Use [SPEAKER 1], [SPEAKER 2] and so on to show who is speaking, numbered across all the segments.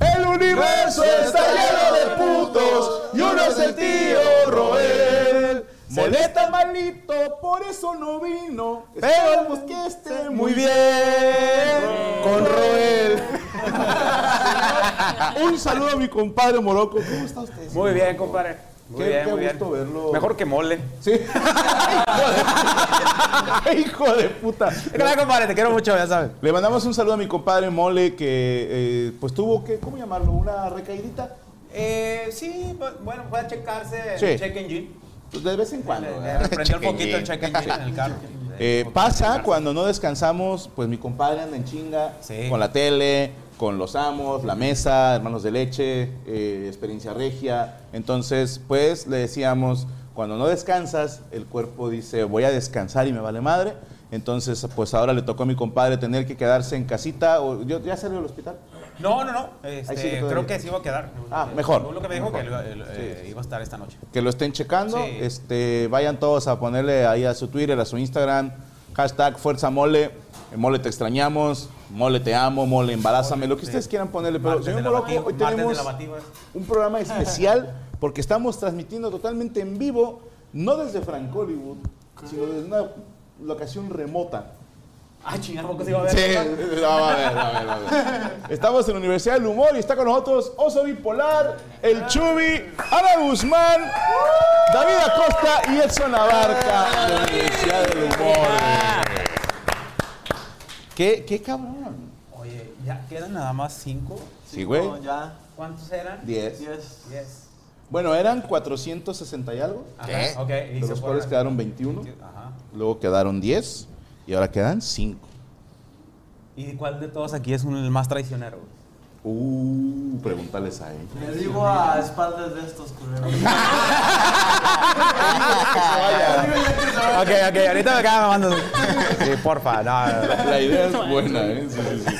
[SPEAKER 1] El universo está lleno de putos y uno es el tío Roel. Molesta al malito, por eso no vino. Esperamos que esté muy bien con Roel. Un saludo a mi compadre Moroco. ¿Cómo está usted?
[SPEAKER 2] Muy bien, compadre. Muy
[SPEAKER 1] Qué-
[SPEAKER 2] bien,
[SPEAKER 1] qué
[SPEAKER 2] muy bien.
[SPEAKER 1] gusto verlo.
[SPEAKER 2] Mejor que mole.
[SPEAKER 1] Sí. Hijo de- Hijo de puta.
[SPEAKER 2] Claro, compadre, te quiero mucho, ya sabes.
[SPEAKER 1] Le mandamos un saludo a mi compadre Mole que eh, pues tuvo que, ¿cómo llamarlo? Una recaídita.
[SPEAKER 2] Eh, sí, bu- bueno, voy a checarse el
[SPEAKER 1] Sí.
[SPEAKER 2] check engine.
[SPEAKER 1] Pues, de vez en cuando.
[SPEAKER 2] Le, le
[SPEAKER 1] ¿verdad?
[SPEAKER 2] prendió un poquito el check engine en el carro.
[SPEAKER 1] Eh, pasa cuando no descansamos, pues mi compadre anda en chinga
[SPEAKER 2] Sí.
[SPEAKER 1] con la tele, con los amos, la mesa, hermanos de leche, eh, experiencia regia. Entonces, pues le decíamos, cuando no descansas, el cuerpo dice, voy a descansar y me vale madre. Entonces, pues ahora le tocó a mi compadre tener que quedarse en casita. O, yo, ¿Ya salió del hospital?
[SPEAKER 2] No, no, no.
[SPEAKER 1] Ahí sigue
[SPEAKER 2] Este,
[SPEAKER 1] todavía.
[SPEAKER 2] creo que sí iba a quedar.
[SPEAKER 1] Ah,
[SPEAKER 2] Eh,
[SPEAKER 1] mejor,
[SPEAKER 2] Lo que me dijo
[SPEAKER 1] mejor.
[SPEAKER 2] que lo- el- eh, iba a estar esta noche.
[SPEAKER 1] que lo estén checando.
[SPEAKER 2] Sí.
[SPEAKER 1] Este, vayan todos a ponerle ahí a su Twitter, a su Instagram, hashtag Fuerza Mole, eh, Mole te extrañamos, Mole te amo, Mole embarázame, lo que ustedes quieran ponerle. Pero,
[SPEAKER 2] Martes de
[SPEAKER 1] señor
[SPEAKER 2] la
[SPEAKER 1] Moloco,
[SPEAKER 2] Bativa-
[SPEAKER 1] hoy
[SPEAKER 2] Martes de
[SPEAKER 1] tenemos
[SPEAKER 2] la Bativa.
[SPEAKER 1] un programa especial porque estamos transmitiendo totalmente en vivo, no desde Frank Hollywood, sino desde una locación remota.
[SPEAKER 2] Ah, chingar, poco se iba a ver.
[SPEAKER 1] Sí, no, a ver, a ver, a ver. Estamos en la Universidad del Humor y está con nosotros Oso Bipolar, el Chubi, Ana Guzmán, David Acosta y Edson Abarca de la Universidad del Humor. ¿Qué, qué cabrón?
[SPEAKER 2] Oye, ya quedan nada más cinco.
[SPEAKER 1] Sí, güey.
[SPEAKER 2] ya. ¿Cuántos eran?
[SPEAKER 1] Diez.
[SPEAKER 2] Diez. Diez.
[SPEAKER 1] Bueno, eran 460 y algo,
[SPEAKER 2] Ajá,
[SPEAKER 3] ¿Qué?
[SPEAKER 2] ok, y se
[SPEAKER 1] de los
[SPEAKER 2] fueron. ah.
[SPEAKER 1] cuales quedaron 21,
[SPEAKER 2] Ajá.
[SPEAKER 1] luego quedaron 10 y ahora quedan 5.
[SPEAKER 2] ¿Y cuál de todos aquí es un- el más traicionero? güey?
[SPEAKER 1] Uh, pregúntales a ellos.
[SPEAKER 4] Les digo
[SPEAKER 1] Ah,
[SPEAKER 4] a espaldas de estos culeros.
[SPEAKER 2] Ok, ok, ahorita me acaba mamando. Sí, porfa, no. no, no.
[SPEAKER 1] La idea es buena, ¿eh? Sí, sí, sí.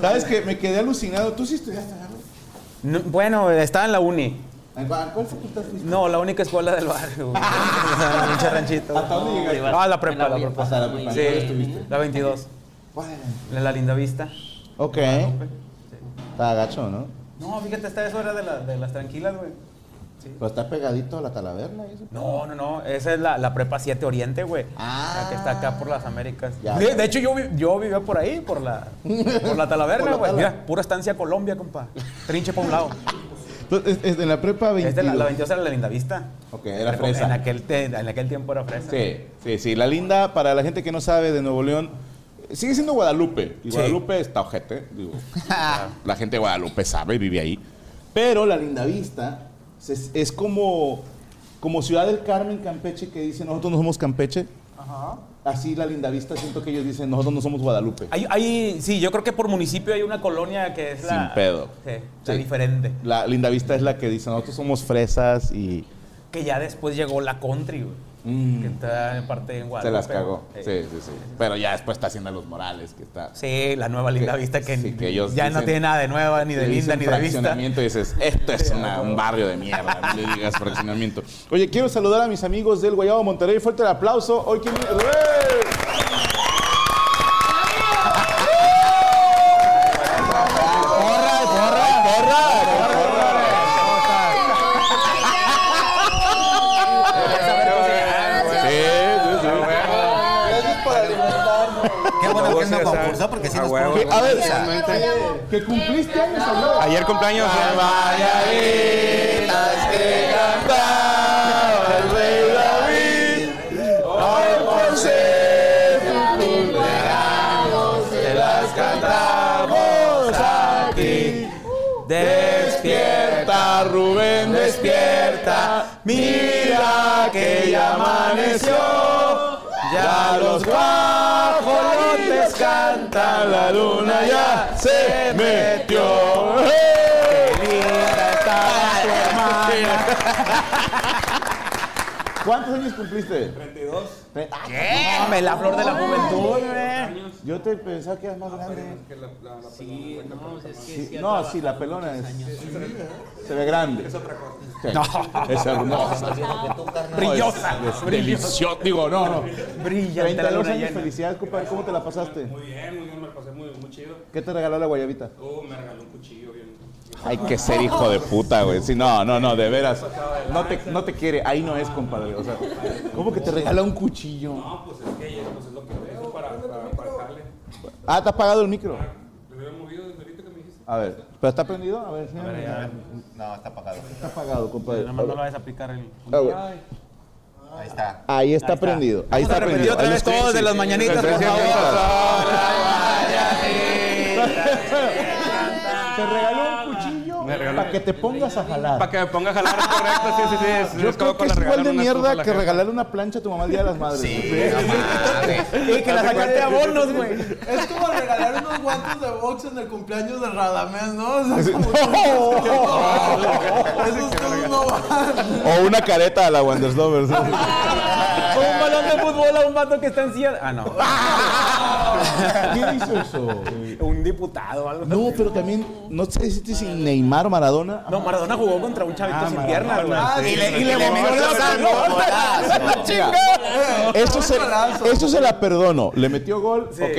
[SPEAKER 1] ¿Sabes qué? Me quedé alucinado. ¿Tú sí estudiaste algo?
[SPEAKER 2] No, bueno, estaba en la uni.
[SPEAKER 1] ¿A cuál facultad fuiste?
[SPEAKER 2] No, la única escuela del barrio. güey. O sea, pinche ranchito.
[SPEAKER 1] ¿Hasta dónde llegaste?
[SPEAKER 2] Ah, la prepa, la prepa.
[SPEAKER 1] Hasta la prepa.
[SPEAKER 2] Sí,
[SPEAKER 1] ¿Cuál estuviste?
[SPEAKER 2] la 22.
[SPEAKER 1] Bueno.
[SPEAKER 2] La, la linda vista.
[SPEAKER 1] Ah, Ok. Está gacho, ¿no?
[SPEAKER 2] No, fíjate, esta eso era de, la- de las tranquilas, güey.
[SPEAKER 1] Pero está pegadito a la talaverna y eso.
[SPEAKER 2] No, no, no. Esa es la, la prepa 7 Oriente, güey.
[SPEAKER 1] Ah.
[SPEAKER 2] La que está acá por las Américas.
[SPEAKER 1] Ya.
[SPEAKER 2] De, de hecho, yo, vi- yo vivía por ahí, por la, por la
[SPEAKER 1] Por
[SPEAKER 2] Talaverna,
[SPEAKER 1] la
[SPEAKER 2] güey.
[SPEAKER 1] tala.
[SPEAKER 2] Mira, pura estancia Colombia, compa. Trinche por un lado.
[SPEAKER 1] Entonces, es- es de la prepa 20.
[SPEAKER 2] Es de la, la 22 era la linda vista.
[SPEAKER 1] Ok, era
[SPEAKER 2] En
[SPEAKER 1] fresa.
[SPEAKER 2] aquel, te- en aquel tiempo era fresa.
[SPEAKER 1] Sí, sí, sí. La linda, para la gente que no sabe de Nuevo León, sigue siendo Guadalupe. Y
[SPEAKER 2] Sí.
[SPEAKER 1] Guadalupe está ojete, digo. la gente de Guadalupe sabe, vive ahí. Pero la linda vista es, es como, como Ciudad del Carmen, Campeche, que dicen nosotros no somos Campeche. Así la linda vista siento que ellos dicen nosotros no somos Guadalupe.
[SPEAKER 2] Hay, hay- sí, yo creo que por municipio hay una colonia que es la.
[SPEAKER 1] Sin pedo.
[SPEAKER 2] Sí, la
[SPEAKER 1] Sí.
[SPEAKER 2] diferente.
[SPEAKER 1] La linda vista es la que dice nosotros somos fresas y.
[SPEAKER 2] Que ya después llegó la country, güey.
[SPEAKER 1] Mm.
[SPEAKER 5] que está en parte en
[SPEAKER 1] Se
[SPEAKER 5] Guadalupe.
[SPEAKER 1] las cagó.
[SPEAKER 5] Eh,
[SPEAKER 1] Sí, sí, sí. Pero ya después está haciendo los morales, que está.
[SPEAKER 5] Sí, la nueva linda
[SPEAKER 1] Que-
[SPEAKER 5] vista que,
[SPEAKER 1] sí, que ellos
[SPEAKER 5] ya no
[SPEAKER 1] dicen-
[SPEAKER 5] tiene nada de nueva, ni de
[SPEAKER 1] Le
[SPEAKER 5] linda,
[SPEAKER 1] dicen
[SPEAKER 5] ni de vista.
[SPEAKER 1] fraccionamiento y dices, esto es una- un barrio de mierda, no le digas fraccionamiento. Oye, quiero saludar a mis amigos del Guayabo Monterrey, fuerte el aplauso. Hoy quien... ¡Ey!
[SPEAKER 5] ¡Corra, corra, corra!
[SPEAKER 1] Sí, sí, sí.
[SPEAKER 4] Gracias por alimentarnos.
[SPEAKER 6] Qué bueno que
[SPEAKER 7] Negocio,
[SPEAKER 6] no
[SPEAKER 7] ya sabes.
[SPEAKER 6] concursó porque si
[SPEAKER 7] A
[SPEAKER 6] nos
[SPEAKER 7] huevo.
[SPEAKER 6] pone-
[SPEAKER 1] A ver,
[SPEAKER 8] Guayabo.
[SPEAKER 1] que cumpliste años ayer.
[SPEAKER 7] Ayer cumpleaños. eh.
[SPEAKER 1] Mañanitas que cantaba el rey David, hoy por ser tu cumpleaños te las cantamos a ti. Despierta, Rubén, despierta, mira que ya amaneció. Ya los guajolotes cantan, la luna ya se metió. ¡Qué linda está tu hermana! ¿Cuántos años cumpliste? 32.
[SPEAKER 5] ¿Qué? Hombre, la flor de la juventud, güey.
[SPEAKER 1] Yo te pensaba que eras más grande.
[SPEAKER 4] Sí, no, es que
[SPEAKER 1] Sí,
[SPEAKER 4] sí
[SPEAKER 1] no,
[SPEAKER 4] andaba.
[SPEAKER 1] sí, la pelona es. Se ve grande. Es otra cosa. Es hermosa.
[SPEAKER 5] Brillosa.
[SPEAKER 1] Es deliciosa. Digo, no, no.
[SPEAKER 5] Brillante la
[SPEAKER 1] 32
[SPEAKER 5] luna
[SPEAKER 1] años,
[SPEAKER 5] llena.
[SPEAKER 1] felicidades, compadre. ¿Cómo te la pasaste?
[SPEAKER 9] Muy bien, muy bien, me pasé muy, muy chido.
[SPEAKER 1] ¿Qué te regaló la guayabita?
[SPEAKER 9] Oh, me regaló un cuchillo bien.
[SPEAKER 1] Hay que ser hijo de puta, güey. Sí, no, no, no, de veras. No te, no te quiere, ahí no es, compadre. O sea, ¿cómo que te regala un cuchillo?
[SPEAKER 9] No, pues es que ya, pues es lo que eso es para, para, para el jale.
[SPEAKER 1] Ah, ¿te has pagado el micro?
[SPEAKER 9] Lo había movido desde ahorita que me dijiste.
[SPEAKER 1] A ver, ¿pero está prendido? A ver, enséñame.
[SPEAKER 6] No, está apagado.
[SPEAKER 1] Está apagado, compadre.
[SPEAKER 5] vayas a picar el.
[SPEAKER 1] Ah, güey.
[SPEAKER 6] Ahí está.
[SPEAKER 1] Ahí está prendido. Ahí está prendido.
[SPEAKER 5] otra
[SPEAKER 1] Ahí
[SPEAKER 5] vez
[SPEAKER 1] lo-
[SPEAKER 5] todos
[SPEAKER 1] sí,
[SPEAKER 5] de
[SPEAKER 1] sí.
[SPEAKER 5] las mañanitas, por
[SPEAKER 1] Recién
[SPEAKER 5] favor.
[SPEAKER 1] Te regaló un cuchillo para que te pongas a jalar.
[SPEAKER 7] Para que me ponga a jalar, es correcto, sí, sí, sí. es-
[SPEAKER 1] Yo
[SPEAKER 7] es como
[SPEAKER 1] creo
[SPEAKER 7] cuando
[SPEAKER 1] que es igual
[SPEAKER 7] regalan
[SPEAKER 1] de
[SPEAKER 7] una estufa a
[SPEAKER 1] mierda
[SPEAKER 7] la
[SPEAKER 1] que
[SPEAKER 7] gente.
[SPEAKER 1] regalar una plancha a tu mamá el día de las madres.
[SPEAKER 6] Sí, no mames.
[SPEAKER 5] Y que la sacaste de abonos, güey.
[SPEAKER 4] Es como regalar unos guantes de box en el cumpleaños de Radamés, ¿no? O sea, como esos cosas no van.
[SPEAKER 1] O una careta a la ¿eh? Wanderslovers.
[SPEAKER 5] Con un balón de fútbol a un vato que está en silla. Ah, no.
[SPEAKER 1] ¿Quién hizo eso?
[SPEAKER 5] Un diputado o algo.
[SPEAKER 1] No, pero también, no sé si te dicen Neymar Maradona.
[SPEAKER 5] No, Maradona jugó contra un chavito sin piernas, güey.
[SPEAKER 6] Ah, y le, y le
[SPEAKER 5] Le
[SPEAKER 6] metió Ah,
[SPEAKER 5] metió
[SPEAKER 6] los
[SPEAKER 5] los
[SPEAKER 9] Ah,
[SPEAKER 6] golazo.
[SPEAKER 1] Eso se,
[SPEAKER 4] Golazo.
[SPEAKER 1] eso se la perdono. Le metió gol, ok.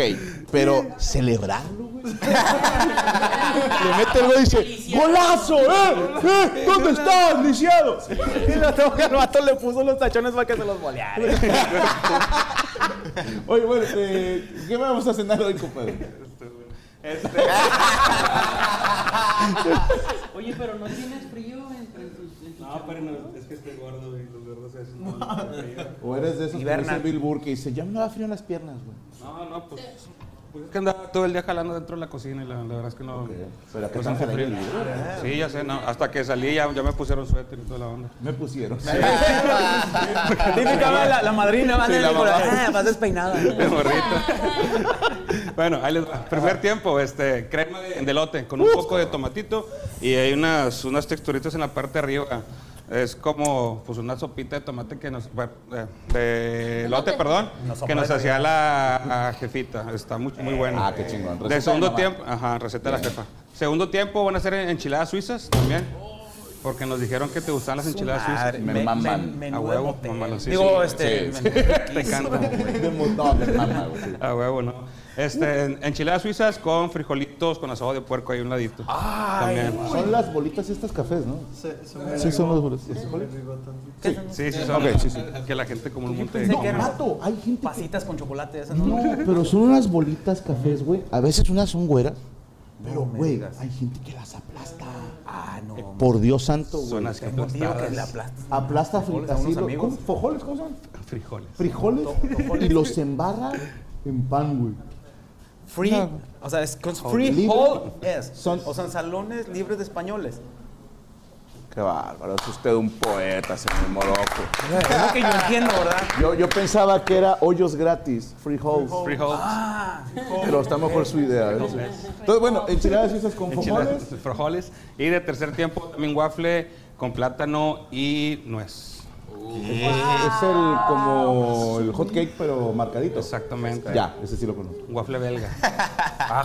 [SPEAKER 1] Pero celebrarlo, güey. Le mete el gol y dice, ¡golazo! ¿Eh? ¿Eh? ¿Dónde estás, lisiado?
[SPEAKER 5] Y lo tengo que al vato le puso los tachones para que se los boleara.
[SPEAKER 1] Oye, bueno, eh, ¿qué vamos a cenar hoy, compadre?
[SPEAKER 4] Oye, pero no tienes frío entre tus.
[SPEAKER 9] No, pero no, es que estoy gordo y los gordos es no, no,
[SPEAKER 1] O eres de esos que
[SPEAKER 5] Hiberna.
[SPEAKER 1] dice Bill Burr que dice, ya me da frío en las piernas, güey.
[SPEAKER 9] no, pues, pues es que andaba todo el día jalando dentro de la cocina y la, la verdad es que no.
[SPEAKER 1] Pero acá
[SPEAKER 9] no
[SPEAKER 1] estamos
[SPEAKER 9] sentí
[SPEAKER 1] al aire
[SPEAKER 9] frío.
[SPEAKER 1] libre.
[SPEAKER 9] Sí, ya sé, no, hasta que salí ya, ya me pusieron suéter y toda la onda.
[SPEAKER 1] Me pusieron.
[SPEAKER 5] Típica la, la madrina, ¿vale?
[SPEAKER 9] Sí, la mamá.
[SPEAKER 5] Ah, vas despeinada.
[SPEAKER 9] De morrito. bueno, ahí les va. Primer tiempo, este, crema de, de elote con un poco de tomatito y hay unas, unas texturitas en la parte de arriba. Es como pues una sopita de tomate que nos bueno, de, de elote, perdón, que nos hacía la a jefita. Está muy, muy buena.
[SPEAKER 1] Ah, qué chingón. Receta
[SPEAKER 9] De
[SPEAKER 1] de
[SPEAKER 9] segundo
[SPEAKER 1] mamá.
[SPEAKER 9] tiempo, ajá, receta de la jefa. Segundo tiempo van a hacer enchiladas suizas también. Porque nos dijeron que te gustan las enchiladas suizas.
[SPEAKER 1] Me maman.
[SPEAKER 9] A huevo, mamalo, sí,
[SPEAKER 5] Digo,
[SPEAKER 9] sí.
[SPEAKER 5] este.
[SPEAKER 1] Sí,
[SPEAKER 5] men-
[SPEAKER 9] Te encanta.
[SPEAKER 1] De montón, de mamá, güey.
[SPEAKER 9] Ah, huevo, no. Este, en- enchiladas suizas con frijolitos, con asado de puerco ahí a un ladito. También.
[SPEAKER 1] Son las bolitas estas cafés, ¿no?
[SPEAKER 4] Se, se me
[SPEAKER 1] Sí, son las bolitas.
[SPEAKER 4] derribó tantito.
[SPEAKER 9] Sí, sí, son.
[SPEAKER 1] Ok, sí, sí.
[SPEAKER 9] Que la gente como un monte.
[SPEAKER 5] pensé que era-
[SPEAKER 1] Mato, hay gente que-
[SPEAKER 5] Pasitas con chocolate, esas
[SPEAKER 1] No, pero son unas bolitas cafés, güey. A veces unas son güeras. Pero, güey, hay gente que las aplasta.
[SPEAKER 5] Ah, no.
[SPEAKER 1] Por Dios santo,
[SPEAKER 9] Son
[SPEAKER 1] güey.
[SPEAKER 9] así
[SPEAKER 5] Digo que la
[SPEAKER 9] aplastadas.
[SPEAKER 5] aplastas.
[SPEAKER 1] Aplasta
[SPEAKER 5] Frijoles
[SPEAKER 1] frijoles.
[SPEAKER 5] a unos
[SPEAKER 1] Así, lo-
[SPEAKER 5] amigos.
[SPEAKER 1] ¿cómo? ¿Frijoles? ¿Cómo son?
[SPEAKER 9] Frijoles.
[SPEAKER 1] Frijoles. Y los embarra en pan, güey.
[SPEAKER 5] Free. O sea, es con free
[SPEAKER 1] Libre.
[SPEAKER 5] hall es.
[SPEAKER 1] Son-
[SPEAKER 5] o son salones libres de españoles.
[SPEAKER 1] Qué bárbaro. Es usted un poeta, señor Moroco.
[SPEAKER 5] Es lo que yo entiendo, ¿verdad?
[SPEAKER 1] pues. Yo, yo pensaba que era hoyos gratis, frijoles.
[SPEAKER 9] Frijoles.
[SPEAKER 1] Ah, Pero está mejor su idea. ¿eh? Entonces, bueno, enchiladas suizas con
[SPEAKER 9] Enchiladas
[SPEAKER 1] fojones.
[SPEAKER 9] frijoles. Y de tercer tiempo también waffle con plátano y nuez.
[SPEAKER 1] Es el como el hot cake, pero marcadito.
[SPEAKER 9] Exactamente.
[SPEAKER 1] Ya, ese sí lo conozco.
[SPEAKER 9] Un waffle belga,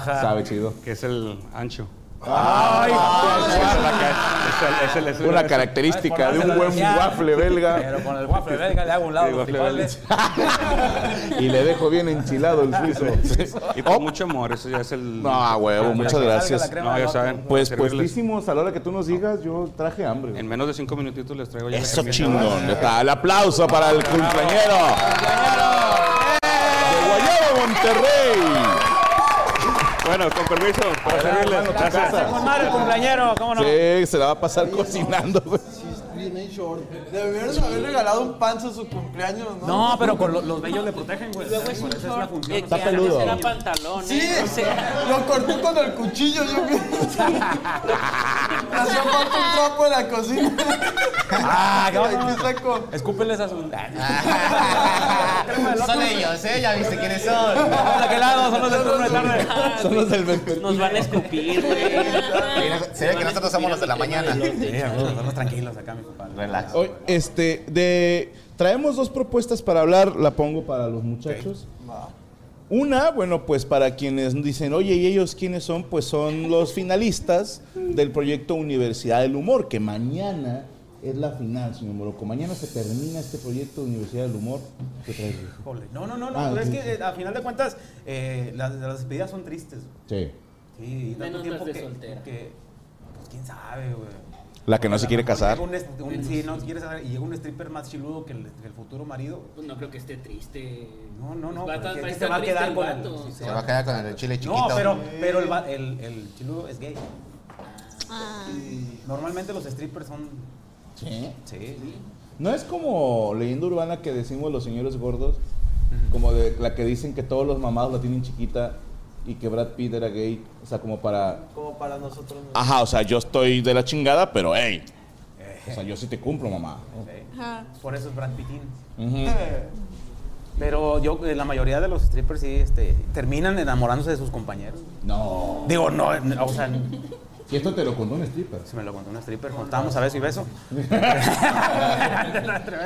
[SPEAKER 1] Sabe chido. Ah,
[SPEAKER 9] que es el ancho.
[SPEAKER 1] Ay,
[SPEAKER 2] Ah,
[SPEAKER 9] pues, Es el- es el- es el-
[SPEAKER 1] una
[SPEAKER 9] es-
[SPEAKER 1] característica de un buen waffle
[SPEAKER 2] Pero
[SPEAKER 1] belga.
[SPEAKER 2] con el waffle belga le hago un lado
[SPEAKER 9] Sí,
[SPEAKER 2] los
[SPEAKER 9] waffle belga.
[SPEAKER 2] frijoles.
[SPEAKER 1] Y le dejo bien enchilado el suizo.
[SPEAKER 9] Y con mucho amor, eso ya es el.
[SPEAKER 1] No, a huevo, muchas
[SPEAKER 2] Que salga
[SPEAKER 1] gracias.
[SPEAKER 2] la crema
[SPEAKER 9] No,
[SPEAKER 2] de
[SPEAKER 9] ya
[SPEAKER 2] lote.
[SPEAKER 9] saben.
[SPEAKER 1] Pues
[SPEAKER 9] servirles.
[SPEAKER 1] puestísimos, a la hora que tú nos digas, yo traje hambre. güey.
[SPEAKER 9] En menos de cinco minutitos les traigo ya.
[SPEAKER 1] Eso
[SPEAKER 9] la-
[SPEAKER 1] chingón. ya está. El aplauso para el cumpleañero. De Guayabo, Monterrey.
[SPEAKER 9] Bueno, con permiso, para servirles. Gracias.
[SPEAKER 2] Con madre el cumpleañero, ¿cómo no?
[SPEAKER 1] Sí, se la va a pasar cocinando, güey.
[SPEAKER 4] Viene short. Deberían haber regalado un panza a su cumpleaños, ¿no?
[SPEAKER 2] No, pero con lo- los bellos le protegen, güey. Por eso es la función.
[SPEAKER 8] Está
[SPEAKER 1] peludo.
[SPEAKER 8] Era pantalón,
[SPEAKER 4] Sí,
[SPEAKER 8] ¿eh? No sé.
[SPEAKER 4] lo corté con el cuchillo, yo pienso. Hacía falta un trapo en la cocina.
[SPEAKER 2] Ah, qué bueno.
[SPEAKER 4] Aquí saco.
[SPEAKER 2] Escúpeles a su.
[SPEAKER 6] Son ellos, ¿eh? Ya viste quiénes son.
[SPEAKER 2] ¿De qué lado? Son los del turno de tarde.
[SPEAKER 1] Son los del Venturi.
[SPEAKER 8] Nos van a escupir, güey.
[SPEAKER 6] Se ve que nosotros somos los de la mañana.
[SPEAKER 2] Sí, nosotros tranquilos acá, mi compadre.
[SPEAKER 6] Relax.
[SPEAKER 1] Hoy, este, de. Traemos dos propuestas para hablar, la pongo para los muchachos. Una, bueno, pues para quienes dicen, oye, ¿y ellos quiénes son? Pues son los finalistas del proyecto Universidad del Humor, que mañana es la final, señor Moroco. Mañana se termina este proyecto de Universidad del Humor. ¿Qué traes, viejo?
[SPEAKER 2] Híjole, No, no, no, no.
[SPEAKER 1] Ah,
[SPEAKER 2] pero
[SPEAKER 1] sí,
[SPEAKER 2] es
[SPEAKER 1] sí.
[SPEAKER 2] que eh, a final de cuentas, eh, las, las despedidas son tristes. güey.
[SPEAKER 1] Sí.
[SPEAKER 2] Sí, y tanto
[SPEAKER 8] Menos
[SPEAKER 2] tiempo
[SPEAKER 8] las de
[SPEAKER 2] que,
[SPEAKER 8] soltera.
[SPEAKER 2] que- Pues quién sabe, güey.
[SPEAKER 1] La que no se quiere
[SPEAKER 2] Llega
[SPEAKER 1] casar.
[SPEAKER 2] un est- un- sí, no se quiere casar. Y llega un stripper más chiludo que el, que el futuro marido.
[SPEAKER 8] Pues no creo que esté triste.
[SPEAKER 2] No, no, no.
[SPEAKER 8] Va a-
[SPEAKER 2] porque
[SPEAKER 8] va a
[SPEAKER 2] es que
[SPEAKER 8] estar
[SPEAKER 2] se va a
[SPEAKER 8] triste
[SPEAKER 2] quedar
[SPEAKER 8] el
[SPEAKER 2] con el.
[SPEAKER 8] vato.
[SPEAKER 2] sí, se
[SPEAKER 6] Se va
[SPEAKER 2] va-
[SPEAKER 6] a quedar con el chile chiquito.
[SPEAKER 2] No, pero, pero el, va- el, el chiludo es gay.
[SPEAKER 8] Ah.
[SPEAKER 2] Normalmente los strippers son.
[SPEAKER 1] Sí.
[SPEAKER 2] Sí.
[SPEAKER 1] No es como leyenda urbana que decimos los señores gordos, como de la que dicen que todos los mamados la tienen chiquita y que Brad Pitt era gay, o sea, como para...
[SPEAKER 4] Como para nosotros. ¿no?
[SPEAKER 1] Ajá, o sea, yo estoy de la chingada, pero hey. O sea, yo sí te cumplo, mamá.
[SPEAKER 2] sí. Por eso es Brad Pittin.
[SPEAKER 1] Ujú.
[SPEAKER 2] Pero yo, eh, la mayoría de los strippers sí este, terminan enamorándose de sus compañeros.
[SPEAKER 1] No.
[SPEAKER 2] Digo, no, n- o sea,
[SPEAKER 1] Y esto te lo contó un stripper.
[SPEAKER 2] se me lo contó una stripper, cuando estábamos a beso y beso. Entre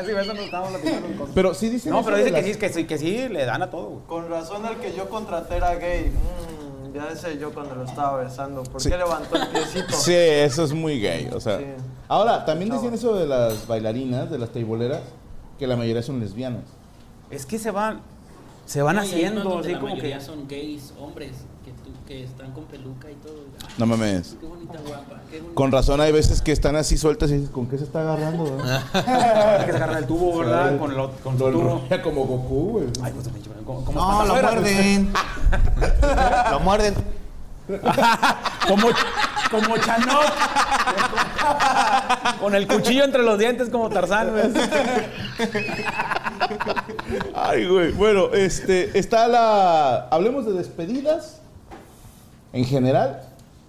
[SPEAKER 2] beso y beso nos estábamos platicando cosas.
[SPEAKER 1] Pero sí dicen
[SPEAKER 2] No,
[SPEAKER 1] eso
[SPEAKER 2] pero
[SPEAKER 1] de
[SPEAKER 2] dice que
[SPEAKER 1] las-
[SPEAKER 2] sí, que sí, que sí le dan a todo. güey.
[SPEAKER 4] Con razón al que yo contraté era gay. Mm, ya sé yo cuando lo estaba besando. ¿Por
[SPEAKER 1] Sí.
[SPEAKER 4] qué levantó el piecito?
[SPEAKER 1] Sí, eso es muy gay, o sea.
[SPEAKER 4] Sí.
[SPEAKER 1] Ahora, también dicen eso de las bailarinas, de las teiboleras, que la mayoría son lesbianas.
[SPEAKER 2] Es que se van, se van
[SPEAKER 8] No, y hay unos
[SPEAKER 2] haciendo
[SPEAKER 8] donde
[SPEAKER 2] así
[SPEAKER 8] la
[SPEAKER 2] como
[SPEAKER 8] mayoría
[SPEAKER 2] que...
[SPEAKER 8] son gays, hombres, que, tú- que están con peluca y todo. Ay,
[SPEAKER 1] No mames.
[SPEAKER 8] Qué bonita guapa. Qué bonita.
[SPEAKER 1] Con razón hay veces que están así sueltas y dices, ¿con qué se está agarrando? eh?". verdad?
[SPEAKER 2] que se agarran el tubo, ¿verdad? Con, lo, con su
[SPEAKER 1] Lo
[SPEAKER 2] tubo.
[SPEAKER 1] enrolla como Goku, güey.
[SPEAKER 2] Ay, pues, pinche, ¿cómo, cómo
[SPEAKER 6] No, lo
[SPEAKER 2] espantafuegos?
[SPEAKER 6] muerden. Lo muerden.
[SPEAKER 2] Como, como Chanok. Con el cuchillo entre los dientes como Tarzán, güey.
[SPEAKER 1] Ay, güey. Bueno, este, está la... Hablemos de despedidas en general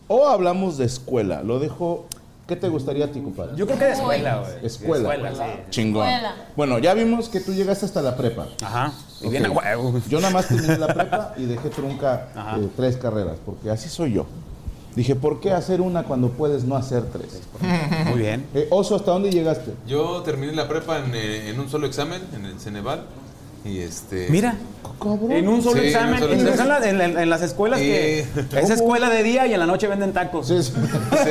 [SPEAKER 1] o hablamos de escuela. Lo dejo... ¿Qué te gustaría a ti, compadre?
[SPEAKER 2] Yo creo que de escuela, güey.
[SPEAKER 1] escuela.
[SPEAKER 2] De escuela, sí.
[SPEAKER 1] Chingón.
[SPEAKER 10] Escuela.
[SPEAKER 1] Bueno, ya vimos que tú llegaste hasta la prepa.
[SPEAKER 2] Ajá. Y
[SPEAKER 1] Ok.
[SPEAKER 2] bien a huevo. güey.
[SPEAKER 1] Yo nada más terminé la prepa y dejé trunca
[SPEAKER 2] Ajá.
[SPEAKER 1] eh, tres carreras, porque así soy yo. Dije, ¿por qué hacer una cuando puedes no hacer tres?
[SPEAKER 2] Muy bien.
[SPEAKER 1] Eh, Oso, ¿hasta dónde llegaste?
[SPEAKER 11] Yo terminé la prepa en, eh, en un solo examen, en el Ceneval. Y este.
[SPEAKER 2] Mira,
[SPEAKER 1] Cabrón.
[SPEAKER 2] en un solo
[SPEAKER 11] Sí, en un
[SPEAKER 2] examen,
[SPEAKER 11] solo
[SPEAKER 2] en-
[SPEAKER 11] examen.
[SPEAKER 2] son las- en, en- en las escuelas que
[SPEAKER 11] Sí.
[SPEAKER 2] es escuela de día y en la noche venden tacos.
[SPEAKER 1] Sí,
[SPEAKER 11] Sí.
[SPEAKER 1] sí.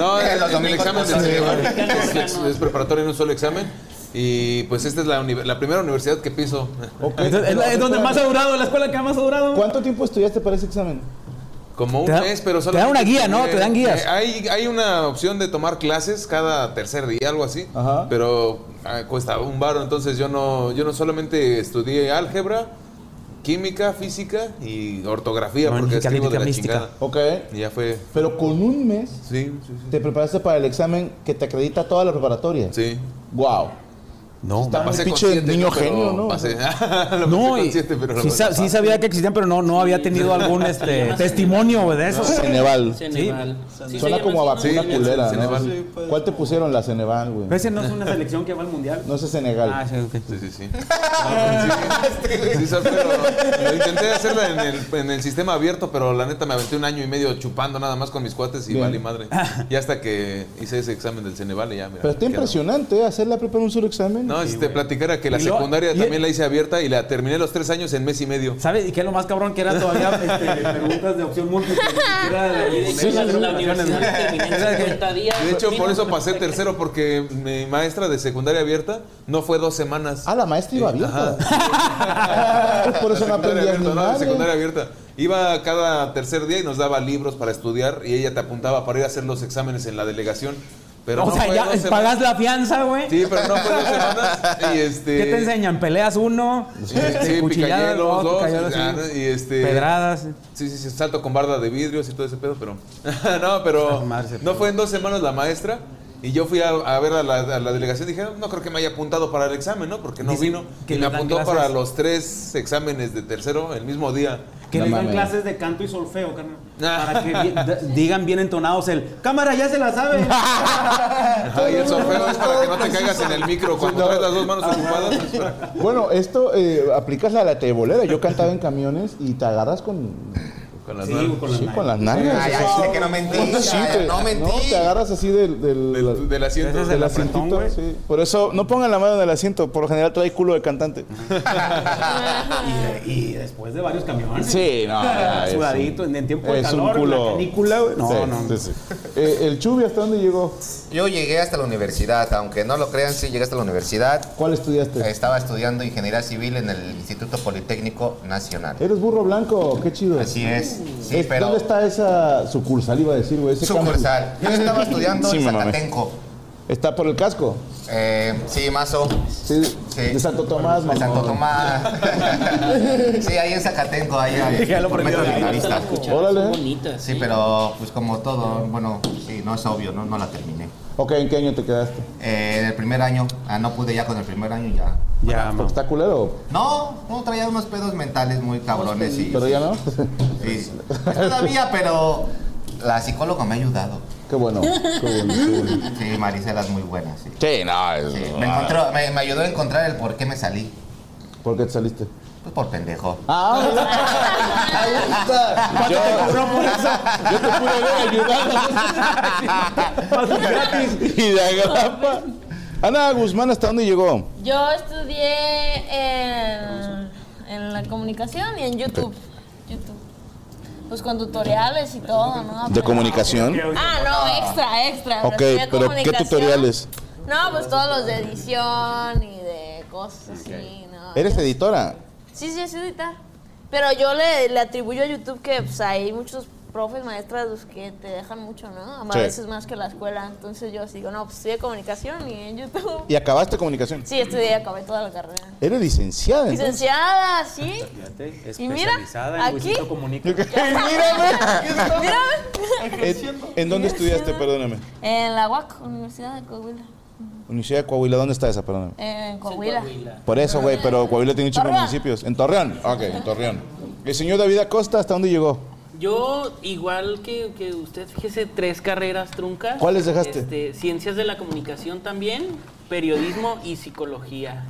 [SPEAKER 11] No,
[SPEAKER 6] Mira,
[SPEAKER 11] en,
[SPEAKER 6] los
[SPEAKER 11] en el
[SPEAKER 6] domingos
[SPEAKER 11] examen
[SPEAKER 6] pasan.
[SPEAKER 11] del Ceneval. Es, es preparatorio en un solo examen. Y pues esta es la, uni- la primera universidad que piso.
[SPEAKER 1] Ok,
[SPEAKER 2] Entonces, es,
[SPEAKER 1] pero,
[SPEAKER 2] la- es donde
[SPEAKER 1] espérame.
[SPEAKER 2] más ha durado, la escuela que más ha durado.
[SPEAKER 1] ¿Cuánto tiempo estudiaste para ese examen?
[SPEAKER 11] Como un
[SPEAKER 2] Te da-
[SPEAKER 11] mes, pero
[SPEAKER 2] te
[SPEAKER 11] solo.
[SPEAKER 2] dan una guía, ¿no? Te dan guías.
[SPEAKER 11] hay, hay una opción de tomar clases cada tercer día, algo así.
[SPEAKER 1] Ajá.
[SPEAKER 11] Pero ah, cuesta un baro. Entonces yo no, yo no solamente estudié álgebra, química, física y ortografía, porque
[SPEAKER 2] Magnífica,
[SPEAKER 11] escribo de la
[SPEAKER 2] mística.
[SPEAKER 11] chingada.
[SPEAKER 1] Ok.
[SPEAKER 11] Y ya fue.
[SPEAKER 1] Pero con un mes
[SPEAKER 11] Sí, sí, sí.
[SPEAKER 1] te preparaste para el examen que te acredita toda la preparatoria.
[SPEAKER 11] Sí.
[SPEAKER 1] Wow.
[SPEAKER 11] No,
[SPEAKER 1] Está
[SPEAKER 11] la pasé
[SPEAKER 1] muy
[SPEAKER 11] con
[SPEAKER 1] pinche
[SPEAKER 11] siete,
[SPEAKER 1] niño
[SPEAKER 11] pero
[SPEAKER 1] genio, ¿no?
[SPEAKER 11] Pasé. Lo
[SPEAKER 2] No,
[SPEAKER 11] pasé
[SPEAKER 2] y
[SPEAKER 11] con siete, pero
[SPEAKER 2] sí,
[SPEAKER 11] lo
[SPEAKER 2] sa- sí sabía que existían, pero no, no había tenido algún
[SPEAKER 8] Se
[SPEAKER 2] este,
[SPEAKER 8] llama
[SPEAKER 2] testimonio güey, de eso.
[SPEAKER 1] Ceneval.
[SPEAKER 8] Ceneval. Sí, se
[SPEAKER 1] Suena
[SPEAKER 8] llama
[SPEAKER 1] como a
[SPEAKER 8] así, ¿no?
[SPEAKER 1] vacuna
[SPEAKER 11] Sí,
[SPEAKER 1] culera, ¿no?
[SPEAKER 11] Ceneval.
[SPEAKER 1] Sí, pues. ¿Cuál te pusieron la Ceneval, güey?
[SPEAKER 2] Ese no es una selección que va al mundial.
[SPEAKER 1] No sé Senegal.
[SPEAKER 2] Ah, sí, ok.
[SPEAKER 11] Sí, sí, sí. Sí, sí, sabe, pero lo intenté hacerla en el, en el sistema abierto, pero la neta me aventé un año y medio chupando nada más con mis cuates y
[SPEAKER 1] Bien.
[SPEAKER 11] vale
[SPEAKER 2] Ah.
[SPEAKER 11] madre. Y hasta que hice ese examen del Ceneval y ya, mira.
[SPEAKER 1] Pero está
[SPEAKER 11] quedó.
[SPEAKER 1] impresionante ¿eh? hacer la prepa en un solo examen.
[SPEAKER 11] No, este, platicara que la
[SPEAKER 2] Y lo-
[SPEAKER 11] secundaria
[SPEAKER 2] y-
[SPEAKER 11] también la hice abierta y la terminé a los tres años en mes y medio.
[SPEAKER 2] ¿Sabes? ¿Y qué es lo más cabrón que era todavía este, preguntas de opción múltiple? ni siquiera de- de-
[SPEAKER 11] Sí, sí,
[SPEAKER 2] de-
[SPEAKER 11] sí.
[SPEAKER 2] de- opciones, ¿no? Era que-
[SPEAKER 11] De hecho, por eso pasé tercero, porque mi maestra de secundaria abierta no fue dos semanas. Ah,
[SPEAKER 1] la maestra iba abierta.
[SPEAKER 11] Ajá.
[SPEAKER 1] Por eso
[SPEAKER 11] La
[SPEAKER 1] no
[SPEAKER 11] secundaria
[SPEAKER 1] aprendías ni
[SPEAKER 11] abierta, ¿no? La
[SPEAKER 1] madre.
[SPEAKER 11] secundaria abierta. Iba cada tercer día y nos daba libros para estudiar y ella te apuntaba para ir a hacer los exámenes en la delegación. Pero
[SPEAKER 2] o
[SPEAKER 11] no
[SPEAKER 2] sea,
[SPEAKER 11] fue
[SPEAKER 2] ya
[SPEAKER 11] dos
[SPEAKER 2] pagas
[SPEAKER 11] semanas.
[SPEAKER 2] la fianza, güey.
[SPEAKER 11] Sí, pero no fue dos semanas. Y este...
[SPEAKER 2] ¿Qué te enseñan? ¿Peleas uno?
[SPEAKER 11] Sí,
[SPEAKER 2] este,
[SPEAKER 11] sí,
[SPEAKER 2] cuchilladas,
[SPEAKER 11] picayelos, dos,
[SPEAKER 2] picayelos,
[SPEAKER 11] ah,
[SPEAKER 2] sí.
[SPEAKER 11] y este...
[SPEAKER 2] Pedradas.
[SPEAKER 11] Sí, sí, sí, salto con barda de vidrios y todo ese pedo, pero... no, pero... No fue en dos semanas la maestra y yo fui a, a ver a la, a la delegación y dije, no creo que me haya apuntado para el examen, ¿no? Porque no
[SPEAKER 2] Dicen
[SPEAKER 11] vino.
[SPEAKER 2] que
[SPEAKER 11] y me
[SPEAKER 2] les dan
[SPEAKER 11] apuntó
[SPEAKER 2] clases.
[SPEAKER 11] para los tres exámenes de tercero el mismo día. Ah.
[SPEAKER 2] Que les dan clases
[SPEAKER 12] de canto y solfeo, carnal.
[SPEAKER 2] Para que di- d- digan bien entonados el cámara, ya se la sabe.
[SPEAKER 11] Ajá, y el sorfeo es para que no te caigas en el micro cuando traes las dos manos ocupadas. es para-
[SPEAKER 1] Bueno, esto eh, aplicas la, la tebolera. Yo cantaba en camiones y te agarras con.
[SPEAKER 11] Con las
[SPEAKER 1] sí,
[SPEAKER 11] nalgas.
[SPEAKER 1] Con las sí, con las nalgas.
[SPEAKER 6] Ay, ay, sí, que no mentí,
[SPEAKER 1] Sí,
[SPEAKER 6] ay,
[SPEAKER 1] te-
[SPEAKER 6] no mentí.
[SPEAKER 1] te agarras así del, del,
[SPEAKER 11] del asiento.
[SPEAKER 1] Del,
[SPEAKER 11] Ese es el
[SPEAKER 1] asientito,
[SPEAKER 11] apretón, güey.
[SPEAKER 1] sí. Por eso, no pongan la mano en el asiento. Por lo general trae culo de cantante.
[SPEAKER 2] y, y después de varios camiones.
[SPEAKER 1] Sí, no, ya, es
[SPEAKER 2] Sudadito, en, en
[SPEAKER 11] Eh.
[SPEAKER 2] tiempo de
[SPEAKER 1] es
[SPEAKER 2] calor,
[SPEAKER 1] un culo.
[SPEAKER 2] en la canícula, güey. No,
[SPEAKER 1] Sí,
[SPEAKER 2] no.
[SPEAKER 1] sí, sí. Eh, el Chubi, ¿hasta dónde llegó?
[SPEAKER 6] Yo llegué hasta la universidad, aunque no lo crean, sí llegué hasta la universidad.
[SPEAKER 1] ¿Cuál estudiaste?
[SPEAKER 6] Estaba estudiando ingeniería civil en el Instituto Politécnico Nacional.
[SPEAKER 1] Eres burro blanco, qué chido.
[SPEAKER 6] Así es. Sí,
[SPEAKER 1] Es-
[SPEAKER 6] pero-
[SPEAKER 1] ¿Dónde está esa sucursal, iba a decir, güey? ese campus?
[SPEAKER 6] Sucursal. Yo estaba estudiando
[SPEAKER 1] Sí,
[SPEAKER 6] en
[SPEAKER 1] me mamé.
[SPEAKER 6] Zacatenco.
[SPEAKER 1] ¿Está por el casco?
[SPEAKER 6] Eh, sí, Mazo.
[SPEAKER 1] Sí, De Santo Tomás,
[SPEAKER 6] De Santo Tomás. sí, ahí en Zacatenco, ahí. ahí
[SPEAKER 1] Ya lo
[SPEAKER 6] por
[SPEAKER 1] aprendió.
[SPEAKER 6] metro de la vista.
[SPEAKER 1] Órale.
[SPEAKER 6] Sí, pero pues como todo, bueno, sí, no es obvio, no, no la terminé.
[SPEAKER 1] Ok, ¿en qué año te quedaste?
[SPEAKER 6] Eh, en el primer año, ah, no pude ya con el primer año ya.
[SPEAKER 1] Ya, ¿Está culero?
[SPEAKER 6] No, no, traía unos pedos mentales muy cabrones y...
[SPEAKER 1] ¿Pero ya no?
[SPEAKER 6] Sí, Pues todavía, pero la psicóloga me ha ayudado.
[SPEAKER 1] pues. Qué bueno, qué bueno, qué bueno.
[SPEAKER 6] Sí, Marisela es muy buena, sí.
[SPEAKER 1] Sí, no, es...
[SPEAKER 6] Me, encontró- me, me ayudó a encontrar el por qué me salí.
[SPEAKER 1] ¿Por qué te saliste? Ah,
[SPEAKER 6] Pues por pendejo.
[SPEAKER 1] Ahí está.
[SPEAKER 6] ¿Cuánto
[SPEAKER 1] Yo-
[SPEAKER 6] te cobró
[SPEAKER 1] por eso? Yo te pude haber ayudado. gratis. Y de agrapa. Ana Guzmán, ¿hasta dónde llegó?
[SPEAKER 13] Yo estudié en, en la comunicación y en YouTube. YouTube. Pues con tutoriales y todo, ¿no?
[SPEAKER 1] ¿De comunicación?
[SPEAKER 13] Ah, no, extra, extra.
[SPEAKER 1] Ok,
[SPEAKER 13] estudié
[SPEAKER 1] pero ¿qué
[SPEAKER 13] comunicación.
[SPEAKER 1] tutoriales?
[SPEAKER 13] No, pues todos los de edición y de cosas así, ¿no?
[SPEAKER 1] ¿Eres editora?
[SPEAKER 13] Sí, sí, sí, editar. Pero yo le, le atribuyo a YouTube que pues, hay muchos profes, maestras los que te dejan mucho, ¿no? A
[SPEAKER 1] Sí.
[SPEAKER 13] veces más que la escuela. Entonces yo así digo, no, pues estudié comunicación y en YouTube.
[SPEAKER 1] ¿Y acabaste comunicación?
[SPEAKER 13] Sí, estudié, acabé toda la carrera.
[SPEAKER 1] Eres licenciada, entonces.
[SPEAKER 13] Licenciada, sí. Y mira,
[SPEAKER 12] Especializada en
[SPEAKER 13] aquí.
[SPEAKER 12] Luisito Comunica.
[SPEAKER 1] Mírame.
[SPEAKER 13] Mírame.
[SPEAKER 1] ¿En, en dónde estudiaste? Perdóname.
[SPEAKER 13] En la UAC, Universidad de Coahuila.
[SPEAKER 1] Universidad de Coahuila, ¿dónde está esa? Perdóname.
[SPEAKER 13] En Coahuila.
[SPEAKER 1] Por eso, güey, pero Coahuila tiene un chico de
[SPEAKER 13] Torreón.
[SPEAKER 1] municipios. En Torreón. Ok, en Torreón. El señor David Acosta, ¿hasta dónde llegó?
[SPEAKER 8] Yo, igual que, que usted, fíjese, tres carreras truncas.
[SPEAKER 1] ¿Cuáles dejaste?
[SPEAKER 8] Este, ciencias de la comunicación también, periodismo y psicología.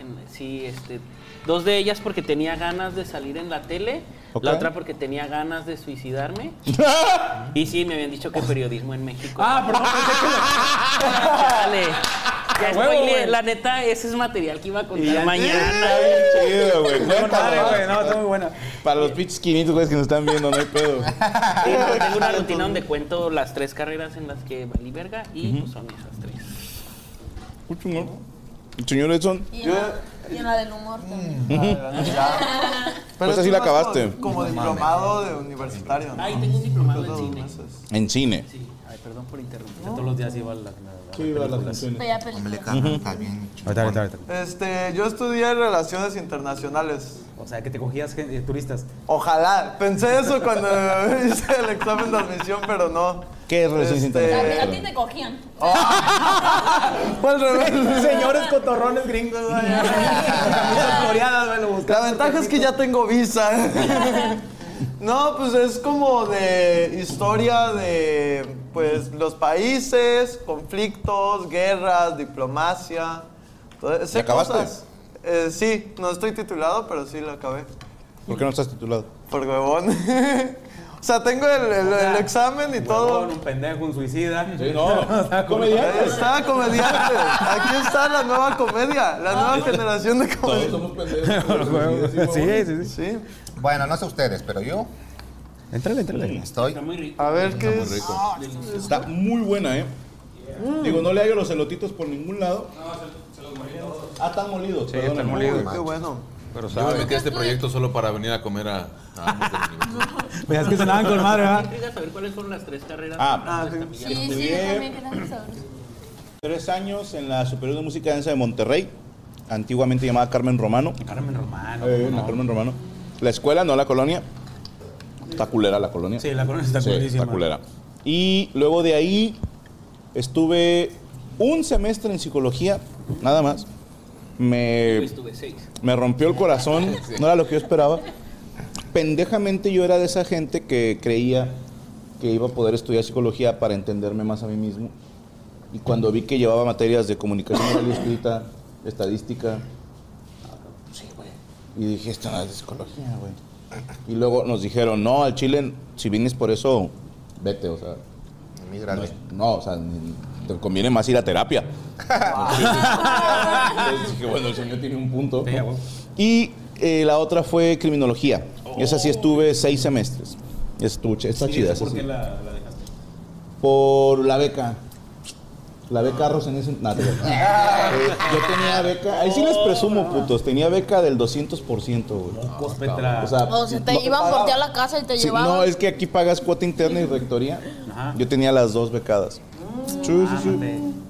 [SPEAKER 8] En- sí, este, dos de ellas porque tenía ganas de salir en la tele, la
[SPEAKER 12] Ok.
[SPEAKER 8] otra porque tenía ganas de suicidarme. y sí, me habían dicho que periodismo en México.
[SPEAKER 12] Ah, pero no pensé que
[SPEAKER 8] Dale. Ya
[SPEAKER 12] huevo,
[SPEAKER 8] spoileé.
[SPEAKER 12] güey.
[SPEAKER 8] la neta, ese es material que iba a
[SPEAKER 12] Y ya-
[SPEAKER 8] contar mañana.
[SPEAKER 1] Chido, güey.
[SPEAKER 8] madre,
[SPEAKER 1] Cuéntalo.
[SPEAKER 8] güey, no, está
[SPEAKER 2] muy buena.
[SPEAKER 1] Para los pinches 500 güeyes que nos están viendo, no hay pedo.
[SPEAKER 8] Sí, pero tengo una rutina donde cuento las tres carreras en las que valí verga y pues, son esas tres.
[SPEAKER 1] Un chingón. El señor Edson.
[SPEAKER 13] Y en, la, y en la del humor
[SPEAKER 1] Mm.
[SPEAKER 13] también.
[SPEAKER 1] Ah, Pues así
[SPEAKER 4] tú
[SPEAKER 1] la
[SPEAKER 4] vas como-
[SPEAKER 1] acabaste.
[SPEAKER 4] Como diplomado de universitario. ¿no?
[SPEAKER 8] Ay, tengo un diplomado en cine.
[SPEAKER 1] En cine.
[SPEAKER 8] Ay, perdón por interrumpir.
[SPEAKER 12] Todos los días iba a la.
[SPEAKER 1] Sí, iba a las funciones.
[SPEAKER 13] Veía películas.
[SPEAKER 6] Hombre, carnal, está bien.
[SPEAKER 4] Este, yo estudié Relaciones Internacionales.
[SPEAKER 12] O sea, que te cogías gen- eh, turistas.
[SPEAKER 4] Ojalá. Pensé eso cuando hice el examen de admisión, pero no. Este,
[SPEAKER 1] ¿Qué es Relaciones
[SPEAKER 13] A,
[SPEAKER 1] Internacionales?
[SPEAKER 13] ti te cogían.
[SPEAKER 1] Ah.
[SPEAKER 4] Fue al revés.
[SPEAKER 12] Señores cotorrones gringos, güey. Camisas floreadas, güey, lo
[SPEAKER 4] La
[SPEAKER 12] buscaban.
[SPEAKER 4] ventaja es que ya tengo visa. No, pues es como de historia de pues los países, conflictos, guerras, diplomacia. Entonces, sé
[SPEAKER 1] ¿La acabaste?
[SPEAKER 4] cosas. Eh, sí, no estoy titulado, pero sí la acabé.
[SPEAKER 1] ¿Por qué no estás titulado?
[SPEAKER 4] Por huevón. o O sea, tengo el, el-
[SPEAKER 2] O sea,
[SPEAKER 4] el examen y todo.
[SPEAKER 2] Un pendejo, un suicida.
[SPEAKER 4] Sí, no.
[SPEAKER 2] Comediante.
[SPEAKER 4] Está comediante. Aquí está la nueva comedia,
[SPEAKER 2] Ah,
[SPEAKER 4] la nueva generación de comedia.
[SPEAKER 6] Sí, sí, sí. Bueno, no sé ustedes, pero yo.
[SPEAKER 5] Entrale, entrale.
[SPEAKER 6] Estoy.
[SPEAKER 4] A ver qué
[SPEAKER 6] es.
[SPEAKER 1] Está muy buena, ¿eh?
[SPEAKER 4] Mm.
[SPEAKER 1] Digo, no le hallo los elotitos por ningún lado. Ah, están molidos.
[SPEAKER 11] Sí, están molidos. Qué
[SPEAKER 4] bueno.
[SPEAKER 11] Pero Yo
[SPEAKER 1] sabe.
[SPEAKER 11] me metí a este proyecto solo para venir a comer a. a ambos del universo.
[SPEAKER 5] Pues es que sonaban con madre,
[SPEAKER 8] Me
[SPEAKER 5] ¿verdad?
[SPEAKER 8] intriga saber cuáles fueron las tres carreras.
[SPEAKER 1] Ah,
[SPEAKER 8] de
[SPEAKER 1] sí,
[SPEAKER 8] Estamillero.
[SPEAKER 1] sí, Estudié- yo también Tres años en la Superior de Música y Danza de Monterrey, antiguamente llamada Carmen Romano.
[SPEAKER 5] Carmen Romano.
[SPEAKER 1] Eh, la Carmen Romano. La escuela, no la colonia. Está culera la colonia.
[SPEAKER 5] Sí, la colonia está culerísima.
[SPEAKER 1] Está culera. Y luego de ahí estuve un semestre en psicología, nada más. Me,
[SPEAKER 8] Tuve seis.
[SPEAKER 1] me rompió el corazón,
[SPEAKER 8] Sí.
[SPEAKER 1] no era lo que yo esperaba. Pendejamente yo era de esa gente que creía que iba a poder estudiar psicología para entenderme más a mí mismo. Y cuando vi que llevaba materias de comunicación oral y escrita, estadística, y dije, esto no es de psicología, güey. Y luego nos dijeron, no, al Chile, si vienes por eso, vete, o sea. No, es- no, o sea, ni- te conviene más ir a terapia. Entonces dije, bueno, el señor tiene un punto. Y eh, la otra fue criminología. Esa sí estuve seis semestres. Estuvo, ch- está
[SPEAKER 14] ¿Y
[SPEAKER 1] chida.
[SPEAKER 14] eso
[SPEAKER 1] esa
[SPEAKER 14] ¿Por
[SPEAKER 1] sí.
[SPEAKER 14] qué la, la dejaste?
[SPEAKER 1] Por la beca. La beca Arros en ese. no, te creas. Eh, yo tenía beca. Ahí sí les presumo, putos. Tenía beca del 200%, güey. O sea,
[SPEAKER 13] O se te
[SPEAKER 1] no-
[SPEAKER 13] iban por ti a la casa y te
[SPEAKER 1] Sí,
[SPEAKER 13] llevaban.
[SPEAKER 1] no, es que aquí pagas cuota interna y rectoría. Yo tenía las dos becadas. Sí, sí, sí.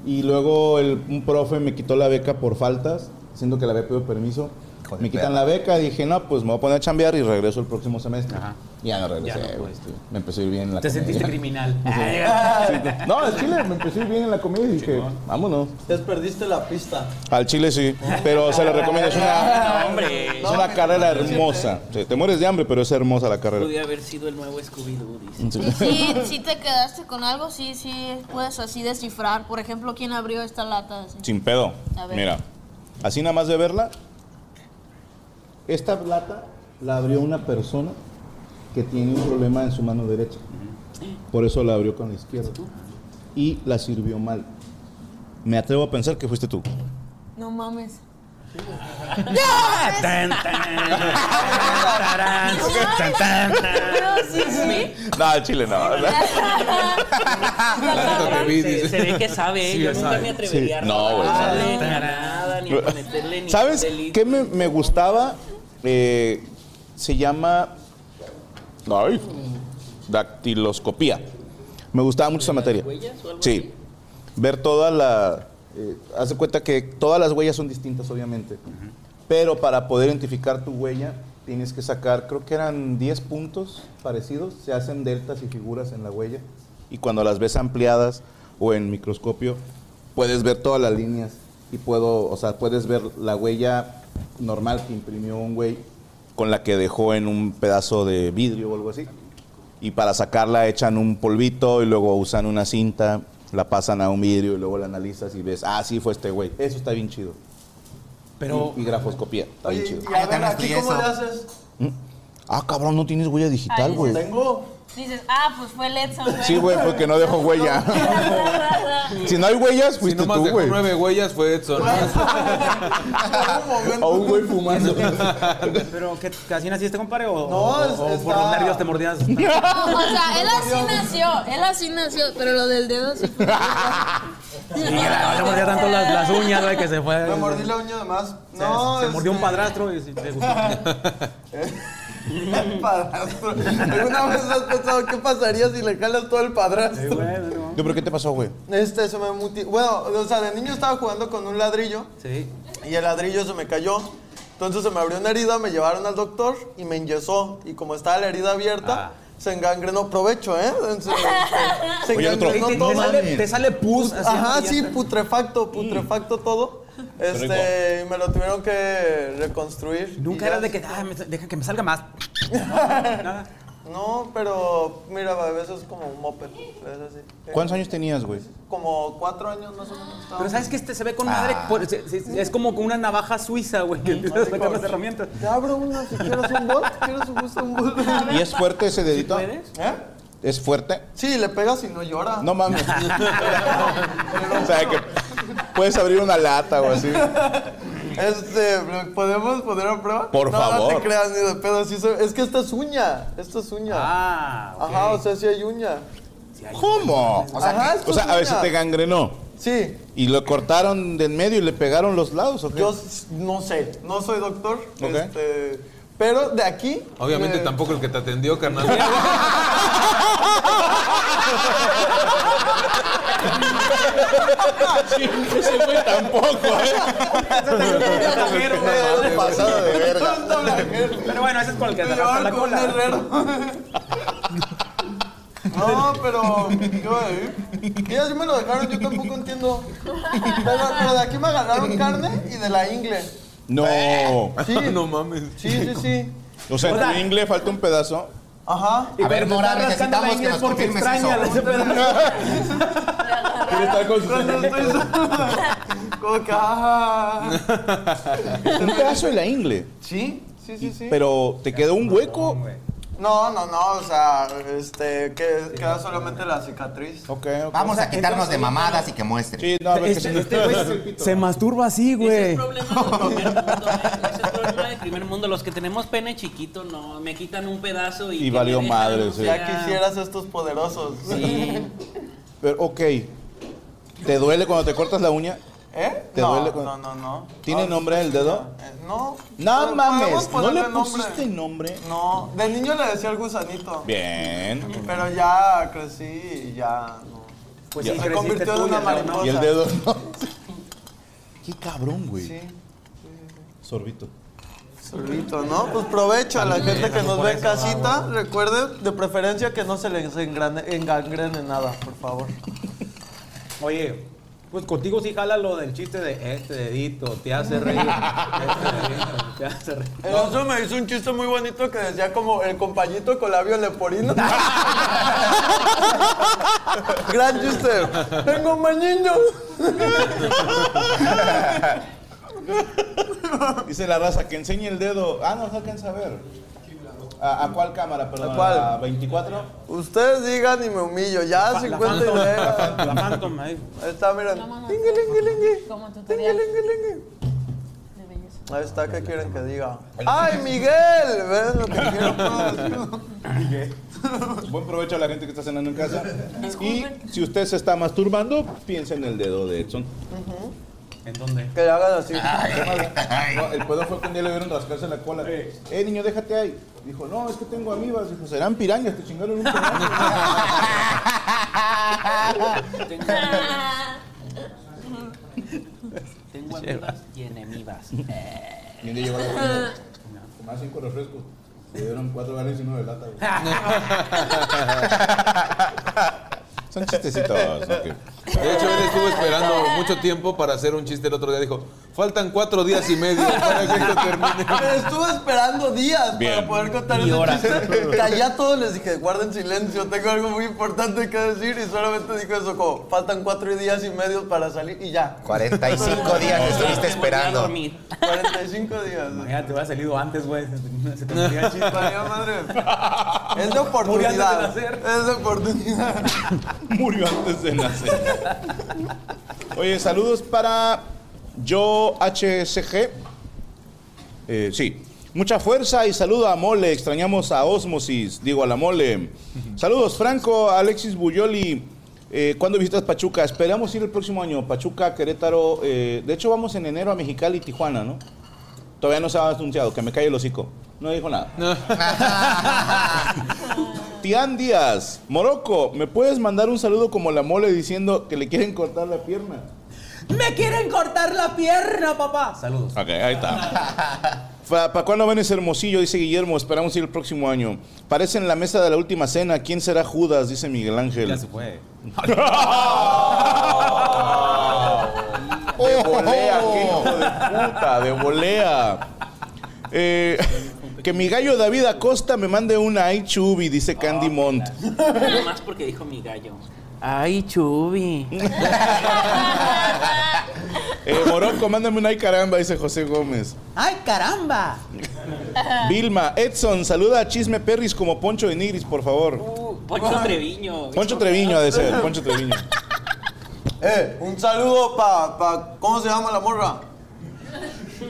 [SPEAKER 1] Y luego el- un profe me quitó la beca por faltas, siendo que la había pedido permiso. Me quitan la beca, dije, no, pues me voy a poner a chambear y regreso el próximo semestre. Y Ya no regresé,
[SPEAKER 2] Ya no
[SPEAKER 1] güey, tío. Me empezó a ir bien en la
[SPEAKER 2] Te
[SPEAKER 1] comedia.
[SPEAKER 2] sentiste criminal. Ah,
[SPEAKER 1] Sí. No, al chile me empezó a ir bien en la comedia y dije, vámonos.
[SPEAKER 4] Te perdiste la pista.
[SPEAKER 1] Al chile sí, pero se lo recomiendo. Es una,
[SPEAKER 8] No, hombre.
[SPEAKER 1] es una carrera hermosa. Sí, te mueres de hambre, pero es hermosa la carrera.
[SPEAKER 8] Pude haber sido el nuevo Scooby-Doo, dice.
[SPEAKER 13] Y sí, si te quedaste con algo, sí, sí, puedes así descifrar. Por ejemplo, quién abrió esta lata. así.
[SPEAKER 1] Sin pedo.
[SPEAKER 13] A ver.
[SPEAKER 1] Mira, así nada más de verla. Esta plata la abrió una persona que tiene un problema en su mano derecha. Por eso la abrió con la izquierda. Y la sirvió mal. Me atrevo a pensar que fuiste tú.
[SPEAKER 13] No mames.
[SPEAKER 1] No, al chile no.
[SPEAKER 8] Se, se ve que sabe, ¿eh?
[SPEAKER 1] Sí,
[SPEAKER 8] yo
[SPEAKER 1] lo
[SPEAKER 8] nunca
[SPEAKER 1] sabe.
[SPEAKER 8] me atrevería a
[SPEAKER 1] Sí. No, güey, sabe.
[SPEAKER 8] robarle nada, ni a meterle ni
[SPEAKER 1] ¿Sabes
[SPEAKER 8] delito.
[SPEAKER 1] qué me, me gustaba? Eh, se llama. Ay, dactiloscopía. Me gustaba mucho esa materia.
[SPEAKER 8] huellas o algo
[SPEAKER 1] Sí. Ver toda la. eh, haz de cuenta que todas las huellas son distintas, obviamente. Pero para poder identificar tu huella, tienes que sacar, creo que eran 10 puntos parecidos. Se hacen deltas y figuras en la huella. Y cuando las ves ampliadas o en microscopio, puedes ver todas las líneas. Y puedo, o sea, puedes ver la huella normal que imprimió un güey con la que dejó en un pedazo de vidrio o algo así. Y para sacarla echan un polvito y luego usan una cinta, la pasan a un vidrio y luego la analizas y ves, ah, sí fue este güey. Eso está bien chido.
[SPEAKER 5] Pero-
[SPEAKER 1] Y, y grafoscopía, está bien chido.
[SPEAKER 4] Y a ver, aquí cómo le haces.
[SPEAKER 1] Ah, cabrón, no tienes huella digital, güey.
[SPEAKER 4] Tengo.
[SPEAKER 13] Pues, Dices, ah, pues fue el Edson.
[SPEAKER 1] Pues, Sí, güey, porque no dejó huella. si no hay huellas, fuiste
[SPEAKER 11] Nomás
[SPEAKER 1] tú,
[SPEAKER 11] dejó
[SPEAKER 1] güey.
[SPEAKER 11] nueve huellas, fue Edson.
[SPEAKER 1] A un güey fumando.
[SPEAKER 2] ¿Pero qué, así naciste, compadre? ¿O,
[SPEAKER 4] No,
[SPEAKER 2] o-
[SPEAKER 4] es-
[SPEAKER 2] o por
[SPEAKER 4] está-
[SPEAKER 2] los nervios te mordías?
[SPEAKER 13] O sea, él así nació, él así nació, pero lo del dedo sí fue.
[SPEAKER 2] No te mordía tanto las, las uñas, güey, que se fue.
[SPEAKER 4] Me mordí la uña además.
[SPEAKER 2] Se,
[SPEAKER 4] No,
[SPEAKER 2] se mordió un
[SPEAKER 4] este,
[SPEAKER 2] padrastro y sí, te gustó.
[SPEAKER 4] un padrastro. ¿Alguna vez has pensado qué pasaría si le jalas todo el padrastro?
[SPEAKER 1] Yo, pero ¿qué te pasó, güey?
[SPEAKER 4] Este se me muti... Bueno, o sea, de niño estaba jugando con un ladrillo.
[SPEAKER 2] Sí.
[SPEAKER 4] Y el ladrillo se me cayó. Entonces se me abrió una herida, me llevaron al doctor y me enyesó. Y como estaba la herida
[SPEAKER 2] Ah.
[SPEAKER 4] abierta, se engangrenó. Provecho, ¿eh? Se, se
[SPEAKER 2] Oye, otro.
[SPEAKER 4] engangrenó
[SPEAKER 2] Te- te-
[SPEAKER 4] todo.
[SPEAKER 2] te sale- te sale pus, así
[SPEAKER 4] Ajá,
[SPEAKER 2] amarillenta.
[SPEAKER 4] sí, putrefacto, putrefacto todo. Este, y me lo tuvieron que reconstruir.
[SPEAKER 2] Nunca
[SPEAKER 4] Y ya.
[SPEAKER 2] eras de que, ah, me- deja que me salga más.
[SPEAKER 4] No, pero mira, a veces como un moped. a veces así.
[SPEAKER 1] ¿Cuántos años tenías, güey?
[SPEAKER 4] Como cuatro años más o menos. estaba.
[SPEAKER 2] Pero sabes que este se ve con madre.
[SPEAKER 1] Ah.
[SPEAKER 2] por- se- se- es como con una navaja suiza, güey, que empiezas a sacar las herramientas.
[SPEAKER 4] Te abro una si quieres un bot, quieres un gusto, un bot.
[SPEAKER 1] ¿Y es fuerte ese dedito?
[SPEAKER 4] ¿Eh?
[SPEAKER 1] ¿Es fuerte?
[SPEAKER 4] Sí, le pegas y no llora.
[SPEAKER 1] No mames. o sea, que puedes abrir una lata o así.
[SPEAKER 4] Este, ¿podemos poner a prueba?
[SPEAKER 1] Por
[SPEAKER 4] no, No
[SPEAKER 1] favor.
[SPEAKER 4] te creas ni de pedo. sí soy- es que esta es uña. Esta es uña. Ah, Ajá, o sea, sí hay uña.
[SPEAKER 1] ¿Cómo?
[SPEAKER 4] O sea, Ajá, que- esto
[SPEAKER 1] o sea,
[SPEAKER 4] es
[SPEAKER 1] a veces
[SPEAKER 4] una-
[SPEAKER 1] te gangrenó.
[SPEAKER 4] Sí.
[SPEAKER 1] ¿Y lo cortaron de en medio y le pegaron los lados o qué?
[SPEAKER 4] Yo s- no sé, no soy doctor.
[SPEAKER 1] Ok.
[SPEAKER 4] Este, pero de aquí.
[SPEAKER 11] Obviamente
[SPEAKER 4] eh,
[SPEAKER 11] tampoco el que te atendió, carnal.
[SPEAKER 1] Ese güey tampoco,
[SPEAKER 2] ¿eh?
[SPEAKER 1] Pasado de verga.
[SPEAKER 2] Pero bueno, ese es con el que te
[SPEAKER 4] llevaban
[SPEAKER 2] arrastra la
[SPEAKER 4] con un herrero.
[SPEAKER 2] cola.
[SPEAKER 4] No, pero. ¿Qué voy a decir? Ellos sí me lo dejaron, yo tampoco entiendo. Pero, pero de aquí me agarraron carne y de la ingle.
[SPEAKER 1] No.
[SPEAKER 11] no mames.
[SPEAKER 4] Sí, sí, sí.
[SPEAKER 1] O sea,
[SPEAKER 4] O
[SPEAKER 1] en
[SPEAKER 4] sea-
[SPEAKER 1] tu ingle falta un pedazo.
[SPEAKER 4] Ajá.
[SPEAKER 1] A ver, Mora, necesitamos que nos confirmes eso.
[SPEAKER 4] Quiere estar con Como que, ajá.
[SPEAKER 1] Un pedazo de la ingle.
[SPEAKER 4] Sí, sí, sí, sí.
[SPEAKER 1] Pero te quedó un hueco.
[SPEAKER 4] No, no, no, o sea, este, que, queda solamente la cicatriz.
[SPEAKER 1] Ok,
[SPEAKER 6] Vamos a quitarnos de mamadas y que muestre.
[SPEAKER 1] Sí,
[SPEAKER 4] no, a ver,
[SPEAKER 2] Este- este güey se masturba así, güey.
[SPEAKER 8] problema de primer mundo. Los que tenemos pene chiquito, no, me quitan un pedazo y.
[SPEAKER 1] Y valió madre, sí.
[SPEAKER 8] si
[SPEAKER 1] Ya
[SPEAKER 4] quisieras estos poderosos.
[SPEAKER 8] Sí.
[SPEAKER 1] Pero, ok. ¿Te duele cuando te cortas la uña?
[SPEAKER 4] ¿Eh?
[SPEAKER 1] ¿Te
[SPEAKER 4] no,
[SPEAKER 1] duele
[SPEAKER 4] no,
[SPEAKER 1] cuando-
[SPEAKER 4] no, no.
[SPEAKER 1] ¿Tiene nombre el dedo?
[SPEAKER 4] No.
[SPEAKER 1] No
[SPEAKER 4] Pero podemos
[SPEAKER 1] mames, no
[SPEAKER 4] ponerle
[SPEAKER 1] le pusiste nombre.
[SPEAKER 4] No, de niño le decía el gusanito.
[SPEAKER 1] Bien.
[SPEAKER 4] Pero ya crecí y ya no.
[SPEAKER 2] Pues
[SPEAKER 1] Ya.
[SPEAKER 4] se convirtió en una mariposa.
[SPEAKER 1] Y el dedo no. Qué cabrón, güey.
[SPEAKER 4] Sí.
[SPEAKER 1] Sorbito.
[SPEAKER 4] Solito, ¿no? Pues provecho a la
[SPEAKER 1] También,
[SPEAKER 4] gente que nos
[SPEAKER 1] por
[SPEAKER 4] ve en
[SPEAKER 1] eso,
[SPEAKER 4] casita. Recuerden, de preferencia, que no se les engrane- engangrene nada, por favor.
[SPEAKER 2] Oye, pues contigo sí jala lo del chiste de este dedito, te hace reír. Este dedito, te hace reír.
[SPEAKER 4] El oso me hizo un chiste muy bonito que decía como el compañito con labio leporino. Gran chiste. Tengo más niños.
[SPEAKER 1] Dice la raza que enseñe el dedo. Ah, no se alcanza a ver. ¿A, a cuál cámara, perdón?
[SPEAKER 4] ¿A cuál?
[SPEAKER 1] ¿A 24?
[SPEAKER 4] Ustedes digan y me humillo. Ya
[SPEAKER 1] La
[SPEAKER 4] 50 y
[SPEAKER 1] Phantom,
[SPEAKER 4] de-
[SPEAKER 1] la Phantom.
[SPEAKER 2] La Phantom, ahí.
[SPEAKER 4] Ahí está, miren. Lingue, lingue, lingue. Lingue, lingue, lingue. Ahí está, ¿qué quieren que diga? ¡Ay, Miguel! ¿Ves lo que quiero?
[SPEAKER 1] Buen provecho a la gente que está cenando en casa. Y si usted se está masturbando, piensa en el dedo de Edson.
[SPEAKER 2] ¿En dónde?
[SPEAKER 4] Que le hagan así.
[SPEAKER 1] No, el pedo fue que un día le vieron rascarse la cola. Eh, niño, déjate ahí. Dijo, no, es que tengo amibas. Dijo, serán pirañas, te chingaron un pedazo.
[SPEAKER 8] Tengo amigas y enemigas.
[SPEAKER 1] Y un día llegó la tienda, Tomaba cinco refrescos. Le dieron cuatro ganas y uno de lata. güey. Son chistecitos. ¿no? Que-
[SPEAKER 11] De hecho, él estuvo esperando mucho tiempo para hacer un chiste el otro día. Dijo, faltan cuatro días y medio para que esto termine.
[SPEAKER 4] Pero estuve esperando días
[SPEAKER 11] Bien.
[SPEAKER 4] para poder contar ese chiste. Callé a todos, les dije, guarden silencio, tengo algo muy importante que decir. Y solamente dijo eso, como, faltan cuatro días y medio para salir y ya.
[SPEAKER 6] 45 días estuviste esperando.
[SPEAKER 4] 45 días.
[SPEAKER 2] Mira, te hubiera salido antes, güey. Se te olvidó el chiste.
[SPEAKER 4] Valía madre. Es de
[SPEAKER 2] Murió antes de
[SPEAKER 4] oportunidad.
[SPEAKER 2] nacer.
[SPEAKER 4] Es de oportunidad.
[SPEAKER 1] Murió antes de nacer. Oye, saludos para yo HSG. Eh, sí. Mucha fuerza y saludo a Mole. Extrañamos a Osmosis, digo a la Mole. Saludos, Franco, a Alexis Buyoli. Eh, ¿Cuándo visitas Pachuca? Esperamos ir el próximo año. Pachuca, Querétaro. eh, de hecho, vamos en enero a Mexicali y Tijuana, ¿no? Todavía no se ha anunciado. Que me calle el hocico. No dijo nada. Tian Díaz, Morocco, ¿me puedes mandar un saludo como la mole diciendo que le quieren cortar la pierna?
[SPEAKER 2] ¡Me quieren cortar la pierna, papá! Saludos.
[SPEAKER 1] Ok, ahí está. ¿Para cuándo ven ese hermosillo? Dice Guillermo, esperamos ir el próximo año. Parece en la mesa de la última cena. ¿Quién será Judas? Dice Miguel Ángel.
[SPEAKER 2] Ya se fue.
[SPEAKER 1] De volea, qué hijo de puta, de volea. Eh, que mi gallo David Acosta me mande una iChubi, dice Candy Mont.
[SPEAKER 8] Nada más porque dijo mi gallo.
[SPEAKER 1] Ay, Chubi. Eh, Morocco, mándame un ay caramba, dice José Gómez.
[SPEAKER 15] ¡Ay, caramba!
[SPEAKER 1] Vilma, Edson, saluda a Chisme Perris como Poncho de Nigris, por favor.
[SPEAKER 8] Poncho Treviño.
[SPEAKER 1] Poncho Treviño ha de ser, Poncho Treviño.
[SPEAKER 4] Eh, un saludo pa, pa- ¿Cómo se llama la morra?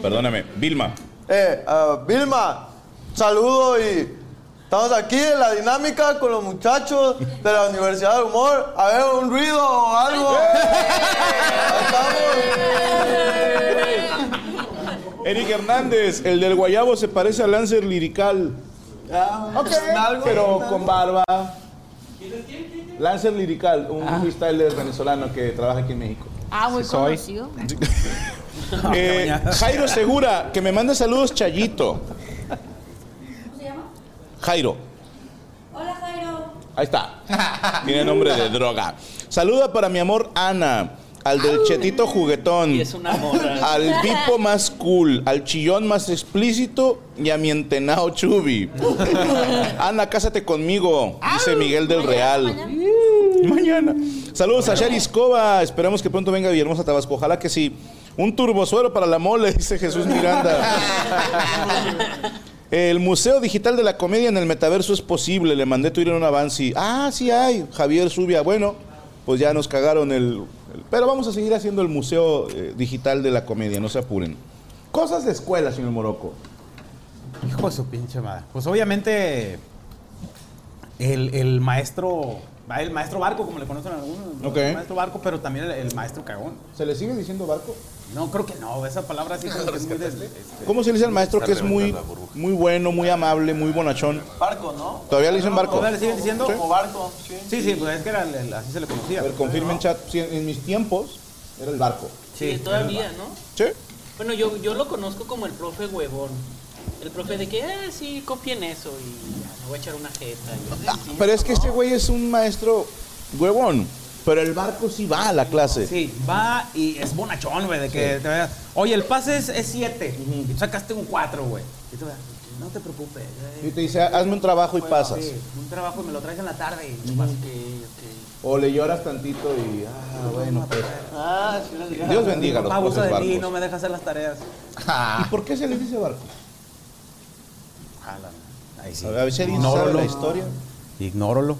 [SPEAKER 1] Perdóname, Vilma.
[SPEAKER 4] Eh, ah, Vilma, saludo y. Estamos aquí en la dinámica con los muchachos de la Universidad del Humor. A ver, un ruido o algo.
[SPEAKER 1] Eric Hernández, el del guayabo se parece a Lancer Lirical. pero con barba. Lancer Lirical, un freestyler venezolano que trabaja aquí en México.
[SPEAKER 16] Ah, muy
[SPEAKER 1] Sí, soy.
[SPEAKER 16] conocido.
[SPEAKER 1] Eh, Jairo Segura, que me mande saludos Chayito.
[SPEAKER 17] ¿Cómo se llama?
[SPEAKER 1] Jairo,
[SPEAKER 17] Hola Jairo.
[SPEAKER 1] ahí está. Tiene nombre de droga. Saluda para mi amor Ana, al del chetito juguetón.
[SPEAKER 8] morra.
[SPEAKER 1] Al tipo más cool, al chillón más explícito y a mi entenao chubi. Ana, cásate conmigo, dice Miguel del Real. Mm, Mañana. Saludos a Shari Escoba. Esperamos que pronto venga Villahermosa Tabasco. Ojalá que sí. Un turbosuero para la mole, dice Jesús Miranda. El Museo Digital de la Comedia en el Metaverso es posible. Le mandé Twitter un avance. y, Ah, sí hay. Javier Subia. Bueno, pues ya nos cagaron el. el- pero vamos a seguir haciendo el Museo eh, Digital de la Comedia. No se apuren. Cosas de escuela, señor Morocco.
[SPEAKER 2] Hijo de su pinche madre. Pues obviamente el, el maestro, el maestro barco, como le conocen algunos,
[SPEAKER 1] Ok.
[SPEAKER 2] el maestro barco, pero también el, el maestro cagón.
[SPEAKER 1] ¿Se le sigue diciendo barco?
[SPEAKER 2] No, creo que no, esa palabra así como que es muy del- este,
[SPEAKER 1] ¿Cómo se le dice al maestro que es muy, muy bueno, muy amable, muy bonachón?
[SPEAKER 4] Barco, ¿no?
[SPEAKER 1] ¿Todavía le dicen
[SPEAKER 2] No,
[SPEAKER 1] barco?
[SPEAKER 2] ¿todavía le siguen diciendo?
[SPEAKER 4] Como barco, sí.
[SPEAKER 2] Sí, sí, pues es que era el- el- así se le conocía.
[SPEAKER 1] A ver, confirmen chat. Sí, en mis tiempos era el barco.
[SPEAKER 8] Sí, todavía, ¿no?
[SPEAKER 1] ¿Sí?
[SPEAKER 8] Bueno, yo, yo lo conozco como el profe huevón. El profe de que, eh, sí, copien eso y ya, me voy a echar una jeta. Y así,
[SPEAKER 1] Pero es que este güey es un maestro huevón. Pero el barco sí va a la clase.
[SPEAKER 2] Sí, va y es bonachón, güey, de que te vea, Oye, el pase es 7 y tú sacaste un 4, güey. Y tú, no te preocupes. eh,
[SPEAKER 1] Y te dice, hazme un trabajo y
[SPEAKER 2] bueno,
[SPEAKER 1] pasas.
[SPEAKER 2] sí, un trabajo y me lo traes en la tarde. y
[SPEAKER 1] Ujú.
[SPEAKER 2] pasa.
[SPEAKER 1] O le lloras tantito y, ah, bueno, pues.
[SPEAKER 2] Ah, sí, las-
[SPEAKER 1] Dios bendiga a los
[SPEAKER 2] Mi papá abusa
[SPEAKER 1] profes
[SPEAKER 2] de mí,
[SPEAKER 1] barcos.
[SPEAKER 2] no me deja hacer las tareas.
[SPEAKER 1] ¿Y por qué se le dice barco?
[SPEAKER 2] Ah, Ahí sí.
[SPEAKER 1] A ver, ¿se dice
[SPEAKER 2] Ignóralo.
[SPEAKER 1] sabe la historia?
[SPEAKER 2] Ignóralo.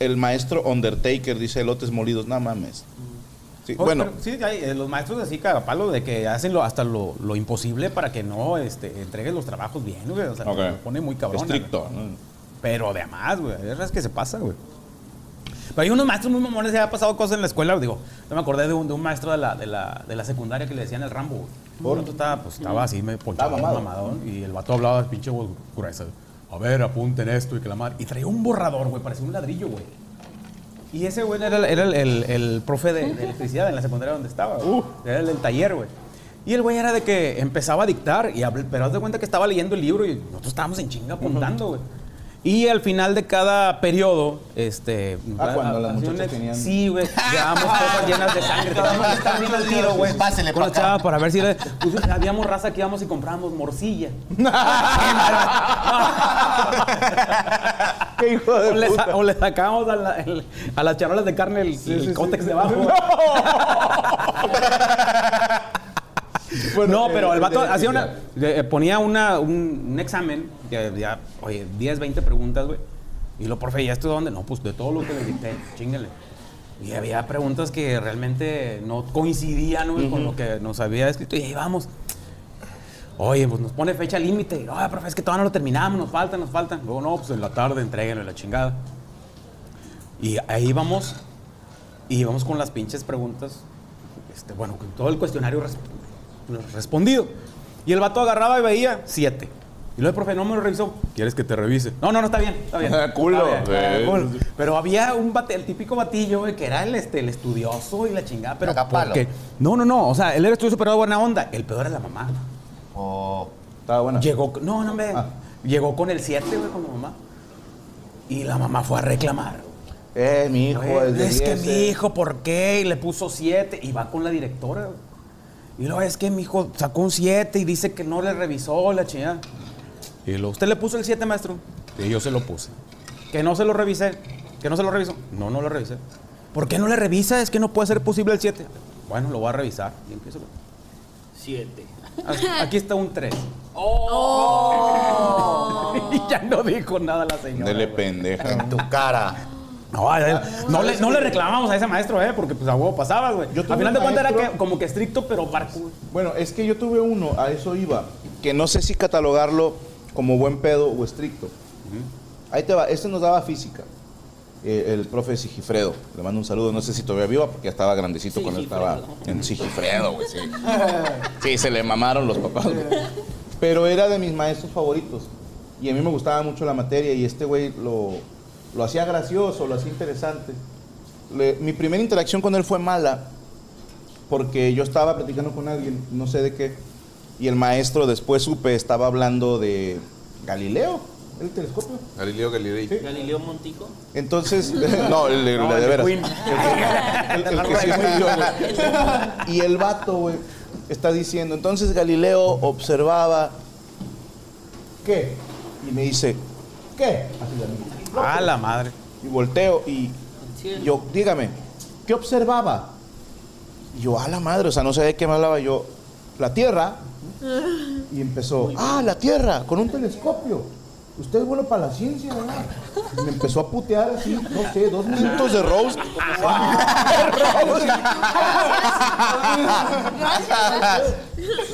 [SPEAKER 1] El maestro Undertaker dice elotes molidos, no mames.
[SPEAKER 2] Mm.
[SPEAKER 1] Sí,
[SPEAKER 2] Oye,
[SPEAKER 1] bueno,
[SPEAKER 2] Pues, pero sí, hay, eh, los maestros así cagapalo de que hacen lo, hasta lo, lo imposible para que no este, entreguen los trabajos bien, güey. O sea,
[SPEAKER 1] Ok.
[SPEAKER 2] lo pone muy cabrón.
[SPEAKER 1] Estricto,
[SPEAKER 2] güey. Pero de a más, güey. Hay veces que se pasa, güey. Pero hay unos maestros muy mamones, se ha pasado cosas en la escuela, digo, yo me acordé de un, de un maestro de la, de, la, de la secundaria que le decían el Rambo, güey.
[SPEAKER 1] ¿Por?
[SPEAKER 2] Entonces estaba, pues, estaba así, me ponchaba
[SPEAKER 1] Estaba mamado.
[SPEAKER 2] mamadón, y el vato hablaba de pinche voz gruesa. A ver, apunten esto y que la mar. Y traía un borrador, güey, parecía un ladrillo, güey. Y ese güey era, el- era el, el- el profe de, de electricidad en la secundaria donde estaba. güey. Era el del taller, güey. Y el güey era de que empezaba a dictar, y habl- pero haz de cuenta que estaba leyendo el libro y nosotros estábamos en chinga apuntando, güey. Y al final de cada periodo, este.
[SPEAKER 1] Ah, cuando las
[SPEAKER 2] hacía un
[SPEAKER 1] muchachas
[SPEAKER 2] ex-
[SPEAKER 1] tenían-
[SPEAKER 2] Sí, güey. Llevábamos cosas llenas de sangre. Estábamos estábamos viendo el tiro, güey. Pásele, Con la chava para ver si. le- Pues, habíamos raza que íbamos y comprábamos morcilla.
[SPEAKER 1] ¿Qué hijo de
[SPEAKER 2] o, le sa- o le sacábamos a, la- el- a las charolas de carne el, el cótex de abajo. no, pero el vato
[SPEAKER 1] de- de-
[SPEAKER 2] hacía una, le- eh, ponía una, un, un examen, que ya, oye, 10, 20 preguntas, güey. Y lo profe, ¿y esto de dónde? No, pues de todo lo que le dicté, chingale. Y había preguntas que realmente no coincidían güey, con lo que nos había escrito. Y ahí vamos. Oye, pues nos pone fecha límite. Y, Oye, profe, es que todavía no lo terminamos, nos faltan, nos faltan. Luego, no, pues en la tarde entreguenlo y la chingada. Y ahí vamos, y vamos con las pinches preguntas. Este, bueno, con todo el cuestionario res- respondido. Y el vato agarraba y veía siete. Y luego el profe no me lo revisó. ¿Quieres que te revise? No, no, no, está bien, está bien.
[SPEAKER 1] Ah, culo,
[SPEAKER 2] Está bien, está bien,
[SPEAKER 1] güey.
[SPEAKER 2] culo. Pero había un bate- el típico batillo, güey, que era el, este, el estudioso y la chingada, pero
[SPEAKER 11] Cagapalo.
[SPEAKER 2] porque... No, no, no, o sea, él era estudioso, pero era buena onda. El peor era la mamá.
[SPEAKER 1] Oh, Estaba buena. Ah.
[SPEAKER 2] Llegó, no, no, hombre. Llegó con el 7, güey, con mi mamá. Y la mamá fue a reclamar.
[SPEAKER 1] eh, mi hijo
[SPEAKER 2] Oye,
[SPEAKER 1] es de
[SPEAKER 2] es que
[SPEAKER 1] 10,
[SPEAKER 2] mi
[SPEAKER 1] eh.
[SPEAKER 2] hijo, ¿por qué? Y le puso 7 y va con la directora. güey. Y luego es que mi hijo sacó un 7 y dice que no le revisó la chingada. Y lo, ¿usted le puso el 7, maestro? Y yo se lo puse. Que no se lo revisé. Que no se lo revisó. No, no lo revisé. ¿Por qué no le revisa? Es que no puede ser posible el 7. Bueno, lo voy a revisar. Y empiezo con-
[SPEAKER 8] Siete.
[SPEAKER 2] "Ah, Aquí está un 3.
[SPEAKER 8] ¡Oh!
[SPEAKER 2] Y ya no dijo nada la señora.
[SPEAKER 1] Dele pendeja.
[SPEAKER 2] En tu cara. No, ay, ay, no, le, no le reclamamos a ese maestro, ¿eh? Porque pues a huevo pasabas, güey. Al
[SPEAKER 1] tuve
[SPEAKER 2] final de
[SPEAKER 1] un
[SPEAKER 2] cuentas era
[SPEAKER 1] maestro-
[SPEAKER 2] que- como que estricto, pero barco.
[SPEAKER 1] Bueno, es que yo tuve uno, a eso iba, que no sé si catalogarlo como buen pedo o estricto. Ahí te va, este nos daba física. eh, el profe Sigifredo, le mando un saludo, no sé si todavía viva porque ya estaba grandecito cuando estaba en Sigifredo, güey, sí. Sí, se le mamaron los papás, güey. Pero era de mis maestros favoritos. Y a mí me gustaba mucho la materia y este güey lo, lo hacía gracioso, lo hacía interesante. Le- mi primera interacción con él fue mala porque yo estaba platicando con alguien, no sé de qué, y el maestro después supe estaba hablando de Galileo, el telescopio.
[SPEAKER 11] Galileo Galilei.
[SPEAKER 8] Galileo Montico.
[SPEAKER 1] Entonces, no, el, el- la de veras. El- el que sí me dio, güey. Y el vato, güey, está diciendo, entonces Galileo observaba, ¿qué? Y me dice, ¿qué? Así la misma.
[SPEAKER 2] A la madre.
[SPEAKER 1] Y volteo y yo, dígame, ¿qué observaba? Y yo, a la madre, o sea, no sé de qué me hablaba yo. La Tierra. Y empezó, ah, la Tierra, con un telescopio. Usted es bueno para la ciencia, ¿verdad? Y me empezó a putear así, no sé, dos minutos de Rose.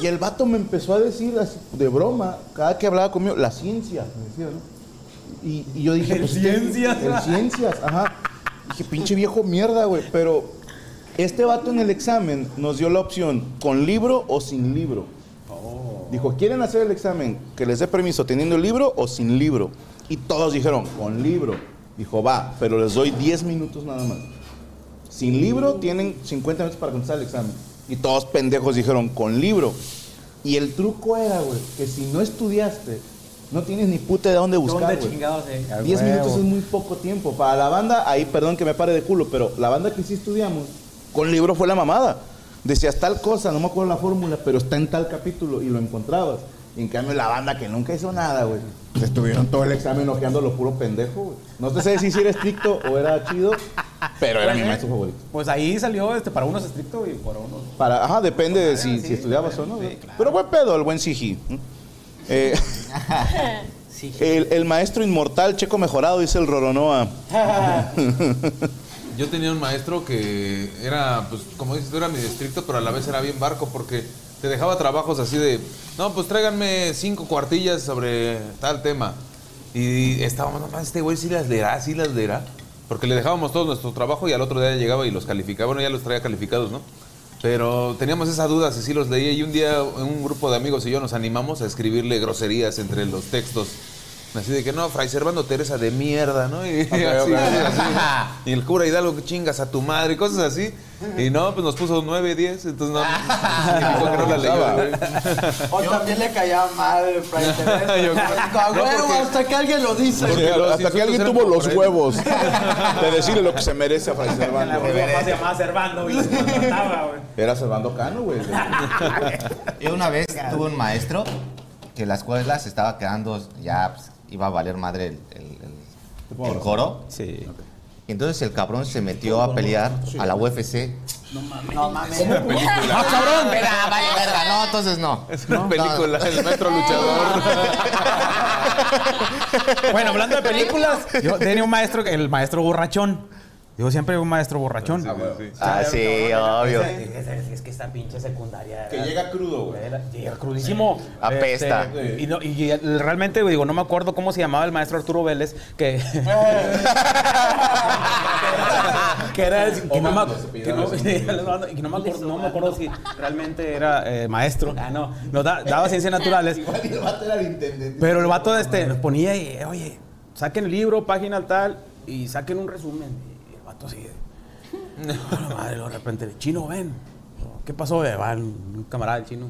[SPEAKER 1] Y el vato me empezó a decir así, de broma, cada que hablaba conmigo, la ciencia, me decía, ¿no? Y, y yo dije,
[SPEAKER 2] El
[SPEAKER 1] pues,
[SPEAKER 2] ciencias.
[SPEAKER 1] El ciencias, ajá. Dije, pinche viejo mierda, güey. Pero este vato en el examen nos dio la opción, ¿con libro o sin libro? Dijo, ¿quieren hacer el examen que les dé permiso teniendo el libro o sin libro? Y todos dijeron, con libro. Dijo, va, pero les doy 10 minutos nada más. Sin libro tienen 50 minutos para contestar el examen. Y todos pendejos dijeron, con libro. Y el truco era, güey, que si no estudiaste, no tienes ni puta de dónde buscar,
[SPEAKER 2] ¿Dónde
[SPEAKER 1] güey.
[SPEAKER 2] chingados, eh?
[SPEAKER 1] 10 minutos es muy poco tiempo. Para la banda, ahí perdón que me pare de culo, pero la banda que sí estudiamos, con libro fue la mamada. Decías tal cosa, no me acuerdo la fórmula, pero está en tal capítulo y lo encontrabas. Y en cambio, la banda que nunca hizo nada, güey. Se estuvieron todo el examen ojeando lo puro pendejo, güey. No te sé si era estricto o era chido, pero era mi maestro favorito.
[SPEAKER 2] Pues ahí salió este, para unos Ah, estricto y para unos.
[SPEAKER 1] Para, ajá, depende de si, si estudiabas o no. ¿no? Pero buen pedo, el buen Siji. ¿no? Eh, el, el maestro inmortal, checo mejorado, dice el Roronoa.
[SPEAKER 11] Yo tenía un maestro que era, pues, como dices, tú, era mi distrito, pero a la vez era bien barco porque te dejaba trabajos así de, no, pues tráiganme cinco cuartillas sobre tal tema. Y estábamos, no mames, este güey sí las leerá, sí las leerá. Porque le dejábamos todo nuestro trabajo y al otro día llegaba y los calificaba. Bueno, ya los traía calificados, ¿no? Pero teníamos esa duda si sí los leía y un día un grupo de amigos y yo nos animamos a escribirle groserías entre los textos. Así de que no, Fray Servando Teresa de mierda, ¿no? Y, así,
[SPEAKER 18] ok.
[SPEAKER 11] así, así. Y el cura Hidalgo que chingas a tu madre y cosas así. Y no, pues nos puso 9, 10, entonces no, pues, dijo que no la leyó. güey.
[SPEAKER 4] O también le caía mal el Fray Teresa.
[SPEAKER 11] Yo creo-
[SPEAKER 4] A
[SPEAKER 11] no, pues,
[SPEAKER 4] huevo,
[SPEAKER 11] porque-
[SPEAKER 4] hasta que alguien lo dice.
[SPEAKER 11] Porque
[SPEAKER 1] Sí,
[SPEAKER 11] los
[SPEAKER 1] hasta que
[SPEAKER 11] insultos
[SPEAKER 1] alguien
[SPEAKER 11] eran
[SPEAKER 1] tuvo
[SPEAKER 11] como
[SPEAKER 1] los
[SPEAKER 11] por ahí.
[SPEAKER 1] huevos de decirle lo que se merece a Fray Servando.
[SPEAKER 2] se llamaba Servando y los contrataba, güey.
[SPEAKER 1] Era Servando Cano, güey.
[SPEAKER 6] Yo una vez tuve un maestro que la escuela se estaba quedando, ya pues, iba a valer madre el, el- el- el coro.
[SPEAKER 2] Sí.
[SPEAKER 6] Entonces el cabrón se metió a pelear a la UFC.
[SPEAKER 8] No mames.
[SPEAKER 4] No mames.
[SPEAKER 6] ¡No, cabrón! Verá, vale, verga. No, entonces no. Es una
[SPEAKER 11] película, el maestro luchador.
[SPEAKER 2] Bueno, hablando de películas, yo tenía un maestro, que- el maestro borrachón. Yo siempre un maestro borrachón.
[SPEAKER 6] Ah, sí, obvio.
[SPEAKER 2] Es, es- es que esta pinche secundaria.
[SPEAKER 1] Que llega crudo, güey.
[SPEAKER 2] Llega crudísimo.
[SPEAKER 6] Apesta.
[SPEAKER 2] Este, y, no- y realmente, digo, no me acuerdo cómo se llamaba el maestro Arturo Vélez,
[SPEAKER 6] Eh.
[SPEAKER 2] que. que era. el- Que no, me, ac- que no- y que no me acuerdo, no me acuerdo si realmente era eh, maestro. Ah, no. Nos da- daba ciencias naturales.
[SPEAKER 1] Igual y el vato era el intendente.
[SPEAKER 2] Pero el vato este nos ponía y, eh, oye, saquen el libro, página tal, y saquen un resumen. Y el vato sigue. No, madre, luego de repente, chino, ven. ¿Qué pasó? Eh, Va un un camarada del chino.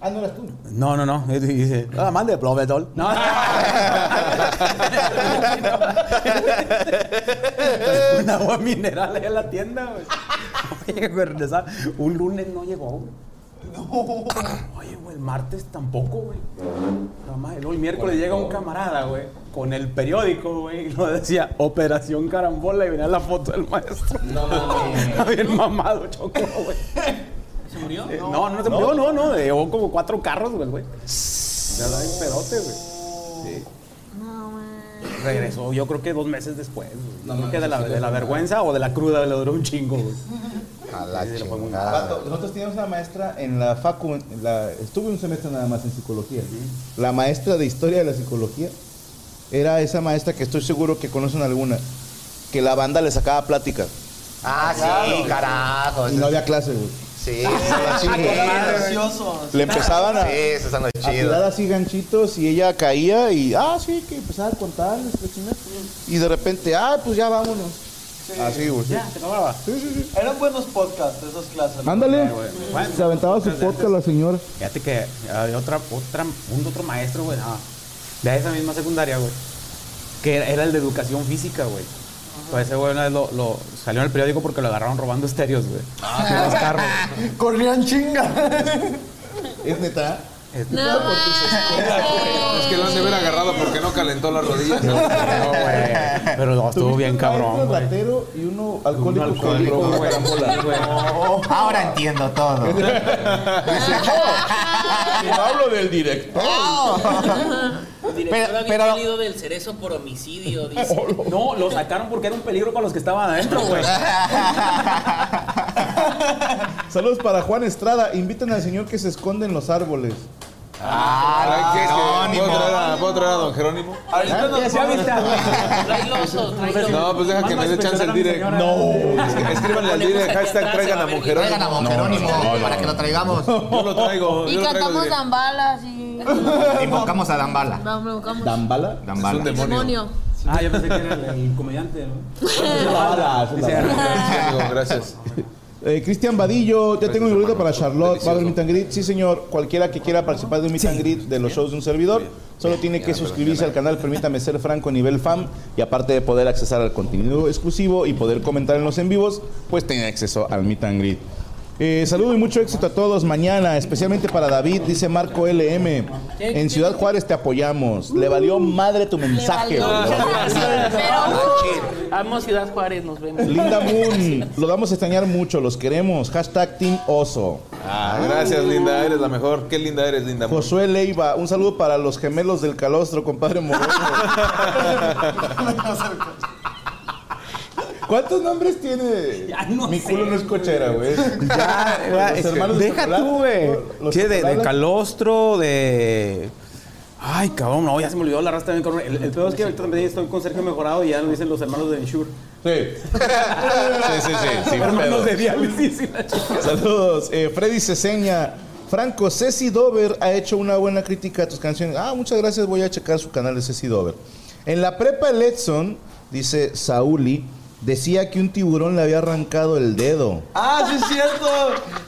[SPEAKER 1] Ah, no eras tú.
[SPEAKER 2] No, no, no. Y dice, ah, mande, proveedor. No, un agua mineral ahí en la tienda, güey. Oye, güey, regresa- Un lunes no llegó, güey. Oye, güey, el martes tampoco, güey. No, madre, luego el miércoles llega un camarada, güey, con el periódico, güey, y lo decía Operación Carambola y venía la foto del maestro. No, Bien mamado, chocó, güey.
[SPEAKER 8] ¿Se murió?
[SPEAKER 2] Eh, no, no, se murió, no, no. Llevó como cuatro carros, güey, güey. Ya da un pedote, güey. Sí. Regresó, yo creo que dos meses después, güey. Yo creo que de la, de la vergüenza o de la cruda le duró un chingo, güey.
[SPEAKER 6] A la
[SPEAKER 1] Vato, Nosotros teníamos una maestra en la facu, en la- estuve un semestre nada más en psicología. La maestra de historia de la psicología era esa maestra que estoy seguro que conocen alguna, que la banda le sacaba plática.
[SPEAKER 6] Ah, sí, carajo.
[SPEAKER 1] Y no había clase, güey.
[SPEAKER 6] Sí,
[SPEAKER 1] sí,
[SPEAKER 6] sí.
[SPEAKER 1] Le empezaban a,
[SPEAKER 6] Sí, esos son los
[SPEAKER 1] a tirar
[SPEAKER 6] chidos.
[SPEAKER 1] así ganchitos y ella caía y, ah, sí, que empezaba a contarles, la chingada. y de repente, ah, pues ya vámonos. Así, güey. Ah, sí.
[SPEAKER 4] Eran buenos podcasts esas clases.
[SPEAKER 1] Ándale.
[SPEAKER 2] Ah, Bueno.
[SPEAKER 1] Se aventaba su podcast la señora.
[SPEAKER 2] Fíjate que había otra, otra, un otro maestro, güey, no, de esa misma secundaria, güey, que era, era el de educación física, güey. Pues ese güey una vez lo, lo- salió en el periódico porque lo agarraron robando estéreos, güey.
[SPEAKER 8] Ah,
[SPEAKER 2] de Ah, los carros.
[SPEAKER 4] Corrían chinga.
[SPEAKER 1] ¿Es neta?
[SPEAKER 2] Es
[SPEAKER 13] No
[SPEAKER 11] Es que lo han de haber agarrado porque no calentó las rodillas.
[SPEAKER 2] Pero no, estuvo bien cabrón,
[SPEAKER 1] Un
[SPEAKER 2] güey.
[SPEAKER 1] ratero y uno alcohólico.
[SPEAKER 2] alcohólico,
[SPEAKER 1] con
[SPEAKER 2] güey.
[SPEAKER 1] carambola.
[SPEAKER 6] Ahora entiendo todo.
[SPEAKER 1] hablo del director.
[SPEAKER 8] El director
[SPEAKER 2] Pero-
[SPEAKER 8] había
[SPEAKER 2] pero-
[SPEAKER 8] salido del cerezo por homicidio, dice.
[SPEAKER 2] No, lo sacaron porque era un peligro para los que estaban adentro, güey.
[SPEAKER 1] Saludos para Juan Estrada. Invitan al señor que se esconde en los árboles.
[SPEAKER 11] Ah, ¿qué es que-
[SPEAKER 1] Jerónimo.
[SPEAKER 11] ¿Puedo traer a- puedo traer a don Jerónimo? ¿Eh?
[SPEAKER 4] Ahorita nos
[SPEAKER 2] Ya se
[SPEAKER 4] vamos-
[SPEAKER 2] avista, güey.
[SPEAKER 11] No, pues deja que me dé chance el direct. No. Escríbanle al direct, hashtag traigan a Monjerónimo.
[SPEAKER 6] Traigan a Monjerónimo para que lo traigamos.
[SPEAKER 11] Yo lo traigo.
[SPEAKER 13] Y
[SPEAKER 11] yo lo traigo
[SPEAKER 13] cantamos
[SPEAKER 11] direct.
[SPEAKER 13] dambalas y.
[SPEAKER 6] Invocamos a Dambala.
[SPEAKER 13] Invocamos.
[SPEAKER 1] ¿Dambala?
[SPEAKER 6] Dambala.
[SPEAKER 11] Es un demonio.
[SPEAKER 2] Ah, yo pensé que era el, el comediante, ¿no?
[SPEAKER 11] Digo, gracias.
[SPEAKER 1] Eh, Cristian Vadillo, ya tengo mi boleto para Charlotte. ¿Va a haber meet and greet? Sí, señor. Cualquiera que quiera participar de un meet and greet de los shows de un servidor, solo tiene que suscribirse al canal Permítame Ser Franco nivel fan y aparte de poder accesar al contenido exclusivo y poder comentar en los en vivos, pues tiene acceso al meet and greet. Eh, saludo y mucho éxito a todos mañana, especialmente para David, dice Marco LM. En Ciudad Juárez te apoyamos. Le valió madre tu mensaje.
[SPEAKER 8] Le valió.
[SPEAKER 1] güey.
[SPEAKER 8] Pero, amo Ciudad Juárez, nos vemos.
[SPEAKER 1] Linda Moon, lo vamos a extrañar mucho, los queremos. Hashtag Team Oso.
[SPEAKER 11] Ah, gracias, linda. Eres la mejor. Qué linda eres, linda.
[SPEAKER 1] Josué Leiva, un saludo para los gemelos del calostro, compadre Moreno. ¿Cuántos nombres tiene? Mi culo no es cochera, güey.
[SPEAKER 2] Ya, ya,
[SPEAKER 1] Los
[SPEAKER 2] es que-
[SPEAKER 1] hermanos de
[SPEAKER 2] deja
[SPEAKER 1] chocolate,
[SPEAKER 2] tú, güey.
[SPEAKER 1] los
[SPEAKER 2] Sí, de, de
[SPEAKER 1] chocolates.
[SPEAKER 2] calostro, de. Ay, cabrón, no, ya se me olvidó la raza también, cabrón. El, el pedo es que ahorita también estoy con Sergio Mejorado y ya lo dicen los hermanos de Ensure.
[SPEAKER 1] Sí. Sí, sí, sí, sin
[SPEAKER 2] hermanos
[SPEAKER 1] pedo.
[SPEAKER 2] de diálisis. y la chingada.
[SPEAKER 1] Saludos, eh, Freddy Ceseña. Franco, Ceci Dover ha hecho una buena crítica a tus canciones. Ah, muchas gracias, voy a checar su canal de Ceci Dover. En la prepa el Edson, dice Sauli, decía que un tiburón le había arrancado el dedo.
[SPEAKER 4] Ah, sí es cierto.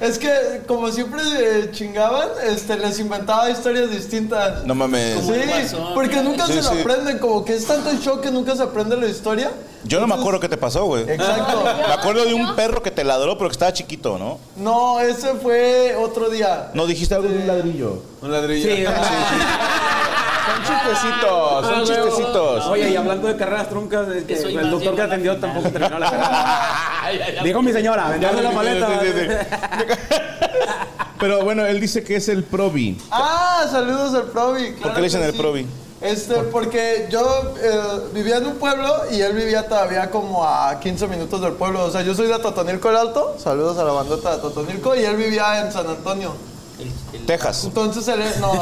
[SPEAKER 4] Es que como siempre eh, chingaban, este, les inventaba historias distintas.
[SPEAKER 1] No mames.
[SPEAKER 4] Sí, porque nunca
[SPEAKER 1] Sí,
[SPEAKER 4] se
[SPEAKER 1] sí.
[SPEAKER 4] lo aprenden, como que es tanto el shock que nunca se aprende la historia.
[SPEAKER 1] Yo no me acuerdo qué te pasó, güey.
[SPEAKER 4] Exacto.
[SPEAKER 1] Me acuerdo de un perro que te ladró, pero que estaba chiquito, ¿no?
[SPEAKER 4] No, ese fue otro día.
[SPEAKER 1] No dijiste algo de un ladrillo.
[SPEAKER 11] Un ladrillo.
[SPEAKER 1] Son chistecitos, son chistecitos.
[SPEAKER 2] Oye, y hablando de carreras truncas, es que
[SPEAKER 8] soy
[SPEAKER 2] el
[SPEAKER 8] más
[SPEAKER 2] doctor
[SPEAKER 8] bien
[SPEAKER 2] que atendió tampoco terminó la carrera. Dijo mi señora, vendió la maleta.
[SPEAKER 1] Pero bueno, él dice que es el Provi.
[SPEAKER 4] Ah, saludos al Provi.
[SPEAKER 1] ¿Por
[SPEAKER 4] claro
[SPEAKER 1] qué le dicen
[SPEAKER 4] que
[SPEAKER 1] el
[SPEAKER 4] sí.
[SPEAKER 1] Provi?
[SPEAKER 4] Este, porque yo eh, vivía en un pueblo y él vivía todavía como a 15 minutos del pueblo. O sea, yo soy de Totonilco el Alto, saludos a la bandota de Totonilco, y él vivía en San Antonio.
[SPEAKER 1] Texas.
[SPEAKER 4] Entonces él es, no,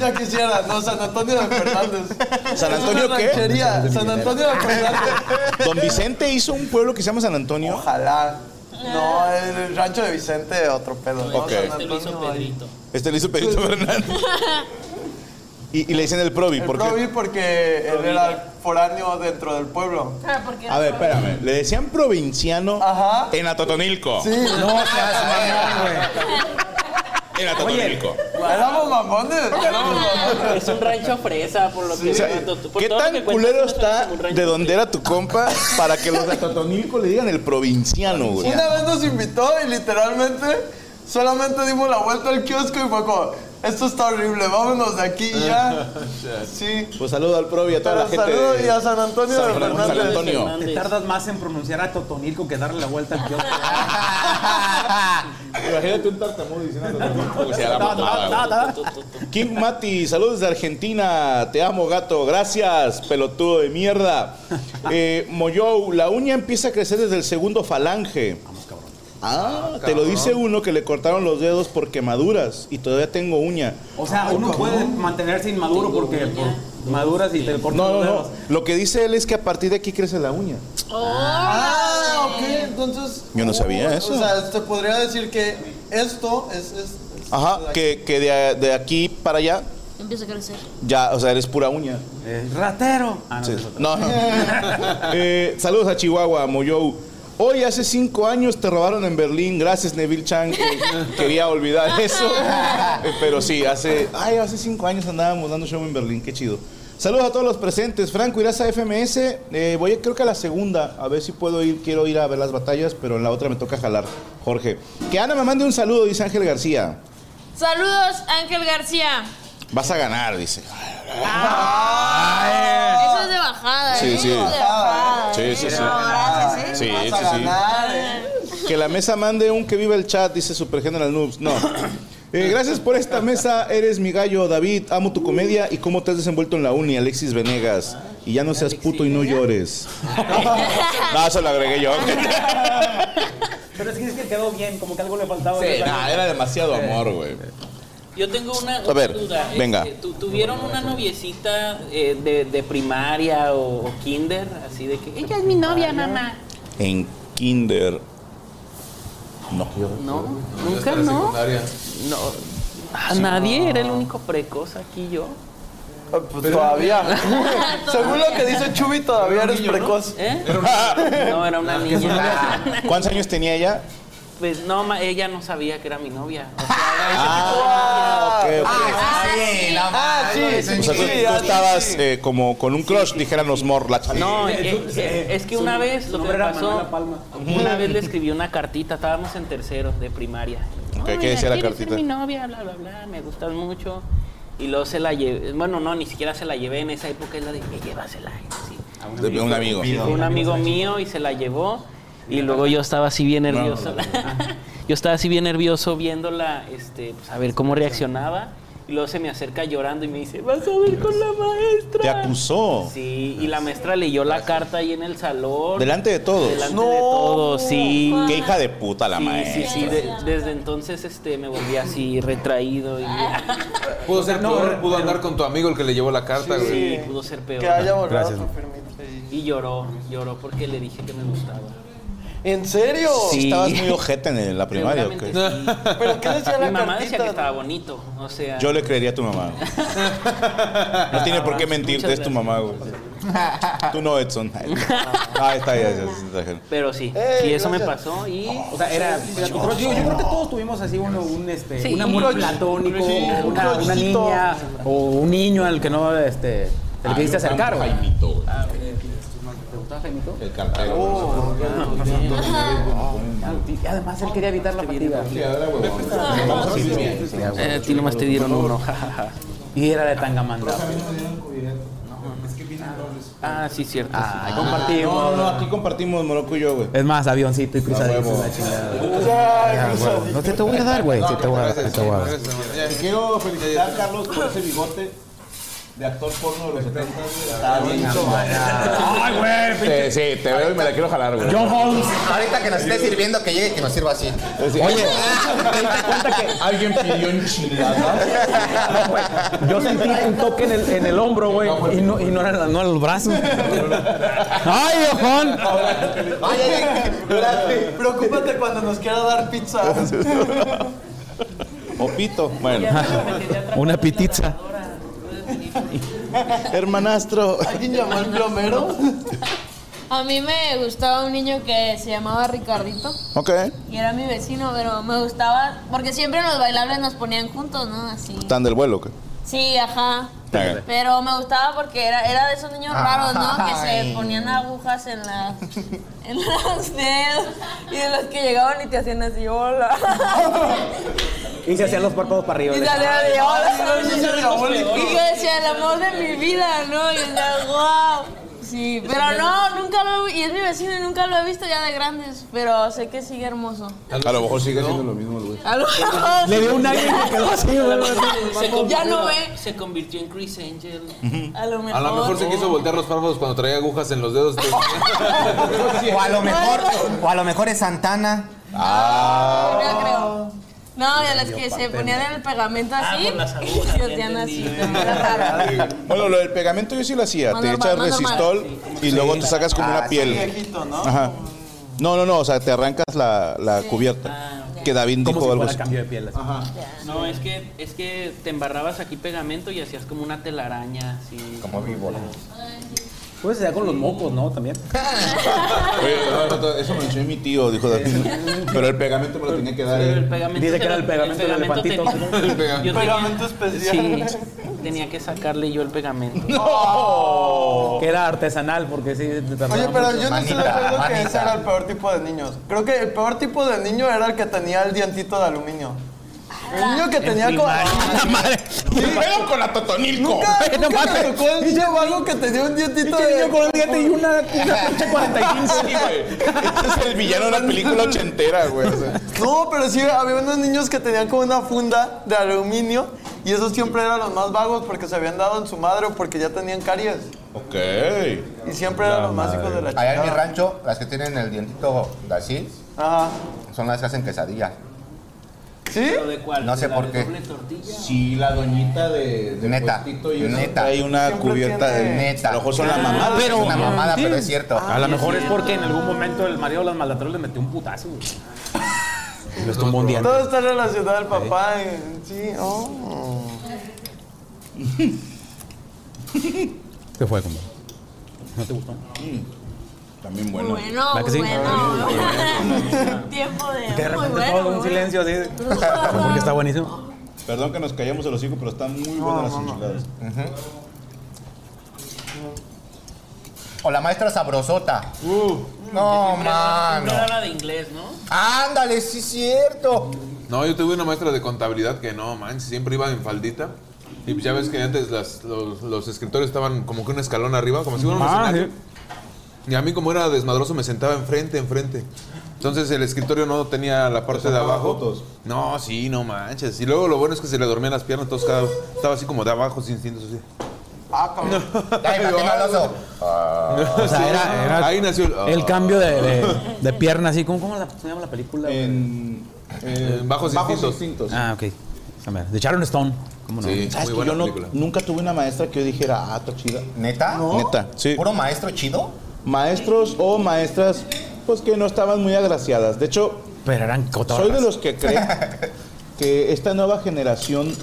[SPEAKER 4] ya quisiera, no, San Antonio de Fernández.
[SPEAKER 1] ¿San Antonio
[SPEAKER 4] Es una
[SPEAKER 1] qué?
[SPEAKER 4] ranchería, San Antonio de Fernández.
[SPEAKER 1] Don Vicente hizo un pueblo que se llama San Antonio.
[SPEAKER 4] Ojalá. No, el rancho de Vicente, otro pedo. ¿no?
[SPEAKER 1] Ok.
[SPEAKER 4] San Antonio. ahí.
[SPEAKER 1] Este le hizo Pedrito Fernández. Y, y le dicen el Provi,
[SPEAKER 4] El
[SPEAKER 1] porque.
[SPEAKER 4] Provi porque él era el foráneo dentro del pueblo.
[SPEAKER 13] Ah, porque-
[SPEAKER 1] A ver, espérame. Le decían provinciano en Atotonilco.
[SPEAKER 4] Sí.
[SPEAKER 1] No seas mamón, güey. En Atotonilco.
[SPEAKER 4] Éramos mamones. éramos mamones.
[SPEAKER 8] Es un rancho fresa, por lo que
[SPEAKER 1] O sea,
[SPEAKER 8] veo, Toto. Por
[SPEAKER 1] ¿Qué
[SPEAKER 8] todo lo
[SPEAKER 1] tan
[SPEAKER 8] que cuentas,
[SPEAKER 1] culero
[SPEAKER 8] suena
[SPEAKER 1] está
[SPEAKER 8] como un rancho
[SPEAKER 1] de donde era tu compa para que los de Atotonilco le digan el provinciano, güey?
[SPEAKER 4] Una vez nos invitó y literalmente solamente dimos la vuelta al kiosco y fue como, Esto está horrible, vámonos de aquí ya. Sí.
[SPEAKER 1] Pues saludo al Provi y a toda
[SPEAKER 4] Pero
[SPEAKER 1] la gente.
[SPEAKER 4] saludo
[SPEAKER 1] de-
[SPEAKER 4] y a San Antonio de
[SPEAKER 1] San, Fernando, San
[SPEAKER 4] Fernández.
[SPEAKER 1] Antonio.
[SPEAKER 2] Te tardas más en pronunciar a Totonilco que darle la vuelta al kiosco.
[SPEAKER 1] Imagínate un tartamudo diciendo Totonilco.
[SPEAKER 18] se haga mamada, güey.
[SPEAKER 1] King Mati, saludos de Argentina. Te amo, gato. Gracias, pelotudo de mierda. Eh, Moyou, la uña empieza a crecer desde el segundo falange. Vamos, cabrón. Ah, te lo
[SPEAKER 2] cabrón.
[SPEAKER 1] dice uno que le cortaron los dedos por quemaduras y todavía tengo uña.
[SPEAKER 2] O sea, uno puede mantenerse inmaduro porque por maduras y te cortan
[SPEAKER 1] No,
[SPEAKER 2] los
[SPEAKER 1] no,
[SPEAKER 2] dedos.
[SPEAKER 1] no. Lo que dice él es que a partir de aquí crece la uña.
[SPEAKER 4] Ah, ok, entonces.
[SPEAKER 1] Yo no sabía eso.
[SPEAKER 4] O sea, te podría decir que esto es. es- es-
[SPEAKER 1] Ajá, que, que de, de aquí para allá,
[SPEAKER 13] Empieza a crecer.
[SPEAKER 1] ya, o sea, eres pura uña.
[SPEAKER 2] ¡Ratero!
[SPEAKER 1] Sí. No, no. Eh, saludos a Chihuahua, Moyou. Hoy hace cinco años te robaron en Berlín. Gracias, Neville Chan. que quería olvidar eso. Eh, Pero sí, hace, ay, hace cinco años andábamos dando show en Berlín. Qué chido. Saludos a todos los presentes. Franco, irás a FMS. Eh, voy a- creo que a la segunda. A ver si puedo ir. Quiero ir a ver las batallas, pero en la otra me toca jalar. Jorge. Que Ana me mande un saludo, dice Ángel García.
[SPEAKER 13] Saludos, Ángel García.
[SPEAKER 1] Vas a ganar, dice.
[SPEAKER 11] Ah, eh.
[SPEAKER 13] Eso es de bajada,
[SPEAKER 1] Sí,
[SPEAKER 13] ¿eh?
[SPEAKER 1] sí.
[SPEAKER 13] Eso es de bajada.
[SPEAKER 1] Sí,
[SPEAKER 13] ¿eh?
[SPEAKER 1] sí, sí.
[SPEAKER 13] No, gracias, ¿eh?
[SPEAKER 1] Sí, sí, sí. Que la mesa mande un que viva el chat, dice Super General Noobs. No. Eh, gracias por esta mesa, eres mi gallo, David. Amo tu comedia y cómo te has desenvuelto en la uni, Alexis Venegas. Y ya no seas puto y no llores. No, eso lo agregué yo.
[SPEAKER 2] Pero es que, es que quedó bien, como que algo le faltaba.
[SPEAKER 1] Sí, nada, era demasiado amor, güey.
[SPEAKER 8] Yo tengo una,
[SPEAKER 1] A ver,
[SPEAKER 8] una duda. Este,
[SPEAKER 1] venga.
[SPEAKER 8] ¿tu- ¿Tuvieron una noviecita eh, de, de primaria o, o kinder? Así de que.
[SPEAKER 19] Ella es mi novia, mamá.
[SPEAKER 1] En Kinder. No.
[SPEAKER 8] No, nunca no. No. A
[SPEAKER 1] Ah, Sí. Ah,
[SPEAKER 8] nadie, era el único precoz aquí yo.
[SPEAKER 4] Pues todavía. Según lo que dice Chubi, todavía eres precoz.
[SPEAKER 8] ¿Eh? No, era una niña.
[SPEAKER 1] ¿Cuántos años tenía ella?
[SPEAKER 8] Pues no, ma- ella no sabía que era mi novia.
[SPEAKER 1] Ah, ok, ok.
[SPEAKER 8] sí, la
[SPEAKER 4] Ah, sí,
[SPEAKER 1] O sea, tú, tú estabas eh, como con un crush, dijeran los morlachos.
[SPEAKER 8] No, eh, eh, es que una vez lo que me pasó, una vez le escribí una cartita, estábamos en tercero de primaria.
[SPEAKER 1] Ok,
[SPEAKER 8] Oye,
[SPEAKER 1] ¿qué decía la
[SPEAKER 8] ¿quieres ser
[SPEAKER 1] cartita?
[SPEAKER 8] mi novia, bla, bla, bla, me gustas mucho. Y luego se la llevé, bueno, no, ni siquiera se la llevé en esa época, es la de, "Eh, llévasela. sí.
[SPEAKER 1] De un amigo.
[SPEAKER 8] Sí, fue un amigo mío y se la llevó. Y luego yo estaba así bien nervioso. yo estaba así bien nervioso viéndola, este, pues, a ver cómo reaccionaba. Y luego se me acerca llorando y me dice, vas a ver con la maestra.
[SPEAKER 1] Te acusó.
[SPEAKER 8] Sí, y la maestra leyó la carta ahí en el salón.
[SPEAKER 1] Delante de todos.
[SPEAKER 8] Delante de todos, sí.
[SPEAKER 1] Qué hija de puta la
[SPEAKER 8] Sí, sí,
[SPEAKER 1] maestra.
[SPEAKER 8] sí, de- desde entonces este, me volví así retraído y
[SPEAKER 11] Pudo ser peor, pudo andar con tu amigo el que le llevó la carta,
[SPEAKER 8] sí,
[SPEAKER 11] güey.
[SPEAKER 8] pudo ser peor.
[SPEAKER 4] Que haya borrado
[SPEAKER 11] Gracias.
[SPEAKER 4] tu
[SPEAKER 8] Y lloró, lloró porque le dije que me gustaba.
[SPEAKER 4] ¿En serio?
[SPEAKER 1] Sí, Estabas muy ojete en la primaria. ¿o qué?
[SPEAKER 8] ¿Pero
[SPEAKER 4] qué decía la
[SPEAKER 8] Mi mamá decía
[SPEAKER 4] cartita,
[SPEAKER 8] que estaba bonito, o sea...
[SPEAKER 1] Yo le creería a tu mamá. güey. No tiene por qué mentirte, es tu mamá, güey. Tú no, Edson. Ah, está ya, ya, ya, ya.
[SPEAKER 8] Pero sí,
[SPEAKER 4] Eh,
[SPEAKER 2] Ey,
[SPEAKER 8] sí, eso me
[SPEAKER 2] Eh, gracias.
[SPEAKER 8] pasó y...
[SPEAKER 2] O sea, era. era tu crush. Yo, yo creo que todos tuvimos así uno, un, este,
[SPEAKER 8] Sí.
[SPEAKER 2] un amor
[SPEAKER 8] Un crush.
[SPEAKER 2] platónico,
[SPEAKER 8] Sí, un
[SPEAKER 2] una, una
[SPEAKER 8] crushcito.
[SPEAKER 2] niña o un niño al que no este, te le quisiste acercar. güey.
[SPEAKER 8] Ah, eh, ¿Te gustaba Jaimito? Oh,
[SPEAKER 1] El cartero.
[SPEAKER 2] Y además él quería evitar la fatiga.
[SPEAKER 8] Ah, Eh, a ti nomás te dieron uno.
[SPEAKER 2] y era de Tangamanda.
[SPEAKER 8] Ah, sí, cierto.
[SPEAKER 2] ahí compartimos.
[SPEAKER 1] No, no, aquí compartimos Morocco y yo, güey. Ah,
[SPEAKER 2] Es más, avioncito y cruzadito. la chingada. Ya, huevo. No te, te voy a dar, güey. Sí, te voy a dar. sí, te voy a dar.
[SPEAKER 1] Te quiero felicitar, Carlos, por ese bigote de actor porno de los 70. Está bien,
[SPEAKER 11] Ay,
[SPEAKER 1] güey. Sí, te veo y me la quiero jalar, güey.
[SPEAKER 2] John Holmes.
[SPEAKER 6] Ahorita que nos esté sirviendo, que llegue y que nos sirva así.
[SPEAKER 1] Oye,
[SPEAKER 2] cuenta que
[SPEAKER 1] alguien pidió enchiladas.
[SPEAKER 2] Yo sentí un toque en el, en el hombro, güey. Y no, y no eran no eran los brazos. ¡Ay, ojón!
[SPEAKER 4] Espérate, preocúpate cuando nos quiera dar pizza.
[SPEAKER 1] O pito. Bueno.
[SPEAKER 2] Una pitiza.
[SPEAKER 1] Hermanastro.
[SPEAKER 4] ¿Alguien llamó al plomero?
[SPEAKER 13] A mí me gustaba un niño que se llamaba Ricardito.
[SPEAKER 1] Ok.
[SPEAKER 13] Y era mi vecino, pero me gustaba. Porque siempre en los bailables nos ponían juntos, ¿no? Así.
[SPEAKER 1] Tan del vuelo, ¿qué?
[SPEAKER 13] Sí, ajá.
[SPEAKER 1] Ok.
[SPEAKER 13] Pero me gustaba porque era, era de esos niños raros, ¿no? Que se
[SPEAKER 1] Ay.
[SPEAKER 13] ponían agujas en, la, en los dedos y de los que llegaban y te hacían así, hola.
[SPEAKER 2] Y se hacían los cuerpos para arriba.
[SPEAKER 13] Y salía de hola. Y yo decía, el amor de mi vida, ¿no? Y decía, wow. Sí, pero no, nunca lo he Y es mi vecino y nunca lo he visto ya de grandes. Pero sé que sigue hermoso.
[SPEAKER 1] A lo mejor sigue siendo lo mismo el güey.
[SPEAKER 13] A lo
[SPEAKER 1] Le dio un aire y se quedó así, güey.
[SPEAKER 8] Se convirtió-
[SPEAKER 13] Ya no ve.
[SPEAKER 8] Se convirtió en Chris Angel.
[SPEAKER 13] A lo mejor.
[SPEAKER 11] A lo mejor se quiso voltear los párpados cuando traía agujas en los dedos. o
[SPEAKER 6] a lo mejor, o a lo mejor es Santana.
[SPEAKER 13] Ya
[SPEAKER 6] Ah.
[SPEAKER 11] Ah.
[SPEAKER 13] creo. No, de las que se ponían el pegamento así. y hacían así. como la cara.
[SPEAKER 1] Bueno, lo del pegamento yo sí lo hacía.
[SPEAKER 13] Más
[SPEAKER 1] te
[SPEAKER 13] normal,
[SPEAKER 1] echas
[SPEAKER 13] más
[SPEAKER 1] resistol
[SPEAKER 13] normal,
[SPEAKER 1] y luego te sacas como
[SPEAKER 4] Ah,
[SPEAKER 1] una
[SPEAKER 4] sí,
[SPEAKER 1] piel.
[SPEAKER 4] viejito, ¿no?
[SPEAKER 1] Ajá. No, no, no, o sea, te arrancas la, la cubierta. Que David dijo algo así.
[SPEAKER 2] cambio de piel. así.
[SPEAKER 8] No, es que, es que te embarrabas aquí pegamento y hacías como una telaraña así.
[SPEAKER 6] Como víbora.
[SPEAKER 2] Pues ya con los mocos, ¿no? También.
[SPEAKER 1] Oye, no, no, no, eso me lo enseñó mi tío, dijo David. Pero el pegamento me lo tenía que dar. él.
[SPEAKER 2] Dice que era el pegamento del elefantito.
[SPEAKER 1] El pegamento.
[SPEAKER 8] Yo tenía-
[SPEAKER 4] Pegamento especial.
[SPEAKER 8] Sí, tenía que sacarle yo el pegamento.
[SPEAKER 2] Que era artesanal, porque sí.
[SPEAKER 4] Oye, pero yo no estoy de acuerdo que ese era el peor tipo de niños. Creo que el peor tipo de niño era el que tenía el dientito de aluminio. El niño que tenía como.
[SPEAKER 1] Primero con la Totonilco.
[SPEAKER 4] Nunca, nunca me tocó el niño o algo que tenía un dientito de. niño con un diente y una, pinche 45.
[SPEAKER 1] Ese es el villano de la película ochentera, güey. o sea.
[SPEAKER 4] No, pero sí, había unos niños que tenían como una funda de aluminio y esos siempre eran los más vagos porque se habían dado en su madre o porque ya tenían caries.
[SPEAKER 1] Ok.
[SPEAKER 4] Y siempre eran los más hijos de la
[SPEAKER 6] Allá en mi
[SPEAKER 4] chingada.
[SPEAKER 6] rancho, las que tienen el dientito de así, son las que hacen quesadillas.
[SPEAKER 4] ¿Sí?
[SPEAKER 8] de cuál?
[SPEAKER 6] No sé
[SPEAKER 8] ¿De la
[SPEAKER 6] por
[SPEAKER 8] de
[SPEAKER 6] qué.
[SPEAKER 8] doble tortilla?
[SPEAKER 1] Sí, la doñita de,
[SPEAKER 6] neta, neta.
[SPEAKER 1] Hay una cubierta de.
[SPEAKER 6] neta.
[SPEAKER 1] A lo mejor Pues
[SPEAKER 2] Ah,
[SPEAKER 1] son la mamada.
[SPEAKER 6] Pero, es una mamada, pero es cierto.
[SPEAKER 2] A lo mejor es porque en algún momento el marido de las maldateros le metió un putazo. güey. Y les tumbó un diente.
[SPEAKER 4] Todo está relacionado al papá. y- Sí, oh. Eh,
[SPEAKER 2] ¿Qué fue, compa? ¿No te gustó?
[SPEAKER 1] Mm, También bueno.
[SPEAKER 13] Bueno,
[SPEAKER 2] ¿Verdad que sí?
[SPEAKER 13] bueno. Tiempo de.
[SPEAKER 2] De
[SPEAKER 13] Muy
[SPEAKER 2] repente
[SPEAKER 13] bueno.
[SPEAKER 2] todo un silencio así. Porque está buenísimo.
[SPEAKER 1] Perdón que nos callamos el hocico, pero están muy buenas las enchiladas.
[SPEAKER 6] O la maestra sabrosota.
[SPEAKER 4] Uh,
[SPEAKER 6] no, mano.
[SPEAKER 4] ah,
[SPEAKER 8] No era la de inglés, ¿no?
[SPEAKER 6] Ándale, sí es cierto.
[SPEAKER 11] No, yo tuve una maestra de contabilidad que no, man, siempre iba en faldita. Y pues ya ves que antes las- los, los escritores estaban como que un escalón arriba, como si fuera un
[SPEAKER 2] Ah,
[SPEAKER 11] escenario. Y a mí como era desmadroso me sentaba enfrente, enfrente. Entonces el escritorio no tenía la parte de abajo. No, sí, no manches. Y luego lo bueno es que se le dormían las piernas, entonces cada- estaba así como de abajo, sin cintos así.
[SPEAKER 4] Ah, cabrón.
[SPEAKER 6] Ay, imagino al oso.
[SPEAKER 2] Ah. O sea, era, era
[SPEAKER 11] Ahí nació el-
[SPEAKER 2] Ah.
[SPEAKER 11] ah,
[SPEAKER 2] el cambio de, de,
[SPEAKER 1] Ah.
[SPEAKER 2] de pierna, así. ¿Cómo, cómo la, se llama la película? güey?
[SPEAKER 1] Eh,
[SPEAKER 11] bajos instintos.
[SPEAKER 2] Ah, ok. Esa madre. De Sharon Stone. ¿Cómo no?
[SPEAKER 11] Sí,
[SPEAKER 1] ¿Sabes
[SPEAKER 11] muy
[SPEAKER 1] que yo
[SPEAKER 11] buena
[SPEAKER 1] no-
[SPEAKER 11] película.
[SPEAKER 1] nunca tuve una maestra que yo dijera, ah, está chida?
[SPEAKER 6] ¿Neta?
[SPEAKER 1] Neta, sí.
[SPEAKER 6] ¿Puro maestro chido?
[SPEAKER 1] Maestros o maestras, pues que no estaban muy agraciadas. De hecho,
[SPEAKER 2] Pero eran
[SPEAKER 1] soy de
[SPEAKER 2] cotorras.
[SPEAKER 1] los que creen que esta nueva generación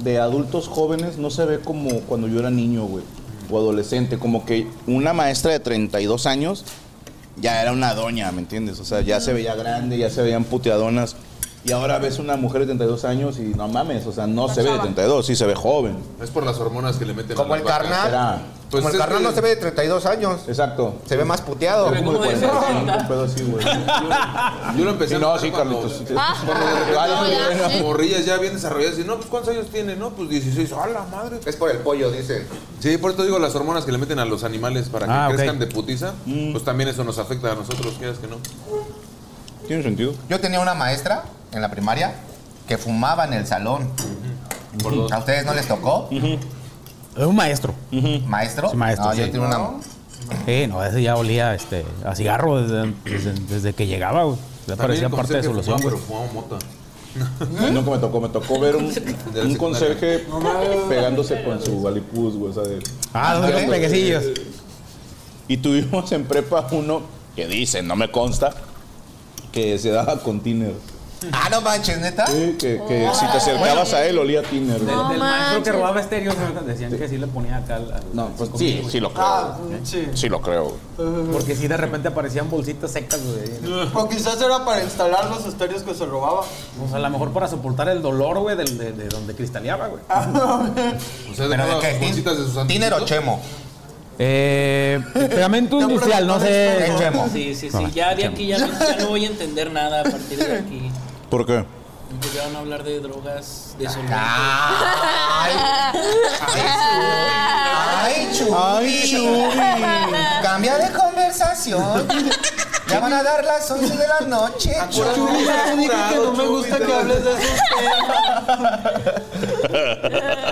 [SPEAKER 1] de adultos jóvenes no se ve como cuando yo era niño, güey, o adolescente. Como que una maestra de 32 años ya era una doña, ¿me entiendes? O sea, ya se veía grande, ya se veían puteadonas. Y ahora ves una mujer de 32 años y no mames, o sea, no se ve de 32, sí se ve joven.
[SPEAKER 11] Es por las hormonas que le meten.
[SPEAKER 6] Como
[SPEAKER 11] a las
[SPEAKER 6] el
[SPEAKER 11] vacas.
[SPEAKER 6] carnal.
[SPEAKER 1] Era-
[SPEAKER 11] Pues
[SPEAKER 6] como el
[SPEAKER 11] es
[SPEAKER 6] carnal
[SPEAKER 11] que-
[SPEAKER 6] no se ve de 32 años.
[SPEAKER 1] Exacto.
[SPEAKER 6] Se ve más puteado.
[SPEAKER 1] Pero como de 45, un pedo así, güey.
[SPEAKER 11] Yo lo empecé
[SPEAKER 1] Sí, no,
[SPEAKER 11] a
[SPEAKER 1] sí, Carlitos. sí, sí.
[SPEAKER 11] Cuando de repente
[SPEAKER 1] No, ya,
[SPEAKER 11] eran
[SPEAKER 1] sí.
[SPEAKER 11] morrillas ya bien desarrolladas y no, pues ¿cuántos años tiene? No, pues 16. ¡A la madre!
[SPEAKER 6] Es por el pollo, dice.
[SPEAKER 11] Sí, por esto digo las hormonas que le meten a los animales para que
[SPEAKER 2] Ah, ok. Mm.
[SPEAKER 11] crezcan de putiza, pues también eso nos afecta a nosotros, quieras que no.
[SPEAKER 1] Tiene sentido.
[SPEAKER 6] Yo tenía una maestra en la primaria que fumaba en el salón.
[SPEAKER 11] Por dos.
[SPEAKER 6] ¿A ustedes no les tocó?
[SPEAKER 2] Es un maestro.
[SPEAKER 6] ¿Maestro?
[SPEAKER 2] Sí, maestro,
[SPEAKER 11] Ah,
[SPEAKER 6] No,
[SPEAKER 2] sí.
[SPEAKER 6] yo tenía una.
[SPEAKER 2] Sí, no, ese ya olía este, a cigarro desde, desde, desde que llegaba, güey. Ya
[SPEAKER 11] También
[SPEAKER 2] parecía
[SPEAKER 11] el
[SPEAKER 2] parte de
[SPEAKER 11] conserje
[SPEAKER 2] su loción,
[SPEAKER 11] fumaba,
[SPEAKER 2] güey.
[SPEAKER 11] Pero fumaba mota.
[SPEAKER 1] No, que me tocó, me tocó ver un,
[SPEAKER 11] ¿eh? la
[SPEAKER 1] un
[SPEAKER 11] secundaria.
[SPEAKER 1] conserje pegándose con su alipuz, güey. O sea, de-
[SPEAKER 2] Ah, ¿dónde los peguecillos?
[SPEAKER 1] Y tuvimos en prepa uno que dice, no me consta, que se daba con tiner.
[SPEAKER 6] Ah, no manches, neta.
[SPEAKER 1] Sí, que, que si te acercabas a él, olía tiner. güey.
[SPEAKER 2] Del maestro que
[SPEAKER 13] manches.
[SPEAKER 2] robaba estéreos, ¿no? decían que sí le ponía acá al. al-
[SPEAKER 1] No, pues
[SPEAKER 2] al-
[SPEAKER 1] sí, sí lo creo.
[SPEAKER 4] Ah, sí.
[SPEAKER 1] Sí lo creo. güey.
[SPEAKER 2] Porque sí de repente aparecían bolsitas secas, güey.
[SPEAKER 4] O quizás era para instalar los estéreos que se robaba.
[SPEAKER 2] O sea, a lo mejor para soportar el dolor, güey, del- de, de donde cristaleaba, güey.
[SPEAKER 4] Ah,
[SPEAKER 11] O sea,
[SPEAKER 6] ¿Pero de
[SPEAKER 11] dejaba
[SPEAKER 6] qué?
[SPEAKER 11] sus bolsitas de sus
[SPEAKER 6] ¿Tin- ¿Tiner o
[SPEAKER 11] antojitos.
[SPEAKER 6] chemo?
[SPEAKER 2] Eh. Pegamento industrial, no sé.
[SPEAKER 6] Es chemo.
[SPEAKER 8] Sí, sí, sí. Ya de aquí ya no, ya no voy a entender nada a partir de aquí.
[SPEAKER 1] ¿Por qué?
[SPEAKER 19] empezaron a hablar de drogas,
[SPEAKER 4] Ah,
[SPEAKER 19] de solventes.
[SPEAKER 6] ¡Ay, Chuy!
[SPEAKER 19] Ay, Chuy.
[SPEAKER 6] Cambia de conversación. Ya van a dar las 11 de la noche.
[SPEAKER 11] Ah,
[SPEAKER 4] Chuy, ya te dije que no me gusta que hables de esos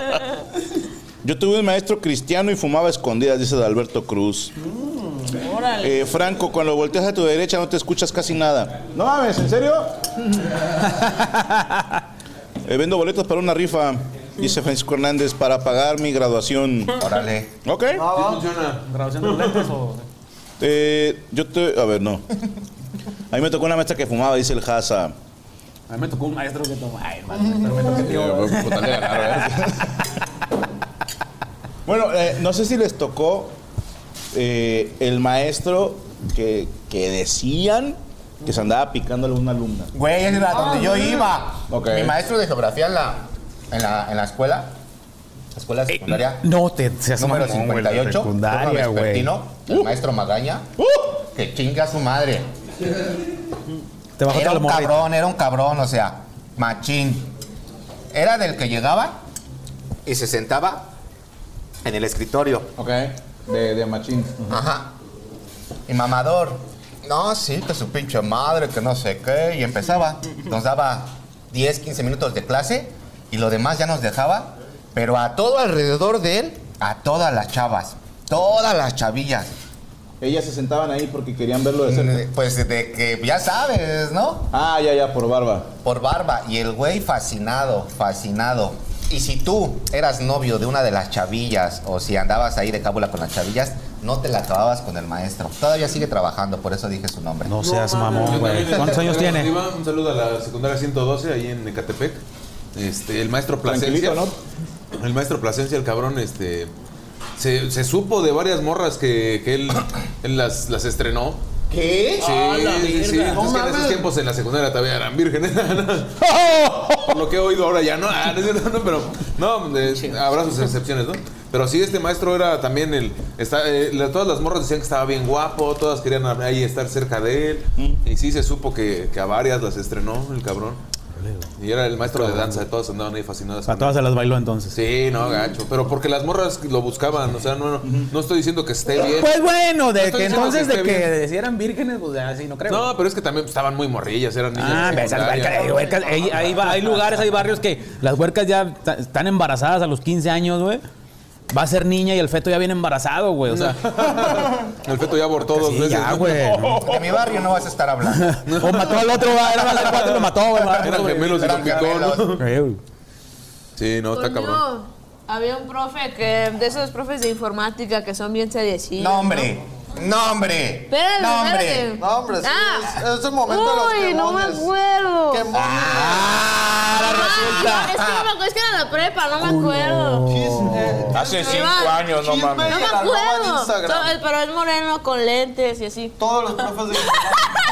[SPEAKER 18] Yo tuve un maestro cristiano y fumaba a escondidas, dice Alberto Cruz.
[SPEAKER 4] Mm.
[SPEAKER 13] Órale.
[SPEAKER 18] Eh, Franco, cuando volteas a tu derecha no te escuchas casi nada. No mames, ¿en serio? Eh, vendo boletos para una rifa, dice Francisco Hernández, para pagar mi graduación.
[SPEAKER 6] Órale.
[SPEAKER 18] Ok.
[SPEAKER 11] funciona?
[SPEAKER 2] ¿Grabación de boletos o...?
[SPEAKER 18] Eh, yo te. A ver, no. A mí me tocó una maestra que fumaba, dice el Haza.
[SPEAKER 2] A mí me tocó un maestro que tomó... Ay, hermano, pero me tocó-
[SPEAKER 18] Eh, bueno, eh, no sé si les tocó eh, el maestro que, que decían que se andaba picando a una alumna.
[SPEAKER 6] Güey, es la donde yo iba.
[SPEAKER 18] Ok.
[SPEAKER 6] Mi maestro de geografía en la, en la, en la escuela, la escuela secundaria,
[SPEAKER 2] No te seas
[SPEAKER 6] número
[SPEAKER 2] mamón, güey, la
[SPEAKER 6] 58, turno
[SPEAKER 2] secundaria, güey. Uh.
[SPEAKER 6] vespertino, el maestro Magaña, que chinga a su madre.
[SPEAKER 2] Te bajó
[SPEAKER 6] era
[SPEAKER 2] toda la
[SPEAKER 6] un
[SPEAKER 2] morrita.
[SPEAKER 6] cabrón, era un cabrón, o sea, machín. Era del que llegaba y se sentaba en el escritorio.
[SPEAKER 1] Ok, de, machín.
[SPEAKER 6] Ajá. Y mamador. No, sí, que su pinche madre, que no sé qué. Y empezaba. Nos daba 10, 15 minutos de clase y lo demás ya nos dejaba. Pero a todo alrededor de él, a todas las chavas, todas las chavillas.
[SPEAKER 18] Ellas se sentaban ahí porque querían verlo de
[SPEAKER 6] cerca. Pues de que ya sabes, ¿no?
[SPEAKER 18] Ah, ya, ya, por barba.
[SPEAKER 6] Por barba. Y el güey fascinado, fascinado. Y si tú eras novio de una de las chavillas o si andabas ahí de cábula con las chavillas, no te la acababas con el maestro. Todavía sigue trabajando, por eso dije su nombre.
[SPEAKER 2] No seas mamón, güey. ¿Cuántos años tiene?
[SPEAKER 11] Iba, Un saludo a la secundaria 112 ahí en Ecatepec. Este, el maestro Plasencia.
[SPEAKER 18] Tranquilito,
[SPEAKER 11] El maestro Plasencia, el cabrón, este. Se, se supo de varias morras que, que él, él las, las estrenó.
[SPEAKER 6] ¿Qué?
[SPEAKER 11] Sí,
[SPEAKER 6] Ah, la
[SPEAKER 11] sí, sí.
[SPEAKER 6] verga.
[SPEAKER 11] Pues
[SPEAKER 6] No
[SPEAKER 11] que en
[SPEAKER 6] mames.
[SPEAKER 11] esos tiempos en la secundaria todavía eran vírgenes. Por lo que he oído ahora ya no. Ah, no es cierto, no, pero no, de- habrá sus excepciones, ¿no? Pero sí, este maestro era también el. está- eh, la- todas las morras decían que estaba bien guapo, todas querían ahí estar cerca de él.
[SPEAKER 2] Mm.
[SPEAKER 11] Y sí se supo que, que a varias las estrenó el cabrón. Y era el maestro de danza, todas andaban ahí fascinadas.
[SPEAKER 2] A
[SPEAKER 11] con
[SPEAKER 2] todas se las bailó entonces.
[SPEAKER 11] Sí, no,
[SPEAKER 2] Mm.
[SPEAKER 11] gacho. Pero porque las morras lo buscaban, o sea, no, no estoy diciendo que esté bien.
[SPEAKER 2] Pues bueno,
[SPEAKER 11] No
[SPEAKER 2] de
[SPEAKER 11] estoy
[SPEAKER 2] que
[SPEAKER 11] diciendo
[SPEAKER 2] entonces de
[SPEAKER 11] esté
[SPEAKER 2] que
[SPEAKER 11] bien.
[SPEAKER 2] de- si eran vírgenes, pues así no creo.
[SPEAKER 11] No, pero es que también estaban muy morrillas, eran niñas.
[SPEAKER 2] Ah,
[SPEAKER 11] de
[SPEAKER 2] ves, las
[SPEAKER 11] secundaria.
[SPEAKER 2] huercas, eh, huercas, ahí- ahí va- hay lugares, hay barrios que las huercas ya ta- están embarazadas a los 15 años, güey. Va a ser niña y el feto ya viene embarazado, güey. O sea,
[SPEAKER 11] El feto ya abortó dos
[SPEAKER 2] Sí,
[SPEAKER 11] veces.
[SPEAKER 2] ya, güey.
[SPEAKER 6] De mi barrio no vas a estar hablando.
[SPEAKER 2] o mató al otro, va, era más del cuatro y lo mató, güey.
[SPEAKER 11] Eran gemelos y lo
[SPEAKER 6] Eran
[SPEAKER 11] picó,
[SPEAKER 2] ¿no?
[SPEAKER 11] Sí, no,
[SPEAKER 13] Pues
[SPEAKER 11] está cabrón.
[SPEAKER 13] Conmigo había un profe que, de esos profes de informática que son bien seriecillos.
[SPEAKER 6] No, hombre. No, hombre.
[SPEAKER 13] Pero el
[SPEAKER 6] No, hombre.
[SPEAKER 13] verde.
[SPEAKER 4] No, hombre, sí, es, es el momento de
[SPEAKER 13] Ah. Uy,
[SPEAKER 4] los
[SPEAKER 13] no me
[SPEAKER 4] quemones.
[SPEAKER 13] acuerdo.
[SPEAKER 4] resulta.
[SPEAKER 13] Ah, es que no me acuerdo, es que era la prepa, no me acuerdo.
[SPEAKER 18] Hace
[SPEAKER 13] Iván,
[SPEAKER 18] cinco años, no
[SPEAKER 13] chisme
[SPEAKER 18] mames.
[SPEAKER 13] No me acuerdo. So- Pero es moreno con lentes y así.
[SPEAKER 4] Todos los profes de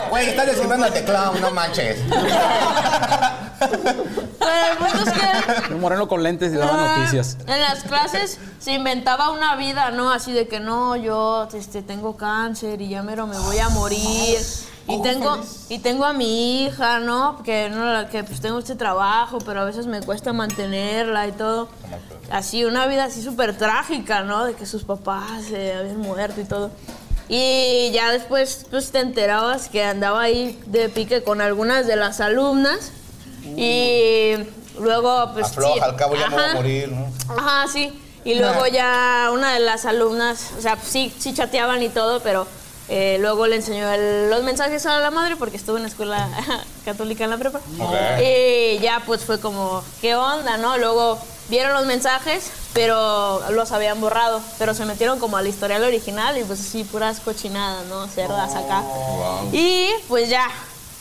[SPEAKER 6] Güey, estás describiendo al teclado, no manches.
[SPEAKER 13] Pero el punto es que Ah.
[SPEAKER 2] Un moreno con lentes y daba noticias.
[SPEAKER 13] en las clases se inventaba una vida, ¿no? Así de que no, yo este, tengo cáncer y ya mero me voy a morir. Y tengo, y tengo a mi hija, ¿no? Que, no la- que pues tengo este trabajo, pero a veces me cuesta mantenerla y todo. Así, una vida así súper trágica, ¿no? De que sus papás se habían muerto y todo. Y ya después pues te enterabas que andaba ahí de pique con algunas de las alumnas. Y luego pues... sí,
[SPEAKER 6] Afloja, al cabo ya me voy a
[SPEAKER 13] ajá.
[SPEAKER 6] morir, ¿no?
[SPEAKER 13] Ajá, sí. Y luego ya una de las alumnas, o sea, sí, sí chateaban y todo, pero eh, luego le enseñó el- los mensajes a la madre porque estuvo en la escuela católica en la prepa.
[SPEAKER 20] Ok.
[SPEAKER 13] Y ya pues fue como, ¿qué onda, no? Luego vieron los mensajes, pero los habían borrado, pero se metieron como al historial original y pues sí, puras cochinadas, ¿no? Cerdas acá.
[SPEAKER 4] Oh.
[SPEAKER 13] Y pues ya,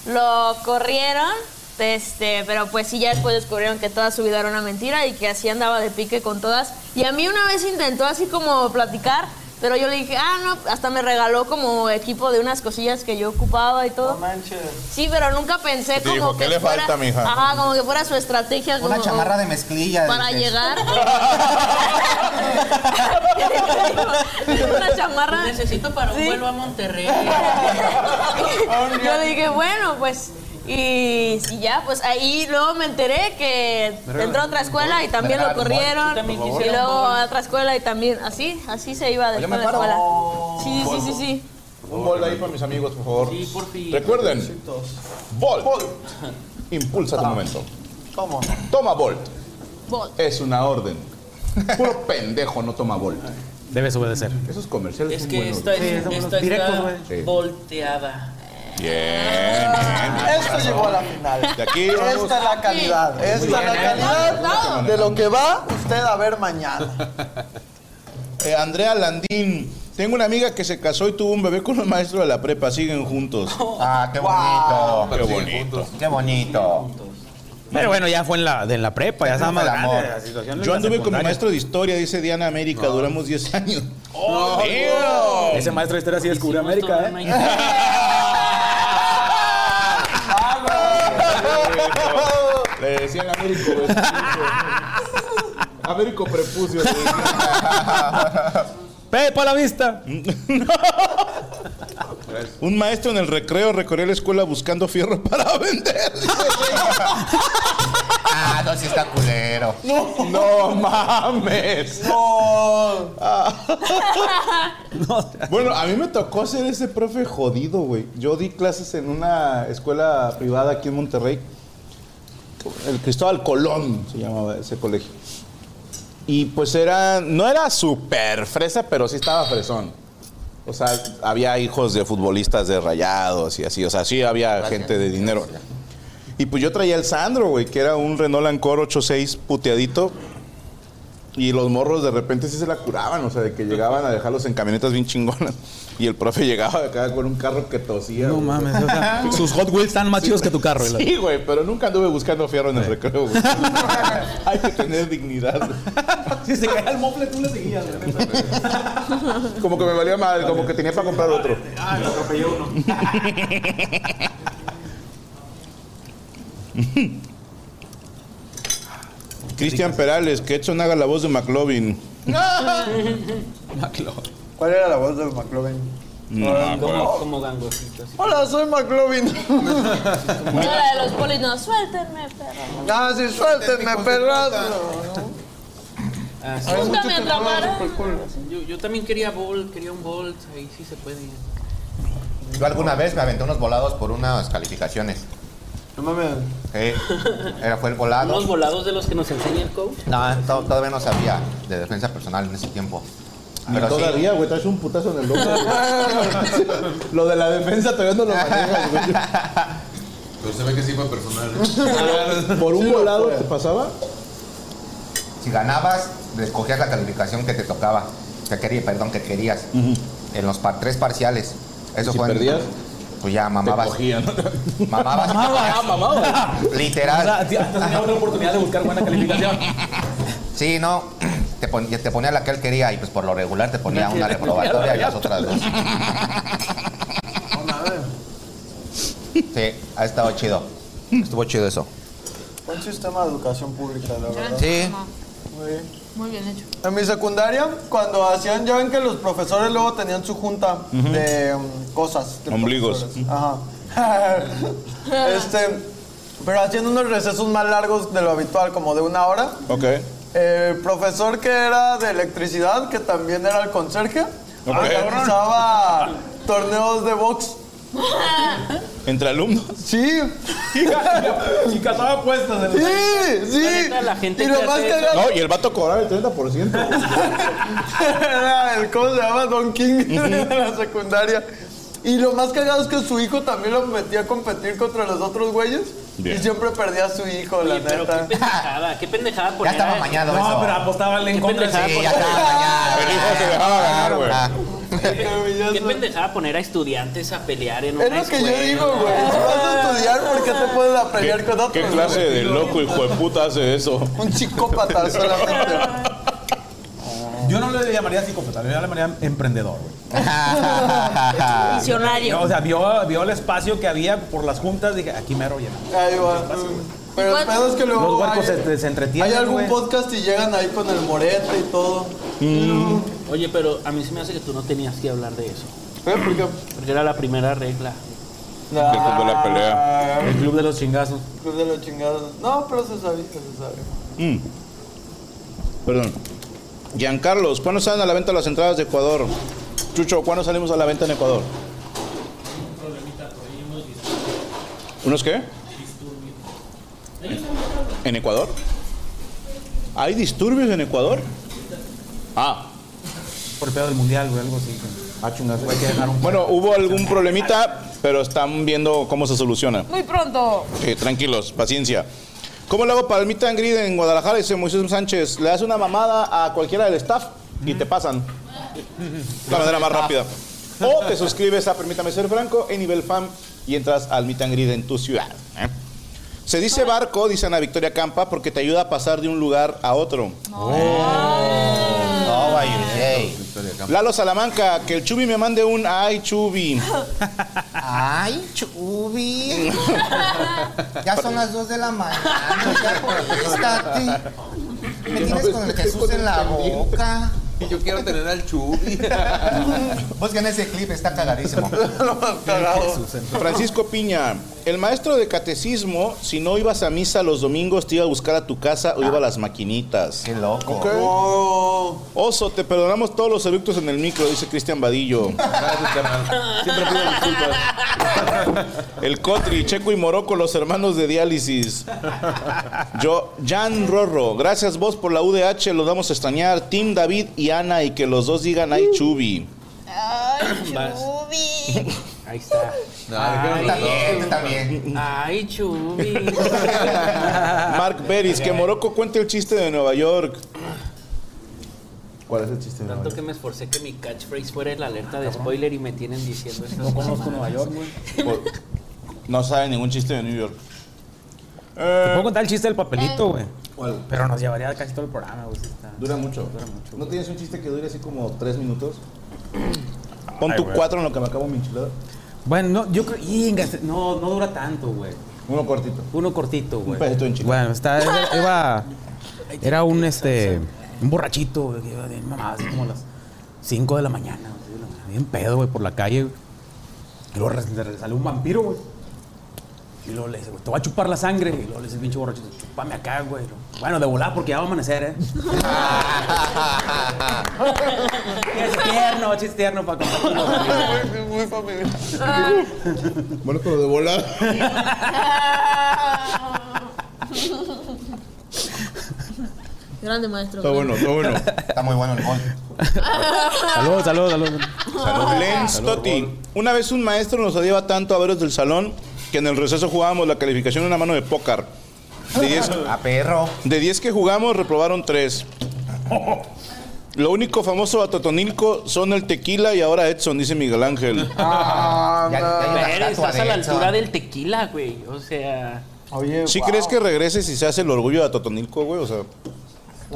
[SPEAKER 13] lo corrieron, este, pero pues sí, ya después descubrieron que toda su vida era una mentira y que así andaba de pique con todas. Y a mí una vez intentó así como platicar, pero yo le dije, ah, no, hasta me regaló como equipo de unas cosillas que yo ocupaba y todo. Sí, pero nunca pensé
[SPEAKER 6] Te
[SPEAKER 13] como
[SPEAKER 6] dijo,
[SPEAKER 13] que
[SPEAKER 6] "¿Qué le
[SPEAKER 13] fuera-
[SPEAKER 6] falta, mija?"
[SPEAKER 13] Ajá, como que fuera su estrategia.
[SPEAKER 6] Una
[SPEAKER 13] como-
[SPEAKER 6] chamarra de mezclilla.
[SPEAKER 13] Para
[SPEAKER 6] dices.
[SPEAKER 13] llegar. una chamarra. Necesito para un vuelo a Monterrey. Yo dije, bueno, pues. Y, y ya, pues ahí luego me enteré que
[SPEAKER 19] Me
[SPEAKER 13] entró a otra escuela y también
[SPEAKER 19] regalaron
[SPEAKER 13] lo
[SPEAKER 19] un bol.
[SPEAKER 13] corrieron.
[SPEAKER 19] Yo también
[SPEAKER 13] Y
[SPEAKER 19] quisiera
[SPEAKER 13] luego
[SPEAKER 19] un bol.
[SPEAKER 13] a otra escuela y también así, así se iba de
[SPEAKER 1] Oye, me
[SPEAKER 13] escuela a
[SPEAKER 1] paro.
[SPEAKER 13] escuela. Sí, sí, sí, sí.
[SPEAKER 1] Un bol ahí para mis amigos, por favor. Sí, por ti. Recuerden, Volt. Impulsa tu momento.
[SPEAKER 4] ¿Cómo?
[SPEAKER 1] Toma Volt.
[SPEAKER 13] Volt.
[SPEAKER 1] Es una orden. Puro pendejo no toma Volt.
[SPEAKER 2] Debes obedecer.
[SPEAKER 1] Esos comerciales
[SPEAKER 19] Es
[SPEAKER 1] son
[SPEAKER 19] que
[SPEAKER 1] buenos.
[SPEAKER 19] esta, es- esta está
[SPEAKER 1] Sí.
[SPEAKER 19] volteada.
[SPEAKER 1] Bien, bien.
[SPEAKER 4] Esto llegó a la final.
[SPEAKER 1] De aquí vamos-
[SPEAKER 4] Esta es la calidad.
[SPEAKER 1] Muy
[SPEAKER 4] Esta es
[SPEAKER 1] bien,
[SPEAKER 4] la
[SPEAKER 1] ¿eh?
[SPEAKER 4] calidad de lo que va usted a ver mañana.
[SPEAKER 1] Eh, Andrea Landín. Tengo una amiga que se casó y tuvo un bebé con un maestro de la prepa. Siguen juntos.
[SPEAKER 2] Oh,
[SPEAKER 6] Ah, qué
[SPEAKER 1] Wow.
[SPEAKER 6] bonito.
[SPEAKER 1] Qué bonito.
[SPEAKER 6] Qué bonito.
[SPEAKER 2] Pero bueno, ya fue en la, de en la prepa, ya estaba más
[SPEAKER 6] fue el
[SPEAKER 2] grande.
[SPEAKER 6] amor.
[SPEAKER 2] La situación en
[SPEAKER 1] Yo
[SPEAKER 2] la
[SPEAKER 1] anduve como
[SPEAKER 2] secundaria.
[SPEAKER 1] maestro de historia, dice Diana América. Duramos 10 años.
[SPEAKER 2] Oh,
[SPEAKER 1] Damn.
[SPEAKER 2] Ese maestro de historia sí descubrió América, ¿eh?
[SPEAKER 1] Le decían Américo. güey. Américo prepucio.
[SPEAKER 2] ¡Pepa la vista!
[SPEAKER 1] Un maestro en el recreo recorrió la escuela buscando fierro para vender.
[SPEAKER 6] Ah, no, sí está culero.
[SPEAKER 1] No, no mames. Ah. No. Bueno, a mí me tocó ser ese profe jodido, güey. Yo di clases en una escuela privada aquí en Monterrey. El Cristóbal Colón se llamaba ese colegio. Y pues era, no era súper fresa, pero sí estaba fresón. O sea, había hijos de futbolistas de rayados y así. O sea, sí había gente de dinero. Y pues yo traía el Sandro, güey, que era un Renault Ancor 86 puteadito. Y los morros de repente sí se la curaban, o sea, de que llegaban a dejarlos en camionetas bien chingonas. Y el profe llegaba acá con un carro que tosía.
[SPEAKER 2] No
[SPEAKER 1] güey.
[SPEAKER 2] mames, o sea, sus Hot Wheels están más chidos que tu carro. y la-
[SPEAKER 1] Sí, güey, pero nunca anduve buscando fierro en el recreo, güey. Hay que tener dignidad.
[SPEAKER 2] Si se caía el mofle, tú le seguías.
[SPEAKER 1] Como que me valía mal, como que tenía para comprar otro.
[SPEAKER 14] Ah, lo atropellé uno.
[SPEAKER 1] Cristian Perales, que Edson haga la voz de McLovin.
[SPEAKER 4] ¿Cuál era la voz del McLovin?
[SPEAKER 1] No,
[SPEAKER 8] Ah, Como, como gangosito. así.
[SPEAKER 4] Hola, soy McLovin.
[SPEAKER 13] No, la de los polis, no, suéltenme, perro.
[SPEAKER 4] Ah, sí, suéltenme, perrazo.
[SPEAKER 8] Ah, sí.
[SPEAKER 13] Nunca me atraparon.
[SPEAKER 8] Yo, yo también quería Bolt, quería un Bolt, ahí sí se puede.
[SPEAKER 6] Yo alguna vez me aventé unos volados por unas calificaciones.
[SPEAKER 4] No mames.
[SPEAKER 6] Sí. Era, fue el volado.
[SPEAKER 8] Unos volados de los que nos enseña el coach.
[SPEAKER 6] No, to- todavía no sabía de defensa personal en ese tiempo. Pero sí.
[SPEAKER 1] todavía, güey, traes un putazo en el loco. lo de la defensa todavía no lo manejas, güey.
[SPEAKER 11] Pero se ve que sí fue personal.
[SPEAKER 1] ¿Por un volado te pasaba?
[SPEAKER 6] Ah. Si ganabas, escogías la calificación que te tocaba. Que quería, perdón, que querías. En los par- tres parciales. Eso
[SPEAKER 1] si
[SPEAKER 6] fue. en-
[SPEAKER 1] perdías?
[SPEAKER 6] Pues ya mamabas.
[SPEAKER 1] cogían.
[SPEAKER 6] Mamabas.
[SPEAKER 2] Mamabas.
[SPEAKER 6] Literal.
[SPEAKER 2] O sea, hasta tenía otra oportunidad de buscar buena calificación.
[SPEAKER 6] Sí, no. Te, pon- te ponía la que él quería y pues por lo regular te ponía una reprobatoria y las otras dos. Sí, ha estado chido. Estuvo chido eso.
[SPEAKER 4] Buen sistema de educación pública, la verdad.
[SPEAKER 6] Sí.
[SPEAKER 4] Muy bien.
[SPEAKER 13] Muy bien hecho.
[SPEAKER 4] En mi secundaria, cuando hacían, ya ven que los profesores luego tenían su junta
[SPEAKER 1] Ujú.
[SPEAKER 4] de um, cosas. de
[SPEAKER 1] Ombligos.
[SPEAKER 4] profesores. Ajá. este, pero hacían unos recesos más largos de lo habitual, como de una hora.
[SPEAKER 1] Ok.
[SPEAKER 4] El profesor que era de electricidad, que también era el conserje, organizaba torneos de box.
[SPEAKER 1] ¿Entre alumnos?
[SPEAKER 4] Sí.
[SPEAKER 2] Y cazaba apuestas.
[SPEAKER 4] Sí, sí. y lo más cagado
[SPEAKER 1] No, y el vato cobraba el 30%.
[SPEAKER 4] Era el, ¿cómo se llama? Don King de la secundaria. Y lo más cagado es que su hijo también lo metía a competir contra los otros güeyes.
[SPEAKER 1] Bien.
[SPEAKER 4] Y siempre perdía a su hijo, la
[SPEAKER 8] Pero qué
[SPEAKER 4] neta.
[SPEAKER 8] pendejada, qué pendejada poner.
[SPEAKER 6] estaba
[SPEAKER 8] a-
[SPEAKER 6] mañado
[SPEAKER 8] No,
[SPEAKER 6] eso.
[SPEAKER 8] pero
[SPEAKER 2] apostaba
[SPEAKER 8] en contra.
[SPEAKER 6] Sí, ya estaba mañado.
[SPEAKER 1] El hijo se dejaba ganar, güey.
[SPEAKER 8] Ah. Qué, qué pendejada poner a estudiantes a pelear en una
[SPEAKER 4] Es lo que yo
[SPEAKER 8] escuela.
[SPEAKER 4] digo, güey. Si vas a estudiar, ¿por qué te puedes a pelear con otros?
[SPEAKER 1] ¿Qué clase de loco, hijo de puta, hace eso?
[SPEAKER 4] Un psicópata solamente.
[SPEAKER 2] Yo no le llamaría psicópata, yo le llamaría emprendedor, güey.
[SPEAKER 13] Visionario.
[SPEAKER 2] No, o sea, vio, vio el espacio que había por las juntas, dije, aquí mero lleno.
[SPEAKER 4] Ahí va. Pero el pedo es que luego.
[SPEAKER 2] Los huercos
[SPEAKER 4] hay-
[SPEAKER 2] se, se entretienen.
[SPEAKER 4] Hay algún
[SPEAKER 2] güey.
[SPEAKER 4] podcast y llegan ahí con el morete y todo.
[SPEAKER 8] Oye,
[SPEAKER 1] Ah,
[SPEAKER 8] pero a mí se me hace que tú no tenías que hablar de eso.
[SPEAKER 4] ¿Eh? ¿Por qué?
[SPEAKER 8] Porque era la primera regla.
[SPEAKER 1] El club de la pelea.
[SPEAKER 21] El club de los chingazos.
[SPEAKER 4] Cruz de los chingados. No, pero se sabía, se sabía.
[SPEAKER 1] Mm. Perdón. Giancarlos, ¿cuándo salen a la venta las entradas de Ecuador? Chucho, ¿cuándo salimos a la venta en Ecuador? ¿Unos qué? ¿En Ecuador? ¿Hay disturbios en Ecuador? Ah.
[SPEAKER 2] Por pedo del mundial, güey, algo así.
[SPEAKER 1] Ah, Bueno, hubo algún problemita, pero están viendo cómo se soluciona.
[SPEAKER 13] Muy pronto.
[SPEAKER 1] Eh, tranquilos, paciencia. ¿Cómo le hago para el meet and greet en Guadalajara? Dice Moisés Sánchez. Le das una mamada a cualquiera del staff y te pasan. La manera más rápida. O te suscribes a Permítame Ser Franco en nivel fan y entras al meet and greet en tu ciudad. ¿eh? Se dice barco, dice Ana Victoria Campa, porque te ayuda a pasar de un lugar a otro.
[SPEAKER 6] Oh. No, by your day.
[SPEAKER 1] Lalo Salamanca, que el Chubi me mande un ay, Chubi.
[SPEAKER 6] Ay, Chubi. Ya son las 2 de la mañana. Ya contéstate. Me tienes con el Jesús en la boca.
[SPEAKER 11] Y yo quiero tener al Chubi.
[SPEAKER 6] Busquen ese clip, está cagadísimo.
[SPEAKER 1] Francisco Piña, el maestro de catecismo, si no ibas a misa los domingos, te iba a buscar a tu casa o iba a las maquinitas.
[SPEAKER 6] Ah.
[SPEAKER 1] Oh.
[SPEAKER 6] Qué loco.
[SPEAKER 1] Oso, te perdonamos todos los eructos en el micro, dice Cristian Vadillo.
[SPEAKER 11] Siempre pido disculpas.
[SPEAKER 1] El Cotri, Checo y Moroco, los hermanos de diálisis. Yo, Jan Rorro, gracias vos por la UDH, los vamos a extrañar. Tim David y Ana, y que los dos digan ay, Chubi.
[SPEAKER 13] Chubi.
[SPEAKER 8] Ahí está.
[SPEAKER 6] Ay, también, tú también.
[SPEAKER 8] Ay, Chubi.
[SPEAKER 1] Mark Beris, que Morocco cuente el chiste de Nueva York. ¿Cuál es el chiste de
[SPEAKER 8] Tanto que me esforcé que mi catchphrase fuera el alerta de spoiler y me tienen diciendo esto.
[SPEAKER 2] No conozco Nueva York, güey.
[SPEAKER 1] No sabe ningún chiste de New York.
[SPEAKER 2] Te puedo contar el chiste del papelito, güey. Pero nos llevaría casi todo el programa, güey. sí está-
[SPEAKER 1] Dura mucho. ¿No tienes un chiste que dure así como tres minutos? Pon
[SPEAKER 2] Ay,
[SPEAKER 1] tu
[SPEAKER 2] güey.
[SPEAKER 1] cuatro en lo que me acabo mi enchilada.
[SPEAKER 2] Bueno, no, yo creo. Inga, se- No, no dura tanto, güey.
[SPEAKER 1] Uno cortito.
[SPEAKER 2] Uno cortito, güey.
[SPEAKER 1] pedacito de enchilada.
[SPEAKER 2] Bueno, está. era- Era, era un este. Un borrachito, güey, que iba bien mamado, así como a las 5 de la mañana, güey, de la mañana, bien pedo, güey, por la calle. güey. Y luego res- le salió un vampiro, güey. Y luego le dice, güey, te voy a chupar la sangre. Y luego le dice el pinche borrachito, chupame acá, güey. Y luego, Bueno, de volar porque ya va a amanecer, ¿eh? chiste tierno, chiste tierno para compartirlo.
[SPEAKER 4] Muy familiar.
[SPEAKER 1] Bueno, pero de bola.
[SPEAKER 13] Grande maestro.
[SPEAKER 1] Está bueno, está bueno.
[SPEAKER 6] Está muy bueno el gol.
[SPEAKER 2] Saludos, saludos, saludos.
[SPEAKER 1] Lenz
[SPEAKER 2] Salud,
[SPEAKER 1] Totti. Una vez un maestro nos odiaba tanto a veros del salón que en el receso jugábamos la calificación en una mano de pócar. De 10
[SPEAKER 6] A perro.
[SPEAKER 1] de 10 que jugamos, reprobaron 3. Lo único famoso a Totonilco son el tequila y ahora Edson, dice Miguel Ángel. Ah,
[SPEAKER 6] Ya- ya hay una
[SPEAKER 8] Pero
[SPEAKER 6] estatua
[SPEAKER 8] estás
[SPEAKER 6] de
[SPEAKER 8] a la
[SPEAKER 6] Edson.
[SPEAKER 8] altura del tequila, güey. O sea.
[SPEAKER 1] ¿Sí crees que regrese si se hace el orgullo de Totonilco, güey? O sea,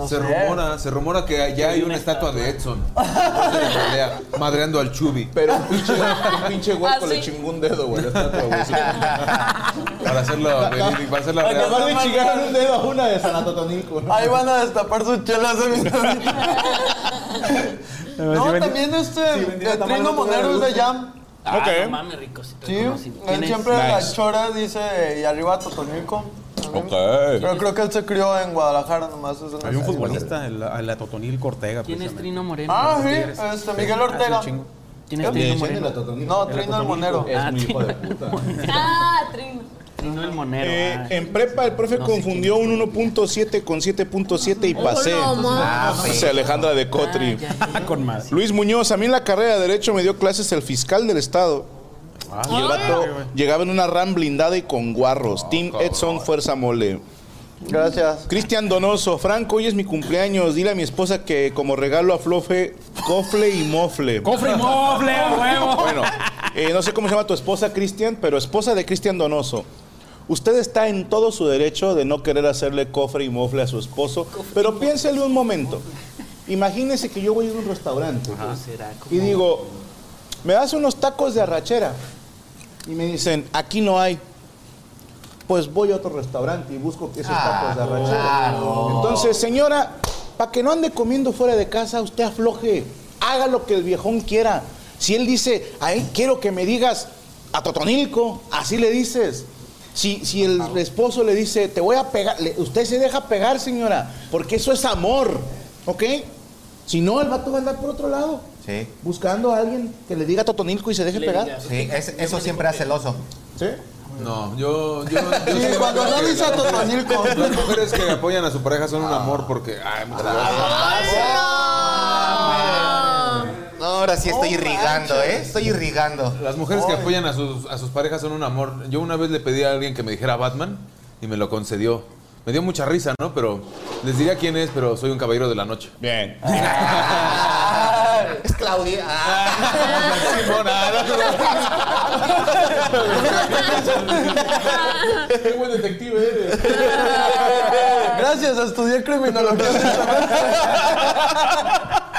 [SPEAKER 11] se rumora, se rumora que ya hay una estatua de Edson. Pelea, Madreando al Chubi.
[SPEAKER 1] Pero un pinche,
[SPEAKER 13] huerco Ah, sí. le
[SPEAKER 1] chingó un dedo, güey.
[SPEAKER 11] Para hacerlo verídico, para hacerlo real.
[SPEAKER 1] Acabas de chingar un dedo a una de San Atotonilco. ¿no?
[SPEAKER 4] Ahí van a destapar sus chelas de mi No, también este, el Trino Monero es de Jam.
[SPEAKER 8] Ah,
[SPEAKER 1] Ok.
[SPEAKER 8] no mames, rico. sí,
[SPEAKER 4] Sí,
[SPEAKER 8] reconocido. ¿Quién
[SPEAKER 4] él
[SPEAKER 8] es?
[SPEAKER 4] siempre en
[SPEAKER 1] Nice.
[SPEAKER 4] las choras dice, y arriba Totonico.
[SPEAKER 1] Ok. Pues,
[SPEAKER 4] Pero creo que él se crió en Guadalajara nomás. es de
[SPEAKER 2] Había Eh. un
[SPEAKER 4] nosotros.
[SPEAKER 2] futbolista, el, el Atotonil Cortega.
[SPEAKER 8] ¿Quién es Trino Moreno?
[SPEAKER 4] Ah, sí,
[SPEAKER 2] Tigres.
[SPEAKER 4] este,
[SPEAKER 2] Ah,
[SPEAKER 4] Miguel
[SPEAKER 2] sí,
[SPEAKER 4] Ortega.
[SPEAKER 2] un chingo.
[SPEAKER 8] ¿Quién es
[SPEAKER 4] ¿Qué?
[SPEAKER 8] Trino
[SPEAKER 1] Dicen el
[SPEAKER 8] Moreno?
[SPEAKER 1] Atotonilco.
[SPEAKER 4] No, Trino el Monero.
[SPEAKER 1] Es
[SPEAKER 8] Ah,
[SPEAKER 1] un hijo de puta.
[SPEAKER 13] Ah, Trino.
[SPEAKER 8] Trino el Monero.
[SPEAKER 1] Eh,
[SPEAKER 8] ah.
[SPEAKER 1] en prepa el profe confundió un 1.7 con 7.7 y pasé.
[SPEAKER 13] Oh, no,
[SPEAKER 11] Ah,
[SPEAKER 13] ma.
[SPEAKER 11] pues
[SPEAKER 1] Dice Alejandra de Cotri.
[SPEAKER 8] Ya, ya, ya.
[SPEAKER 2] Ah, Con más.
[SPEAKER 1] Luis Muñoz, a mí en la carrera de Derecho me dio clases el fiscal del Estado. Y
[SPEAKER 2] Ah,
[SPEAKER 1] el vato llegaba en una RAM blindada y con guarros. Team Edson, fuerza mole.
[SPEAKER 4] Gracias.
[SPEAKER 1] Cristian Donoso, Franco, hoy es mi cumpleaños. Dile a mi esposa que como regalo a Flofe, cofle y mofle.
[SPEAKER 2] ¡Cofre y mofle, a huevo!
[SPEAKER 1] Bueno, eh, no sé cómo se llama tu esposa, Cristian, pero esposa de Cristian Donoso. Usted está en todo su derecho de no querer hacerle cofre y mofle a su esposo, pero piénsele un momento. Imagínese que yo voy a un restaurante
[SPEAKER 8] Será como-
[SPEAKER 1] y digo, me das unos tacos de arrachera. Y me dicen, aquí no hay. Pues voy a otro restaurante y busco esos tacos de arrachera. Entonces, señora, para que no ande comiendo fuera de casa, usted afloje. Haga lo que el viejón quiera. Si él dice, a él quiero que me digas, a Totonilco, así le dices. Si, si el esposo le dice, te voy a pegar, le- usted se deja pegar, señora, porque eso es amor, ¿ok? Si no, el vato va a andar por otro lado,
[SPEAKER 6] Sí.
[SPEAKER 1] buscando a alguien que le diga Totonilco y se deje pegar.
[SPEAKER 6] Sí, es- eso siempre hace el oso.
[SPEAKER 1] ¿Sí?
[SPEAKER 11] No, yo. yo,
[SPEAKER 6] Sí,
[SPEAKER 11] yo
[SPEAKER 6] cuando no dice a
[SPEAKER 11] Totonilco.
[SPEAKER 6] Totonilco.
[SPEAKER 11] Las mujeres que apoyan a su pareja son un amor porque. Ay, muchas
[SPEAKER 6] Ah,
[SPEAKER 11] gracias.
[SPEAKER 1] Ah,
[SPEAKER 6] No, ahora sí estoy irrigando, ¿eh? Estoy irrigando.
[SPEAKER 11] Las mujeres que apoyan a sus, a sus parejas son un amor. Yo una vez le pedí a alguien que me dijera Batman y me lo concedió. Me dio mucha risa, ¿no? Pero les diría quién es, pero soy un caballero de la noche.
[SPEAKER 1] Bien.
[SPEAKER 6] Es Claudia.
[SPEAKER 11] Qué buen detective eres.
[SPEAKER 4] Gracias, estudié criminología.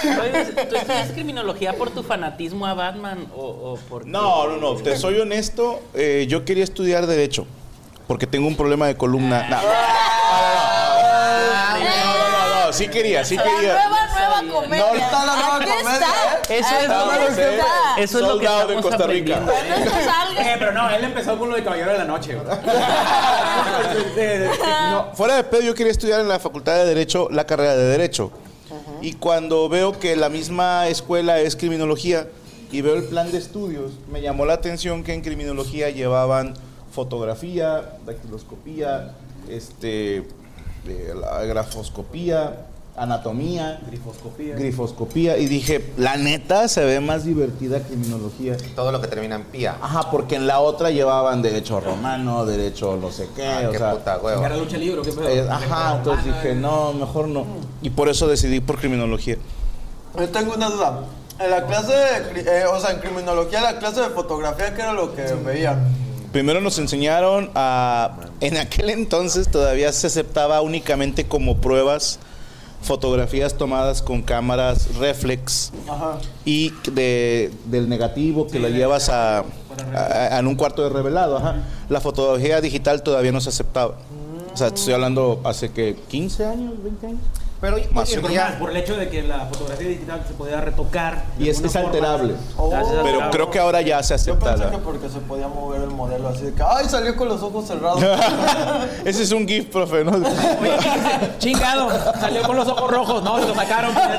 [SPEAKER 8] Oye, ¿tú estudias criminología por tu fanatismo a Batman o, o por
[SPEAKER 1] No, no, no, te soy honesto, eh, yo quería estudiar Derecho, porque tengo un problema de columna. No, no, no, no, sí quería, sí quería.
[SPEAKER 13] nueva, nueva comedia.
[SPEAKER 1] No, está la nueva
[SPEAKER 13] Aquí
[SPEAKER 1] comedia,
[SPEAKER 13] está.
[SPEAKER 1] Eso es
[SPEAKER 13] Aquí
[SPEAKER 1] nuevo,
[SPEAKER 13] está.
[SPEAKER 1] ¿eh?
[SPEAKER 2] Eso es lo
[SPEAKER 1] Sold
[SPEAKER 2] que
[SPEAKER 1] out en
[SPEAKER 2] estamos
[SPEAKER 1] Costa Rica.
[SPEAKER 2] aprendiendo, ¿eh?
[SPEAKER 13] Esto es algo-
[SPEAKER 2] Eh, pero no, él empezó con lo de Caballero de la Noche. güey.
[SPEAKER 1] No, fuera de pedo, yo quería estudiar en la Facultad de Derecho la carrera de Derecho. Y cuando veo que la misma escuela es criminología y veo el plan de estudios, me llamó la atención que en criminología llevaban fotografía, dactiloscopía, este, eh, la grafoscopía, anatomía, grifoscopía. y dije, la neta se ve más divertida criminología.
[SPEAKER 6] Todo lo que termina en pía.
[SPEAKER 1] Ajá, porque en la otra llevaban derecho romano, derecho no sé qué,
[SPEAKER 6] Ah,
[SPEAKER 1] o
[SPEAKER 6] qué
[SPEAKER 1] sea,
[SPEAKER 6] puta hueva. Era lucha libre, eh. ¿qué pedo?
[SPEAKER 1] Eh, Ajá, entonces dije, no, mejor no. Y por eso decidí por criminología.
[SPEAKER 4] Yo tengo una duda. En la clase de, cri- eh, o sea, en criminología, la clase de fotografía, ¿qué era lo que veían?
[SPEAKER 1] Primero nos enseñaron a. En aquel entonces todavía se aceptaba únicamente como pruebas fotografías tomadas con cámaras reflex
[SPEAKER 4] Ajá.
[SPEAKER 1] y de- del negativo que la llevas a, a- a- en un cuarto de revelado. Ajá. La fotografía digital todavía no se aceptaba. O sea, te estoy hablando hace que 15 años, 20 años.
[SPEAKER 6] Pero
[SPEAKER 1] Más
[SPEAKER 2] Yo
[SPEAKER 1] o
[SPEAKER 2] creo
[SPEAKER 1] menos.
[SPEAKER 2] más por el hecho de que la fotografía digital se podía retocar. de
[SPEAKER 1] Y es,
[SPEAKER 2] alguna
[SPEAKER 1] es
[SPEAKER 2] forma.
[SPEAKER 1] alterable.
[SPEAKER 2] Ah, sí,
[SPEAKER 1] Pero
[SPEAKER 2] alterable.
[SPEAKER 1] creo que ahora ya se
[SPEAKER 4] Yo pensé que
[SPEAKER 1] acepta.
[SPEAKER 4] porque se podía mover el modelo así de que, ay, salió con los ojos cerrados.
[SPEAKER 1] Ese es un GIF, profe, ¿no?
[SPEAKER 2] Chingado, salió con los ojos rojos, no, se lo sacaron. pues,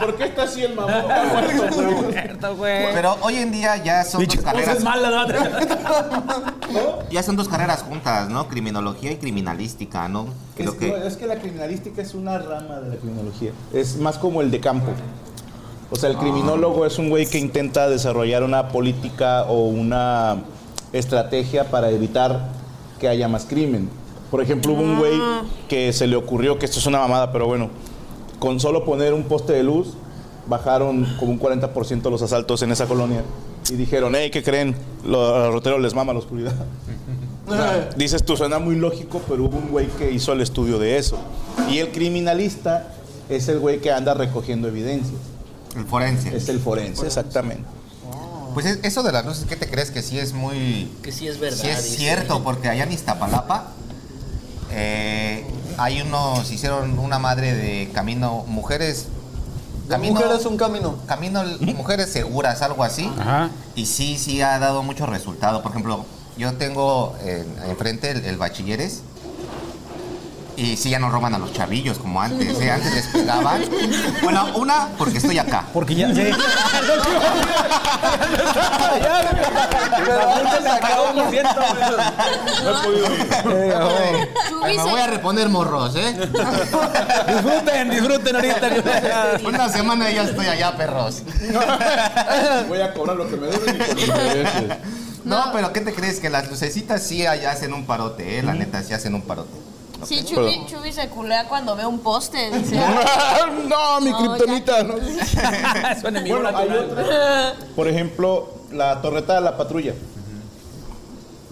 [SPEAKER 1] ¿Por qué está así el mamón? Eh,
[SPEAKER 6] Pero hoy en día ya son dos
[SPEAKER 1] "Pues
[SPEAKER 6] carreras. Ya son dos carreras juntas, ¿no? Criminología y criminalística, ¿no? Creo que.
[SPEAKER 1] que la criminalística es una rama de la criminología. Es más como el de campo. O sea, el criminólogo es un güey que intenta desarrollar una política o una estrategia para evitar que haya más crimen. Por ejemplo, hubo un güey que se le ocurrió que esto es una mamada, pero bueno, con solo poner un poste de luz, bajaron como un 40% los asaltos en esa colonia. Y dijeron, hey, ¿qué creen? Los roteros les mama la oscuridad. O sea, dices tú, suena muy lógico, pero hubo un güey que hizo el estudio de eso. Y el criminalista es el güey que anda recogiendo evidencias.
[SPEAKER 6] El forense.
[SPEAKER 1] Es el forense, exactamente.
[SPEAKER 6] Pues es- eso de las luces, ¿qué te crees que sí es muy.
[SPEAKER 19] Que sí es verdad.
[SPEAKER 6] Sí es
[SPEAKER 19] dice.
[SPEAKER 6] cierto, porque allá en Iztapalapa eh, hay unos, hicieron una madre de camino, mujeres... Camino, mujeres
[SPEAKER 4] un camino.
[SPEAKER 6] Camino, mujeres seguras, algo así. Y sí, sí ha dado mucho resultado. Por ejemplo, yo tengo eh, enfrente el, el bachilleres y sí ya no roban a los chavillos como antes. ¿eh? Antes les pegaban. Bueno, una, porque estoy acá.
[SPEAKER 2] Porque ya...
[SPEAKER 6] me voy a reponer morros, ¿eh?
[SPEAKER 2] disfruten, disfruten ahorita.
[SPEAKER 6] Una semana y ya estoy allá, perros.
[SPEAKER 11] Voy a cobrar lo que me deben.
[SPEAKER 6] No, pero ¿qué te crees? Que las lucecitas sí allá hacen un parote, ¿eh? La neta, sí hacen un parote.
[SPEAKER 13] Sí,
[SPEAKER 6] Pero-
[SPEAKER 13] Chubi, Chubi se culea cuando ve un poste. Dice,
[SPEAKER 1] no, mi
[SPEAKER 13] No,
[SPEAKER 1] kriptonita. ¿no?
[SPEAKER 2] Es un enemigo
[SPEAKER 1] Bueno, hay
[SPEAKER 2] natural.
[SPEAKER 1] Por ejemplo, la torreta de la patrulla.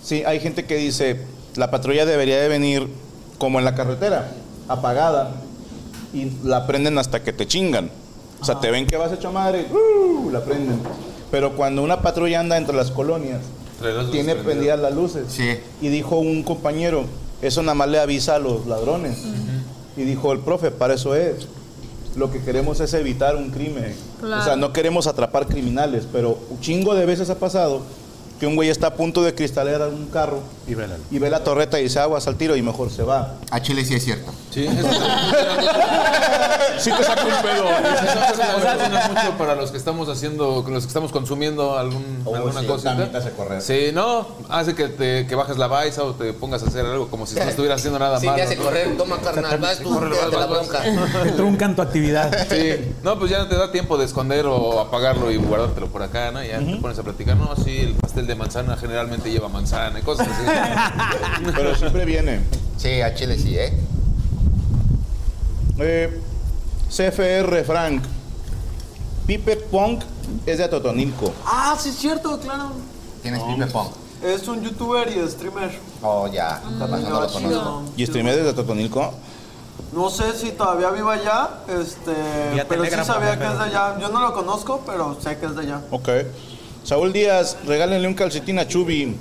[SPEAKER 1] Sí, hay gente que dice, la patrulla debería de venir como en la carretera, apagada, y la prenden hasta que te chingan. O sea, te ven que vas hecho madre, ¡uh! la prenden. Pero cuando una patrulla anda entre las colonias, tiene prendidas las luces. Y dijo un compañero, eso nada más le avisa a los ladrones. Y dijo el profe, para eso es. lo que queremos es evitar un crimen.
[SPEAKER 18] Claro.
[SPEAKER 1] O sea, no queremos atrapar criminales, pero un chingo de veces ha pasado que un güey está a punto de cristalear a un carro y ve, la torreta y dice aguas al tiro y mejor se va.
[SPEAKER 6] A Chile sí es cierto.
[SPEAKER 11] Sí,
[SPEAKER 1] Sí te saca un pedo.
[SPEAKER 11] funciona mucho para los que estamos haciendo, con los que estamos consumiendo algún, alguna
[SPEAKER 6] Oh, sí,
[SPEAKER 11] cosa.
[SPEAKER 6] también te hace correr.
[SPEAKER 11] Sí, no, hace que te que bajes la baisa o te pongas a hacer algo como si no estuvieras haciendo nada
[SPEAKER 6] Sí,
[SPEAKER 11] malo.
[SPEAKER 6] te hace
[SPEAKER 11] ¿no?
[SPEAKER 6] correr, toma carnal, vas tú, quédate la bronca.
[SPEAKER 2] Te truncan tu actividad.
[SPEAKER 11] Sí, no, pues ya no te da tiempo de esconder o apagarlo y guardártelo por acá, ¿no? Y Ya te pones a platicar, no, sí, el pastel de manzana generalmente lleva manzana y cosas así.
[SPEAKER 1] Pero siempre viene.
[SPEAKER 6] Sí, a Chile sí, ¿eh?
[SPEAKER 1] Eh, CFR Frank. Pipe Punk es de Atotonilco.
[SPEAKER 4] Ah, sí es cierto, claro.
[SPEAKER 6] ¿Tienes Pipe Punk?
[SPEAKER 4] Es un youtuber y streamer.
[SPEAKER 6] Oh, ya, con razón no lo
[SPEAKER 4] chido.
[SPEAKER 6] conozco.
[SPEAKER 1] ¿Y streamer desde Atotonilco?
[SPEAKER 4] No sé si todavía vive allá, este,
[SPEAKER 1] Vía
[SPEAKER 4] pero
[SPEAKER 1] Telegram,
[SPEAKER 4] sí sabía
[SPEAKER 1] mamá,
[SPEAKER 4] que es de
[SPEAKER 1] pero-
[SPEAKER 4] allá. Yo no lo conozco, pero sé que es de allá.
[SPEAKER 1] Ok. Saúl Díaz, regálenle un calcetín a Chubi.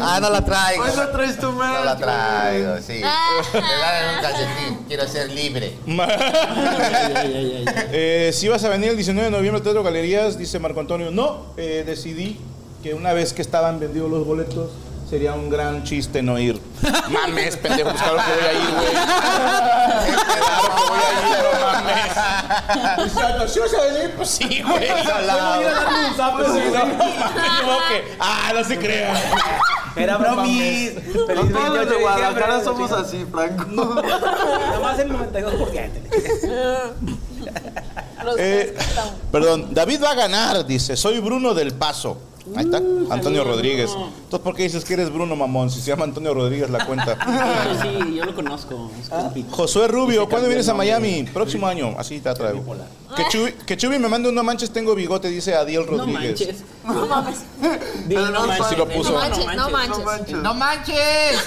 [SPEAKER 6] Ah, no la traigo.
[SPEAKER 4] Hoy la traes tú, man.
[SPEAKER 6] No la traigo, sí.
[SPEAKER 13] Ah.
[SPEAKER 6] Me dan un calcetín, quiero ser libre.
[SPEAKER 1] Eh, si vas a venir el 19 de noviembre al Teatro Galerías, dice Marco Antonio, no, eh, decidí que una vez que estaban vendidos los boletos, sería un gran chiste no ir. Mames, pendejo, pues
[SPEAKER 6] Ah.
[SPEAKER 1] claro que voy a ir, güey. Claro que voy a ir, no mames. O sea, no, si vas a venir, pues sí, güey.
[SPEAKER 6] Solado.
[SPEAKER 1] Voy a ir a darle un zape, sí, no, mames, como que, ah, no se crea.
[SPEAKER 2] Era bromis.
[SPEAKER 4] No todos los de Guadalajara somos
[SPEAKER 2] así.
[SPEAKER 4] así, Franco.
[SPEAKER 2] Nomás el 92%.
[SPEAKER 1] Eh, perdón, David va a ganar, dice. Soy Bruno del Paso. Ahí está, Antonio
[SPEAKER 8] saludos,
[SPEAKER 1] Rodríguez.
[SPEAKER 8] Bruno.
[SPEAKER 1] Entonces, ¿por qué dices que eres Bruno Mamón? Si se llama Antonio Rodríguez la cuenta.
[SPEAKER 8] Sí, Ah, yo lo conozco. es compito.
[SPEAKER 1] Ah, Josué Rubio, ¿cuándo
[SPEAKER 8] cambió
[SPEAKER 1] vienes
[SPEAKER 8] el
[SPEAKER 1] a
[SPEAKER 8] nombre.
[SPEAKER 1] Miami? Próximo año, así te traigo. Que Chubi, que Chubi me mande un no manches, tengo bigote, dice Adiel
[SPEAKER 8] No
[SPEAKER 1] Rodríguez.
[SPEAKER 8] manches.
[SPEAKER 13] No mames.
[SPEAKER 8] Dile, no manches.
[SPEAKER 1] Sí lo puso.
[SPEAKER 13] No manches, no manches.
[SPEAKER 6] ¡No manches!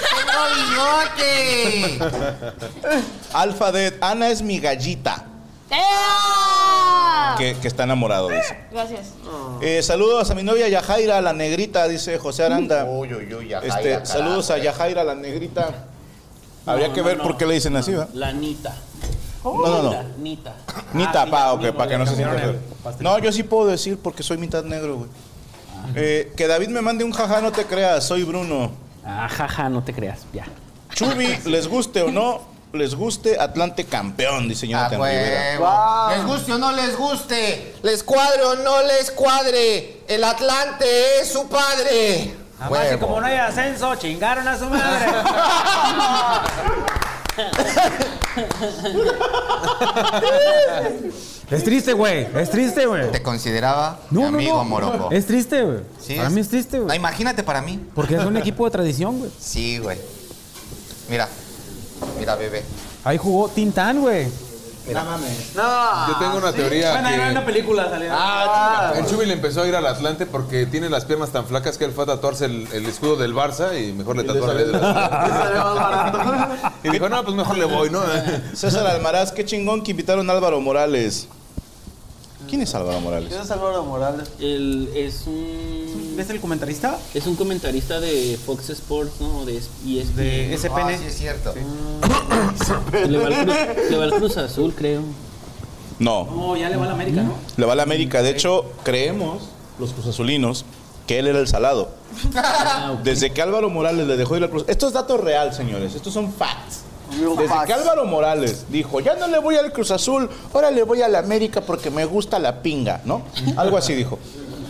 [SPEAKER 6] ¡Tengo bigote!
[SPEAKER 1] Alfa de Ana es mi gallita,
[SPEAKER 13] ¡Ea!
[SPEAKER 1] que, que está enamorado, dice.
[SPEAKER 13] Gracias.
[SPEAKER 1] Eh, saludos a mi novia Yajaira, la negrita, dice José Aranda.
[SPEAKER 6] Uy, uy, uy, Yajaira,
[SPEAKER 1] Este,
[SPEAKER 6] carajo,
[SPEAKER 1] saludos a
[SPEAKER 6] eh.
[SPEAKER 1] Yajaira, la negrita.
[SPEAKER 8] No,
[SPEAKER 1] Habría que
[SPEAKER 8] no,
[SPEAKER 1] ver
[SPEAKER 8] no.
[SPEAKER 1] por qué le dicen así, ¿verdad?
[SPEAKER 8] La Nita.
[SPEAKER 1] No, no, no.
[SPEAKER 8] Nita.
[SPEAKER 1] Nita,
[SPEAKER 8] Ah, sí,
[SPEAKER 1] pa,
[SPEAKER 8] ya,
[SPEAKER 1] ok,
[SPEAKER 8] mismo,
[SPEAKER 1] para que
[SPEAKER 8] le
[SPEAKER 1] no se sienta.
[SPEAKER 8] cambiaron el
[SPEAKER 1] feo. No, yo sí puedo decir porque soy mitad negro, güey. Eh, que David me mande un jaja, no te creas, soy Bruno.
[SPEAKER 8] Ah, jaja, no te creas, ya.
[SPEAKER 1] Chubi, les guste o no, les guste Atlante campeón, dice
[SPEAKER 6] Ah,
[SPEAKER 1] Jonathan Rivera.
[SPEAKER 6] Huevo. Les guste o no les guste, les cuadre o no les cuadre, el Atlante es su padre.
[SPEAKER 2] Además, si como no hay ascenso, chingaron a su madre.
[SPEAKER 6] Es triste, güey. Es triste, güey. Te consideraba mi amigo Morocco.
[SPEAKER 2] Es triste, güey.
[SPEAKER 6] Sí,
[SPEAKER 2] para
[SPEAKER 6] es-
[SPEAKER 2] mí es triste, güey.
[SPEAKER 6] No, imagínate para mí.
[SPEAKER 2] Porque es un equipo de tradición, güey.
[SPEAKER 6] Sí, güey. Mira. Mira, bebé.
[SPEAKER 2] Ahí jugó Tintán, güey.
[SPEAKER 6] Mira.
[SPEAKER 4] No.
[SPEAKER 11] Yo tengo una teoría
[SPEAKER 2] Bueno,
[SPEAKER 11] que-
[SPEAKER 2] era una película
[SPEAKER 1] Ah,
[SPEAKER 2] Ah, salida.
[SPEAKER 11] El Chubi le empezó a ir al Atlante porque tiene las piernas tan flacas que él fue a tatuarse el, el escudo del Barça y mejor le tatuó la letra. y dijo, no, pues mejor le voy, ¿no?
[SPEAKER 8] eh.
[SPEAKER 1] César Almaraz, qué chingón que invitaron a Álvaro Morales. ¿Quién es Álvaro Morales?
[SPEAKER 4] ¿Quién es Álvaro Morales?
[SPEAKER 8] Él es un.
[SPEAKER 2] ¿Es el comentarista?
[SPEAKER 8] Es un comentarista de Fox Sports, ¿no? De E ESPN.
[SPEAKER 2] De SPN. Ah, sí,
[SPEAKER 6] es cierto.
[SPEAKER 8] Le va, al Cruz, le va al Cruz Azul, creo.
[SPEAKER 1] No,
[SPEAKER 2] No, ya le va a la América, ¿no?
[SPEAKER 1] le va a la América. De hecho, creemos, los cruzazulinos, que él era el salado. Desde que Álvaro Morales le dejó ir al Cruz. Esto es dato real, señores. Estos son facts. Desde que Álvaro Morales dijo, ya no le voy al Cruz Azul, ahora le voy al América porque me gusta la pinga, ¿no? Algo así dijo.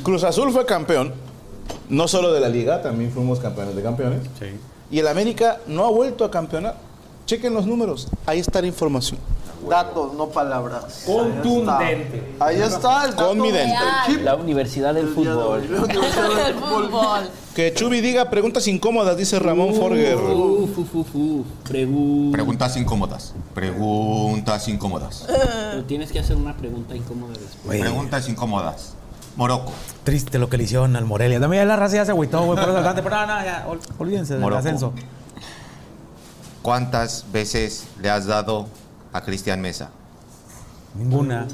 [SPEAKER 1] Cruz Azul fue campeón, no solo de la liga, también fuimos campeones de campeones. Y el América no ha vuelto a campeonar. Chequen los números, ahí está la información.
[SPEAKER 4] Datos, no palabras. Contundente. Ahí está el dato.
[SPEAKER 1] Con mi dente.
[SPEAKER 8] La Universidad del Fútbol.
[SPEAKER 13] El fútbol.
[SPEAKER 1] Que Chubi diga preguntas incómodas, dice Ramón
[SPEAKER 4] Uh.
[SPEAKER 1] Forger.
[SPEAKER 8] Uf, uf, uf, uf. Pregunta.
[SPEAKER 6] Preguntas incómodas. Preguntas incómodas.
[SPEAKER 8] Pero tienes que hacer una pregunta incómoda después.
[SPEAKER 6] Preguntas incómodas. Morocco.
[SPEAKER 2] Triste lo que le hicieron al Morelia. También ya la raza ya se agüitó, güey, por eso Atlante. Pero no, no, ya, ol- olvídense del
[SPEAKER 6] Morocco.
[SPEAKER 2] ascenso.
[SPEAKER 6] ¿Cuántas veces le has dado a Cristian Mesa?
[SPEAKER 2] Ninguna.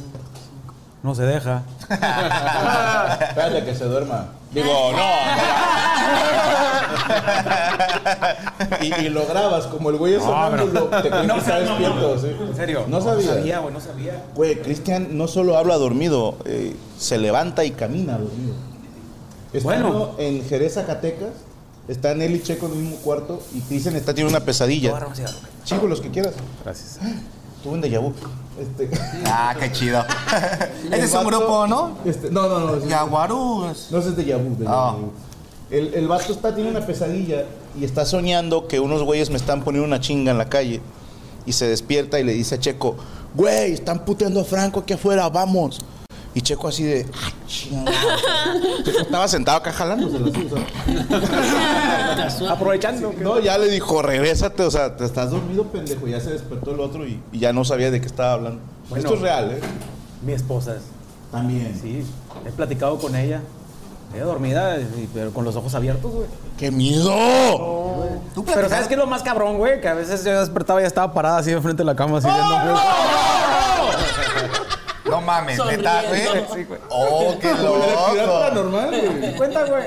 [SPEAKER 2] No se deja.
[SPEAKER 1] Espérate que se duerma. Digo, no. Y, y lo grabas, como el güey es
[SPEAKER 2] No,
[SPEAKER 1] sonámbulo,
[SPEAKER 2] pero-
[SPEAKER 1] te crees
[SPEAKER 2] No,
[SPEAKER 1] que está
[SPEAKER 2] no, no,
[SPEAKER 1] despierto,
[SPEAKER 2] no.
[SPEAKER 1] sí.
[SPEAKER 2] En serio.
[SPEAKER 1] No sabía.
[SPEAKER 2] No sabía, güey, no sabía.
[SPEAKER 1] Güey, Cristian no solo habla dormido, eh, se levanta y camina dormido. Estando en Jerez, Zacatecas, están él y Checo en el mismo cuarto y Cristian está teniendo una pesadilla. Chico, los que quieras.
[SPEAKER 2] Gracias.
[SPEAKER 1] Tuve un déjà vu. Este,
[SPEAKER 6] Ah, qué chido.
[SPEAKER 1] Y
[SPEAKER 6] Ese
[SPEAKER 1] el
[SPEAKER 6] es un
[SPEAKER 1] vato-
[SPEAKER 6] grupo, ¿no?
[SPEAKER 1] Este, no, no, no. es- No, ese es de Yabu. de
[SPEAKER 6] Ah.
[SPEAKER 1] Yabu. El, el vato está, tiene una pesadilla y está soñando que unos güeyes me están poniendo una chinga en la calle. Y se despierta y le dice a Checo, güey, están puteando a Franco aquí afuera, vamos. Y Checo así de, ah, chingada. Checo estaba sentado acá jalándosela así, o sea.
[SPEAKER 2] Aprovechando.
[SPEAKER 1] No, ya le dijo, regrésate, o sea, te estás dormido, pendejo. Ya se despertó el otro y, y ya no sabía de qué estaba hablando.
[SPEAKER 2] Bueno.
[SPEAKER 1] Esto es real, ¿eh?
[SPEAKER 2] Mi esposa es.
[SPEAKER 1] También.
[SPEAKER 2] Sí, he platicado con ella. Ella dormida, y- pero con los ojos abiertos, güey.
[SPEAKER 1] ¡Qué miedo!
[SPEAKER 2] pero ¿sabes qué es lo más cabrón, güey? Que a veces yo despertaba y estaba parada así de frente a la cama,
[SPEAKER 1] ¡Oh,
[SPEAKER 2] así viendo, güey.
[SPEAKER 6] No mames, neta, güey.
[SPEAKER 2] Sonriendo.
[SPEAKER 6] Oh, qué loco.
[SPEAKER 2] güey. Cuenta, güey.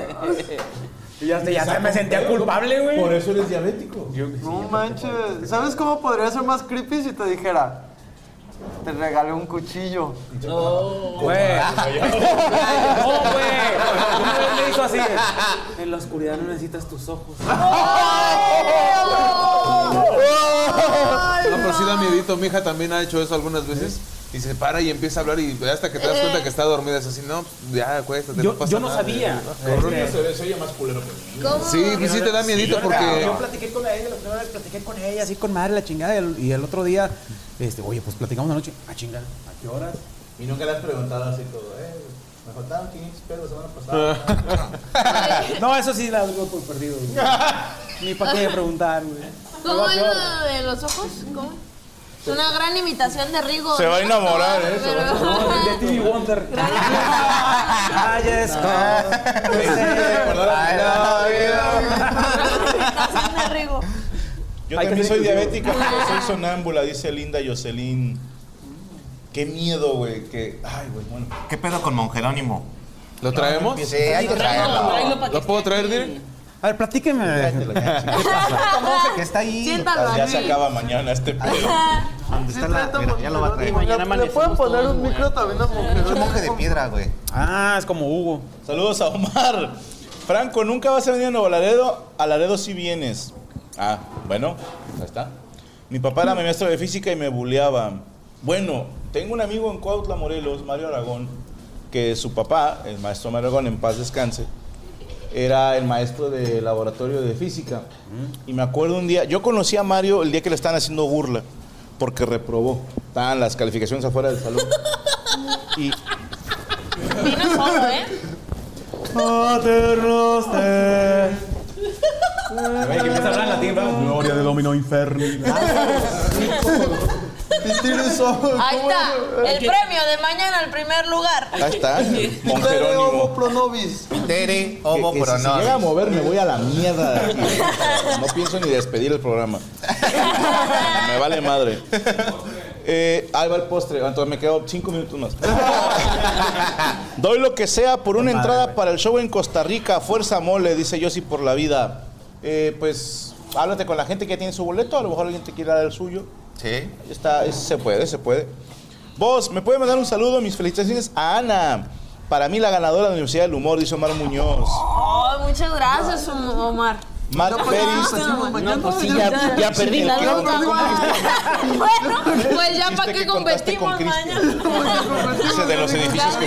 [SPEAKER 2] Y ya, ya se me sentía culpable, güey.
[SPEAKER 1] Por eso eres diabético.
[SPEAKER 4] No manches. ¿Sabes cómo podría ser más creepy si te dijera? Te regalé un cuchillo.
[SPEAKER 1] Oh.
[SPEAKER 2] Güey. No, güey. Una vez me dijo así. En la oscuridad no necesitas tus ojos.
[SPEAKER 11] No, pero sí da miedito. Mi hija también ha hecho eso algunas veces. Y se para y empieza a hablar y hasta que te das
[SPEAKER 1] Eh.
[SPEAKER 11] cuenta que está dormida. Es así, no, pues, ya, acuéstate,
[SPEAKER 2] Yo-
[SPEAKER 11] no pasa
[SPEAKER 2] yo no
[SPEAKER 11] nada.
[SPEAKER 2] sabía.
[SPEAKER 11] Cabrón.
[SPEAKER 2] Este-
[SPEAKER 1] más culero
[SPEAKER 11] Sí, pues sí te da miedito
[SPEAKER 2] Sí,
[SPEAKER 11] porque...
[SPEAKER 2] Yo platiqué con ella, la primera vez platiqué con ella, así con madre la chingada. Y el, y el otro día, este, oye, pues platicamos una noche. Ah, chinga, ¿a qué horas?
[SPEAKER 1] Y nunca le has preguntado así todo, eh. Me faltaban 500 pesos la semana pasada.
[SPEAKER 2] No, eso sí la doy por perdido. güey. Ni para qué preguntar, güey.
[SPEAKER 13] ¿Cómo es lo de los ojos? ¿Cómo? Es una gran imitación de Rigo.
[SPEAKER 2] Se va a
[SPEAKER 1] enamorar,
[SPEAKER 13] ¿eh?
[SPEAKER 2] De TV Wonder. Calles
[SPEAKER 13] Imitación de Rigo.
[SPEAKER 1] Yo
[SPEAKER 2] Hay que
[SPEAKER 1] también
[SPEAKER 2] ser
[SPEAKER 1] soy
[SPEAKER 2] inclusivo.
[SPEAKER 1] diabética, pero soy sonámbula, dice Linda Jocelyn. Qué miedo, güey. Que. Ay, güey, bueno.
[SPEAKER 6] ¿Qué pedo con Monjerónimo?
[SPEAKER 11] ¿Lo traemos?
[SPEAKER 6] Sí, hay que traerlo.
[SPEAKER 11] ¿Lo puedo traer, Dire?
[SPEAKER 2] A ver, platíqueme.
[SPEAKER 6] que está ahí.
[SPEAKER 13] Siéntalo,
[SPEAKER 1] Ya se
[SPEAKER 13] Luis.
[SPEAKER 1] acaba mañana este pedo.
[SPEAKER 6] ¿Dónde está la.? Mira, ya lo va a traer.
[SPEAKER 4] ¿Le pueden poner un micro también a
[SPEAKER 6] Es
[SPEAKER 4] mujer?
[SPEAKER 6] monje de piedra, güey.
[SPEAKER 2] Ah, es como Hugo.
[SPEAKER 1] Saludos a Omar. Franco, nunca vas a venir a Nuevo Laredo. A Laredo sí vienes. Ah, bueno, ahí está. Mi papá era mi maestro de física y me buleaba. Bueno, tengo un amigo en Cuautla, Morelos, Mario Aragón, que su papá, el maestro Mario Aragón, en paz descanse, era el maestro de laboratorio de física. Y me acuerdo un día, yo conocí a Mario el día que le estaban haciendo burla, porque reprobó. Estaban las calificaciones afuera del salón. Y
[SPEAKER 13] Vino solo, ¿eh?
[SPEAKER 2] Empieza a hablar en latín, ¿verdad?
[SPEAKER 11] Gloria de Domino Inferno.
[SPEAKER 2] Ah,
[SPEAKER 13] Ahí está. El premio de mañana al primer lugar.
[SPEAKER 1] ahí está, Monjerónimo.
[SPEAKER 4] Pronovis.
[SPEAKER 6] Tere,
[SPEAKER 1] Que-
[SPEAKER 6] homo,
[SPEAKER 1] que si se
[SPEAKER 6] pronovis.
[SPEAKER 1] llega a mover, me voy a la mierda de aquí. No pienso ni despedir el programa. Me vale madre. Eh, ahí va el postre. Entonces me quedo cinco minutos más. Doy lo que sea por una entrada para el show en Costa Rica. Fuerza mole, dice Yossi por la vida. Eh, pues háblate con la gente que ya tiene su boleto. A lo mejor alguien te quiere dar el suyo.
[SPEAKER 6] Sí.
[SPEAKER 1] Está, es- se puede, se puede. Vos, ¿me puede mandar un saludo? Mis felicitaciones a Ana. Para mí, la ganadora de la Universidad del Humor, dice Omar Muñoz.
[SPEAKER 13] Ay, muchas gracias, Omar.
[SPEAKER 1] Mark
[SPEAKER 13] No, pues,
[SPEAKER 1] Peris.
[SPEAKER 13] no, no, mañana
[SPEAKER 1] pues sí,
[SPEAKER 13] no,
[SPEAKER 1] ya-
[SPEAKER 13] ya.
[SPEAKER 1] ya perdí.
[SPEAKER 13] La
[SPEAKER 1] ¿Qué
[SPEAKER 13] loca,
[SPEAKER 1] onda? ¿Cómo
[SPEAKER 13] guau. Bueno, pues ya para qué
[SPEAKER 1] contaste con
[SPEAKER 13] competimos mañana.
[SPEAKER 1] Dice de los edificios que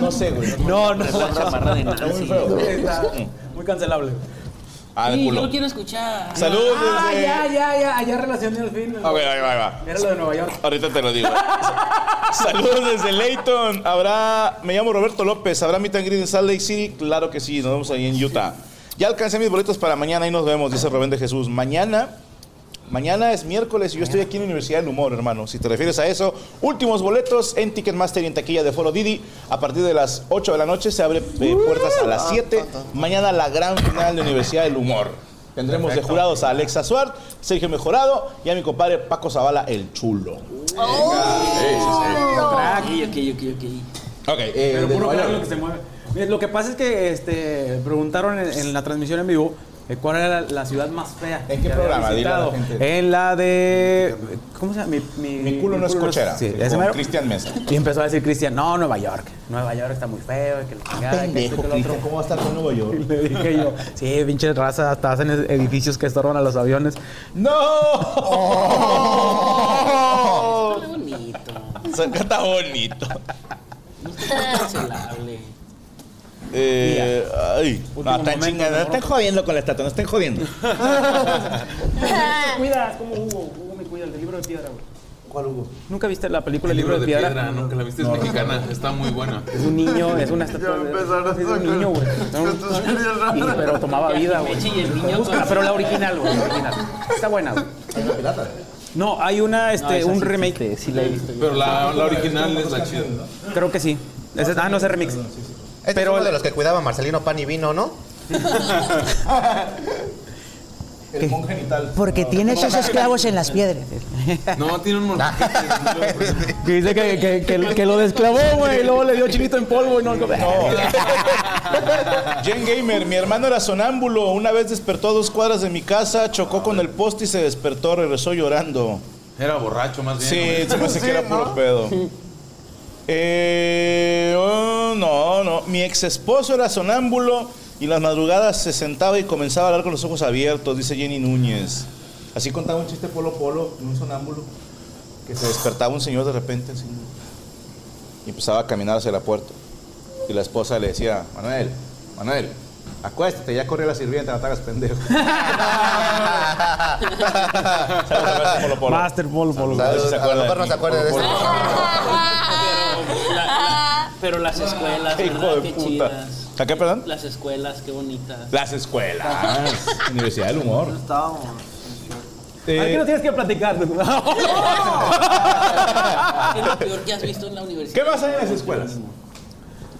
[SPEAKER 1] No sé, güey.
[SPEAKER 2] No, no.
[SPEAKER 8] chamarra de Nancy.
[SPEAKER 2] Muy feo. Está Muy cancelable.
[SPEAKER 1] Ah, de
[SPEAKER 8] Sí, yo
[SPEAKER 1] culo.
[SPEAKER 8] lo quiero escuchar.
[SPEAKER 1] Saludos
[SPEAKER 2] Ah,
[SPEAKER 1] desde-
[SPEAKER 2] ya, ya, ya. Allá relacioné al fin.
[SPEAKER 1] Ah, bueno, ahí va, ahí va.
[SPEAKER 2] Era lo de Nueva York.
[SPEAKER 1] Ahorita te lo digo. Saludos desde Layton. Habrá, me llamo Roberto López. ¿Habrá meet and greet en Salt Lake City? Claro que sí. Nos vemos ahí en Utah. Ya alcancé mis boletos para mañana y nos vemos, dice Rubén de Jesús. Mañana, mañana es miércoles y yo estoy aquí en la Universidad del Humor, hermano. Si te refieres a eso, últimos boletos en Ticketmaster y en taquilla de Foro Didi. A partir de las 8 de la noche se abre eh, puertas a las 7. Mañana la gran final de Universidad del Humor. Tendremos de jurados a Alexa Suart, Sergio Mejorado y a mi compadre Paco Zavala, el chulo.
[SPEAKER 8] Oh. Ok, ok, ok, ok.
[SPEAKER 1] Ok, eh,
[SPEAKER 2] Pero
[SPEAKER 1] de
[SPEAKER 2] puro
[SPEAKER 1] Nueva
[SPEAKER 2] claro
[SPEAKER 1] eh, York.
[SPEAKER 2] lo que se mueve. Mira, eh, Lo que pasa es que este, preguntaron en, en la transmisión en vivo eh, cuál era la, la ciudad más fea. ¿En
[SPEAKER 1] qué programa? Dile a la gente.
[SPEAKER 2] En la de. ¿Cómo se llama? Mi, mi- mi
[SPEAKER 1] culo no es cochera,
[SPEAKER 2] Sí,
[SPEAKER 1] con
[SPEAKER 2] ese mero.
[SPEAKER 1] Cristian Mesa.
[SPEAKER 2] Y empezó a decir Cristian, no, Nueva York. Nueva York está muy feo. Que
[SPEAKER 1] Ah,
[SPEAKER 2] la chingada, que esto, que lo otro".
[SPEAKER 1] ¿cómo va a estar con Nueva York?
[SPEAKER 2] Le dije yo, sí, pinche raza, hasta hacen edificios que estorban a los aviones. ¡No!
[SPEAKER 1] Está
[SPEAKER 8] bonito.
[SPEAKER 1] está bonito.
[SPEAKER 8] cancelable.
[SPEAKER 1] Eh, ay, no, están
[SPEAKER 8] momento,
[SPEAKER 1] chingando,
[SPEAKER 8] ¿no?
[SPEAKER 1] están jodiendo con la estatua, no estén jodiendo.
[SPEAKER 2] cuidas como Hugo. Hugo me cuida, el libro de piedra, güey. ¿Cuál Hugo? ¿Nunca viste la película El libro, de, piedra?
[SPEAKER 11] nunca la viste, es mexicana, está muy buena.
[SPEAKER 2] Es un niño, es una estatua. de- Es un niño, güey. Sí, pero tomaba vida, güey.
[SPEAKER 8] Mechi y el niño
[SPEAKER 2] Búscala,
[SPEAKER 8] con-
[SPEAKER 2] pero la original, güey. la original. Está buena, güey. No, hay una, este, un remake. sí la he visto.
[SPEAKER 11] Pero la, la original es la chida.
[SPEAKER 2] Creo que sí. Ese- ah, no, ese remix.
[SPEAKER 6] Este es uno de los que cuidaba Marcelino Pan y Vino, ¿no?
[SPEAKER 1] El monje genital.
[SPEAKER 22] Porque tiene esos esclavos en las piedras.
[SPEAKER 11] No, tiene un montaje.
[SPEAKER 2] Que dice que, que, que, que lo desclavó, güey. Y luego le dio chinito en polvo y no.
[SPEAKER 1] Jen Gamer, mi hermano era sonámbulo. Una vez despertó a dos cuadras de mi casa, chocó con el poste y se despertó, regresó llorando.
[SPEAKER 11] Era borracho más bien.
[SPEAKER 1] Sí,
[SPEAKER 11] güey.
[SPEAKER 1] se me hace que era puro pedo. Eh, oh, no, no. Mi ex esposo era sonámbulo y las madrugadas se sentaba y comenzaba a hablar con los ojos abiertos, dice Jenny Núñez. Así contaba un chiste Polo Polo, un sonámbulo, que se despertaba un señor de repente así, y empezaba a caminar hacia la puerta. Y la esposa le decía, Manuel, Manuel, acuéstate, ya corrió la sirvienta, no te hagas pendejo. Saludos a Master Polo Polo.
[SPEAKER 2] Master Polo Polo.
[SPEAKER 1] A ver si se acuerda de mí. Polo Polo.
[SPEAKER 8] Pero las escuelas,
[SPEAKER 1] Ah, Hijo
[SPEAKER 8] ¿verdad?
[SPEAKER 1] de
[SPEAKER 8] Qué
[SPEAKER 1] puta.
[SPEAKER 8] chidas.
[SPEAKER 1] ¿A qué, perdón?
[SPEAKER 8] Las escuelas, qué bonitas.
[SPEAKER 1] Las escuelas. Universidad del Humor.
[SPEAKER 2] ¿A qué
[SPEAKER 1] Eh,
[SPEAKER 2] no tienes que platicar?
[SPEAKER 8] ¿Qué es lo peor que has visto en la universidad?
[SPEAKER 1] ¿Qué más hay en las escuelas?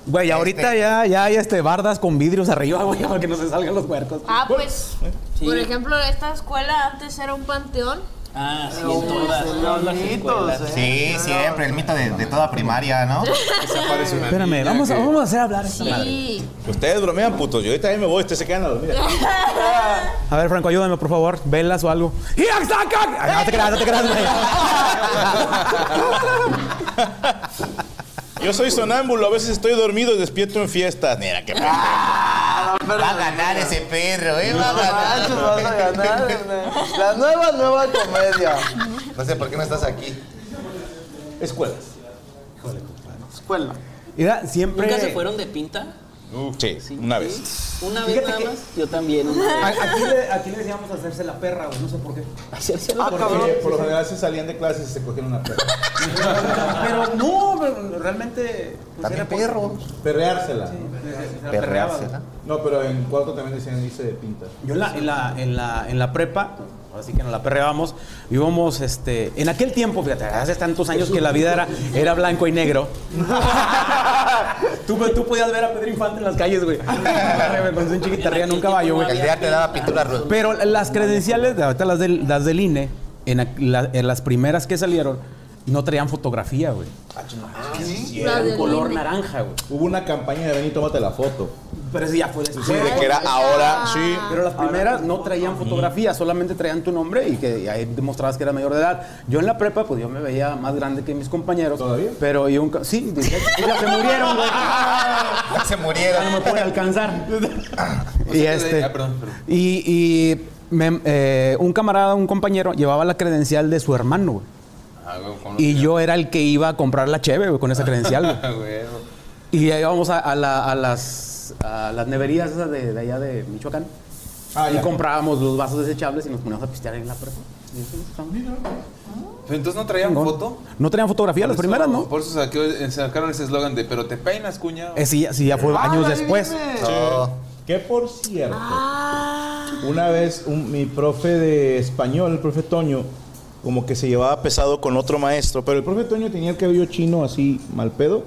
[SPEAKER 2] Güey, ahorita ya, ya hay este, bardas con vidrios arriba, güey, para que no se salgan los huercos.
[SPEAKER 13] Ah, pues,
[SPEAKER 2] Sí.
[SPEAKER 13] por ejemplo, esta escuela antes era un panteón. este,
[SPEAKER 8] Ah, sí,
[SPEAKER 13] en todas, en todas las escuelas.
[SPEAKER 6] Sí, siempre, el mito de, de toda primaria, ¿no?
[SPEAKER 2] Espérame, vamos, a- vamos a hacer hablar esta madre.
[SPEAKER 13] Sí.
[SPEAKER 1] Ustedes bromean, putos. Yo ahorita ahí me voy, ustedes se quedan a dormir.
[SPEAKER 2] A ver, Franco, ayúdame, por favor. Velas o algo. ¡Y saca! No te creas, no te creas, güey.
[SPEAKER 1] Yo soy sonámbulo, a veces estoy dormido y despierto en fiestas. Mira, qué Va
[SPEAKER 6] a ganar ese perro, ¿eh? Va a
[SPEAKER 4] Macho, vas a
[SPEAKER 6] ganar.
[SPEAKER 4] ganar. nene. La nueva, nueva comedia.
[SPEAKER 6] No sé por qué no estás aquí.
[SPEAKER 1] Escuelas.
[SPEAKER 4] Escuela.
[SPEAKER 2] Mira, siempre.
[SPEAKER 8] ¿Nunca se fueron de pinta?
[SPEAKER 1] Sí, una vez.
[SPEAKER 8] Una vez nada más. Yo también.
[SPEAKER 2] A- Aquí le, aquí le decíamos hacerse la perra, güey, no sé por qué.
[SPEAKER 8] Hacerse
[SPEAKER 1] Ah, cabrón. Por lo general se salían de clases y se cogían una perra.
[SPEAKER 2] Pero no, pero realmente. Pues era perro.
[SPEAKER 1] Perreársela.
[SPEAKER 2] Perreársela.
[SPEAKER 1] No, pero en cuarto también decían irse de pinta.
[SPEAKER 2] Yo en la, en la, en la, en la prepa, así que nos la perreábamos, íbamos, este, en aquel tiempo, fíjate, hace tantos años que la vida era, era blanco y negro. tú, tú podías ver a Pedro Infante en las calles, güey. Con su chiquitarría en un caballo, güey.
[SPEAKER 6] El día te daba pintura roja.
[SPEAKER 2] Pero las credenciales, de ahorita las del, las del INE, en, ac- la- en las primeras que salieron, no traían fotografía, güey.
[SPEAKER 1] Ah,
[SPEAKER 2] Era un color naranja, güey.
[SPEAKER 1] Hubo una campaña de ven y tómate la foto.
[SPEAKER 2] Pero eso ya fue después.
[SPEAKER 1] Sí, de que era ahora, sí.
[SPEAKER 2] Pero las primeras no traían fotografía, solamente traían tu nombre y que ahí demostrabas que era mayor de edad. Yo en la prepa, pues yo me veía más grande que mis compañeros. ¿Todavía? Pero yo nunca. Sí, dije, ya se murieron, güey.
[SPEAKER 6] Ya se murieron.
[SPEAKER 2] Ya no me puede alcanzar.
[SPEAKER 11] O sea,
[SPEAKER 2] y
[SPEAKER 11] que de-
[SPEAKER 2] este.
[SPEAKER 11] ah, perdón, perdón.
[SPEAKER 2] Y, y me- eh, un camarada, un compañero, llevaba la credencial de su hermano, güey.
[SPEAKER 11] Ah, güey, con-
[SPEAKER 2] Y yo era el que iba a comprar la cheve, güey, con esa credencial, güey.
[SPEAKER 11] Ah, güey.
[SPEAKER 2] Y ahí vamos a, a la- a las, a las neverías esas de, de allá de Michoacán.
[SPEAKER 11] Ah,
[SPEAKER 2] y comprábamos los vasos desechables y nos poníamos a pistear en la prepa.
[SPEAKER 11] Pero entonces no traían
[SPEAKER 2] Chingón.
[SPEAKER 11] foto.
[SPEAKER 2] No traían fotografía, las primeras no.
[SPEAKER 11] Por eso saqueó- eh, sacaron ese eslogan de pero te peinas, cuñado.
[SPEAKER 2] Eh, sí, sí, ya fue
[SPEAKER 11] Ah,
[SPEAKER 2] años después.
[SPEAKER 1] Que por cierto, una vez un- mi profe de español, el profe Toño, como que se llevaba pesado con otro maestro, pero el profe Toño tenía el cabello chino así, mal pedo,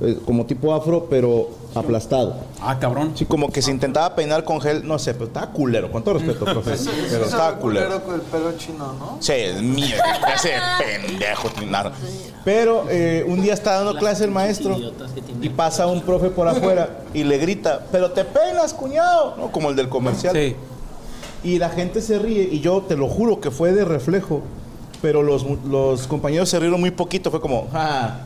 [SPEAKER 1] eh, como tipo afro, pero aplastado. Ah, cabrón. Sí, como que se intentaba peinar con gel, no sé, pero estaba culero, con todo respeto, profe. pero estaba culero.
[SPEAKER 4] con el pelo chino, ¿no?
[SPEAKER 1] Sí, es mío, clase de pendejo, nada. Pero eh, un día está dando clase el maestro y pasa un profe por afuera y le grita, pero te peinas, cuñado, ¿no? Como el del comercial. Y la gente se ríe y yo te lo juro que fue de reflejo, pero los, los compañeros se rieron muy poquito, fue como, "Ja".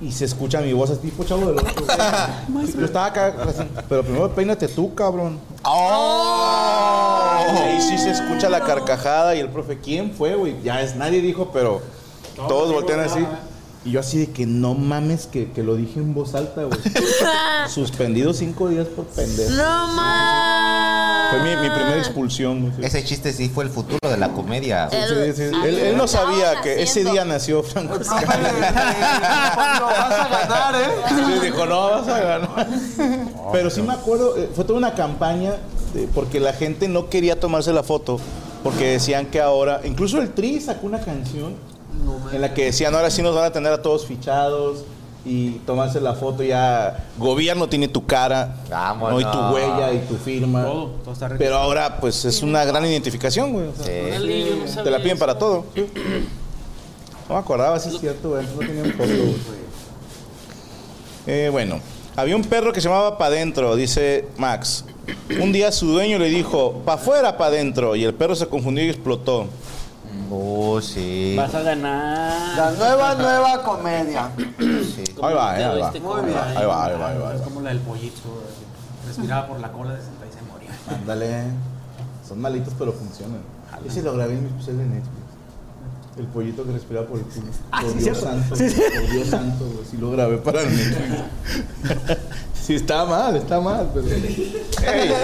[SPEAKER 1] Y se escucha mi voz, es tipo chavo del Ocho". Yo estaba acá, así, pero primero peínate tú, cabrón. Y ahí sí se escucha la carcajada y el profe, ¿quién fue, güey? Ya es, nadie dijo, pero todos voltean así. Y yo así de que no mames que, que lo dije en voz alta, güey. Suspendido cinco días por pendejo.
[SPEAKER 13] No mames.
[SPEAKER 1] Fue mi, mi primera expulsión.
[SPEAKER 6] Ese chiste sí fue el futuro de la comedia.
[SPEAKER 1] Sí, sí, sí. Él, él no sabía que ese día nació Franco Escamilla.
[SPEAKER 4] vas a ganar, ¿eh?
[SPEAKER 1] Sí, dijo, no, vas a ganar. Pero sí me acuerdo, eh, fue toda una campaña de- porque la gente no quería tomarse la foto porque decían que ahora, incluso el Tri sacó una canción en la que decían, ahora sí nos van a tener a todos fichados y tomarse la foto ya, gobierno tiene tu cara, ¿no? y tu
[SPEAKER 6] Vámonos.
[SPEAKER 1] huella y tu firma. Pero ahora pues es una gran identificación, güey. o sea,
[SPEAKER 6] Órale, yo no
[SPEAKER 1] Te
[SPEAKER 6] sabía
[SPEAKER 1] la piden para todo. No me acordaba, sí es cierto, güey. No tenía un foto, güey. Eh, bueno, había un perro que se llamaba Pa' Dentro, dice Max. Un día su dueño le dijo, pa' fuera, pa' dentro. Y el perro se confundió y explotó.
[SPEAKER 6] Oh, sí.
[SPEAKER 8] Vas a ganar.
[SPEAKER 4] La nueva, nueva comedia.
[SPEAKER 1] Ahí va, ahí
[SPEAKER 8] Te doy
[SPEAKER 1] va.
[SPEAKER 8] este
[SPEAKER 1] Ahí
[SPEAKER 8] codo.
[SPEAKER 1] va, ahí va, ahí va, ahí va.
[SPEAKER 2] Es como la del pollito. eh, Respiraba por la cola de sentado y se moría.
[SPEAKER 1] Ándale. Son malitos, pero funcionan. Ese lo grabé en mi especial de Netflix. El pollito que respiraba por el culo.
[SPEAKER 18] Ah,
[SPEAKER 1] por
[SPEAKER 18] sí,
[SPEAKER 1] Dios
[SPEAKER 18] cierto.
[SPEAKER 1] santo.
[SPEAKER 18] Sí, sí.
[SPEAKER 1] Por Dios santo, güey. Sí lo grabé para el Netflix. sí, está mal, está mal, pero. Ey,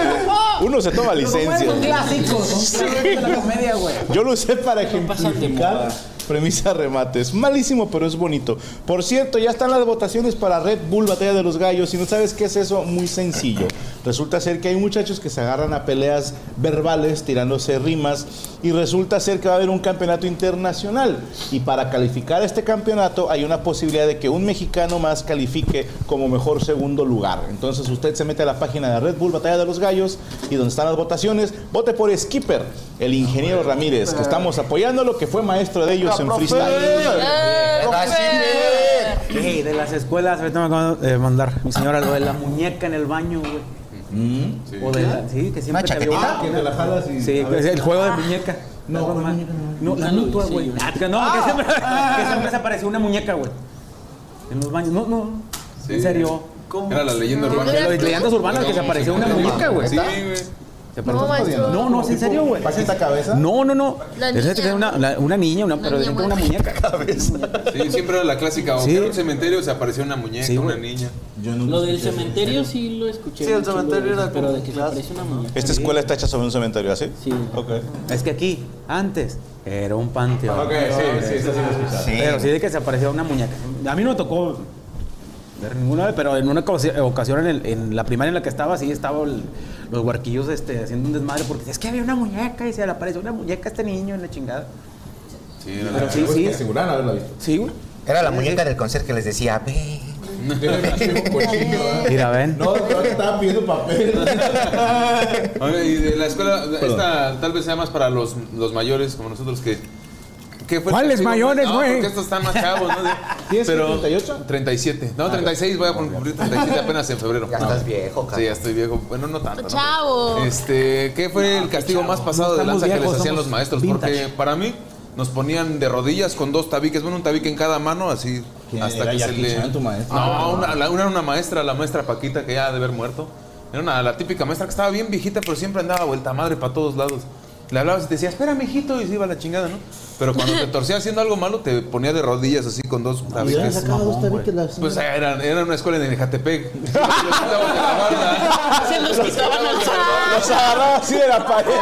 [SPEAKER 1] uno se toma licencia.
[SPEAKER 22] Son clásicos, son clásicos de la comedia, güey.
[SPEAKER 1] Yo lo usé para ejemplificar premisa remates. Malísimo, pero es bonito. Por cierto, ya están las votaciones para Red Bull Batalla de los Gallos. Si no sabes qué es eso, muy sencillo. Resulta ser que hay muchachos que se agarran a peleas verbales, tirándose rimas, y resulta ser que va a haber un campeonato internacional. Y para calificar a este campeonato hay una posibilidad de que un mexicano más califique como mejor segundo lugar. Entonces usted se mete a la página de Red Bull Batalla de los Gallos y donde están las votaciones, vote por Skipper, el ingeniero Ramírez, que estamos apoyándolo, que fue maestro de ellos en freestyle.
[SPEAKER 2] Ey, de las escuelas, ahorita me acaban de mandar mi señora lo de la muñeca en el baño, güey.
[SPEAKER 11] Mm.
[SPEAKER 2] O de la, sí, que siempre te había-
[SPEAKER 18] chaquetita?
[SPEAKER 2] Ah,
[SPEAKER 18] Que te la jalas y-
[SPEAKER 2] Sí,
[SPEAKER 18] a ver.
[SPEAKER 2] es el juego de muñeca. No, no, no, la mutua, güey. Ah, que No, que siempre, que siempre se apareció una muñeca, güey. En los baños. No, no.
[SPEAKER 6] Este,
[SPEAKER 2] En serio.
[SPEAKER 11] Era la leyenda urbana.
[SPEAKER 2] Las leyendas urbanas que se apareció una muñeca, güey.
[SPEAKER 11] Sí, güey.
[SPEAKER 2] Se
[SPEAKER 11] No,
[SPEAKER 2] apareció-
[SPEAKER 11] maestro.
[SPEAKER 2] No, no, es en serio, güey.
[SPEAKER 1] ¿Paquita cabeza?
[SPEAKER 2] No, no, no.
[SPEAKER 11] La
[SPEAKER 2] Es neta que
[SPEAKER 11] niña.
[SPEAKER 2] era una, la- una niña, una, pero dentro de una muñeca.
[SPEAKER 11] Sí, siempre era la clásica. O
[SPEAKER 2] Sí.
[SPEAKER 11] que era un cementerio se apareció una muñeca, una niña.
[SPEAKER 1] Yo
[SPEAKER 8] Lo del cementerio sí lo escuché.
[SPEAKER 11] Sí, el
[SPEAKER 8] un chingo de
[SPEAKER 11] cementerio
[SPEAKER 8] veces,
[SPEAKER 11] era
[SPEAKER 8] Pero
[SPEAKER 11] como
[SPEAKER 8] de que se aparece una muñeca.
[SPEAKER 1] Esta escuela está hecha sobre un cementerio, ¿así? Sí. Ok.
[SPEAKER 2] Es que aquí, antes, era un panteón.
[SPEAKER 11] Ok, sí, sí, eso sí lo he escuchado. Sí.
[SPEAKER 2] Pero sí de que se aparecía una muñeca. A mí no me tocó ver ninguna vez, pero en una ocasi- ocasión en, el- en la primaria en la que estaba, sí estaban los huarquillos este, haciendo un desmadre porque es que había una muñeca y se le apareció una muñeca a este niño en la chingada.
[SPEAKER 11] Sí,
[SPEAKER 2] era Pero la- sí, sí.
[SPEAKER 1] Aseguran haberla visto.
[SPEAKER 2] Sí, güey.
[SPEAKER 6] Era la muñeca del concierto que les decía, ve.
[SPEAKER 2] Mira, ven.
[SPEAKER 1] No, estaba pidiendo papel.
[SPEAKER 11] Oye, y de la escuela, esta tal vez sea más para los, los mayores como nosotros que. ¿qué fue el
[SPEAKER 2] ¿Cuáles
[SPEAKER 11] castigo,
[SPEAKER 2] mayores,
[SPEAKER 11] No,
[SPEAKER 2] güey?
[SPEAKER 11] porque estos están más chavos, ¿no?
[SPEAKER 2] ¿Tienes
[SPEAKER 11] Pero-
[SPEAKER 2] 38?
[SPEAKER 11] 37. No, 36, voy a cumplir 37 apenas en febrero. Ya
[SPEAKER 6] estás viejo,
[SPEAKER 11] Sí, ya estoy viejo. Bueno, no tanto. ¿no?
[SPEAKER 13] Chavo.
[SPEAKER 11] Este, ¿qué fue el castigo más pasado
[SPEAKER 2] No
[SPEAKER 11] de
[SPEAKER 2] estamos
[SPEAKER 11] lanza que les
[SPEAKER 2] viejos,
[SPEAKER 11] hacían
[SPEAKER 2] somos
[SPEAKER 11] los maestros?
[SPEAKER 2] vintage.
[SPEAKER 11] Porque para mí nos ponían de rodillas con dos tabiques, bueno, un tabique en cada mano, así hasta
[SPEAKER 1] era
[SPEAKER 11] que
[SPEAKER 1] Jackie
[SPEAKER 11] se le.
[SPEAKER 1] Chan, tu maestra?
[SPEAKER 11] No, una, la- una, una maestra, la maestra Paquita, que ya ha de haber muerto. Era una, la típica maestra que estaba bien viejita, pero siempre andaba vuelta madre para todos lados. Le hablabas y te decía, espera, mijito, y se iba a la chingada, ¿no? Pero cuando te torcía haciendo algo malo, te ponía de rodillas así con dos tabiques. Pues era, era una escuela en el Ejatepec.
[SPEAKER 13] Se los quitaban al
[SPEAKER 1] Los agarraba así de la pared.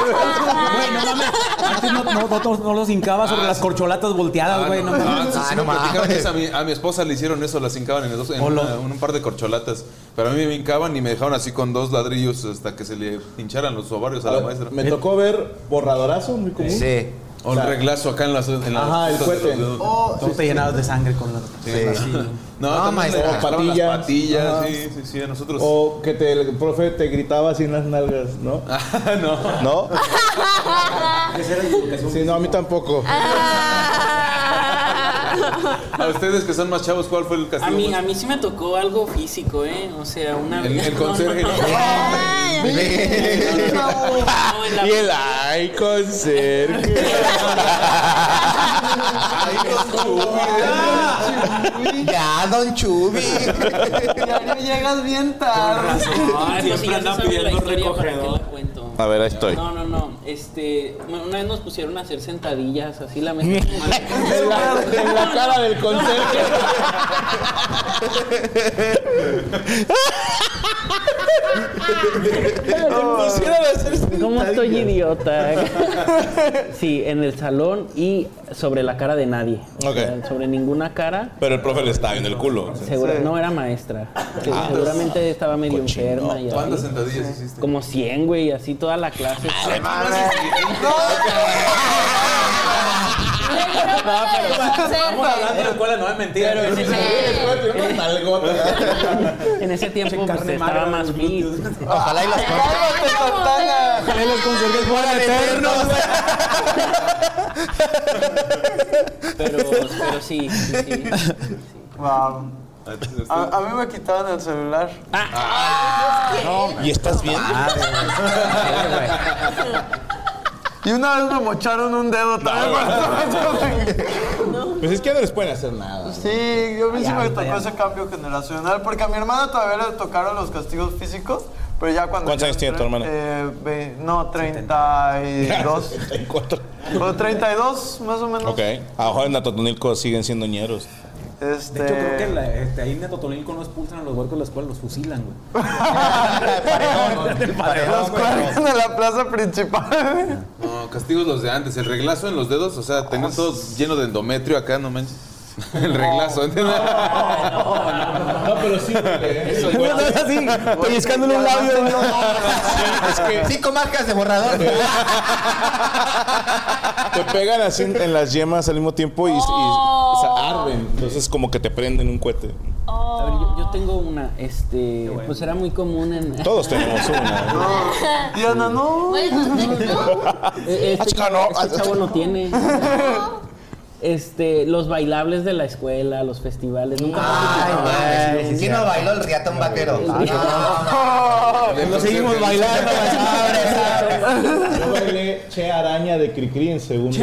[SPEAKER 2] Antes no, no, no- no los hincaba sobre las corcholatas volteadas, güey. no, mames.
[SPEAKER 11] Ah, sí, me platicaron que esa- a, mi, a mi esposa le hicieron eso, las hincaban en, dos, en
[SPEAKER 2] Hola.
[SPEAKER 11] una- un par de corcholatas. Pero a mí me hincaban y me dejaron así con dos ladrillos hasta que se le hincharan los ovarios a la maestra.
[SPEAKER 1] Me tocó ver borradorazo, muy común.
[SPEAKER 11] Sí. O el reglazo acá en las. En las
[SPEAKER 2] Ajá, el
[SPEAKER 11] puntas de los
[SPEAKER 2] cohete.
[SPEAKER 11] dedos.
[SPEAKER 2] Oh, Tú sí, te sí. llenabas de sangre con las.
[SPEAKER 11] No, también le
[SPEAKER 1] maestra.
[SPEAKER 11] cortaron las
[SPEAKER 1] Patillas.
[SPEAKER 11] patillas.
[SPEAKER 1] Ajá.
[SPEAKER 11] Sí, sí, sí, a nosotros.
[SPEAKER 1] O que te, el profe te gritaba así en las nalgas, ¿no?
[SPEAKER 11] no.
[SPEAKER 1] ¿No? Sí, no, a mí tampoco.
[SPEAKER 11] A ustedes que son más chavos, ¿cuál fue el
[SPEAKER 8] A
[SPEAKER 11] castigo?
[SPEAKER 8] mí,
[SPEAKER 11] más-
[SPEAKER 8] a mí sí me tocó algo físico, ¿eh? O sea, una
[SPEAKER 11] El- el conserje.
[SPEAKER 1] Y el ay, conserje.
[SPEAKER 6] Ya, don Chubi.
[SPEAKER 4] Ya llegas bien tarde.
[SPEAKER 8] Siempre andan pidiendo recogedor.
[SPEAKER 1] A ver, ahí estoy.
[SPEAKER 8] No, no, no. Este, bueno, una vez nos pusieron a hacer sentadillas, así la mente.
[SPEAKER 1] En la, en la cara del conserje.
[SPEAKER 8] ¿Cómo estoy idiota? Sí, en el salón y sobre la cara de nadie. O sea, sobre ninguna cara.
[SPEAKER 1] Pero el profe le estaba viendo el culo.
[SPEAKER 8] Segura- No era maestra. que
[SPEAKER 1] Ah,
[SPEAKER 8] seguramente estaba medio enferma. Y
[SPEAKER 11] ¿Cuántas
[SPEAKER 8] así.
[SPEAKER 11] sentadillas hiciste?
[SPEAKER 8] Como 100, güey, así toda la clase.
[SPEAKER 2] Estamos hablando de la escuela, no es mentira.
[SPEAKER 8] En ese tiempo pues, estaba más fit.
[SPEAKER 6] Ojalá y las
[SPEAKER 2] Ojalá los conserjes fueran eternos.
[SPEAKER 8] Pero, pero sí, sí, sí.
[SPEAKER 4] Wow.
[SPEAKER 1] este-
[SPEAKER 4] A, a mí me quitaban el celular.
[SPEAKER 1] Ah, ¿Y estás bien?
[SPEAKER 4] Y una vez me mocharon un dedo también.
[SPEAKER 1] Pues es que ya no les pueden hacer nada.
[SPEAKER 4] Sí, yo a mí sí
[SPEAKER 1] Ya,
[SPEAKER 4] me
[SPEAKER 1] ahorita
[SPEAKER 4] tocó
[SPEAKER 1] ya.
[SPEAKER 4] ese cambio generacional, porque a mi hermana todavía le tocaron los castigos físicos, pero ya cuando...
[SPEAKER 1] ¿Cuántos
[SPEAKER 4] yo
[SPEAKER 1] años tiene tu
[SPEAKER 4] entré,
[SPEAKER 1] hermana?
[SPEAKER 4] eh, ve- no, 32. o 32, más o menos.
[SPEAKER 1] Ok. A lo mejor en Atotonilco siguen siendo ñeros.
[SPEAKER 4] Este...
[SPEAKER 2] De hecho, creo que la- este, ahí en Netotonilco no expulsan a los huercos de la escuela, los fusilan, güey.
[SPEAKER 11] Ah,
[SPEAKER 4] Los cuelgan de la plaza principal.
[SPEAKER 11] No, castigos los de antes. El reglazo en los dedos, o sea, tenían todo lleno de endometrio acá, no manches. El reglazo, ¿entiendes?
[SPEAKER 22] No, pero sí.
[SPEAKER 11] Eso
[SPEAKER 22] No, no es así, pellizcándole un labio.
[SPEAKER 6] Cinco marcas de borrador.
[SPEAKER 1] Te pegan así en, en las yemas al mismo tiempo y, y se arden. Entonces como que te prenden un cohete.
[SPEAKER 8] A ver, yo, yo tengo una, este, pues era muy común en...
[SPEAKER 1] Todos tenemos una.
[SPEAKER 4] Diana, no.
[SPEAKER 8] Eh, Este, chavo, este chavo no tiene. Este, los bailables de la escuela, los festivales, nunca
[SPEAKER 6] Ay, güey. ¿Quién no bailó el riatón vaquero?
[SPEAKER 2] Ah,
[SPEAKER 1] Lo seguimos
[SPEAKER 6] bailando,
[SPEAKER 1] Yo bailé Che Araña de Cricri en segundo.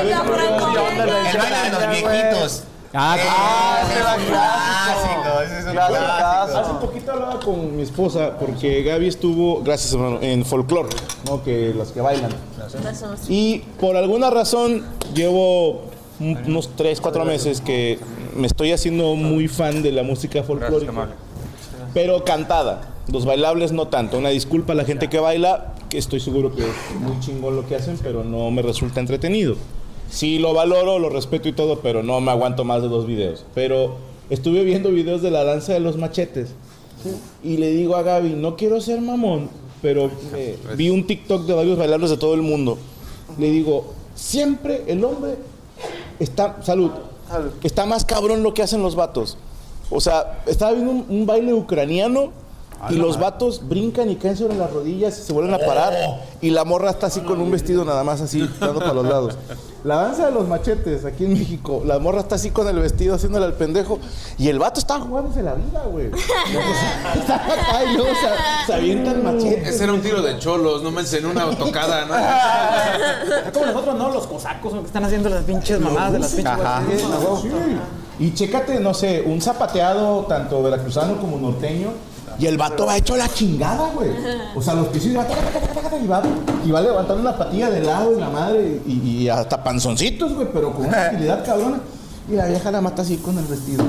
[SPEAKER 6] El baile de los viejitos.
[SPEAKER 2] Ah,
[SPEAKER 6] clásico. Ese es un
[SPEAKER 1] Hace
[SPEAKER 6] clásico.
[SPEAKER 1] poquito hablaba con mi esposa porque Gaby estuvo, gracias hermano, en folclore, ¿no? Que las que bailan. Y por alguna razón llevo un- unos 3, 4 meses que me estoy haciendo muy fan de la música folclórica. Pero cantada. Los bailables no tanto. Una disculpa a la gente que baila, que estoy seguro que es muy chingón lo que hacen, pero no me resulta entretenido. Sí lo valoro, lo respeto y todo, pero no me aguanto más de dos videos. Pero estuve viendo videos de la danza de los machetes. Y le digo a Gaby, no quiero ser mamón, pero eh, vi un TikTok de varios bailables de todo el mundo. Le digo, siempre el hombre está, salud, está más cabrón lo que hacen los vatos. O sea, estaba viendo un, un baile ucraniano y los vatos brincan y caen sobre las rodillas y se vuelven a parar. Y la morra está así con un vestido nada más así, dando para los lados. La danza de los machetes aquí en México, la morra está así con el vestido haciéndole al pendejo y el vato está jugándose la vida, güey. Está acá y luego se, se avientan machetes.
[SPEAKER 11] Ese era un tiro de cholos, no manches, en una tocada, ¿no?
[SPEAKER 2] Como nosotros, ¿no? Los cosacos, ¿no? que están haciendo las pinches mamadas de las pinches.
[SPEAKER 1] Ajá.
[SPEAKER 2] güeyes.
[SPEAKER 1] Sí. Y chécate, no sé, un zapateado tanto veracruzano como norteño. Y el vato va hecho la chingada, güey. O sea, los pisos y va, taca, taca, taca, taca, y va, y va levantando la patilla de lado y la madre. Y, y hasta panzoncitos, güey, pero con una agilidad cabrona. Y la vieja la mata así con el vestido.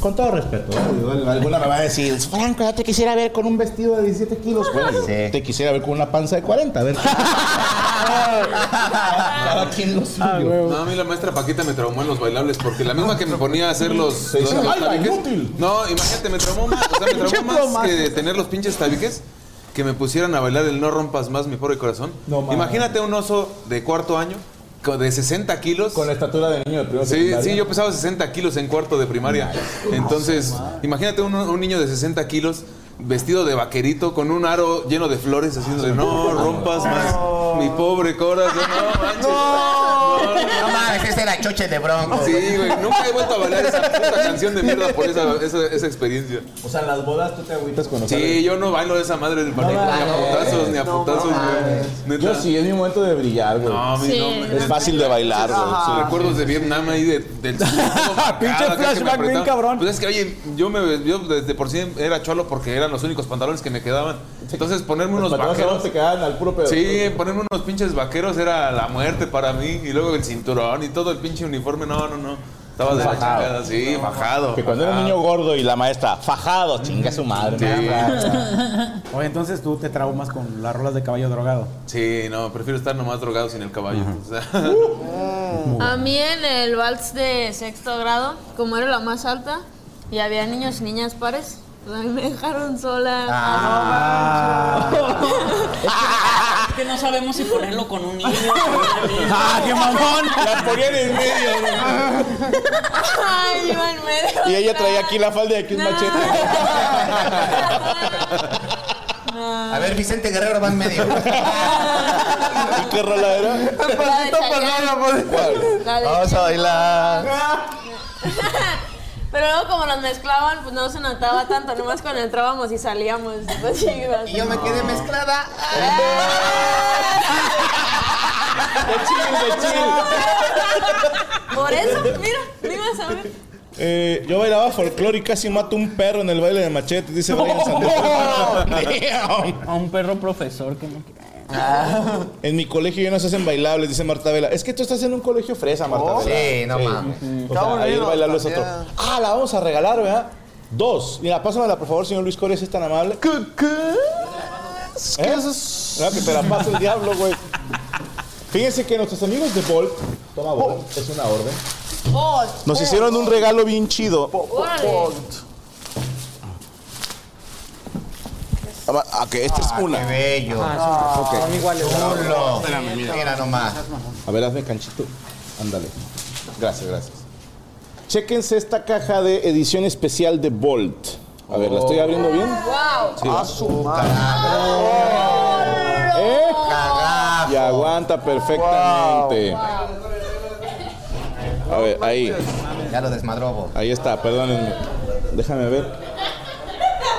[SPEAKER 1] Con todo respeto, ¿eh? Digo, alguna me va a decir, Franco, ya te quisiera ver con un vestido de 17 kilos, güey. Te quisiera ver con una panza de 40, a ver.
[SPEAKER 11] Ah,
[SPEAKER 6] Cada quien lo
[SPEAKER 1] Ah,
[SPEAKER 6] suyo.
[SPEAKER 11] No, a mí la maestra Paquita me traumó en los bailables porque la misma que me ponía a hacer los. los-
[SPEAKER 4] dice,
[SPEAKER 11] los
[SPEAKER 4] "Baila,
[SPEAKER 11] tabiques".
[SPEAKER 4] inútil".
[SPEAKER 11] No, imagínate, me traumó más. O sea, me
[SPEAKER 4] Qué
[SPEAKER 11] traumó más
[SPEAKER 4] plomazo.
[SPEAKER 11] que tener los pinches tabiques que me pusieran a bailar el No Rompas Más, mi pobre corazón.
[SPEAKER 1] No mames.
[SPEAKER 11] imagínate un oso de cuarto año. co- De 60 kilos. Con la
[SPEAKER 1] estatura de niño de primaria.
[SPEAKER 11] Sí, sí, yo pesaba 60 kilos en cuarto de primaria. Entonces, imagínate un, un niño de 60 kilos vestido de vaquerito con un aro lleno de flores haciendo no rompas más mi pobre corazón no manches".
[SPEAKER 6] No mames, ese era choche de bronco.
[SPEAKER 11] Sí, güey. Nunca he vuelto a bailar esa puta canción de mierda por esa, esa, esa experiencia.
[SPEAKER 1] O sea, en las bodas tú te agüitas cuando
[SPEAKER 11] Sí, yo no bailo esa madre del partido ni a putazos, ni a putazos, güey.
[SPEAKER 1] Yo sí, es mi momento de brillar, güey.
[SPEAKER 11] No, mi Sí. nombre.
[SPEAKER 1] Es fácil de bailar, güey.
[SPEAKER 11] Sus recuerdos de Vietnam ahí de, del Pinche
[SPEAKER 4] flashback bien
[SPEAKER 11] cabrón. Pues es que, oye, yo, me, yo desde por sí era cholo porque eran los únicos pantalones que me quedaban. Entonces ponerme unos
[SPEAKER 1] Los pantalones
[SPEAKER 11] vaqueros.
[SPEAKER 1] se quedaban al puro pedo.
[SPEAKER 11] Sí, ponerme unos pinches vaqueros era la muerte para mí. Y luego el cinturón y todo el pinche uniforme. No, no, no. Estaba de la
[SPEAKER 1] Fajado.
[SPEAKER 11] chingada, sí, bajado.
[SPEAKER 1] Que cuando era un niño gordo y la maestra, fajado, chinga su madre. me abraza.
[SPEAKER 2] Oye, entonces tú te traumas con las rolas de caballo drogado.
[SPEAKER 11] Sí, no, prefiero estar nomás drogado sin el caballo. O sea,
[SPEAKER 13] A mí en el vals de sexto grado, como era la más alta y había niños y niñas pares, pues a mí me dejaron sola.
[SPEAKER 2] Ah.
[SPEAKER 8] Es que no sabemos si ponerlo con un niño.
[SPEAKER 4] ¡Ah, qué mamón!
[SPEAKER 1] La ponían en medio,
[SPEAKER 13] Ay, iba en medio.
[SPEAKER 1] Y ella traía aquí la falda y aquí un machete.
[SPEAKER 6] A ver, Vicente Guerrero va en medio.
[SPEAKER 1] ¿Y qué rola era?
[SPEAKER 13] pasito por nada,
[SPEAKER 6] pues.
[SPEAKER 13] La de-
[SPEAKER 6] Vamos a bailar.
[SPEAKER 13] Pero luego como nos mezclaban, pues no se notaba tanto, nomás cuando entrábamos y salíamos. Pues, y yo me quedé mezclada. ¡Ah! Por eso, mira, mira, ¿sabes?
[SPEAKER 1] Eh, yo bailaba folclore y casi mato un perro en el baile de machete, dice Brian Sanders.
[SPEAKER 8] A un perro profesor que no
[SPEAKER 1] En mi colegio ya no se hacen bailables, dice Marta Vela. Es que tú estás en un colegio fresa, Marta
[SPEAKER 6] Oh.
[SPEAKER 1] Vela.
[SPEAKER 6] Sí, no mames.
[SPEAKER 1] O sea,
[SPEAKER 6] Está
[SPEAKER 1] ahí el
[SPEAKER 6] bonito
[SPEAKER 1] bailable es otro.
[SPEAKER 6] también.
[SPEAKER 1] Ah, la vamos a regalar, ¿verdad? Dos. Mira, pásamela, por favor, señor Luis Coria, si es tan amable. ¿Qué? ¿Eh? Ah, que te la pase el diablo, güey. Fíjense que nuestros amigos de Volt, toma Volt, es una orden,
[SPEAKER 13] Oh,
[SPEAKER 1] nos hicieron un regalo bien chido.
[SPEAKER 13] órale.
[SPEAKER 1] Ah, ah, que esta es una.
[SPEAKER 6] Qué bello.
[SPEAKER 1] Ah, ok.
[SPEAKER 6] Son iguales. Chulo. Mira nomás.
[SPEAKER 1] A ver, hazme canchito. Ándale. Gracias, gracias. Chéquense esta caja de edición especial de Bolt. A ver, ¿la estoy abriendo bien?
[SPEAKER 13] Wow.
[SPEAKER 1] Sí.
[SPEAKER 6] Ah,
[SPEAKER 1] ¿Eh? Y aguanta perfectamente. A ver, ahí.
[SPEAKER 6] Ya lo desmadrobo.
[SPEAKER 1] Ahí está, perdónenme. Déjame ver.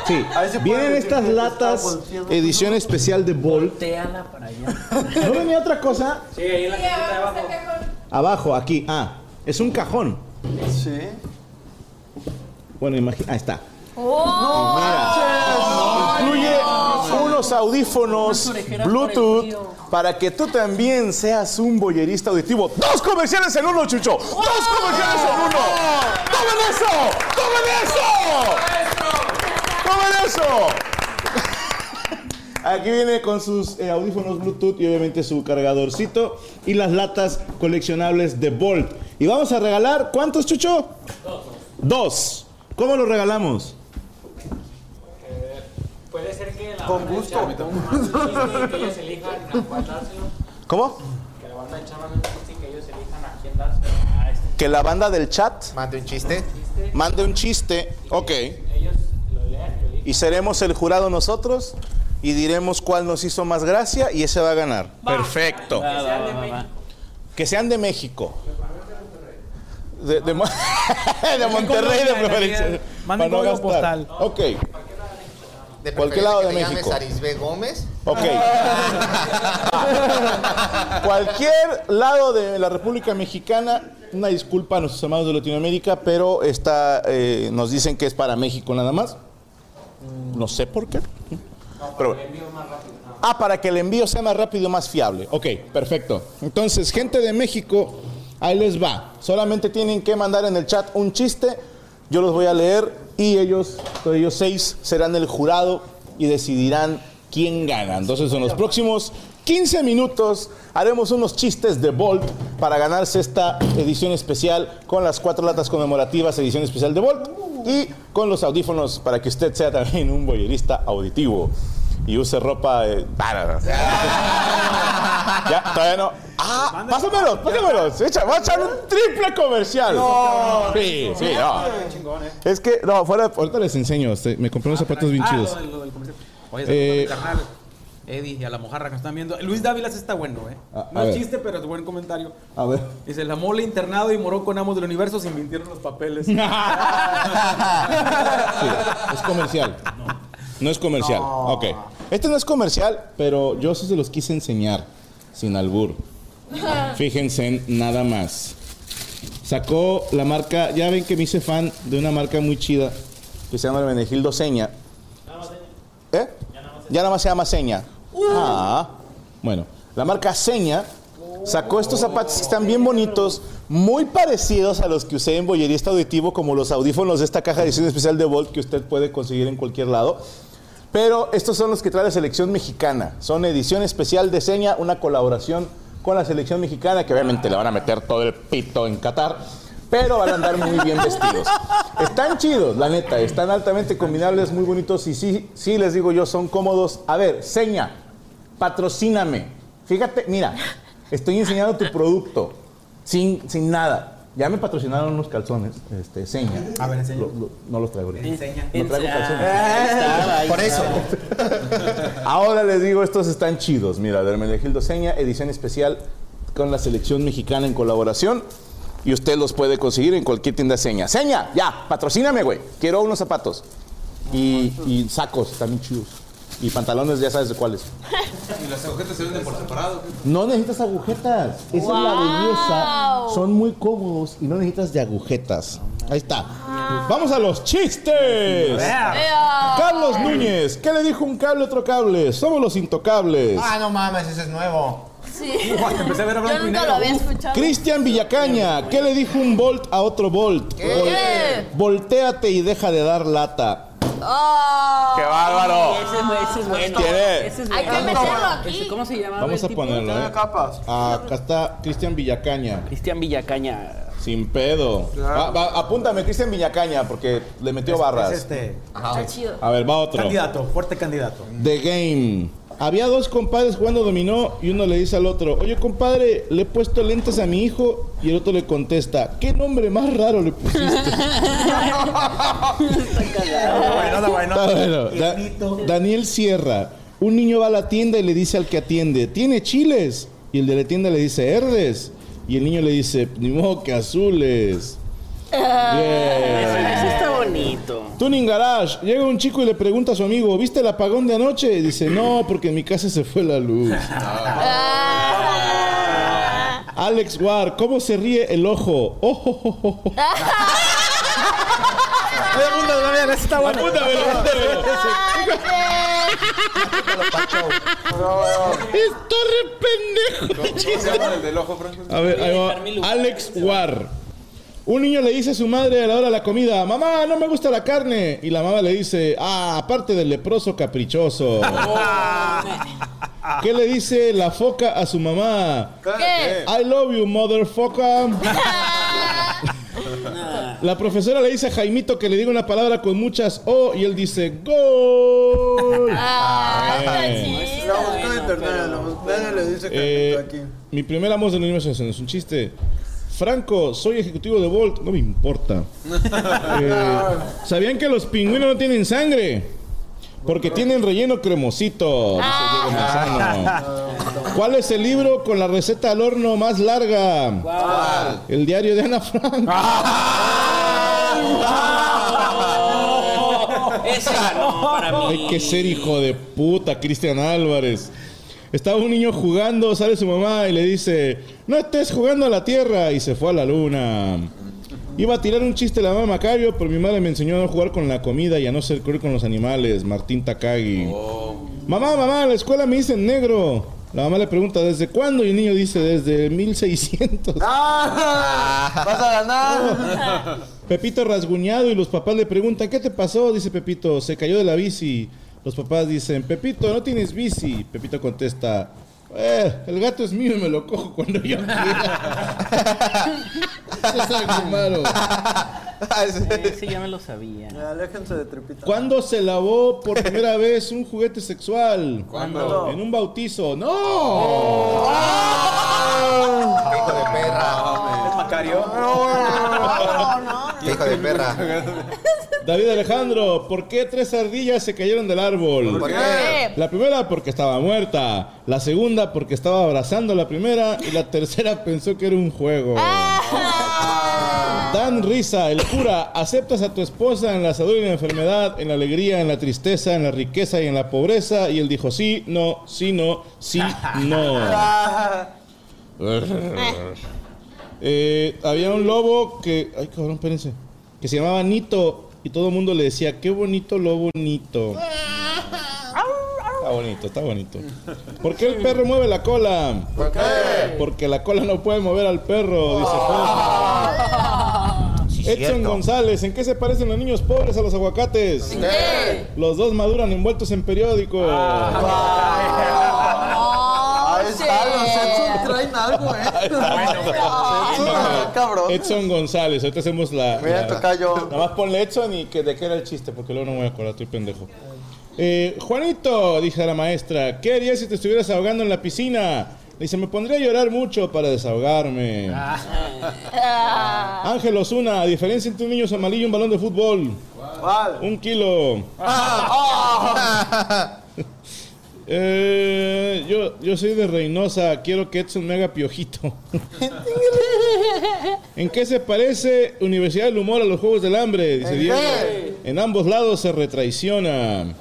[SPEAKER 1] Sí, vienen estas latas edición especial de Bolt.
[SPEAKER 8] Volteala para allá.
[SPEAKER 1] ¿No venía otra cosa?
[SPEAKER 8] Sí, ahí en la cajita de abajo.
[SPEAKER 1] Abajo, aquí. Ah, es un cajón.
[SPEAKER 23] Sí.
[SPEAKER 1] Bueno, imagina. Ahí está.
[SPEAKER 13] Oh,
[SPEAKER 1] Incluye unos audífonos
[SPEAKER 4] orejeras
[SPEAKER 1] Bluetooth para que tú también seas un boyerista auditivo. ¡Dos comerciales en uno, Chucho! ¡Dos comerciales en uno! ¡Tomen eso! ¡Tomen eso! ¡Tomen eso! Aquí viene con sus eh, audífonos Bluetooth y obviamente su cargadorcito y las latas coleccionables de Bolt. Y vamos a regalar, ¿cuántos, Chucho? Dos. ¿Cómo lo regalamos?
[SPEAKER 8] Puede ser que la
[SPEAKER 23] Con gusto.
[SPEAKER 8] que ellos elijan a cuál dárselo.
[SPEAKER 1] ¿Cómo?
[SPEAKER 8] Que la banda echaba un chiste y que ellos elijan a quién dárselo. A este
[SPEAKER 1] Que la banda del chat
[SPEAKER 6] mande un chiste.
[SPEAKER 1] Mande un chiste. Ok.
[SPEAKER 8] ellos lo lean, yo elijo.
[SPEAKER 1] Y seremos el jurado nosotros y diremos cuál nos hizo más gracia y ese va a ganar. Perfecto.
[SPEAKER 8] Va, va, va, va, va.
[SPEAKER 1] Que sean de México. De, de Mo- de Monterrey de preferencia. Para
[SPEAKER 6] Manden
[SPEAKER 1] no
[SPEAKER 6] código
[SPEAKER 1] gastar. Ok.
[SPEAKER 6] De
[SPEAKER 1] Cualquier lado de
[SPEAKER 6] preferencia que
[SPEAKER 1] México.
[SPEAKER 6] te llames Arisbe Gómez.
[SPEAKER 1] Ok. Cualquier lado de la República Mexicana, una disculpa a nuestros amados de Latinoamérica, pero está, eh, nos dicen que es para México nada más. No sé por qué. Pero bueno. Ah, para que el envío sea más rápido y más fiable. Ok, perfecto. Entonces, gente de México, ahí les va. Solamente tienen que mandar en el chat un chiste. Yo los voy a leer y ellos, todos ellos seis, serán el jurado y decidirán quién gana. Entonces, en los próximos 15 minutos haremos unos chistes de Bolt para ganarse esta edición especial con las cuatro latas conmemorativas, edición especial de Bolt y con los audífonos para que usted sea también un boyerista auditivo y use ropa. eh, para- ya, todavía no. Ah, pásamelos, pásamelos. Echa- Voy a echar un triple comercial.
[SPEAKER 24] No,
[SPEAKER 1] sí, sí, eh. no. Es que, no, fuera, ahorita les enseño. este, Me compré unos zapatos bien
[SPEAKER 2] Ah, lo
[SPEAKER 1] chidos.
[SPEAKER 2] del- lo del comercial. Oye,
[SPEAKER 1] Eh,
[SPEAKER 2] saludos a mi carnal, Eddie y a la mojarra que están viendo. Luis Dávila sí está bueno, ¿eh?
[SPEAKER 1] Ah, A- a
[SPEAKER 2] no
[SPEAKER 1] ver.
[SPEAKER 2] es chiste, pero es buen comentario.
[SPEAKER 1] A ver.
[SPEAKER 2] Dice, la mole internado y moró con amos del universo se mintieron los papeles.
[SPEAKER 1] Sí, es comercial. No es comercial. Ok. Este no es comercial, pero yo sí se los quise enseñar. Sin albur. Fíjense en nada más. Sacó la marca, ya ven que me hice fan de una marca muy chida que se llama Benegildo Seña. ¿Eh? Ya nada más se llama Seña. Ah. Bueno, la marca Seña sacó estos zapatos que están bien bonitos, muy parecidos a los que usé en Boyerista Auditivo, como los audífonos de esta caja de edición especial de Volt que usted puede conseguir en cualquier lado. Pero estos son los que trae la selección mexicana. Son edición especial de Seña, una colaboración con la selección mexicana, que obviamente le van a meter todo el pito en Qatar, pero van a andar muy bien vestidos. Están chidos, la neta, están altamente combinables, muy bonitos y sí, sí les digo yo, son cómodos. A ver, Seña, patrocíname. Fíjate, mira, estoy enseñando tu producto sin, sin nada. Ya me patrocinaron unos calzones, este, Seña. A ver, enseña. no los traigo ahorita.
[SPEAKER 2] Enseña.
[SPEAKER 1] No traigo calzones.
[SPEAKER 2] Ahí estaba, ahí
[SPEAKER 6] Por eso.
[SPEAKER 1] Ahora les digo, estos están chidos. Mira, de Hermenegildo Seña, edición especial con la selección mexicana en colaboración. Y usted los puede conseguir en cualquier tienda Seña. Seña, ya, patrocíname, güey. Quiero unos zapatos. Y, y sacos, también chidos. Y pantalones, ya sabes de cuáles.
[SPEAKER 11] ¿Y las agujetas se venden por separado?
[SPEAKER 1] No necesitas agujetas. Esa es la belleza. Son muy cómodos y no necesitas de agujetas. Ahí está. Vamos a los chistes. Carlos Núñez, ¿qué le dijo un cable a otro cable? Somos los intocables.
[SPEAKER 6] Ah, no mames, ese es nuevo.
[SPEAKER 13] Sí.
[SPEAKER 6] Guau, empecé a ver a blanco
[SPEAKER 13] Yo
[SPEAKER 6] y
[SPEAKER 13] nunca
[SPEAKER 6] negro.
[SPEAKER 13] lo había
[SPEAKER 6] Uf.
[SPEAKER 13] escuchado.
[SPEAKER 1] Cristian Villacaña, ¿qué le dijo un volt a otro volt?
[SPEAKER 13] ¿Qué?
[SPEAKER 1] Voltéate y deja de dar lata.
[SPEAKER 13] ¡Oh!
[SPEAKER 1] ¡Qué bárbaro!
[SPEAKER 8] Ese es, bu- ese es bueno.
[SPEAKER 1] ¿Quién es?
[SPEAKER 8] Ese es
[SPEAKER 13] Hay
[SPEAKER 8] bueno.
[SPEAKER 13] que meterlo aquí.
[SPEAKER 8] Ese- ¿Cómo se llamaba?
[SPEAKER 1] Vamos a ponerlo. ¿eh? Ah, Acá está Cristian Villacaña.
[SPEAKER 8] Cristian Villacaña.
[SPEAKER 1] Sin pedo. Va- va, apúntame, Cristian Villacaña, porque le metió
[SPEAKER 2] Es-
[SPEAKER 1] barras.
[SPEAKER 2] es este.
[SPEAKER 8] Ajá. Está chido.
[SPEAKER 1] A ver, va otro.
[SPEAKER 2] Candidato, fuerte candidato.
[SPEAKER 1] The Game. Había dos compadres jugando dominó y uno le dice al otro, oye compadre, le he puesto lentes a mi hijo y el otro le contesta, ¿qué nombre más raro le pusiste? Está bueno. Da- Daniel Sierra, un niño va a la tienda y le dice al que atiende, ¿tiene chiles? Y el de la tienda le dice, ¿verdes? Y el niño le dice, ni modo que azules. Bien.
[SPEAKER 8] Ese está bonito.
[SPEAKER 1] Tuning Garage, llega un chico y le pregunta a su amigo, ¿viste el apagón de anoche? Y dice, no, porque en mi casa se fue la luz. Alex War, ¿cómo se ríe el ojo? Ojo, ojo, ojo.
[SPEAKER 24] está bueno.
[SPEAKER 1] Está re pendejo.
[SPEAKER 11] ¿Cómo se llama el del ojo, Franco?
[SPEAKER 1] A ver, ahí va. Alex War. Un niño le dice a su madre a la hora de la comida, mamá, no me gusta la carne. Y la mamá le dice, ah, aparte del leproso caprichoso. ¿Qué le dice la foca a su mamá?
[SPEAKER 24] ¿Qué?
[SPEAKER 1] I love you, motherfucker. La profesora le dice a Jaimito que le diga una palabra con muchas O y él dice gol.
[SPEAKER 4] Ah,
[SPEAKER 1] Eh,
[SPEAKER 4] La buscó en internet, la buscó. Nadie le dice que
[SPEAKER 1] eh, mi primer amor del universo es un chiste. Franco, soy ejecutivo de Volt, no me importa. Eh, ¿Sabían que los pingüinos no tienen sangre? Porque tienen relleno cremosito. dice Diego Manzano. ¿Cuál es el libro con la receta al horno más larga? El diario de Ana Frank.
[SPEAKER 8] Ese ganó para mí.
[SPEAKER 1] Hay que ser hijo de puta, Cristian Álvarez. Estaba un niño jugando, sale su mamá y le dice, no estés jugando a la tierra. Y se fue a la luna. Iba a tirar un chiste la mamá Macario, pero mi madre me enseñó a no jugar con la comida y a no ser cruel con los animales. Martín Takagi. Mamá, mamá, en la escuela me dicen negro. La mamá le pregunta, ¿desde cuándo? Y el niño dice, desde 1600.
[SPEAKER 4] Ah, Vas a ganar.
[SPEAKER 1] Pepito rasguñado y los papás le preguntan, ¿qué te pasó? Dice Pepito, se cayó de la bici. Los papás dicen, Pepito, no tienes bici. Pepito contesta, "Eh, el gato es mío y me lo cojo cuando yo quiera. Eso es algo malo. Ah,
[SPEAKER 8] Eh, Sí, ya me lo sabía.
[SPEAKER 4] Aléjense de tripita.
[SPEAKER 1] ¿Cuándo se lavó por primera vez un juguete sexual?
[SPEAKER 4] ¿Cuándo?
[SPEAKER 1] En un bautizo. ¡No! Ah.
[SPEAKER 6] hijo de perra!
[SPEAKER 4] ¿Es Macario?
[SPEAKER 1] Ah,
[SPEAKER 6] ¡Qué hijo de perra!
[SPEAKER 1] David Alejandro, ¿por qué tres ardillas se cayeron del árbol?
[SPEAKER 6] ¿Por qué?
[SPEAKER 1] La primera porque estaba muerta, la segunda porque estaba abrazando a la primera y la tercera pensó que era un juego.
[SPEAKER 6] Ah.
[SPEAKER 1] Dan Risa, el cura, ¿aceptas a tu esposa en la salud y en la enfermedad, en la alegría, en la tristeza, en la riqueza y en la pobreza? Y él dijo sí, no, sí, no, sí,
[SPEAKER 6] Ah.
[SPEAKER 1] no.
[SPEAKER 4] Ah.
[SPEAKER 1] Eh, había un lobo que. Ay, cabrón, espérense. Que se llamaba Nito. Y todo el mundo le decía, qué bonito lobo Nito. Está bonito, está bonito. ¿Por qué el perro mueve la cola? ¿Por qué? Porque la cola no puede mover al perro, dice Juan. Edson
[SPEAKER 6] cierto.
[SPEAKER 1] González, ¿en qué se parecen los niños pobres a los aguacates?
[SPEAKER 6] ¿En qué?
[SPEAKER 1] Los dos maduran envueltos en periódico.
[SPEAKER 4] Ahí está, los Edson traen algo, ¿eh? Edson, Ah, cabrón.
[SPEAKER 1] Ah, Edson González, ahorita hacemos la.
[SPEAKER 4] Voy a
[SPEAKER 1] la-
[SPEAKER 4] tocar yo.
[SPEAKER 1] Nada más ponle Edson y que de qué era el chiste, porque luego no me voy a acordar, estoy pendejo. Eh, Juanito, dice la maestra, ¿qué harías si te estuvieras ahogando en la piscina? Dice, me pondría a llorar mucho para desahogarme. Ángel Osuna, diferencia entre un niño somalí y un balón de fútbol. Un kilo. Eh, yo, yo soy de Reynosa, quiero que Edson me haga piojito. ¿En qué se parece Universidad del Humor a los Juegos del Hambre? Dice
[SPEAKER 4] ¿En
[SPEAKER 1] Diego.
[SPEAKER 4] qué?
[SPEAKER 1] En ambos lados se retraiciona.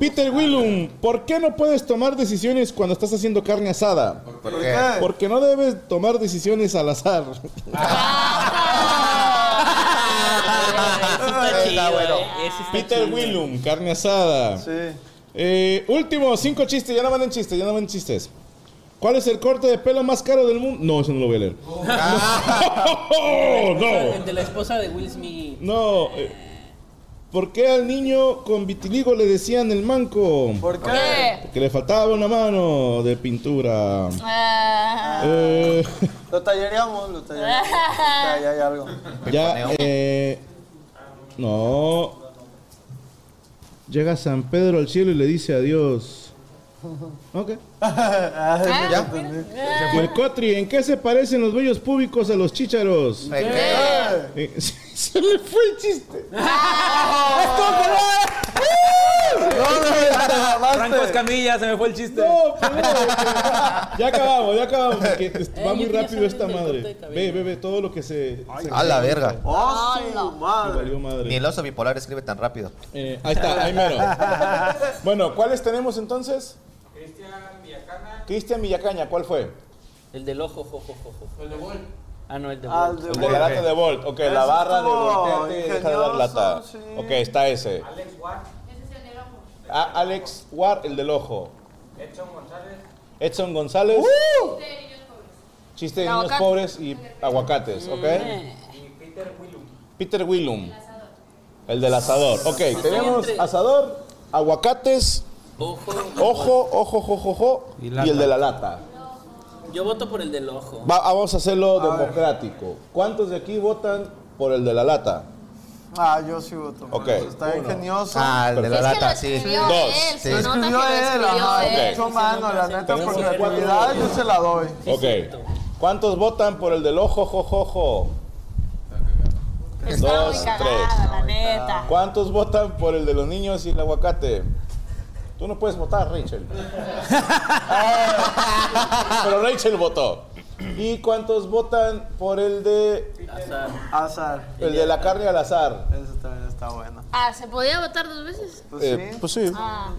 [SPEAKER 1] Peter Willum, ¿por qué no puedes tomar decisiones cuando estás haciendo carne asada?
[SPEAKER 6] ¿Por qué?
[SPEAKER 1] Porque no debes tomar decisiones al azar.
[SPEAKER 8] Está bueno.
[SPEAKER 13] eh.
[SPEAKER 1] Peter Willum, carne asada.
[SPEAKER 4] Sí.
[SPEAKER 1] Eh, último, cinco chistes. Ya no manden chistes, ya no manden chistes. ¿Cuál es el corte de pelo más caro del mundo? No, eso no lo voy a leer. no.
[SPEAKER 8] El de la esposa de Will Smith.
[SPEAKER 1] No. eh, ¿Por qué al niño con vitiligo le decían el manco?
[SPEAKER 4] ¿Por
[SPEAKER 13] qué?
[SPEAKER 1] Porque le faltaba una mano de pintura.
[SPEAKER 13] Ah.
[SPEAKER 1] Eh,
[SPEAKER 4] Lo talleríamos, lo talleríamos. Ya, ya hay algo.
[SPEAKER 1] ya, eh, no. Llega San Pedro al cielo y le dice adiós. Ok.
[SPEAKER 4] ¿Ya?
[SPEAKER 1] Y el Cotri, ¿en qué se parecen los bellos públicos a los chícharos?
[SPEAKER 6] ¿En
[SPEAKER 1] Eh, se le fue el chiste.
[SPEAKER 2] Franco Escamilla, se me fue el chiste.
[SPEAKER 1] Ya acabamos, ya acabamos. porque
[SPEAKER 2] Eh,
[SPEAKER 1] va
[SPEAKER 2] yo
[SPEAKER 1] muy
[SPEAKER 2] quería
[SPEAKER 1] rápido esta
[SPEAKER 2] saber del corte
[SPEAKER 1] madre.
[SPEAKER 2] de cabello.
[SPEAKER 1] Ve, ve, ve, todo lo que se. se-
[SPEAKER 6] A la verga.
[SPEAKER 4] ¡Oh, su madre!
[SPEAKER 1] Valió madre.
[SPEAKER 6] Ni el oso bipolar escribe tan rápido.
[SPEAKER 1] Eh, ahí está, ahí mero. Bueno, ¿cuáles tenemos entonces? Cristian Villacaña, ¿cuál fue?
[SPEAKER 8] El del ojo, jo, jo, jo, jo.
[SPEAKER 9] El de Bol.
[SPEAKER 8] Ah, no, el de
[SPEAKER 4] Ah, el
[SPEAKER 8] Bolt.
[SPEAKER 4] de
[SPEAKER 1] El de
[SPEAKER 4] Bolt.
[SPEAKER 1] Galata de Volt. Ok,
[SPEAKER 4] Ese
[SPEAKER 1] la barra de
[SPEAKER 4] estuvo
[SPEAKER 1] voltearte y deja de dar lata.
[SPEAKER 4] ingenioso, sí.
[SPEAKER 1] Ok, está ese.
[SPEAKER 9] Alex Watt,
[SPEAKER 1] A- Alex Ward, el del ojo.
[SPEAKER 9] Edson González.
[SPEAKER 1] Edson González.
[SPEAKER 4] ¡Uh!
[SPEAKER 8] Uh.
[SPEAKER 1] Chiste de
[SPEAKER 9] El
[SPEAKER 1] niños
[SPEAKER 9] aguacate.
[SPEAKER 1] pobres y aguacates, ¿ok?
[SPEAKER 9] Y Peter Willum.
[SPEAKER 1] Peter Willum. El del asador. Ok,
[SPEAKER 8] Estoy
[SPEAKER 1] tenemos
[SPEAKER 8] entre-
[SPEAKER 1] asador, aguacates,
[SPEAKER 8] Ojo.
[SPEAKER 1] ojo, ojo, ojo, ojo, ojo y,
[SPEAKER 8] lata.
[SPEAKER 1] el de la lata.
[SPEAKER 8] Yo voto por el del ojo.
[SPEAKER 1] Va- ah, vamos a hacerlo democrático. ¿Cuántos de aquí votan por el de la lata?
[SPEAKER 4] Ah, yo sí voto. por
[SPEAKER 1] Ok.
[SPEAKER 4] eso. Está ingenioso.
[SPEAKER 6] Ah, el de la
[SPEAKER 1] Pues Es que lo
[SPEAKER 6] lata, sí.
[SPEAKER 1] escribió Dos. él, se
[SPEAKER 6] Sí.
[SPEAKER 4] Lo escribió él, ah, ajá.
[SPEAKER 1] él.
[SPEAKER 4] Mucho mano, la neta,
[SPEAKER 1] Tenemos
[SPEAKER 4] por
[SPEAKER 1] cuatro
[SPEAKER 4] creatividad yo
[SPEAKER 1] votos.
[SPEAKER 4] se la doy.
[SPEAKER 1] ok. ¿Cuántos votan por el del ojo, ojo, ojo?
[SPEAKER 13] Está muy
[SPEAKER 1] Dos, tres.
[SPEAKER 13] cagada, la neta.
[SPEAKER 1] ¿Cuántos votan por el de los niños y el aguacate? Tú no puedes votar, Rachel. Pero Rachel votó. ¿Y cuántos votan por el de
[SPEAKER 4] Azar.
[SPEAKER 1] el de la carne al azar?
[SPEAKER 4] Eso también está bueno.
[SPEAKER 13] Ah, ¿se podía votar dos veces?
[SPEAKER 4] Pues
[SPEAKER 1] Eh,
[SPEAKER 4] sí.
[SPEAKER 1] pues sí.
[SPEAKER 13] Ah.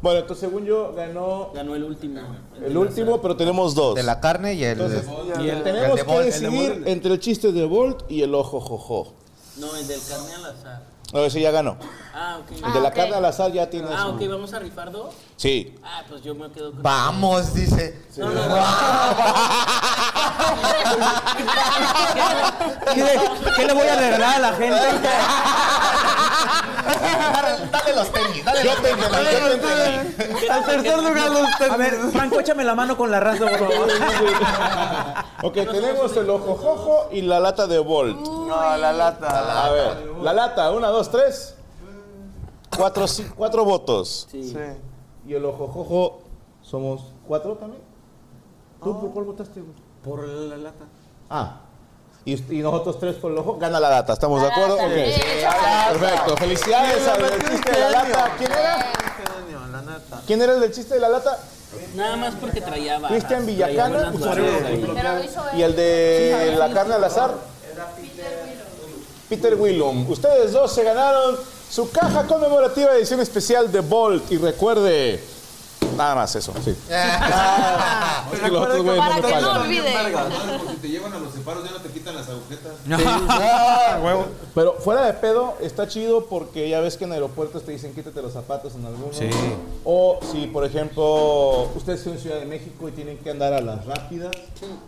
[SPEAKER 1] Bueno, entonces según yo ganó
[SPEAKER 8] Ganó el último.
[SPEAKER 1] el último, pero tenemos dos.
[SPEAKER 6] De la carne y el.
[SPEAKER 1] Entonces,
[SPEAKER 6] y el- el
[SPEAKER 1] tenemos
[SPEAKER 6] de
[SPEAKER 1] que
[SPEAKER 6] Bolt.
[SPEAKER 1] decidir entre el chiste de Bolt y el ojo jojo.
[SPEAKER 8] No, el del carne al azar.
[SPEAKER 1] No, ese ya ganó.
[SPEAKER 8] Ah, ok.
[SPEAKER 1] El de la carne al azar ya tiene
[SPEAKER 8] Ah,
[SPEAKER 1] su-
[SPEAKER 8] ok, vamos a rifar dos.
[SPEAKER 1] Sí.
[SPEAKER 8] Ah, pues yo me quedo con.
[SPEAKER 6] Vamos, dice.
[SPEAKER 8] No, no, no.
[SPEAKER 2] ¿Qué le, qué le voy a regalar a la gente?
[SPEAKER 6] Dale los tenis, dale
[SPEAKER 14] Yo
[SPEAKER 6] los
[SPEAKER 14] te
[SPEAKER 6] tenis.
[SPEAKER 14] entregué, yo te entregué. Al tercer lugar los
[SPEAKER 2] A ver, Franco, échame la mano con la raza, por favor.
[SPEAKER 1] Ok, tenemos el ojo jojo y la lata de Bolt.
[SPEAKER 4] No, la lata.
[SPEAKER 1] A ver, la lata, una, dos, tres. Cuatro, ci- cuatro votos.
[SPEAKER 4] Sí.
[SPEAKER 1] Y el ojo jojo, somos cuatro también.
[SPEAKER 14] ¿Tú por cuál votaste, güey?
[SPEAKER 2] Por la lata.
[SPEAKER 1] Ah. Y, y nosotros tres por el ojo, gana la lata, ¿estamos de acuerdo?
[SPEAKER 14] lata,
[SPEAKER 1] Ok.
[SPEAKER 14] sí,
[SPEAKER 1] Perfecto, felicidades
[SPEAKER 14] Sí,
[SPEAKER 1] al
[SPEAKER 14] la
[SPEAKER 1] del
[SPEAKER 14] verdad
[SPEAKER 1] chiste
[SPEAKER 14] es
[SPEAKER 1] de la
[SPEAKER 14] que genio.
[SPEAKER 1] lata. Ah, ¿Quién era? ¿Quién era el del chiste de la lata?
[SPEAKER 8] Nada más porque traía barras,
[SPEAKER 1] Cristian
[SPEAKER 8] traía
[SPEAKER 1] Villacana Pues,
[SPEAKER 8] buenas barras ahí.
[SPEAKER 1] y el de la carne al azar. Peter Willum. Ustedes dos se ganaron su caja conmemorativa de edición especial de Bolt. Y recuerde, nada más eso, sí. Es que los otros güeyes no me pagan.
[SPEAKER 11] Claro, porque te llevan a los separos, ya no te quitan las agujetas.
[SPEAKER 1] Ah, Pero fuera de pedo, está chido porque ya ves que en aeropuertos te dicen quítate los zapatos en algunos.
[SPEAKER 11] Sí.
[SPEAKER 1] O si, por ejemplo, ustedes son en Ciudad de México y tienen que andar a las rápidas,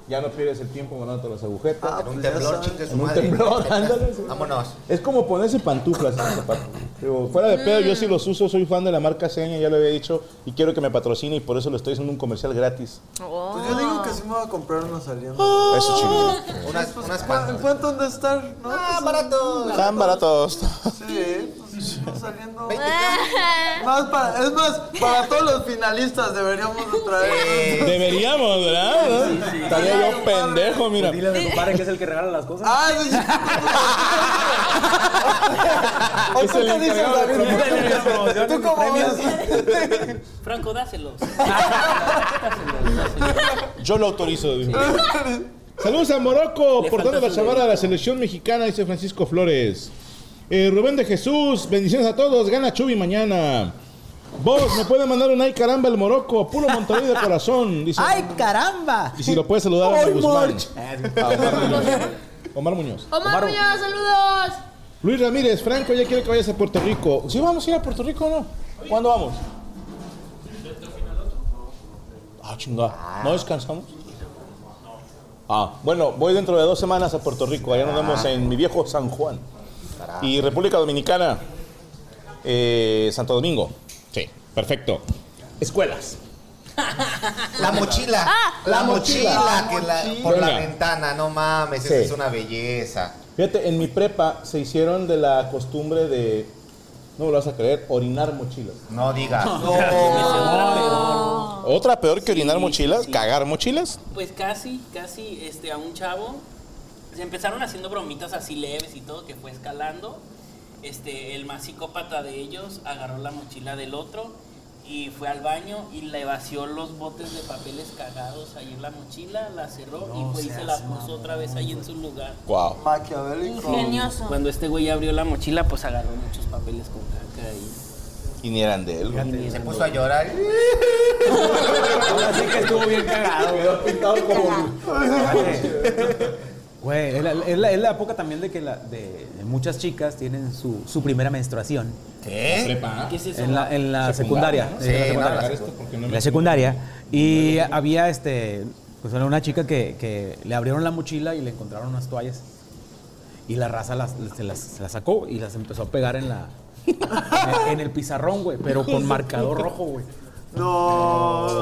[SPEAKER 1] ya no pierdes el tiempo ganándote las agujetas.
[SPEAKER 6] En un temblor, chingue su
[SPEAKER 1] En un
[SPEAKER 6] madre.
[SPEAKER 1] temblor, ándale.
[SPEAKER 6] Vámonos.
[SPEAKER 1] Es como ponerse pantuflas en los zapatos. Digo, fuera de pedo, yo sí los uso, soy fan de la marca Seña, ya lo había dicho, y quiero que me patrocine y por eso le estoy haciendo un comercial gratis.
[SPEAKER 4] Pues yo digo que sí me voy a comprar unos saliendo.
[SPEAKER 1] Eso chido.
[SPEAKER 4] Unas, unas ¿En cuánto han de estar? No, ah,
[SPEAKER 6] baratos.
[SPEAKER 1] Están baratos.
[SPEAKER 4] Sí, pues no saliendo.
[SPEAKER 1] Ah.
[SPEAKER 4] Más para, es más, para todos los finalistas deberíamos de traer.
[SPEAKER 1] Deberíamos, ¿verdad? Estaría yo pendejo, mira.
[SPEAKER 2] Pues Dile a mi compadre que es el que regala las cosas.
[SPEAKER 4] Ah,
[SPEAKER 1] Es el encargado de
[SPEAKER 4] ¿Tú cómo
[SPEAKER 8] Franco, dáselo.
[SPEAKER 1] Yo lo autorizo. dice. Saludos a Morocco,
[SPEAKER 8] Le
[SPEAKER 1] portando
[SPEAKER 8] falta
[SPEAKER 1] la
[SPEAKER 8] su
[SPEAKER 1] chamarra de
[SPEAKER 8] dedito.
[SPEAKER 1] la selección mexicana, dice Francisco Flores. Eh, Rubén de Jesús, bendiciones a todos, gana Chubi mañana. Vos, me puede mandar un ay caramba el Morocco, puro Monterrey de corazón, dice.
[SPEAKER 22] ¡Ay, caramba!
[SPEAKER 1] Y si lo puedes saludar a
[SPEAKER 22] ¡Ay,
[SPEAKER 1] Omar Guzmán.
[SPEAKER 22] March!
[SPEAKER 1] A Omar Muñoz. Omar Muñoz.
[SPEAKER 13] Omar Muñoz, saludos.
[SPEAKER 1] Luis Ramírez, Franco, ya quiero que vayas a Puerto Rico. ¿Sí vamos a ir a Puerto Rico o no? ¿Cuándo vamos? Ah, chingada. ¿No descansamos? Ah, bueno, voy dentro de dos semanas a Puerto Rico. Allá nos
[SPEAKER 6] Ah.
[SPEAKER 1] vemos en mi viejo San Juan. Y República Dominicana, eh, Santo Domingo. Sí, perfecto. Escuelas.
[SPEAKER 6] La mochila.
[SPEAKER 1] la
[SPEAKER 6] la
[SPEAKER 1] mochila.
[SPEAKER 6] mochila.
[SPEAKER 1] La
[SPEAKER 6] que la-
[SPEAKER 1] mochila.
[SPEAKER 6] por la
[SPEAKER 1] Venga.
[SPEAKER 6] ventana, no mames,
[SPEAKER 1] Sí.
[SPEAKER 6] esa es una belleza.
[SPEAKER 1] Fíjate, en mi prepa se hicieron de la costumbre de, no me lo vas a creer, orinar mochilas.
[SPEAKER 6] No digas.
[SPEAKER 1] ¿Otra peor que orinar mochilas? ¿Cagar mochilas?
[SPEAKER 8] Pues casi, casi este, a un chavo. Se empezaron haciendo bromitas así leves y todo, que fue escalando. Este, el más psicópata de ellos agarró la mochila del otro y fue al baño y le vació los botes de papeles cagados ahí en la mochila, la cerró y fue y se la puso otra vez ahí en su lugar.
[SPEAKER 1] Wow.
[SPEAKER 4] Maquiavélico.
[SPEAKER 8] Cuando este güey abrió la mochila, pues agarró muchos papeles con caca y...
[SPEAKER 1] Y ni eran de él.
[SPEAKER 6] Se puso a llorar.
[SPEAKER 2] Así que estuvo bien cagado,
[SPEAKER 1] güey. Pintado
[SPEAKER 2] como. Güey, es la, es la- es la época también de que la- de, de muchas chicas tienen su, su primera menstruación.
[SPEAKER 6] ¿Qué?
[SPEAKER 1] Prepa.
[SPEAKER 8] ¿Qué es eso?
[SPEAKER 2] En la, en la secundaria.
[SPEAKER 1] Sí,
[SPEAKER 2] en
[SPEAKER 1] no,
[SPEAKER 2] la
[SPEAKER 1] la
[SPEAKER 2] secundaria.
[SPEAKER 1] esto porque no
[SPEAKER 2] En
[SPEAKER 1] me-
[SPEAKER 2] la secundaria. Y había este. Pues era una chica que, que le abrieron la mochila y le encontraron unas toallas. Y la raza las, se, las, se las sacó y las empezó a pegar en la. En el pizarrón, güey, pero con marcador rojo, güey.
[SPEAKER 1] Ah,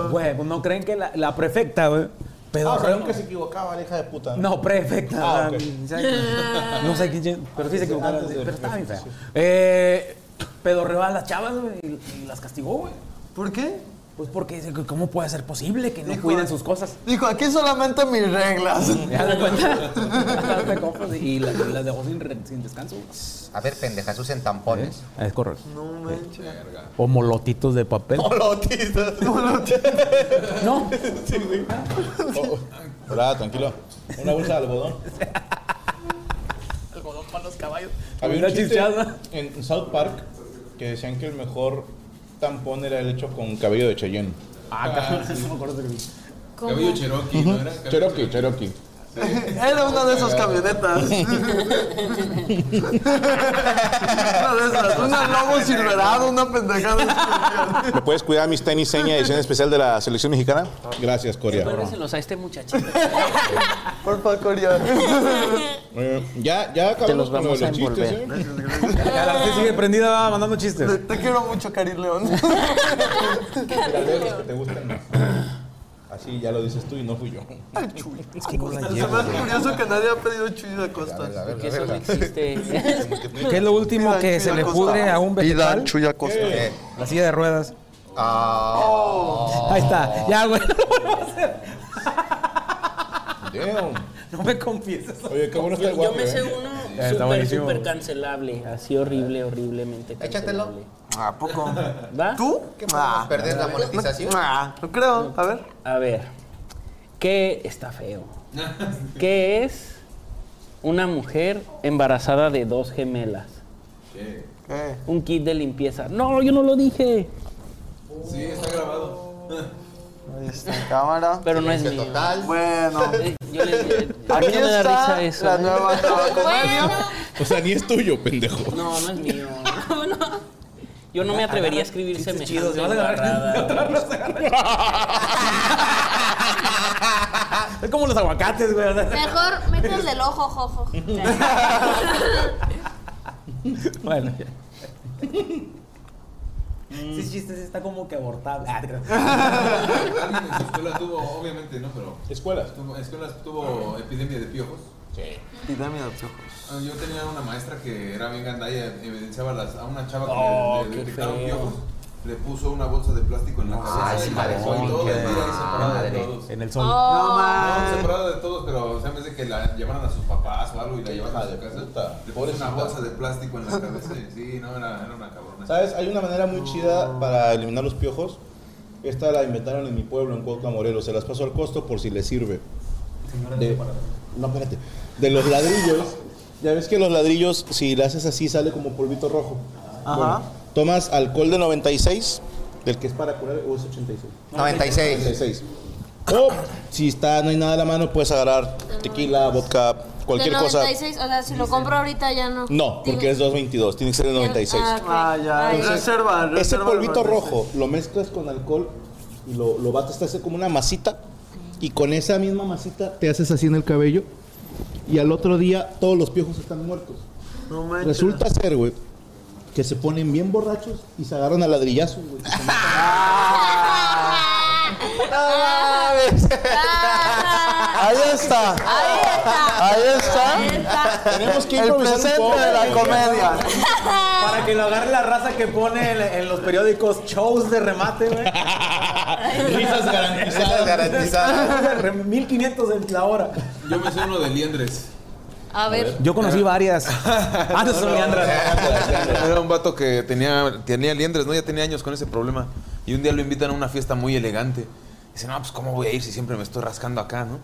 [SPEAKER 2] No. Güey, pues no creen que la, la prefecta, güey.
[SPEAKER 1] Ah, o sea,
[SPEAKER 2] Pedorrón.
[SPEAKER 1] nunca se equivocaba la hija de puta.
[SPEAKER 2] No, prefecta.
[SPEAKER 1] Ah, ok.
[SPEAKER 2] No sé quién, pero sí se equivocaron.
[SPEAKER 1] Antes de-
[SPEAKER 2] Pero estaba bien fea. Eh, pedorreó a las chavas, güey, y, y las castigó, güey.
[SPEAKER 4] ¿Por qué?
[SPEAKER 2] Pues porque dice, ¿cómo puede ser posible que no
[SPEAKER 4] Dijo-
[SPEAKER 2] cuiden sus cosas?
[SPEAKER 4] Dijo, aquí solamente mis reglas.
[SPEAKER 2] ¿Ya das cuenta? Te compras y, la- y las dejó sin, re- sin descanso.
[SPEAKER 6] A ver, pendejas, usen tampones.
[SPEAKER 2] Ah, Es correcto.
[SPEAKER 4] No manches.
[SPEAKER 2] O molotitos de papel.
[SPEAKER 6] Molotitos.
[SPEAKER 2] No.
[SPEAKER 1] Oh, Hola, tranquilo. Una bolsa de algodón.
[SPEAKER 2] Algodón para los caballos.
[SPEAKER 1] Había
[SPEAKER 2] Una
[SPEAKER 1] un chiste
[SPEAKER 2] chichada.
[SPEAKER 1] en South Park que decían que el mejor tampón era el hecho con cabello de Ah, Cheyenne.
[SPEAKER 2] Ah, cabrón, no me acuerdo de
[SPEAKER 11] Cabello Cherokee, ¿no era?
[SPEAKER 1] Cherokee, Cherokee.
[SPEAKER 4] Era una de esas camionetas. una de esas. Una lobo silverado, una pendejada.
[SPEAKER 1] ¿Me puedes cuidar mis tenis seña edición especial de la selección mexicana? Gracias, Corea.
[SPEAKER 8] Cuélguenselos a este muchacho.
[SPEAKER 4] Por favor, Corea.
[SPEAKER 1] Eh, ya, ya acabamos
[SPEAKER 4] los
[SPEAKER 1] con lo
[SPEAKER 4] vamos
[SPEAKER 1] de
[SPEAKER 4] a
[SPEAKER 1] los chistes,
[SPEAKER 4] envolver.
[SPEAKER 1] ¿eh?
[SPEAKER 5] Ya la sigue prendida mandando chistes.
[SPEAKER 4] Te, te quiero mucho, Cari León.
[SPEAKER 1] que te gustan más. Así ya lo dices tú y no fui yo.
[SPEAKER 4] Es que más curioso que nadie ha pedido chuy de costas.
[SPEAKER 8] Porque eso no existe.
[SPEAKER 5] ¿Qué es lo último
[SPEAKER 4] Vida
[SPEAKER 5] que
[SPEAKER 4] Chuy
[SPEAKER 5] se
[SPEAKER 4] da
[SPEAKER 5] le
[SPEAKER 4] Costa.
[SPEAKER 5] pudre a un vegetal?
[SPEAKER 4] Vida Chuy da Costa.
[SPEAKER 8] Eh.
[SPEAKER 5] ¿Qué? La silla de ruedas. Oh.
[SPEAKER 6] Ah.
[SPEAKER 5] Ahí está. Ya, güey.
[SPEAKER 2] No me confieses.
[SPEAKER 1] Oye, qué bueno eh.
[SPEAKER 8] Yo, yo me sé uno
[SPEAKER 2] Está
[SPEAKER 8] súper,
[SPEAKER 2] buenísimo.
[SPEAKER 8] súper cancelable. Así horrible, horriblemente cancelable.
[SPEAKER 4] ¿A poco?
[SPEAKER 8] ¿Va?
[SPEAKER 4] ¿Tú? ¿Qué más?
[SPEAKER 6] ¿Perder la monetización?
[SPEAKER 4] No, creo. A ver.
[SPEAKER 8] A ver. ¿Qué está feo? ¿Qué es una mujer embarazada de dos gemelas? Un kit de limpieza. No, yo no lo dije.
[SPEAKER 11] Sí, está grabado.
[SPEAKER 4] Ahí está cámara.
[SPEAKER 8] Pero no es mío.
[SPEAKER 4] Bueno.
[SPEAKER 8] Yo les- a mí
[SPEAKER 4] Aquí
[SPEAKER 8] no me da
[SPEAKER 4] está
[SPEAKER 8] risa eso. ¿eh?
[SPEAKER 4] la nueva trabacomedia.
[SPEAKER 1] O sea, ni es tuyo, pendejo.
[SPEAKER 8] No, no es mío. Yo no me atrevería a escribir
[SPEAKER 5] chidos,
[SPEAKER 8] semejante
[SPEAKER 5] se van a agarrar-
[SPEAKER 8] embarrada.
[SPEAKER 5] Es como los aguacates, güey.
[SPEAKER 20] Mejor, mejor el del ojo, jojo.
[SPEAKER 5] Bueno. ya.
[SPEAKER 8] Mm.
[SPEAKER 2] Ese chiste está como que abortable. Ah, te creas.
[SPEAKER 11] Alguien en su escuela tuvo, obviamente, ¿no? Pero.
[SPEAKER 1] ¿Escuelas?
[SPEAKER 11] Tuvo, escuelas tuvo epidemia de piojos. Sí.
[SPEAKER 4] Epidemia de piojos.
[SPEAKER 11] Ah, Yo tenía una maestra que era bien gandalla, evidenciaba las- a una chava que
[SPEAKER 4] Oh,
[SPEAKER 11] le,
[SPEAKER 4] qué
[SPEAKER 11] le detectaron
[SPEAKER 4] feo.
[SPEAKER 11] piojos. Le puso una bolsa de plástico en la cabeza.
[SPEAKER 6] sí,
[SPEAKER 11] y
[SPEAKER 6] madre,
[SPEAKER 11] la dejó y
[SPEAKER 6] sí,
[SPEAKER 11] todo,
[SPEAKER 6] qué
[SPEAKER 11] el día ahí separada de
[SPEAKER 6] madre.
[SPEAKER 11] todos.
[SPEAKER 5] En el
[SPEAKER 6] sol.
[SPEAKER 11] No,
[SPEAKER 6] No,
[SPEAKER 11] mames.
[SPEAKER 6] mames.
[SPEAKER 11] separada de todos, pero o sea, en vez de que la llevaran a sus papás o algo y la llevaran a su casa, le puso una bolsa de plástico en la cabeza. y Sí, no, era, era una cabrona.
[SPEAKER 1] ¿Sabes? Hay una manera muy chida para eliminar los piojos. Esta la inventaron en mi pueblo, en Cuauhtémoc, Morelos. Se las paso al costo por si les sirve. De, no, espérate. De los ladrillos. Ya ves que los ladrillos, si le haces así, sale como polvito rojo.
[SPEAKER 6] Ajá.
[SPEAKER 1] tomas alcohol de 96, del que es para curar, o es 86.
[SPEAKER 6] 96.
[SPEAKER 1] 96. O si está, no hay nada a la mano, puedes agarrar tequila, vodka, cualquier
[SPEAKER 20] de
[SPEAKER 1] cosa.
[SPEAKER 20] 96, o sea, si lo compro ahorita ya no.
[SPEAKER 1] No, porque es 222, tiene que ser el 96.
[SPEAKER 20] Ah, ok. Ah, ya.
[SPEAKER 1] Entonces,
[SPEAKER 20] Reserva,
[SPEAKER 1] Ese
[SPEAKER 20] reserva
[SPEAKER 1] polvito
[SPEAKER 20] el 96.
[SPEAKER 1] rojo lo mezclas con alcohol y lo, lo bates, te hace como una masita. Y con esa misma masita te haces así en el cabello. Y al otro día todos los piojos están muertos.
[SPEAKER 4] No manches.
[SPEAKER 1] Resulta ser, güey, que se ponen bien borrachos y se agarran a ladrillazos, güey.
[SPEAKER 4] Ah. Ahí está. Ah. Ahí está. Ahí está.
[SPEAKER 1] Tenemos que
[SPEAKER 4] El
[SPEAKER 1] improvisar un
[SPEAKER 4] presente
[SPEAKER 1] poco,
[SPEAKER 4] de la
[SPEAKER 1] güey.
[SPEAKER 4] comedia.
[SPEAKER 5] Para que lo agarre la raza que pone en, en los periódicos shows de remate, güey.
[SPEAKER 1] Risas garantizadas.
[SPEAKER 6] Risas garantizadas.
[SPEAKER 5] 1500 en la hora.
[SPEAKER 11] Yo me sé uno de liendres.
[SPEAKER 20] A ver.
[SPEAKER 5] Yo conocí varias. Ah, no, son liandras.
[SPEAKER 11] Era un vato que tenía, tenía liendres, ¿no? Ya tenía años con ese problema. Y un día lo invitan a una fiesta muy elegante. Dice, no, pues ¿cómo voy a ir si siempre me estoy rascando acá, no?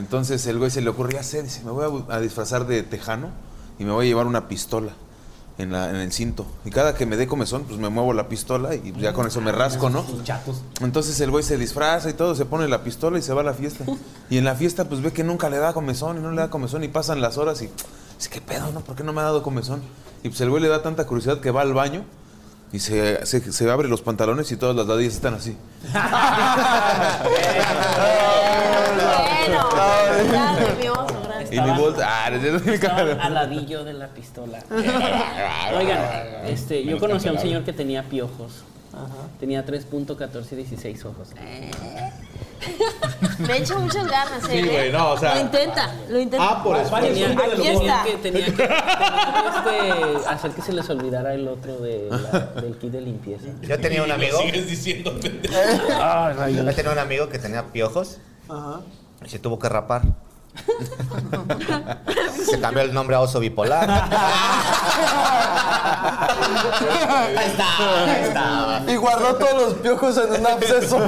[SPEAKER 11] Entonces el güey se le ocurrió, ya sé, dice, me voy a bu- a, disfrazar de tejano y me voy a llevar una pistola en, la- en el cinto. Y cada que me dé comezón, pues me muevo la pistola y pues, ya con eso me rasco, ¿no?
[SPEAKER 5] Chatos.
[SPEAKER 11] Entonces el güey se disfraza y todo, se pone la pistola y se va a la fiesta. Y en la fiesta pues ve que nunca le da comezón y no le da comezón y pasan las horas y dice, ¿qué pedo, no? ¿Por qué no me ha dado comezón? Y pues el güey le da tanta curiosidad que va al baño y se, se- se abre los pantalones y todas las dadillas están así.
[SPEAKER 20] Bueno, ya debimos lograr.
[SPEAKER 11] Y ni vuelta. Ah, desde mi
[SPEAKER 8] Estaban al ladillo de la pistola. Oigan, este, yo
[SPEAKER 11] Menos
[SPEAKER 8] conocí a un
[SPEAKER 11] cancelable.
[SPEAKER 8] señor que tenía piojos. Tenía 3.14 y 16 ojos.
[SPEAKER 1] Eh.
[SPEAKER 20] Me echa muchas ganas,
[SPEAKER 8] Sí,
[SPEAKER 20] ¿eh?
[SPEAKER 8] güey, no, o sea-
[SPEAKER 20] lo intenta, lo intenta.
[SPEAKER 8] Ah, por eso.
[SPEAKER 20] Tenía-
[SPEAKER 8] Tenía-
[SPEAKER 20] Aquí
[SPEAKER 8] tenía
[SPEAKER 20] está.
[SPEAKER 8] que- tenía que- tenía que, este, hacer que se les olvidara el otro de la- del kit de limpieza.
[SPEAKER 6] Yo tenía un amigo.
[SPEAKER 1] diciendo,
[SPEAKER 6] Yo tenía un amigo que tenía piojos
[SPEAKER 4] Ajá.
[SPEAKER 6] y se tuvo que rapar. se cambió el nombre a oso bipolar.
[SPEAKER 4] Ahí está, ahí está. Y guardó todos los piojos en un absceso.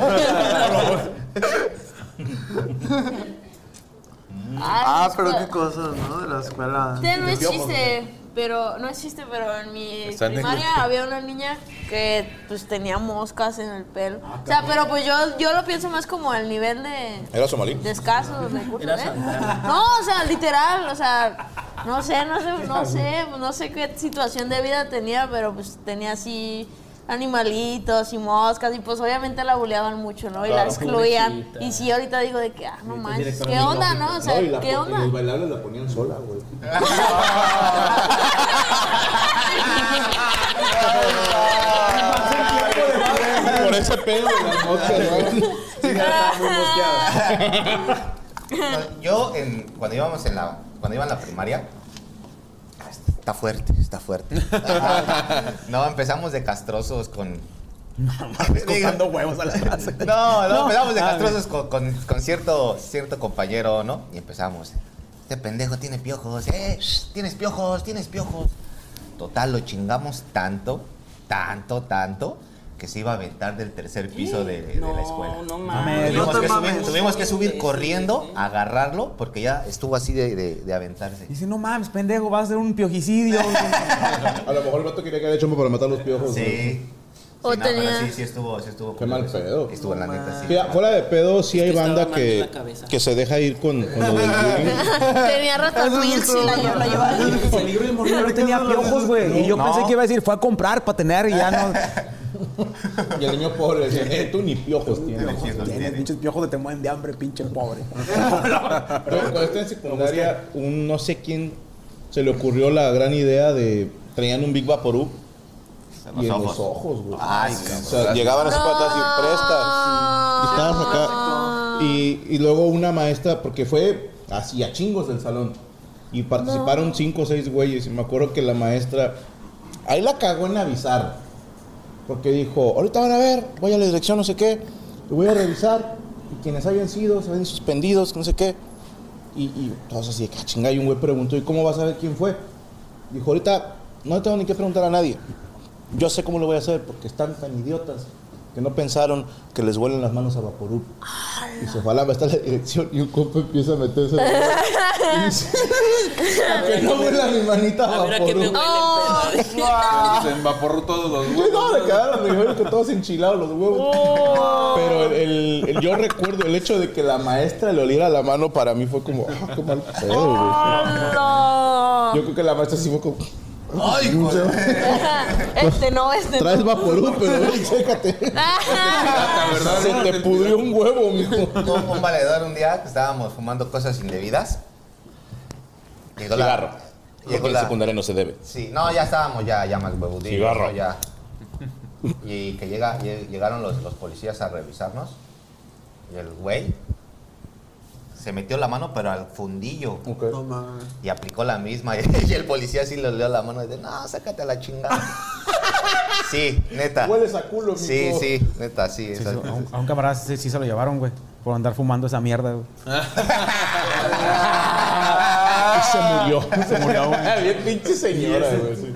[SPEAKER 4] ah, pero qué cosas, ¿no? De la escuela.
[SPEAKER 20] Este no es chiste.
[SPEAKER 13] pero no existe, pero en mi
[SPEAKER 11] Está en el
[SPEAKER 13] primaria
[SPEAKER 11] grupo.
[SPEAKER 13] había una niña que pues tenía moscas en el pelo. o sea, pero pues yo, yo lo pienso más como al nivel de...
[SPEAKER 1] ¿Era somalí?
[SPEAKER 13] De escasos recursos,
[SPEAKER 1] Era
[SPEAKER 13] ¿eh?
[SPEAKER 1] somalí.
[SPEAKER 13] No, o sea, literal, o sea, no sé, no sé, no sé, no sé qué situación de vida tenía, pero pues tenía así animalitos y moscas y pues obviamente la buleaban mucho, ¿no? Y la
[SPEAKER 25] Claro.
[SPEAKER 13] excluían.
[SPEAKER 25] Pobrecita.
[SPEAKER 13] Y sí, ahorita digo de que, ah, no manches,
[SPEAKER 25] directora
[SPEAKER 13] ¿qué
[SPEAKER 25] de
[SPEAKER 13] onda,
[SPEAKER 25] lógica.
[SPEAKER 13] no? O sea,
[SPEAKER 25] No, y la
[SPEAKER 13] ¿qué
[SPEAKER 25] po-
[SPEAKER 13] onda?
[SPEAKER 25] Los bailables la ponían sola, güey.
[SPEAKER 1] Por ese pedo de las moscas, ¿no?
[SPEAKER 6] No, Yo, en- cuando íbamos en la, cuando iba en la primaria, está fuerte, está fuerte. no, empezamos de castrosos con...
[SPEAKER 2] Comprando huevos a la casa.
[SPEAKER 6] No, no,
[SPEAKER 2] No.
[SPEAKER 6] empezamos de
[SPEAKER 2] Ah,
[SPEAKER 6] castrosos con, con- con cierto, cierto compañero, ¿no? Y empezamos. Este pendejo tiene piojos, eh, shh, tienes piojos, tienes piojos. Total, lo chingamos tanto, tanto, tanto, que se iba a aventar del tercer piso de, de la escuela.
[SPEAKER 8] No, no
[SPEAKER 6] Tuvimos,
[SPEAKER 8] mames.
[SPEAKER 6] que subir, tuvimos que subir corriendo, agarrarlo, porque ya estuvo así de, de- de aventarse.
[SPEAKER 2] Dice, no mames, pendejo, vas a hacer un piojicidio.
[SPEAKER 1] A lo mejor el vato quería que haya hecho para matar los piojos.
[SPEAKER 6] Sí.
[SPEAKER 13] O
[SPEAKER 6] Sí, no, Ah, pero
[SPEAKER 13] tenía-
[SPEAKER 6] sí, sí estuvo, sí estuvo.
[SPEAKER 1] Qué mal pedo.
[SPEAKER 6] Estuvo la neta, sí.
[SPEAKER 1] Mira, fuera de pedo, sí hay banda
[SPEAKER 6] mal
[SPEAKER 1] que,
[SPEAKER 6] la cabeza.
[SPEAKER 1] que se deja ir con, con lo del bullying.
[SPEAKER 13] Tenía ratatouille, sí, la llevaba.
[SPEAKER 2] Yo tenía piojos, güey. Y yo
[SPEAKER 1] No.
[SPEAKER 2] pensé que iba a decir, fue a comprar para tener y ya no.
[SPEAKER 1] Y el niño pobre decía, eh, tú ni piojos tienes.
[SPEAKER 2] Tienes pinches piojos que te mueren de hambre, pinche pobre.
[SPEAKER 1] Yo, cuando estaba en secundaria, un no sé quién se le ocurrió la gran idea de traían un Big Vaporub y en los ojos, güey.
[SPEAKER 6] Ay,
[SPEAKER 1] O sea, llegaban así para atrás y presta. Y estabas acá. Y, y luego una maestra, porque fue así a chingos del salón. Y participaron cinco o seis güeyes. Y me acuerdo que la maestra ahí la cagó en avisar. Porque dijo, ahorita van a ver, voy a la dirección, no sé qué. y voy a revisar. Y quienes hayan sido, se ven suspendidos, que no sé qué. Y, y todos así de que "Ah, chinga. Y un güey preguntó, ¿y cómo vas a ver quién fue? Dijo, ahorita no tengo ni que preguntar a nadie. Yo sé cómo lo voy a hacer porque están tan idiotas que no pensaron que les vuelen las manos a Vaporub. Y se fue a la maestra de la dirección y un compa empieza a meterse. y dice, "A que no vuela mi manita a Vaporub.
[SPEAKER 6] Oh,
[SPEAKER 11] Se evaporó todos los
[SPEAKER 1] Sí, No, le quedaron le dijeron que todos enchilados los huevos. Pero el, el- el- yo recuerdo el hecho de que la maestra le oliera la mano para mí fue como, ah, qué mal pedo, güey".
[SPEAKER 6] Oh.
[SPEAKER 1] Yo creo que la maestra sí fue como, ay, o sea,
[SPEAKER 13] Este no, este no.
[SPEAKER 1] traes vaporú, pero güey, chécate. Se te pudrió un huevo, mijo.
[SPEAKER 6] Tuvo un valedor un día que estábamos fumando cosas indebidas. Llegó la-
[SPEAKER 1] Cigarro.
[SPEAKER 6] Llegó
[SPEAKER 1] Porque en
[SPEAKER 6] la-
[SPEAKER 1] secundaria no se debe.
[SPEAKER 6] Sí, no, ya estábamos, ya, ya más huevudillos.
[SPEAKER 1] Cigarro.
[SPEAKER 6] ¿no? Ya. Y que llega, lle- llegaron los, los policías a revisarnos. Y el güey se metió la mano, pero al fundillo. Y aplicó la misma. Y el policía sí le leo la mano y dice, no, sácate a la chingada. sí, neta.
[SPEAKER 1] Hueles a culo, mijo.
[SPEAKER 6] Sí, sí, neta, sí.
[SPEAKER 2] Sí,
[SPEAKER 6] eso-
[SPEAKER 2] a, un, a un camarada sí, sí se lo llevaron, güey. Por andar fumando esa mierda, güey.
[SPEAKER 1] Y se murió.
[SPEAKER 2] Se murió, güey.
[SPEAKER 1] Bien pinche señora, güey. sí.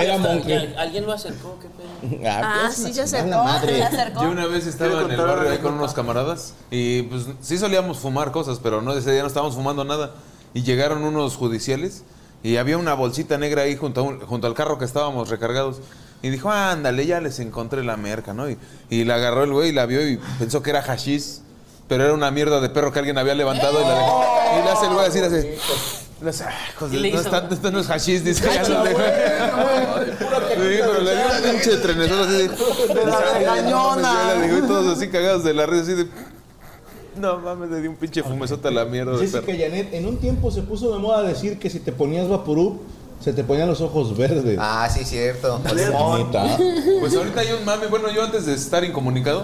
[SPEAKER 1] Era monje.
[SPEAKER 8] Alguien lo acercó, qué pedo.
[SPEAKER 1] Ah,
[SPEAKER 13] Ah,
[SPEAKER 1] pues,
[SPEAKER 13] sí, se
[SPEAKER 1] chingada
[SPEAKER 13] acercó,
[SPEAKER 1] madre.
[SPEAKER 13] se acercó.
[SPEAKER 11] Yo una vez estaba en el barrio ahí con unos camaradas y pues sí solíamos fumar cosas, pero no ese día no estábamos fumando nada. Y llegaron unos judiciales y había una bolsita negra ahí junto, a un- junto al carro que estábamos recargados. Y dijo, ándale, ya les encontré la merca, ¿no? Y, y la agarró el güey y la vio y pensó que era hashish, pero era una mierda de perro que alguien había levantado y la dejó.
[SPEAKER 8] Oh.
[SPEAKER 11] Y le hace el güey así, le hace... le hace, "Ah, hijos de-
[SPEAKER 2] Y le
[SPEAKER 11] no
[SPEAKER 2] hizo-
[SPEAKER 11] está- esto no es hashish, dice ya lo dejó. Le dijo, pero le dio un pinche trenezote así de...
[SPEAKER 4] De la regañona.
[SPEAKER 11] Le digo, y todos así cagados de la risa, así de... No mames, le di un pinche fumezote a la mierda de perro.
[SPEAKER 1] Jessica Janet, en un tiempo se puso de moda decir que si te ponías Vaporub, se te ponían los ojos verdes.
[SPEAKER 6] Ah, sí, cierto.
[SPEAKER 1] Neta.
[SPEAKER 11] Pues ahorita hay un mame. Bueno, yo antes de estar incomunicado,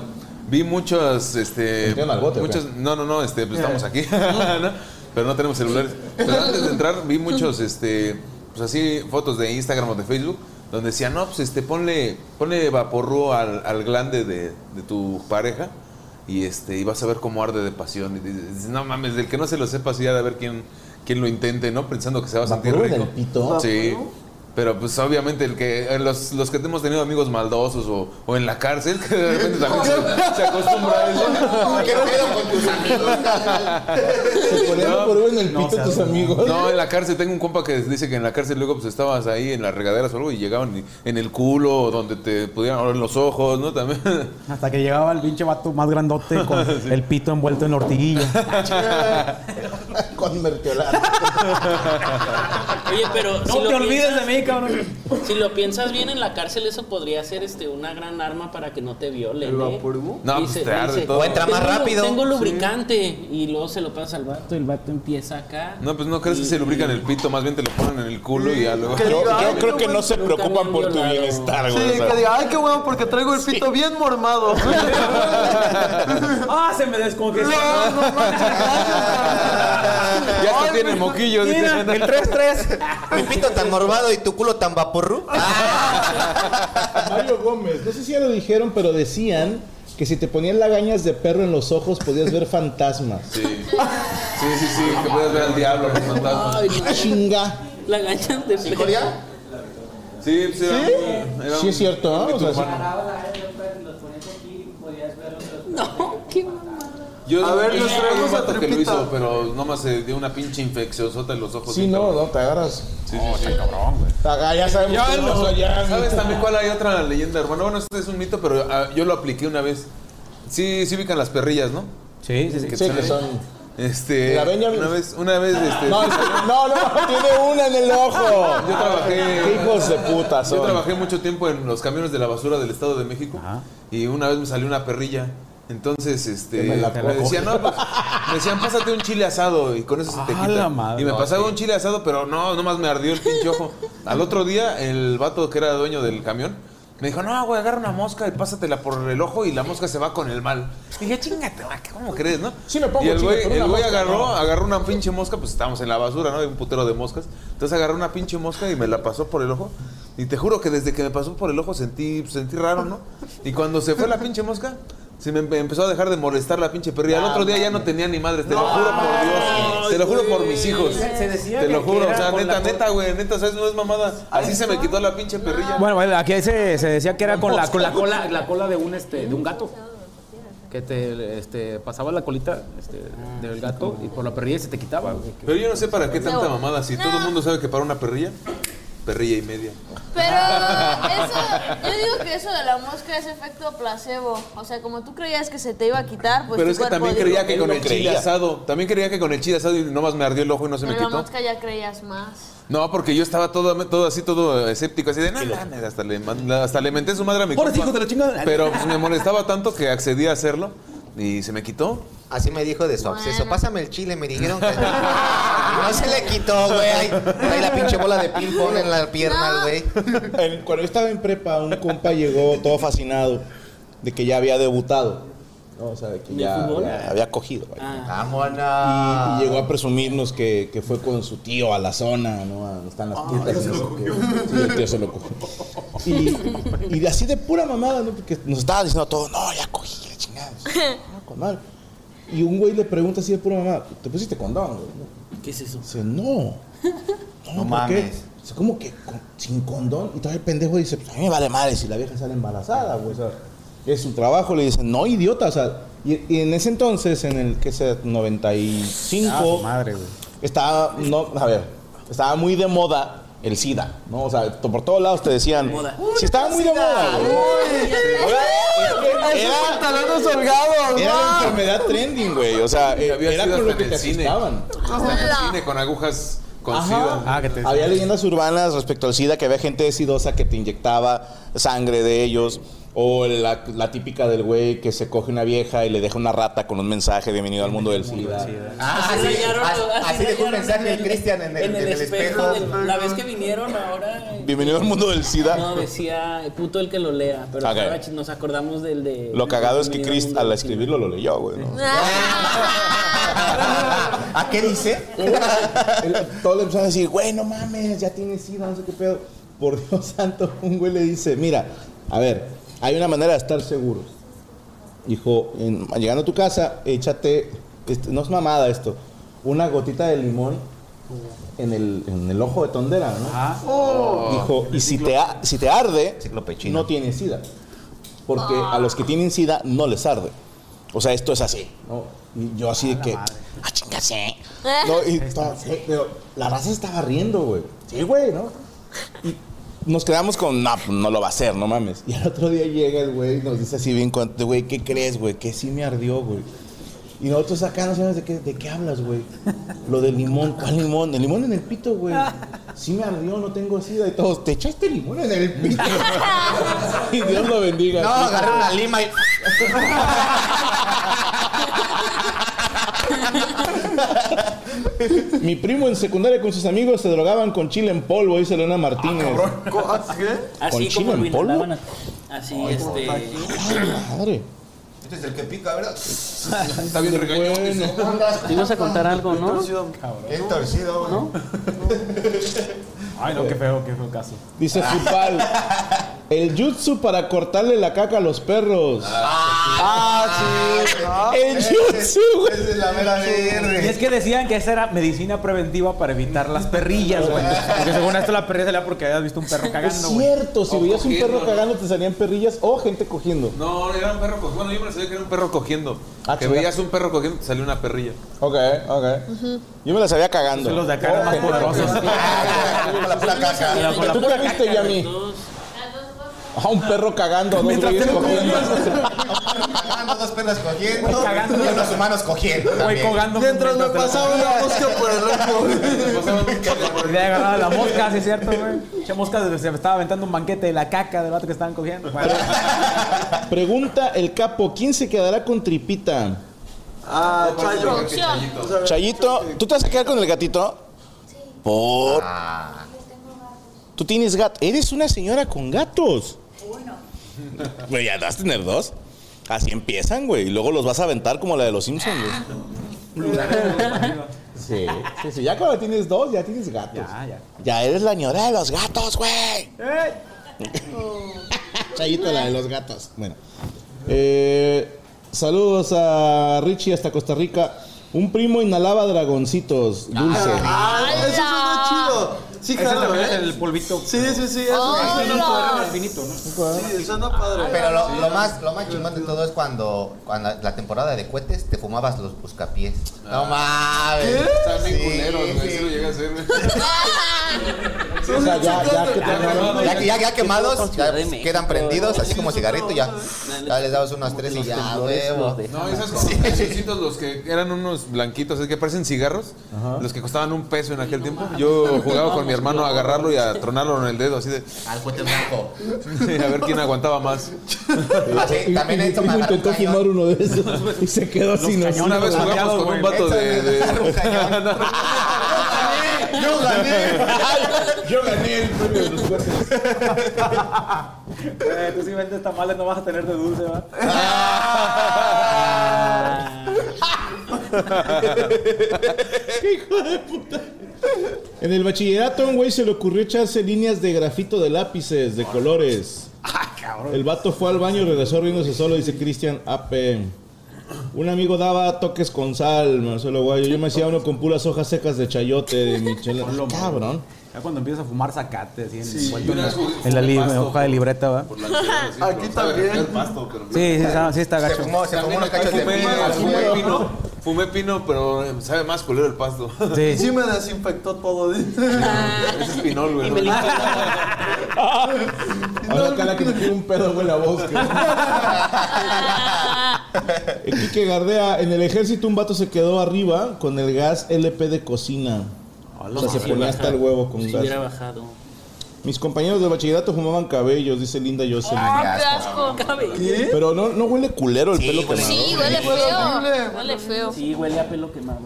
[SPEAKER 11] vi muchos, este.
[SPEAKER 1] ¿Metieron al bote o qué?
[SPEAKER 11] muchos, no, no, no, este, pues estamos aquí. ¿no? Pero no tenemos celulares. Pero antes de entrar, vi muchos, este. Pues así, fotos de Instagram o de Facebook, donde decían, no, pues este, ponle, ponle vaporru al, al glande de, de tu pareja. Y este, y vas a ver cómo arde de pasión. Y dices, no mames, del que no se lo sepa, sí, ha de ver quién, quién lo intente, ¿no? Pensando que se va a sentir
[SPEAKER 1] ¿Vaporru
[SPEAKER 11] rico.
[SPEAKER 1] del pito?
[SPEAKER 11] Sí. Pero pues obviamente el que, eh, los, los que hemos tenido amigos maldosos o, o en la cárcel, que de repente también se, se acostumbra a eso.
[SPEAKER 6] ¿Qué pedo con tus amigos?
[SPEAKER 11] Se
[SPEAKER 1] ponían
[SPEAKER 11] no, por
[SPEAKER 1] en el pito tus amigos.
[SPEAKER 11] No, en la cárcel tengo un compa que dice que en la cárcel luego pues estabas ahí en las regaderas o algo y llegaban y- en el culo o donde te pudieran oler los ojos, ¿no? También.
[SPEAKER 26] Hasta que llegaba el pinche vato más grandote con el pito envuelto en la hortiguilla.
[SPEAKER 6] Con
[SPEAKER 8] Oye, pero.
[SPEAKER 26] No te olvides de mí,
[SPEAKER 8] cabrón. Si lo piensas bien en la cárcel, eso podría ser este, una gran arma para que no te violen.
[SPEAKER 11] ¿El
[SPEAKER 8] ¿eh?
[SPEAKER 11] vaporú? No, pues, te arde todo.
[SPEAKER 8] "Tengo
[SPEAKER 11] O entra más
[SPEAKER 8] lu-
[SPEAKER 11] rápido".
[SPEAKER 8] Tengo
[SPEAKER 11] Sí.
[SPEAKER 8] lubricante. Y luego se lo pasa al vato. El vato empieza acá.
[SPEAKER 11] No, pues no crees que se lubrican el pito, más bien te lo ponen en el culo y ya luego.
[SPEAKER 4] Que Yo- diga, yo "Ay, creo
[SPEAKER 11] que no se preocupan
[SPEAKER 4] por tu
[SPEAKER 11] bienestar,
[SPEAKER 4] Sí, que diga, ay, qué bueno, porque traigo el pito bien mormado.
[SPEAKER 26] ¡Ah, se me descongeló!
[SPEAKER 11] Ya se tiene moquillo.
[SPEAKER 26] Mira,
[SPEAKER 11] dice.
[SPEAKER 26] el 3-3.
[SPEAKER 6] Mi pito tan morbado y tu culo tan vaporru.
[SPEAKER 1] Ah. Mario Gómez, no sé si ya lo dijeron, pero decían que si te ponían lagañas de perro en los ojos podías ver fantasmas.
[SPEAKER 11] Sí. Sí, sí, sí, que puedes ver al diablo, los fantasmas.
[SPEAKER 1] Chinga.
[SPEAKER 8] La ganchas de
[SPEAKER 6] ¿Sí, Corea?
[SPEAKER 11] Sí, sí, era un- era
[SPEAKER 1] Sí
[SPEAKER 11] un-
[SPEAKER 1] es cierto, ¿no?
[SPEAKER 11] un mito
[SPEAKER 1] O sea, sí.
[SPEAKER 11] urbano.
[SPEAKER 8] No, qué mamada.
[SPEAKER 11] Yo
[SPEAKER 4] A
[SPEAKER 11] a
[SPEAKER 4] ver,
[SPEAKER 11] ver, yo
[SPEAKER 4] nos
[SPEAKER 11] sé que hay
[SPEAKER 4] traemos
[SPEAKER 11] un
[SPEAKER 4] a
[SPEAKER 11] vato que lo
[SPEAKER 4] Tripita.
[SPEAKER 11] hizo, pero nomás se dio una pinche infecciosota en los ojos.
[SPEAKER 1] Sí, no, no, te agarras.
[SPEAKER 11] Sí, sí, sí. cabrón, güey.
[SPEAKER 1] Ah, ya sabemos
[SPEAKER 11] Ya
[SPEAKER 1] qué
[SPEAKER 11] lo-
[SPEAKER 1] pasó allá.
[SPEAKER 11] ¿Sabes también cuál hay otra leyenda, hermano? Bueno, este es un mito, pero ah, yo lo apliqué una vez. Sí, sí ubican las perrillas, ¿no?
[SPEAKER 2] Sí, sí, sí.
[SPEAKER 11] te
[SPEAKER 1] Sí, que
[SPEAKER 11] salen-
[SPEAKER 1] son-
[SPEAKER 11] Este,
[SPEAKER 1] La Benjamin.
[SPEAKER 11] una vez, una vez, este,
[SPEAKER 1] No, es- no, no, tiene una en el ojo.
[SPEAKER 11] Yo trabajé.
[SPEAKER 1] Qué hijos de puta son.
[SPEAKER 11] Yo trabajé mucho tiempo en los camiones de la basura del Estado de México y una vez me salió una perrilla. Entonces, este,
[SPEAKER 1] Que me
[SPEAKER 11] me,
[SPEAKER 1] la cojo.
[SPEAKER 11] decían, no, pues, me decían, pásate un chile asado y con eso se te
[SPEAKER 26] Ah,
[SPEAKER 11] quita.
[SPEAKER 26] la madre.
[SPEAKER 11] y me
[SPEAKER 26] No,
[SPEAKER 11] pasaba un chile asado, pero no, nomás me ardió el pinche ojo. Al otro día, el vato que era dueño del camión me dijo, no, güey, agarra una mosca y pásatela por el ojo y la mosca se va con el mal. Dije, chingate, va, ¿cómo crees, no?
[SPEAKER 1] Ah, Sí me pongo
[SPEAKER 11] Y el
[SPEAKER 1] chile
[SPEAKER 11] güey,
[SPEAKER 1] por una
[SPEAKER 11] el güey
[SPEAKER 1] mosca,
[SPEAKER 11] agarró,
[SPEAKER 1] no.
[SPEAKER 11] agarró una pinche mosca, pues estábamos en la basura, ¿no? Hay un putero de moscas. Entonces agarró una pinche mosca y me la pasó por el ojo. Y te juro que desde que me pasó por el ojo sentí, sentí raro, ¿no? Y cuando se fue la pinche mosca, se
[SPEAKER 2] em,
[SPEAKER 11] me empe- empezó a dejar de molestar la pinche perrilla. Al otro día ya no tenía ni madres, te lo juro por Dios. Te lo juro por mis hijos.
[SPEAKER 2] Se- se decía
[SPEAKER 11] Te
[SPEAKER 2] que-
[SPEAKER 11] lo
[SPEAKER 2] que
[SPEAKER 11] juro, o
[SPEAKER 2] era
[SPEAKER 11] sea,
[SPEAKER 2] por
[SPEAKER 11] neta,
[SPEAKER 2] la-
[SPEAKER 11] neta, güey, neta, ¿sabes? No es mamada. Así se me quitó la pinche perrilla.
[SPEAKER 2] Bueno, bueno, aquí se, se decía que era con la, con la cola, la cola de un este, de un gato. Que te este, pasaba la colita este, del gato y por la perrilla se te quitaba. güey.
[SPEAKER 11] Pero yo no sé para qué tanta mamada, si todo el mundo sabe que para una perrilla, perrilla y media.
[SPEAKER 13] Pero eso, yo
[SPEAKER 11] Este
[SPEAKER 13] digo que eso de la mosca es efecto placebo. O sea, como tú creías que se te iba a quitar, pues
[SPEAKER 11] Pero
[SPEAKER 13] tu
[SPEAKER 11] es que
[SPEAKER 13] cuerpo
[SPEAKER 11] también
[SPEAKER 13] dijo,
[SPEAKER 11] creía que con el chile
[SPEAKER 1] creía.
[SPEAKER 11] asado, también creía que con el chile asado y nomás me ardió el ojo y no se me
[SPEAKER 13] Pero la
[SPEAKER 11] quitó.
[SPEAKER 13] mosca ya creías más.
[SPEAKER 11] No, porque yo estaba todo, todo así, todo escéptico, así de "No mames", hasta le, man- hasta le menté su madre a mi
[SPEAKER 26] Pobres
[SPEAKER 11] compa.
[SPEAKER 26] hijos de la chingada.
[SPEAKER 11] Pero pues, me molestaba tanto que accedí a hacerlo y se me quitó.
[SPEAKER 6] Así me dijo de su obseso. Pásame el chile, me dijeron que. No se le quitó, güey. Ay, ay, la pinche bola de ping-pong en la pierna, güey.
[SPEAKER 1] En- cuando yo estaba en prepa, un compa llegó todo fascinado de que ya había debutado. No, o sea, de que
[SPEAKER 6] ¿De
[SPEAKER 1] ya,
[SPEAKER 6] fútbol?
[SPEAKER 1] ya había cogido. vaya.
[SPEAKER 6] Vámonos.
[SPEAKER 1] Y llegó a presumirnos que, que fue con su tío a la zona, ¿no? A donde están las putas. y no sé qué. Sí, el tío se lo cogió. Y, y así de pura mamada, ¿no? Porque nos estaba diciendo todo, no, ya cogí, la chingada. Ah, con madre. Y un güey le pregunta así de pura mamada, ¿te pusiste condón, güey?
[SPEAKER 8] ¿Qué es eso?
[SPEAKER 1] Dice, no. No,
[SPEAKER 6] No
[SPEAKER 1] ¿por qué?
[SPEAKER 6] mames.
[SPEAKER 1] Dice, ¿cómo que con- sin condón? Y todavía el pendejo dice, pues a mí me vale madre si la vieja sale embarazada, güey. o sea, es su trabajo. Le dicen, no, idiota. O sea, y, y en ese entonces, en el que sea 95, estaba, no, a ver, estaba muy de moda el SIDA, ¿no? O sea, to- por todos lados te decían, si estaba muy de moda, güey.
[SPEAKER 4] Esos pantalones holgados,
[SPEAKER 1] Era la
[SPEAKER 4] va.
[SPEAKER 1] enfermedad trending, güey. O sea, eh,
[SPEAKER 11] había
[SPEAKER 1] era
[SPEAKER 11] sido
[SPEAKER 1] con lo
[SPEAKER 11] hasta
[SPEAKER 1] que
[SPEAKER 11] en
[SPEAKER 1] te
[SPEAKER 11] el cine.
[SPEAKER 1] asustaban.
[SPEAKER 11] Hasta en el cine con agujas con
[SPEAKER 1] Ajá. Ah,
[SPEAKER 11] sida.
[SPEAKER 1] Había leyendas urbanas respecto al SIDA que había gente sidosa que te inyectaba sangre de ellos. O la, la típica del güey que se coge una vieja y le deja una rata con un mensaje, bienvenido al mundo del SIDA.
[SPEAKER 6] Ah,
[SPEAKER 8] Así
[SPEAKER 6] sí.
[SPEAKER 8] rayaron-
[SPEAKER 6] Así- así dejó un
[SPEAKER 8] rayaron
[SPEAKER 6] mensaje el Cristian en el- en el espejo.
[SPEAKER 8] del- la vez que vinieron ahora. eh,
[SPEAKER 1] Bienvenido al mundo del SIDA.
[SPEAKER 8] No, decía eh, puto el que lo lea. Pero
[SPEAKER 1] Ok.
[SPEAKER 8] ahora ch- nos acordamos del de.
[SPEAKER 1] Lo cagado es que Chris al escribirlo lo leyó, güey. ¿no?
[SPEAKER 6] ¿A qué dice?
[SPEAKER 1] Todos le empezaron a decir, güey, no mames, ya tienes SIDA, no sé qué pedo. Por Dios santo, un güey le dice, mira, a ver, hay una manera de estar seguros. Hijo, en- llegando a tu casa, échate, este, no es mamada esto, una gotita de limón en el, en el ojo de tondera, ¿no?
[SPEAKER 6] Ah.
[SPEAKER 4] Oh.
[SPEAKER 1] Dijo, y si te, a- si te arde, no tienes sida. Porque a los que tienen sida no les arde. O sea, esto es así. ¿no? Y yo así de que, ah, chingase. No, y estaba- pero la raza estaba riendo, güey. Sí, güey, ¿no? Y nos quedamos con, no, pues, no lo va a hacer, no mames. Y al otro día llega el güey y nos dice así bien contento, güey, ¿qué crees, güey? Que sí me ardió, güey. Y nosotros acá no sabemos de qué, de qué hablas, güey. Lo del limón, ¿cuál limón? El limón en el pito, güey. Sí me ardió, no tengo sida y todos. Te echaste limón en el pito. y Dios lo bendiga.
[SPEAKER 6] No, agarré una lima y.
[SPEAKER 1] Mi primo en secundaria con sus amigos se drogaban con chile en polvo, dice Leona Martínez.
[SPEAKER 6] Ah,
[SPEAKER 8] Así
[SPEAKER 1] chile
[SPEAKER 8] como
[SPEAKER 1] en
[SPEAKER 8] lo
[SPEAKER 1] polvo?
[SPEAKER 8] inhalaban. a- Así, este.
[SPEAKER 1] Madre.
[SPEAKER 6] Este es el que pica, ¿verdad?
[SPEAKER 1] Está bien regañón.
[SPEAKER 8] Te ibas a contar algo, ¿no?
[SPEAKER 6] Qué torcido, güey.
[SPEAKER 22] Ay, no, qué feo, qué feo caso.
[SPEAKER 1] Dice Fupal. El jutsu para cortarle la caca a los perros.
[SPEAKER 4] Ah, sí.
[SPEAKER 1] El jutsu, güey.
[SPEAKER 6] es la mera
[SPEAKER 22] Y es que decían que esa era medicina preventiva para evitar las perrillas, güey. Porque según esto la perrilla salía porque habías visto un perro
[SPEAKER 1] Es
[SPEAKER 22] cagando, güey.
[SPEAKER 1] cierto, si
[SPEAKER 11] O
[SPEAKER 1] veías un
[SPEAKER 11] cogiendo,
[SPEAKER 1] perro
[SPEAKER 11] ¿no?
[SPEAKER 1] cagando te salían perrillas o gente cogiendo.
[SPEAKER 11] No, era un perro cogiendo. Bueno, yo me lo sabía que era un perro cogiendo.
[SPEAKER 1] Ah,
[SPEAKER 11] que
[SPEAKER 1] chinga.
[SPEAKER 11] veías un perro cogiendo, te salió una perrilla.
[SPEAKER 1] Ok, ok. Yo me las había cagando.
[SPEAKER 11] Son los de acá, eran más poderosos.
[SPEAKER 6] Con la pura caca.
[SPEAKER 1] Tú cagaste y a mí. A un perro cagando, a dos güeyes cogiendo.
[SPEAKER 6] Cagando, dos perras cogiendo. Y unos humanos cogiendo. también.
[SPEAKER 4] Mientras me pasaba una mosca por el ojo.
[SPEAKER 22] Le había agarrado la mosca, sí es cierto, güey. Che, mosca se se me estaba aventando un banquete de la caca del vato que estaban cogiendo. Bueno,
[SPEAKER 1] Pregunta el capo, ¿quién se quedará con tripita?
[SPEAKER 4] Ah, Chayo.
[SPEAKER 1] Chayito, ¿tú te vas a quedar con el gatito? Sí. Por.
[SPEAKER 22] Ah.
[SPEAKER 1] Tú tienes gato. Eres una señora con gatos. Uno. Güey, ya das tener dos. Así empiezan, güey. Y luego los vas a aventar como la de los Simpsons, güey. Sí, sí, sí. Ya cuando tienes dos, ya tienes gatos. Ah, Ya, ya. Ya eres la señora de los gatos, güey. Chayito, la de los gatos. Bueno. Eh, saludos a Richie hasta Costa Rica. Un primo inhalaba dragoncitos, dulce.
[SPEAKER 4] Ah, eso suena chido. Sí,
[SPEAKER 22] Ese
[SPEAKER 4] claro,
[SPEAKER 22] también es
[SPEAKER 4] ¿eh?
[SPEAKER 22] el polvito.
[SPEAKER 4] Sí, sí, sí. Eso
[SPEAKER 6] Ah,
[SPEAKER 4] suena
[SPEAKER 6] no.
[SPEAKER 4] padre.
[SPEAKER 22] Finito, ¿no?
[SPEAKER 4] Sí, suena padre.
[SPEAKER 6] Pero lo, lo más, lo más chingón de todo es cuando, cuando la, la temporada de cohetes te fumabas los buscapiés. No mames.
[SPEAKER 11] Están bien
[SPEAKER 6] Sí,
[SPEAKER 11] culeros, güey.
[SPEAKER 6] sí.
[SPEAKER 11] Sí lo llegué a hacer, güey.
[SPEAKER 1] O sea, ya, ya que
[SPEAKER 6] Ya,
[SPEAKER 1] terminaron-
[SPEAKER 6] que- ya- ya quemados, ya quedan prendidos, así como cigarrito, ya, ya les dabas unas tres y ya, huevo.
[SPEAKER 11] No, esos como pececitos, los que eran unos blanquitos, es que parecen cigarros, los que costaban un peso en aquel tiempo. Yo jugaba con mi hermano a agarrarlo y a tronarlo en el dedo, así de.
[SPEAKER 6] Al cohete blanco.
[SPEAKER 11] Sí, a ver quién aguantaba más.
[SPEAKER 6] Ah, sí, también
[SPEAKER 1] Mi
[SPEAKER 6] esto me
[SPEAKER 1] primo
[SPEAKER 6] agarró
[SPEAKER 1] intentó
[SPEAKER 6] un cañón.
[SPEAKER 1] fumar uno de esos y se quedó sin
[SPEAKER 11] cañones Una vez jugamos plateados, con un güey. vato de- de-
[SPEAKER 6] Un cañón.
[SPEAKER 1] Yo gané. Yo gané el premio de los cuates.
[SPEAKER 22] Eh, tú si vendes tamales no vas a tener de dulce, ¿va?
[SPEAKER 1] hijo de puta! En el bachillerato a un güey se le ocurrió echarse líneas de grafito de lápices de colores.
[SPEAKER 22] Ah,
[SPEAKER 1] El vato fue al baño y regresó riéndose solo, dice Cristian AP. Un amigo daba toques con sal, Marcelo Guayo. Yo me hacía uno con puras hojas secas de chayote, de michela. Cabrón.
[SPEAKER 22] Ya cuando empiezas a fumar zacate, así en,
[SPEAKER 11] Sí,
[SPEAKER 22] envuelto en la,
[SPEAKER 11] yo una vez jugué-
[SPEAKER 22] en la li-
[SPEAKER 11] pasto,
[SPEAKER 22] hoja de libreta, ¿va?
[SPEAKER 11] Por la ansiedad, sí,
[SPEAKER 4] Aquí
[SPEAKER 11] pero, ¿sabes?
[SPEAKER 4] también.
[SPEAKER 11] El pasto, pero-
[SPEAKER 22] Sí, sí, está- sí está gacho.
[SPEAKER 6] fumó, se fumó unos cachos de
[SPEAKER 11] Fumé,
[SPEAKER 6] pino,
[SPEAKER 11] fumé
[SPEAKER 6] güey.
[SPEAKER 11] pino, fumé pino, pero eh, sabe más culero el pasto.
[SPEAKER 22] Sí.
[SPEAKER 4] Sí me desinfectó todo.
[SPEAKER 11] Es pinol, güey. ¿no?
[SPEAKER 6] Ah.
[SPEAKER 1] Ahora cara que me tiene un pedo güey, la voz. que- Eh, Quique Gardea, en el ejército un vato se quedó arriba con el gas LP de cocina.
[SPEAKER 22] Ah,
[SPEAKER 1] O sea, se ponía hasta el huevo con
[SPEAKER 8] Si hubiera
[SPEAKER 1] gas.
[SPEAKER 8] bajado.
[SPEAKER 1] Mis compañeros de bachillerato fumaban cabellos, dice Linda Jocelyn.
[SPEAKER 20] ¡Ah,
[SPEAKER 22] Ah,
[SPEAKER 20] asco.
[SPEAKER 1] Pero no, no huele culero el pelo quemado.
[SPEAKER 20] Sí, huele feo. Huele feo.
[SPEAKER 8] Sí, huele a pelo quemado.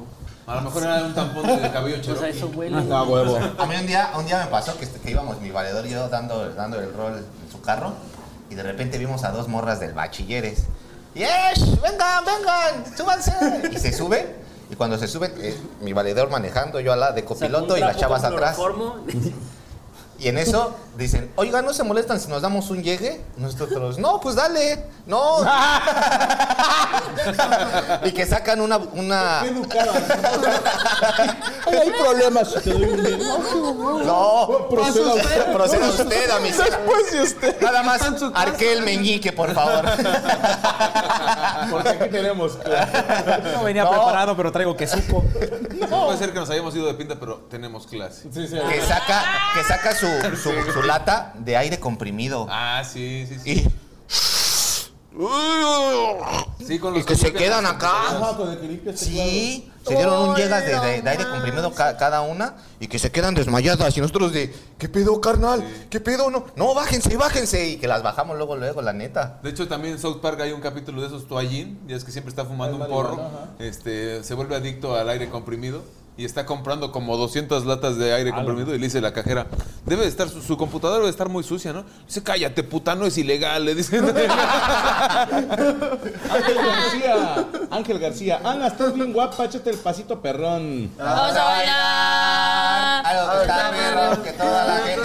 [SPEAKER 11] A lo mejor era un tampón de cabello
[SPEAKER 8] O sea,
[SPEAKER 11] cherokee.
[SPEAKER 8] eso huele.
[SPEAKER 1] Ah, huevo.
[SPEAKER 6] A mí un día, un día me pasó que, que íbamos mi valedor y yo dando, dando el rol en su carro y de repente vimos a dos morras del bachilleres. ¡Yes! ¡Vengan, vengan! ¡Súbanse! Y se suben y cuando se suben, eh, mi valedor manejando, yo a la de copiloto y las chavas atrás. Y en eso Dicen, oiga, ¿no se molestan si nos damos un llegue? Nosotros, no, pues dale, no. y que sacan una... una...
[SPEAKER 1] hay problemas.
[SPEAKER 6] No, proceda usted, proceda usted, amistad.
[SPEAKER 1] Después de usted.
[SPEAKER 6] Nada más, arque el meñique, por favor.
[SPEAKER 1] Porque aquí tenemos.
[SPEAKER 2] No venía preparado, pero traigo que supo.
[SPEAKER 11] No puede ser que nos hayamos ido de pinta, pero tenemos clase. Sí, sí.
[SPEAKER 6] Que saca, que saca su, su- su lata de aire comprimido.
[SPEAKER 11] Ah, sí, sí, sí.
[SPEAKER 6] Y,
[SPEAKER 11] Sí, con
[SPEAKER 6] y
[SPEAKER 11] los
[SPEAKER 6] que se
[SPEAKER 11] limpias,
[SPEAKER 6] quedan
[SPEAKER 11] con-
[SPEAKER 6] acá. Sí, se dieron un llegas de, de- de aire comprimido ca- cada una y que se quedan desmayadas. Y nosotros de, ¿qué pedo, carnal? ¿Qué pedo? No, no, bájense, bájense. Y que las bajamos luego, luego, la neta.
[SPEAKER 11] De hecho, también en South Park hay un capítulo de esos toallín, ya es que siempre está fumando un porro, este, se vuelve adicto al aire comprimido y está comprando como 200 latas de aire comprimido y le dice la cajera, debe de estar, su, su computadora debe estar muy sucia, ¿no? Dice, cállate, puta, no es ilegal, le dice.
[SPEAKER 1] Ángel García. Ángel García. Ana, estás bien guapa, échate el pasito perrón.
[SPEAKER 6] Ah,
[SPEAKER 27] Vamos a bailar.
[SPEAKER 6] A lo que está perro, que toda la gente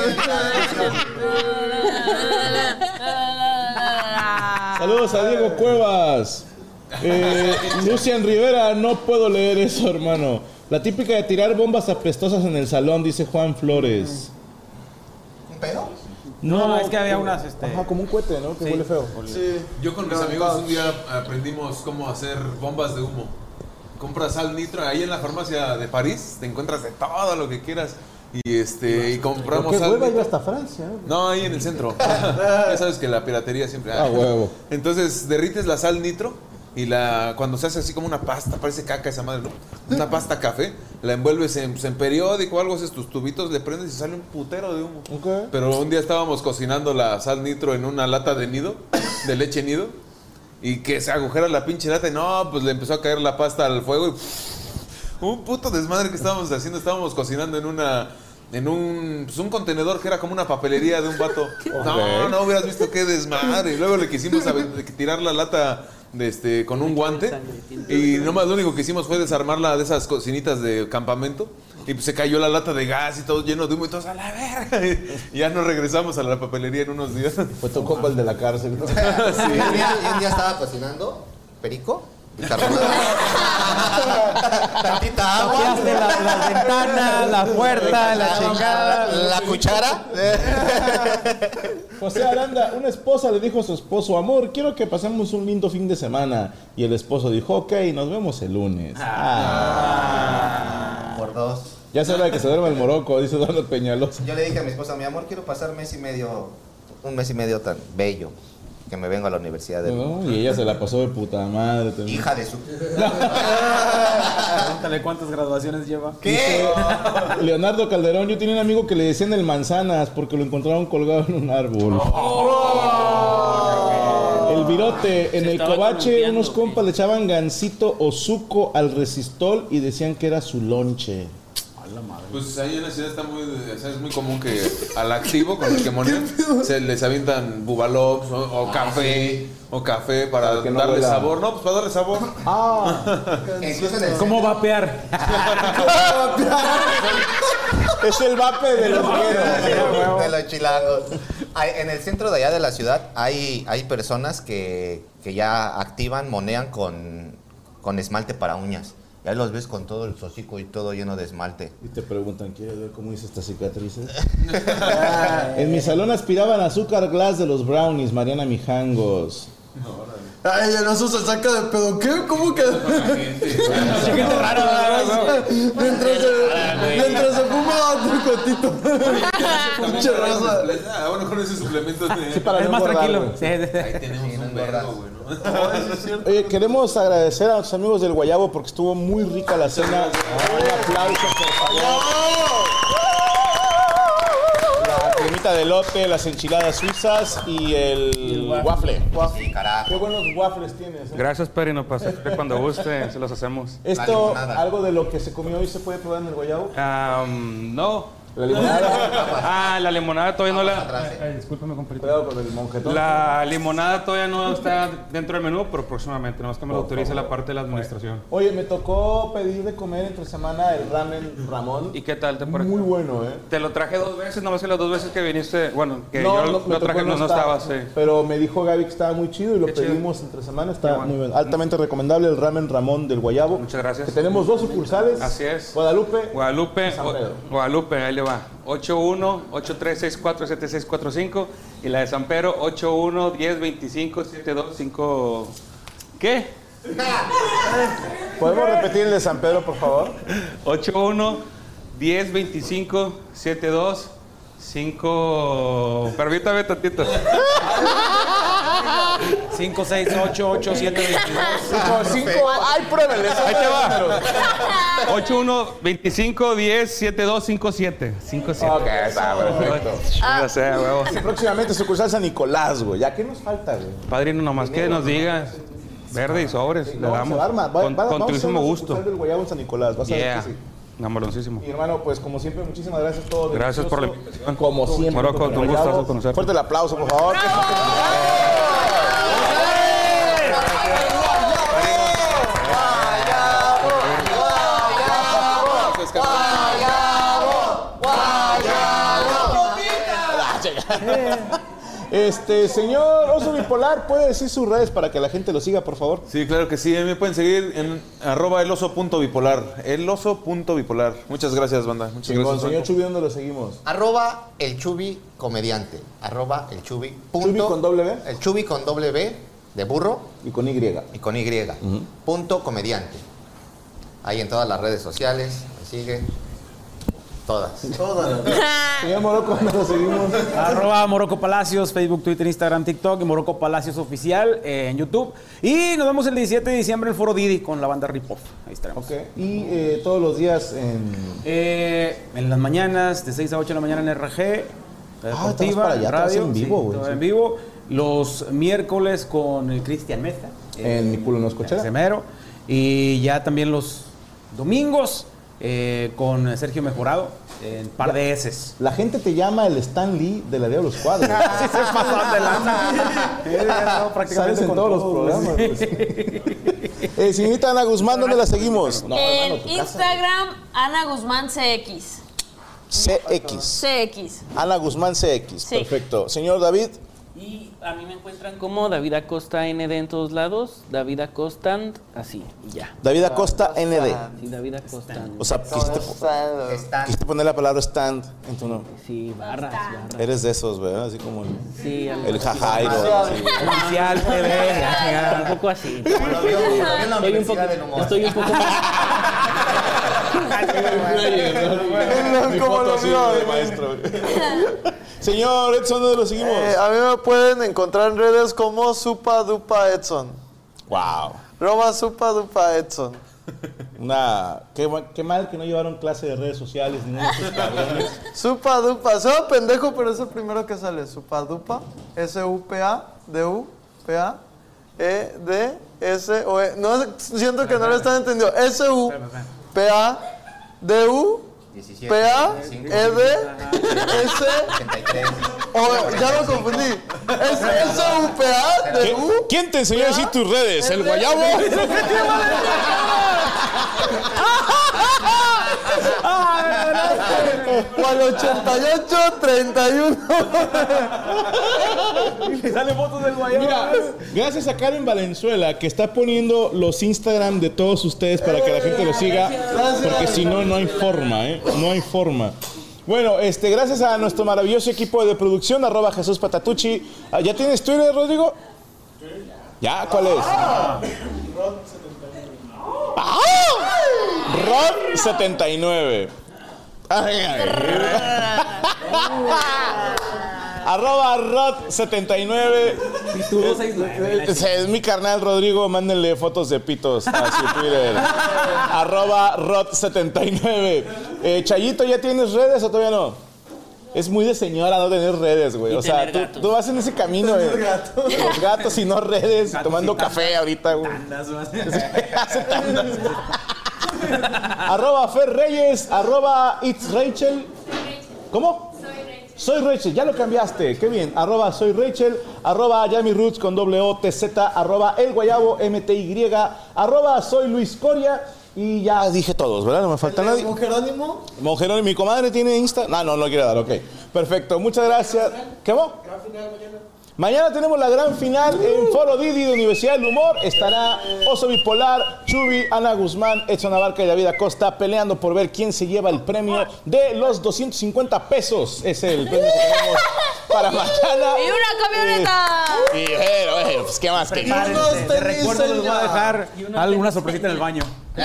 [SPEAKER 1] Saludos a Diego Cuevas. Eh, Lucian Rivera, no puedo leer eso, hermano. La típica de tirar bombas apestosas en el salón, dice Juan Flores.
[SPEAKER 6] ¿Un pedo?
[SPEAKER 2] No, es que había unas, este...
[SPEAKER 1] Ajá, como un cohete, ¿no? Que huele feo.
[SPEAKER 11] Yo con mis amigos un día aprendimos cómo hacer bombas de humo. Compras sal nitro ahí en la farmacia de París, te encuentras de todo lo que quieras y este y
[SPEAKER 28] Pero
[SPEAKER 11] compramos
[SPEAKER 28] que
[SPEAKER 11] sal
[SPEAKER 28] hueva iba
[SPEAKER 11] nitro.
[SPEAKER 28] hasta Francia. ¿no?
[SPEAKER 11] No, ahí en el centro. ya sabes que la piratería siempre.
[SPEAKER 1] Ah, huevo.
[SPEAKER 11] Entonces derrites la sal nitro y la cuando se hace así como una pasta, parece caca esa madre, ¿no? Una pasta café, la envuelves en, pues, en periódico o algo, haces tus tubitos, le prendes y sale un putero de humo. Pero un día estábamos cocinando la sal nitro en una lata de nido, de leche nido, y que se agujera la pinche lata y no, pues le empezó a caer la pasta al fuego y un puto desmadre que estábamos haciendo, estábamos cocinando en una en un, pues, un contenedor que era como una papelería de un vato. No,
[SPEAKER 1] Ok.
[SPEAKER 11] no hubieras visto qué desmadre. Y luego le quisimos avent- tirar la lata de este con un guante y nomás lo único que hicimos fue desarmarla de esas cocinitas de campamento y pues se cayó la lata de gas y todo lleno de humo y todos a la verga. Y ya nos regresamos a la papelería en unos días.
[SPEAKER 1] Fue tu compa el de la cárcel.
[SPEAKER 6] Y un, día, y un día estaba cocinando, perico, y carbonara. Tantita agua.
[SPEAKER 2] Saqueaste la- las ventanas, la puerta, la chingada.
[SPEAKER 6] La cuchara.
[SPEAKER 1] José Aranda, una esposa le dijo a su esposo, amor, quiero que pasemos un lindo fin de semana. Y el esposo dijo, ok, nos vemos el lunes.
[SPEAKER 2] Ah.
[SPEAKER 1] Ah.
[SPEAKER 6] Por dos.
[SPEAKER 1] Ya se hora de que se duerma el moroco, dice Eduardo Peñalosa.
[SPEAKER 6] Yo le dije a mi esposa, mi amor, quiero pasar mes y medio, un mes y medio tan bello, que me vengo a la universidad de...
[SPEAKER 1] No, y ella se la pasó de puta madre. también.
[SPEAKER 6] Hija de su...
[SPEAKER 2] Pregúntale cuántas graduaciones lleva.
[SPEAKER 6] ¿Qué?
[SPEAKER 1] Leonardo Calderón, yo tenía un amigo que le decían el manzanas porque lo encontraron colgado en un árbol. El virote, en el
[SPEAKER 13] estaba
[SPEAKER 1] cobache
[SPEAKER 13] columpiando,
[SPEAKER 1] unos compas le echaban gancito o suco al resistol y decían que era su lonche.
[SPEAKER 11] Pues ahí en la ciudad está muy, o sea, es muy común que al activo con el que monean se les avientan bubalops o, o café, o café para
[SPEAKER 1] Ah, que no
[SPEAKER 11] darle
[SPEAKER 1] huela.
[SPEAKER 11] sabor, no, pues para darle sabor.
[SPEAKER 6] Ah. Incluso en el...
[SPEAKER 2] ¿Cómo vapear?
[SPEAKER 1] Es el vape de los
[SPEAKER 6] de los chilangos. Hay- en el centro de allá de la ciudad hay, hay personas que, que ya activan, monean con, con esmalte para uñas. Ya los ves con todo el hocico y todo lleno de esmalte.
[SPEAKER 1] Y te preguntan, ¿quieres ver cómo hice estas cicatrices? Ah, en mi salón aspiraban azúcar glass de los brownies, Mariana Mijangos.
[SPEAKER 4] Ay, ya no se saca de pedo. ¿Qué? ¿Cómo que?
[SPEAKER 2] Gente rara,
[SPEAKER 4] mientras, se, mientras se fuma otro cotito. Pinche raza.
[SPEAKER 11] Ah, bueno, con ese suplemento de...
[SPEAKER 2] es más
[SPEAKER 1] engordar,
[SPEAKER 2] tranquilo.
[SPEAKER 1] güey.
[SPEAKER 2] Sí, sí, sí.
[SPEAKER 11] Ahí tenemos un vergo, güey. ¿no?
[SPEAKER 1] Oye, queremos agradecer a nuestros amigos del Guayabo porque estuvo muy rica la cena. Un aplauso, por favor. La cremita de lote, las enchiladas suizas y el, waffle.
[SPEAKER 6] Sí, carajo.
[SPEAKER 1] Qué buenos waffles tienes. eh.
[SPEAKER 9] Gracias, Perino, para servirte cuando guste, se los hacemos.
[SPEAKER 1] Esto, algo de lo que se comió hoy se puede probar en el Guayabo.
[SPEAKER 9] Ah, mm, no,
[SPEAKER 1] La limonada.
[SPEAKER 9] Ah, la limonada todavía no la.
[SPEAKER 1] Discúlpame, compadre. Cuidado con el monjetón.
[SPEAKER 9] La limonada todavía no está dentro del menú, pero próximamente, nomás que me lo autorice la parte de la administración.
[SPEAKER 1] Oye, me tocó pedir de comer entre semana el ramen Ramón.
[SPEAKER 9] ¿Y qué tal te pareció?
[SPEAKER 1] Muy bueno, ¿eh?
[SPEAKER 9] Te lo traje dos veces, nomás que las dos veces que viniste, bueno, que yo
[SPEAKER 1] me
[SPEAKER 9] lo
[SPEAKER 1] tocó,
[SPEAKER 9] traje, no, no
[SPEAKER 1] estaba,
[SPEAKER 9] estaba, sí.
[SPEAKER 1] Pero me dijo Gaby que estaba muy chido y lo
[SPEAKER 9] Qué chido.
[SPEAKER 1] pedimos entre semana. Está
[SPEAKER 9] Qué bueno.
[SPEAKER 1] muy bueno. Altamente recomendable el ramen Ramón del Guayabo. Muchas
[SPEAKER 9] gracias.
[SPEAKER 1] tenemos dos sucursales.
[SPEAKER 9] Así es.
[SPEAKER 1] Guadalupe.
[SPEAKER 9] Guadalupe, o- Guadalupe, ahí le va. 81-8364-7645. Y la de San Pedro, 81-1025-7255. ¿Qué?
[SPEAKER 1] ¿Podemos repetir el de San Pedro, por favor?
[SPEAKER 9] 81-1025-7255. Permítame tantito.
[SPEAKER 22] 5, 6, 8, 8, 7, 22.
[SPEAKER 1] Ay, pruébele.
[SPEAKER 9] Ahí te va. 81 25 10 72 57. 57.
[SPEAKER 1] Ok, está perfecto.
[SPEAKER 9] Ya sé, huevo.
[SPEAKER 1] Y próximamente sucursal San Nicolás, güey. ¿Ya qué nos falta, güey?
[SPEAKER 9] Padrino, nomás que nos digas. Verde y sobres, le
[SPEAKER 1] No, se
[SPEAKER 9] damos.
[SPEAKER 1] va a armar. Va-
[SPEAKER 9] con con
[SPEAKER 1] va- vamos a
[SPEAKER 9] tu
[SPEAKER 1] hacer
[SPEAKER 9] mismo
[SPEAKER 1] una
[SPEAKER 9] gusto.
[SPEAKER 1] sucursal del Guayabo en San Nicolás. Vas a ver
[SPEAKER 9] Yeah.
[SPEAKER 1] que sí.
[SPEAKER 9] Namorosísimo.
[SPEAKER 1] Mi hermano, pues como siempre, muchísimas gracias a todos.
[SPEAKER 9] Gracias por la
[SPEAKER 1] Delicioso.
[SPEAKER 9] invitación.
[SPEAKER 1] Como siempre.
[SPEAKER 9] Morocco,
[SPEAKER 1] con el
[SPEAKER 9] un gustazo
[SPEAKER 1] Guayabo.
[SPEAKER 9] conocerte.
[SPEAKER 1] Fuerte el aplauso, por favor.
[SPEAKER 2] Ah,
[SPEAKER 1] Este señor Oso Bipolar, ¿puede decir sus redes para que la gente lo siga, por favor?
[SPEAKER 11] Sí, claro que sí. A mí me pueden seguir en arroba eloso.bipolar. Eloso.bipolar. Muchas gracias, banda. Muchas
[SPEAKER 1] Chingón,
[SPEAKER 11] gracias.
[SPEAKER 1] señor Chubi, ¿dónde lo seguimos?
[SPEAKER 6] Arroba el chubi comediante. Arroba el chubi. Punto,
[SPEAKER 1] Chubi con doble B.
[SPEAKER 6] El chubi con doble B de burro.
[SPEAKER 1] Y con Y.
[SPEAKER 6] Y con Y. Punto comediante. Ahí en todas las redes sociales. Me sigue. Todas.
[SPEAKER 1] Señor Morocco, ¿dónde lo seguimos?
[SPEAKER 22] Arroba Morocco Palacios, Facebook, Twitter, Instagram, TikTok y Morocco Palacios Oficial eh, en YouTube. Y nos vemos el 17 de diciembre en el Foro Didi con la banda Ripoff. Ahí estaremos.
[SPEAKER 1] Y eh, todos los días en...
[SPEAKER 22] Eh, en las mañanas, de 6 a 8 de la mañana en RG, eh,
[SPEAKER 1] te vas Ah, para
[SPEAKER 22] Deportiva,
[SPEAKER 1] allá, te vas
[SPEAKER 22] Radio.
[SPEAKER 1] en vivo,
[SPEAKER 22] sí,
[SPEAKER 1] güey,
[SPEAKER 22] todo
[SPEAKER 1] sí.
[SPEAKER 22] en vivo. Los miércoles con el Cristian Meza.
[SPEAKER 1] En mi culo no escuchará.
[SPEAKER 22] Semero. Y ya también los domingos eh, con Sergio Mejorado en Par de Eses.
[SPEAKER 1] La gente te llama el Stan Lee de la Día de los Cuadros.
[SPEAKER 22] Sí, se pasó de lanza. Sí, ya estaba prácticamente
[SPEAKER 1] Sales en
[SPEAKER 22] con
[SPEAKER 1] todos los
[SPEAKER 22] todo,
[SPEAKER 1] programas.
[SPEAKER 22] güey.
[SPEAKER 1] pues. Eh, señorita Ana Guzmán, ¿dónde la seguimos?
[SPEAKER 13] en Instagram, Ana Guzmán CX.
[SPEAKER 1] CX.
[SPEAKER 13] CX.
[SPEAKER 1] Ana Guzmán CX.
[SPEAKER 13] Sí.
[SPEAKER 1] Perfecto. Señor David,
[SPEAKER 8] Y a mí me encuentran como David Acosta ND en todos lados, David Acosta, así, y ya.
[SPEAKER 1] David Acosta ND.
[SPEAKER 8] Sí, David Acosta.
[SPEAKER 1] O sea, este- quisiste, po- quisiste poner la palabra stand en tu nombre.
[SPEAKER 8] Sí, barras, barras.
[SPEAKER 1] Eres de esos, ¿verdad? Así como el,
[SPEAKER 8] Sí, algo
[SPEAKER 1] el
[SPEAKER 8] así.
[SPEAKER 1] jajairo. así.
[SPEAKER 22] Oficial TV.
[SPEAKER 8] Un poco así.
[SPEAKER 6] Estoy
[SPEAKER 8] un poco, estoy un poco
[SPEAKER 1] Mi foto así de maestro. Señor Edson, ¿dónde lo seguimos?
[SPEAKER 4] Eh, a mí me pueden encontrar en redes como Supa Dupa Edson.
[SPEAKER 1] Wow.
[SPEAKER 4] Roba Supa Dupa Edson.
[SPEAKER 1] Una, qué, buen- qué mal que no llevaron clase de redes sociales, ninguno de esos cabrones.
[SPEAKER 4] Supa Dupa. Soy pendejo, pero es el primero que sale. Supa Dupa. S-U-P-A-D-U-P-A. E, D, S, O, E. No, es- siento que no lo están entendiendo. S, U, P, A, D, U, P, A, E, D, S, O, E. Ya lo confundí. S, S, U, P, A, D, U.
[SPEAKER 18] ¿Quién te enseñó a decir tus redes? ¿El guayabo?
[SPEAKER 4] Cual 88, 31.
[SPEAKER 22] Y sale fotos del guayabo.
[SPEAKER 18] Mira, gracias a Karen Valenzuela que está poniendo los Instagram de todos ustedes para que la gente los siga. Porque si no, no hay forma, ¿eh? No hay forma.
[SPEAKER 1] Bueno, este, gracias a nuestro maravilloso equipo de producción, arroba Jesús Patatucci. Ah, ¿Ya tienes Twitter, Rodrigo? ¿Ya? ¿Cuál es?
[SPEAKER 18] ¡Ah!
[SPEAKER 1] Rod79. Arroba Rod79. Ese Es mi carnal Rodrigo, mándenle fotos de pitos a su Twitter. Arroba Rod79. Eh, Chayito, ¿ya tienes redes o todavía no? Es muy de señora no tener redes, güey.
[SPEAKER 18] Y
[SPEAKER 1] O sea,
[SPEAKER 18] tener
[SPEAKER 1] tú,
[SPEAKER 18] gatos.
[SPEAKER 1] tú vas en ese camino, güey. Los gatos y no redes, tomando café ahorita, güey. arroba Fer Reyes, arroba It's Rachel. ¿Cómo? Soy Rachel, ya lo cambiaste, qué bien. Arroba soy Rachel, arroba Yami Roots con doble O, T, Z, arroba el guayabo, MTY, arroba soy Luis Coria. Y ya dije todos, ¿verdad? No me falta nadie.
[SPEAKER 4] ¿Un Jerónimo?
[SPEAKER 1] Monjerón y mi comadre tiene Insta. No, no, no quiere dar, ok. Perfecto, muchas gracias. ¿Cómo? Mañana tenemos la gran final en Foro Didi de Universidad del Humor. Estará Oso Bipolar, Chubi, Ana Guzmán, Edson Abarca y David Acosta peleando por ver quién se lleva el premio de los 250 pesos. Es el premio que tenemos para mañana.
[SPEAKER 13] ¡Y una camioneta!
[SPEAKER 1] Y bueno, bueno, pues qué más que
[SPEAKER 2] Prepárense, de recuerdo les voy a dejar alguna sorpresita en el baño.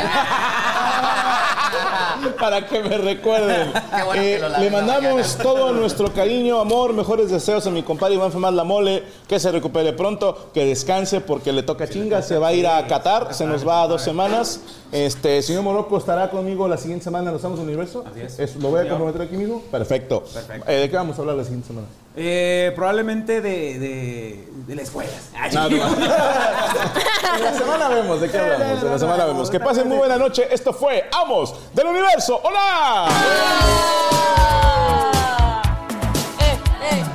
[SPEAKER 1] para que me recuerden. Eh, le mandamos todo nuestro cariño, amor, mejores deseos a mi compadre Iván Femar La Mole, que se recupere pronto, que descanse porque le toca chinga, se va a ir a Qatar, se nos va a dos semanas. Este, señor Morocco estará conmigo la siguiente semana en los Amos Universo.
[SPEAKER 2] es.
[SPEAKER 1] Eso, lo voy a comprometer aquí mismo. Perfecto.
[SPEAKER 2] Perfecto.
[SPEAKER 1] Eh, ¿De qué vamos a hablar la siguiente semana?
[SPEAKER 2] Eh, probablemente de, de, de la escuela.
[SPEAKER 1] No, no. En la semana vemos de qué hablamos. En la semana vemos. Que pasen muy buena noche. Esto fue Amos del Universo. ¡Hola!
[SPEAKER 29] Eh, eh, eh.